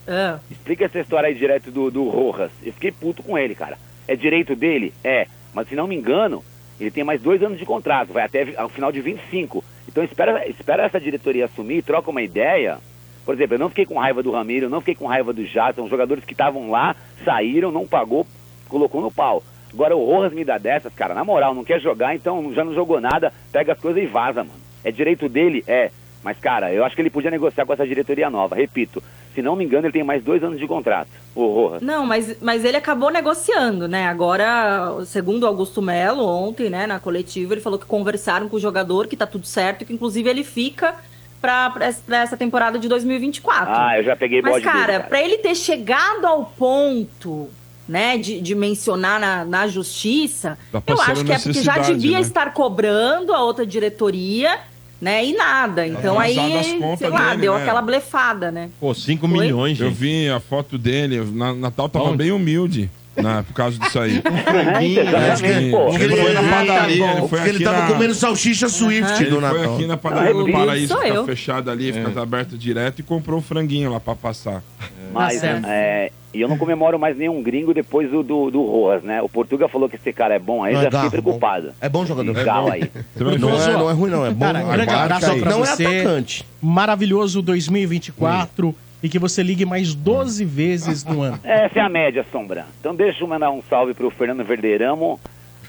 Speaker 1: Ah.
Speaker 19: Explica essa história aí direto do, do Rojas. Eu fiquei puto com ele, cara. É direito dele? É. Mas se não me engano, ele tem mais dois anos de contrato. Vai até vi- ao final de 25. Então espera, espera essa diretoria assumir, troca uma ideia. Por exemplo, eu não fiquei com raiva do Ramiro, eu não fiquei com raiva do Jato. São jogadores que estavam lá, saíram, não pagou, colocou no pau. Agora o Rojas me dá dessas, cara. Na moral, não quer jogar, então já não jogou nada. Pega as coisas e vaza, mano. É direito dele? É. Mas, cara, eu acho que ele podia negociar com essa diretoria nova. Repito, se não me engano, ele tem mais dois anos de contrato. Ô, Rojas.
Speaker 5: Não, mas, mas ele acabou negociando, né? Agora, segundo Augusto Melo, ontem, né, na coletiva, ele falou que conversaram com o jogador, que tá tudo certo, que inclusive ele fica pra, pra essa- pra essa temporada de 2024.
Speaker 19: Ah, eu já peguei
Speaker 5: Mas,
Speaker 19: bode
Speaker 5: cara,
Speaker 19: dele,
Speaker 5: pra ele ter chegado ao ponto, né, de, de mencionar na, na justiça,
Speaker 19: Tá
Speaker 5: eu
Speaker 19: passando
Speaker 5: acho que é porque já
Speaker 19: necessidade,
Speaker 5: devia
Speaker 19: né?
Speaker 5: estar cobrando a outra diretoria, né, e nada. Então aí,
Speaker 6: atrasado as contas
Speaker 5: sei lá,
Speaker 6: dele,
Speaker 5: deu
Speaker 6: né?
Speaker 5: aquela blefada, né?
Speaker 6: Pô, 5
Speaker 5: milhões,
Speaker 6: Eu
Speaker 5: gente.
Speaker 6: vi a foto dele. Na Natal tava bem humilde. Né, por causa disso aí. Um
Speaker 3: franguinho, né? Pô,
Speaker 6: Ele,
Speaker 3: ele-
Speaker 6: foi na
Speaker 3: Ah,
Speaker 6: padaria.
Speaker 3: tá bom.
Speaker 6: ele foi
Speaker 3: Porque ele
Speaker 6: aqui
Speaker 3: tava
Speaker 6: na-
Speaker 3: comendo salsicha Swift
Speaker 6: Ele
Speaker 3: do
Speaker 6: foi
Speaker 3: Natal.
Speaker 6: aqui na padaria
Speaker 3: Ah,
Speaker 6: do
Speaker 3: é,
Speaker 6: Paraíso,
Speaker 3: sou
Speaker 6: fica
Speaker 3: eu.
Speaker 6: fechada ali, fica aberto direto, e comprou um franguinho lá pra passar.
Speaker 3: Tá
Speaker 6: né?
Speaker 19: Mas, é, e eu não comemoro mais nenhum gringo depois do, do, do Rojas, né? O Portuga falou que esse cara é bom, aí eu
Speaker 3: Não,
Speaker 19: já
Speaker 3: é garro,
Speaker 19: fiquei preocupado.
Speaker 3: É bom jogador.
Speaker 19: Esse Galo aí.
Speaker 3: Não é, não é ruim, não. É bom.
Speaker 1: Cara,
Speaker 3: não é
Speaker 1: grande
Speaker 3: bom.
Speaker 1: abraço pra
Speaker 3: não
Speaker 1: você.
Speaker 3: é atacante.
Speaker 1: Maravilhoso 2024 e que você ligue mais 12 vezes no ano.
Speaker 19: Essa é a média, Sombra. Então deixa eu mandar um salve pro Fernando Verderamo.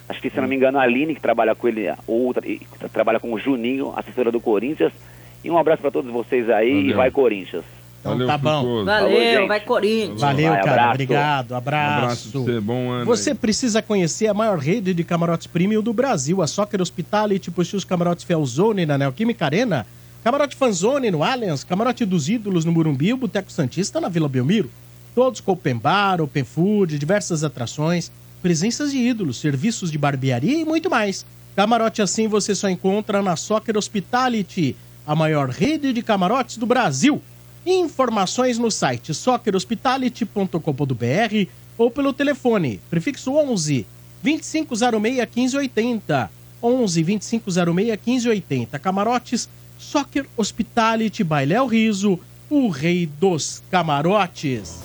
Speaker 19: Acho que, se não me engano, a Aline, que trabalha com ele, a outra, e tra- trabalha com o Juninho, assessora do Corinthians. E um abraço pra todos vocês aí e vai Corinthians.
Speaker 6: Valeu,
Speaker 1: tá bom.
Speaker 6: Frutuoso.
Speaker 5: Valeu, vai Corinthians.
Speaker 1: Valeu,
Speaker 19: Vai,
Speaker 1: cara.
Speaker 19: abraço.
Speaker 1: Obrigado.
Speaker 6: Um
Speaker 1: Abraço.
Speaker 6: abraço pra você, bom ano.
Speaker 1: Você precisa conhecer a maior rede de camarotes premium do Brasil. A Soccer Hospitality possui os camarotes Felzone na Neoquímica Arena, camarote Fanzone no Allianz, camarote dos Ídolos no Murumbi, o Boteco Santista na Vila Belmiro. Todos com open bar, open food, diversas atrações, presenças de ídolos, serviços de barbearia e muito mais. Camarote assim você só encontra na Soccer Hospitality, a maior rede de camarotes do Brasil. Informações no site soccerhospitality.com.br ou pelo telefone prefixo 11 2506 1580. 11 2506 1580. Camarotes Soccer Hospitality by Léo Riso, o rei dos camarotes.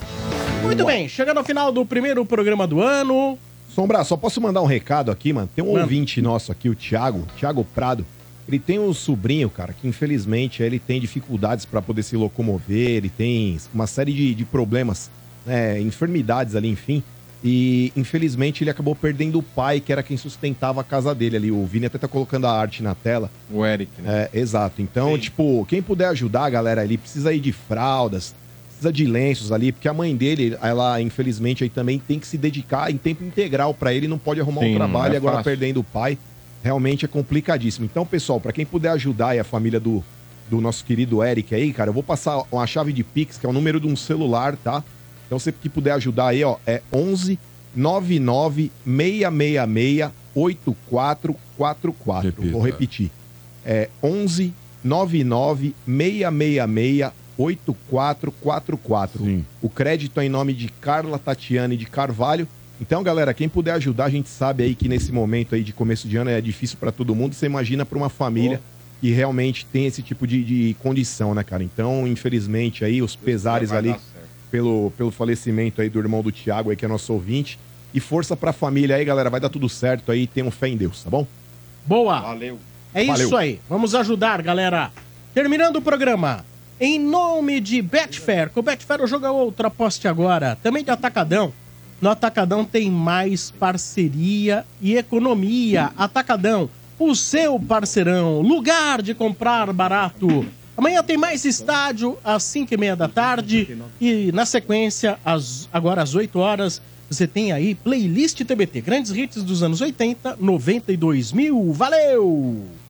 Speaker 1: Muito bem, chegando ao final do primeiro programa do ano.
Speaker 2: Sombra, só posso mandar um recado aqui, mano? Tem um
Speaker 1: Manda.
Speaker 2: ouvinte nosso aqui, o Thiago, Thiago Prado. Ele tem um sobrinho, cara, que infelizmente ele tem dificuldades pra poder se locomover, ele tem uma série de, de problemas, né, enfermidades ali, enfim. E infelizmente ele acabou perdendo o pai, que era quem sustentava a casa dele ali. O Vini até tá colocando a arte na tela.
Speaker 4: O Eric,
Speaker 2: né? É, exato. Então, tipo, quem puder ajudar a galera ali, precisa ir de fraldas, precisa de lenços ali, porque a mãe dele, ela infelizmente aí também tem que se dedicar em tempo integral pra ele, não pode arrumar
Speaker 4: Sim,
Speaker 2: um
Speaker 4: não
Speaker 2: trabalho
Speaker 4: é
Speaker 2: e agora
Speaker 4: fácil.
Speaker 2: perdendo o pai, realmente é complicadíssimo. Então, pessoal, pra quem puder ajudar aí a família do, do nosso querido Eric aí, cara, eu vou passar uma chave de Pix, que é o número de um celular, tá? Então, se que puder ajudar aí, ó, é 11 99 666 8444. Vou repetir. É 11 99 666 8444. O crédito é em nome de Carla Tatiane de Carvalho. Então, galera, quem puder ajudar, a gente sabe aí que nesse momento aí de começo de ano é difícil pra todo mundo. Você imagina pra uma família que realmente tem esse tipo de, de condição, né, cara? Então, infelizmente aí os pesares
Speaker 4: vai
Speaker 2: ali
Speaker 4: dar certo.
Speaker 2: pelo, pelo falecimento aí do irmão do Thiago aí que é nosso ouvinte. E força pra família aí, galera, vai dar tudo certo aí, tenham fé em Deus, tá bom?
Speaker 1: Boa.
Speaker 4: Valeu.
Speaker 1: É isso
Speaker 2: Valeu.
Speaker 1: aí. Vamos ajudar, galera. Terminando o programa. Em nome de Betfair, com Betfair o jogo é outra aposte agora. Também de Atacadão. No Atacadão tem mais parceria e economia. Atacadão, o seu parceirão, lugar de comprar barato. Amanhã tem mais estádio às 5 e meia da tarde. E na sequência, às- agora às 8 horas, você tem aí playlist TBT. Grandes hits dos anos 80, 92 mil. Valeu!